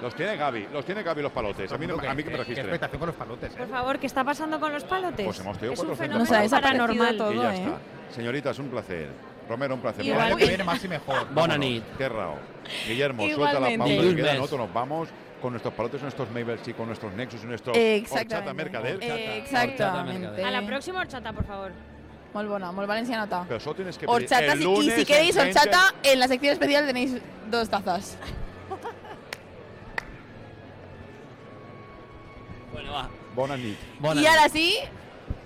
[SPEAKER 3] Los tiene Gaby, los tiene Gaby los palotes. A mí, no, a mí que me
[SPEAKER 5] eh.
[SPEAKER 3] registren.
[SPEAKER 12] con los palotes, eh.
[SPEAKER 16] Por favor, ¿qué está pasando con los palotes?
[SPEAKER 3] Pues hemos tenido
[SPEAKER 16] es un
[SPEAKER 3] 400.
[SPEAKER 16] fenómeno
[SPEAKER 7] Nos ha desaparecido
[SPEAKER 16] paranormal.
[SPEAKER 7] todo,
[SPEAKER 3] Y ya
[SPEAKER 7] ¿eh?
[SPEAKER 3] está. Señorita, es un placer. Romero, un placer.
[SPEAKER 12] Y el año que viene más y mejor.
[SPEAKER 3] Bonanit. Qué raro. Guillermo, suelta la pauta
[SPEAKER 12] Igualmente.
[SPEAKER 3] que queda.
[SPEAKER 12] Yulmes.
[SPEAKER 3] Nosotros nos vamos con nuestros palotes, nuestros Mabels y con nuestros Nexus y nuestros
[SPEAKER 7] Exactamente.
[SPEAKER 3] Horchata Mercader.
[SPEAKER 7] Horchata. Exactamente.
[SPEAKER 3] Horchata Mercader.
[SPEAKER 16] A la próxima horchata, por favor.
[SPEAKER 7] Molt bona, molt valencianota.
[SPEAKER 3] Pero eso tienes que pedir.
[SPEAKER 7] Horchata,
[SPEAKER 3] El
[SPEAKER 7] si- y
[SPEAKER 3] lunes
[SPEAKER 7] si queréis
[SPEAKER 3] en Center-
[SPEAKER 7] horchata, en la sección especial tenéis dos tazas.
[SPEAKER 4] Bueno, va.
[SPEAKER 28] Bona nit.
[SPEAKER 7] Y ahora sí,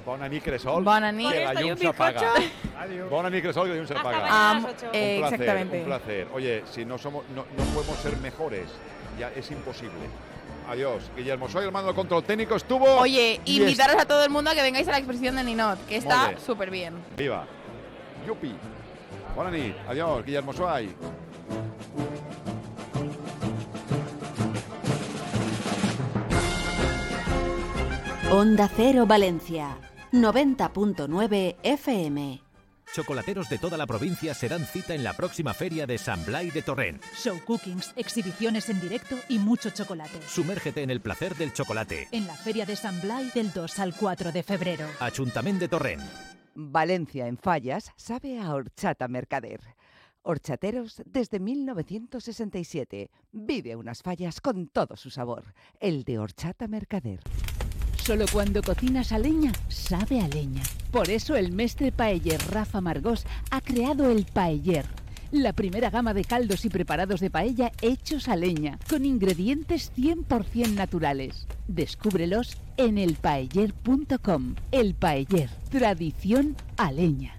[SPEAKER 28] Bona nit, Cresol.
[SPEAKER 7] Bona nit.
[SPEAKER 28] Que la
[SPEAKER 7] Con esto y
[SPEAKER 28] llum
[SPEAKER 7] un
[SPEAKER 28] s'apaga.
[SPEAKER 7] bizcocho.
[SPEAKER 28] Bona nit, Cresol, que la llum s'apaga.
[SPEAKER 7] mañana a las ocho.
[SPEAKER 28] Un
[SPEAKER 7] eh,
[SPEAKER 28] placer,
[SPEAKER 7] exactamente.
[SPEAKER 28] Un placer. Oye, si no, somos, no, no podemos ser mejores, ya es imposible. Adiós. Guillermo, soy el mando del control técnico. Estuvo...
[SPEAKER 7] oye,
[SPEAKER 28] y
[SPEAKER 7] invitaros a todo el mundo a que vengáis a la expresión de Ninot, que
[SPEAKER 28] Molt
[SPEAKER 7] está
[SPEAKER 28] bé.
[SPEAKER 7] súper bien.
[SPEAKER 28] es- Viva. Yupi. Bona nit. Adiós, Guillermo Suárez.
[SPEAKER 1] Onda Cero Valencia, 90.9 FM.
[SPEAKER 9] Chocolateros de toda la provincia serán cita en la próxima feria de San Blai de Torrent.
[SPEAKER 10] Show cookings, exhibiciones en directo y mucho chocolate.
[SPEAKER 9] Sumérgete en el placer del chocolate.
[SPEAKER 10] En la Feria de San Blay del 2 al 4 de febrero.
[SPEAKER 9] Ayuntamiento de Torrent.
[SPEAKER 12] Valencia en Fallas sabe a horchata mercader. Horchateros desde 1967. Vive unas fallas con todo su sabor. El de horchata mercader.
[SPEAKER 27] Solo cuando cocinas a leña, sabe a leña. Por eso el mestre paeller Rafa Margós ha creado el paeller, la primera gama de caldos y preparados de paella hechos a leña, con ingredientes 100% naturales. Descúbrelos en elpaeller.com. El paeller, tradición a leña.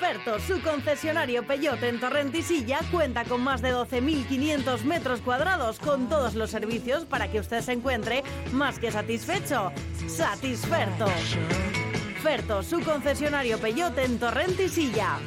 [SPEAKER 26] Ferto, su concesionario Peyote en Torrent y Silla, cuenta con más de 12.500 metros cuadrados con todos los servicios para que usted se encuentre más que satisfecho. ¡Satisferto! Ferto, su concesionario Peyote en Torrent y Silla.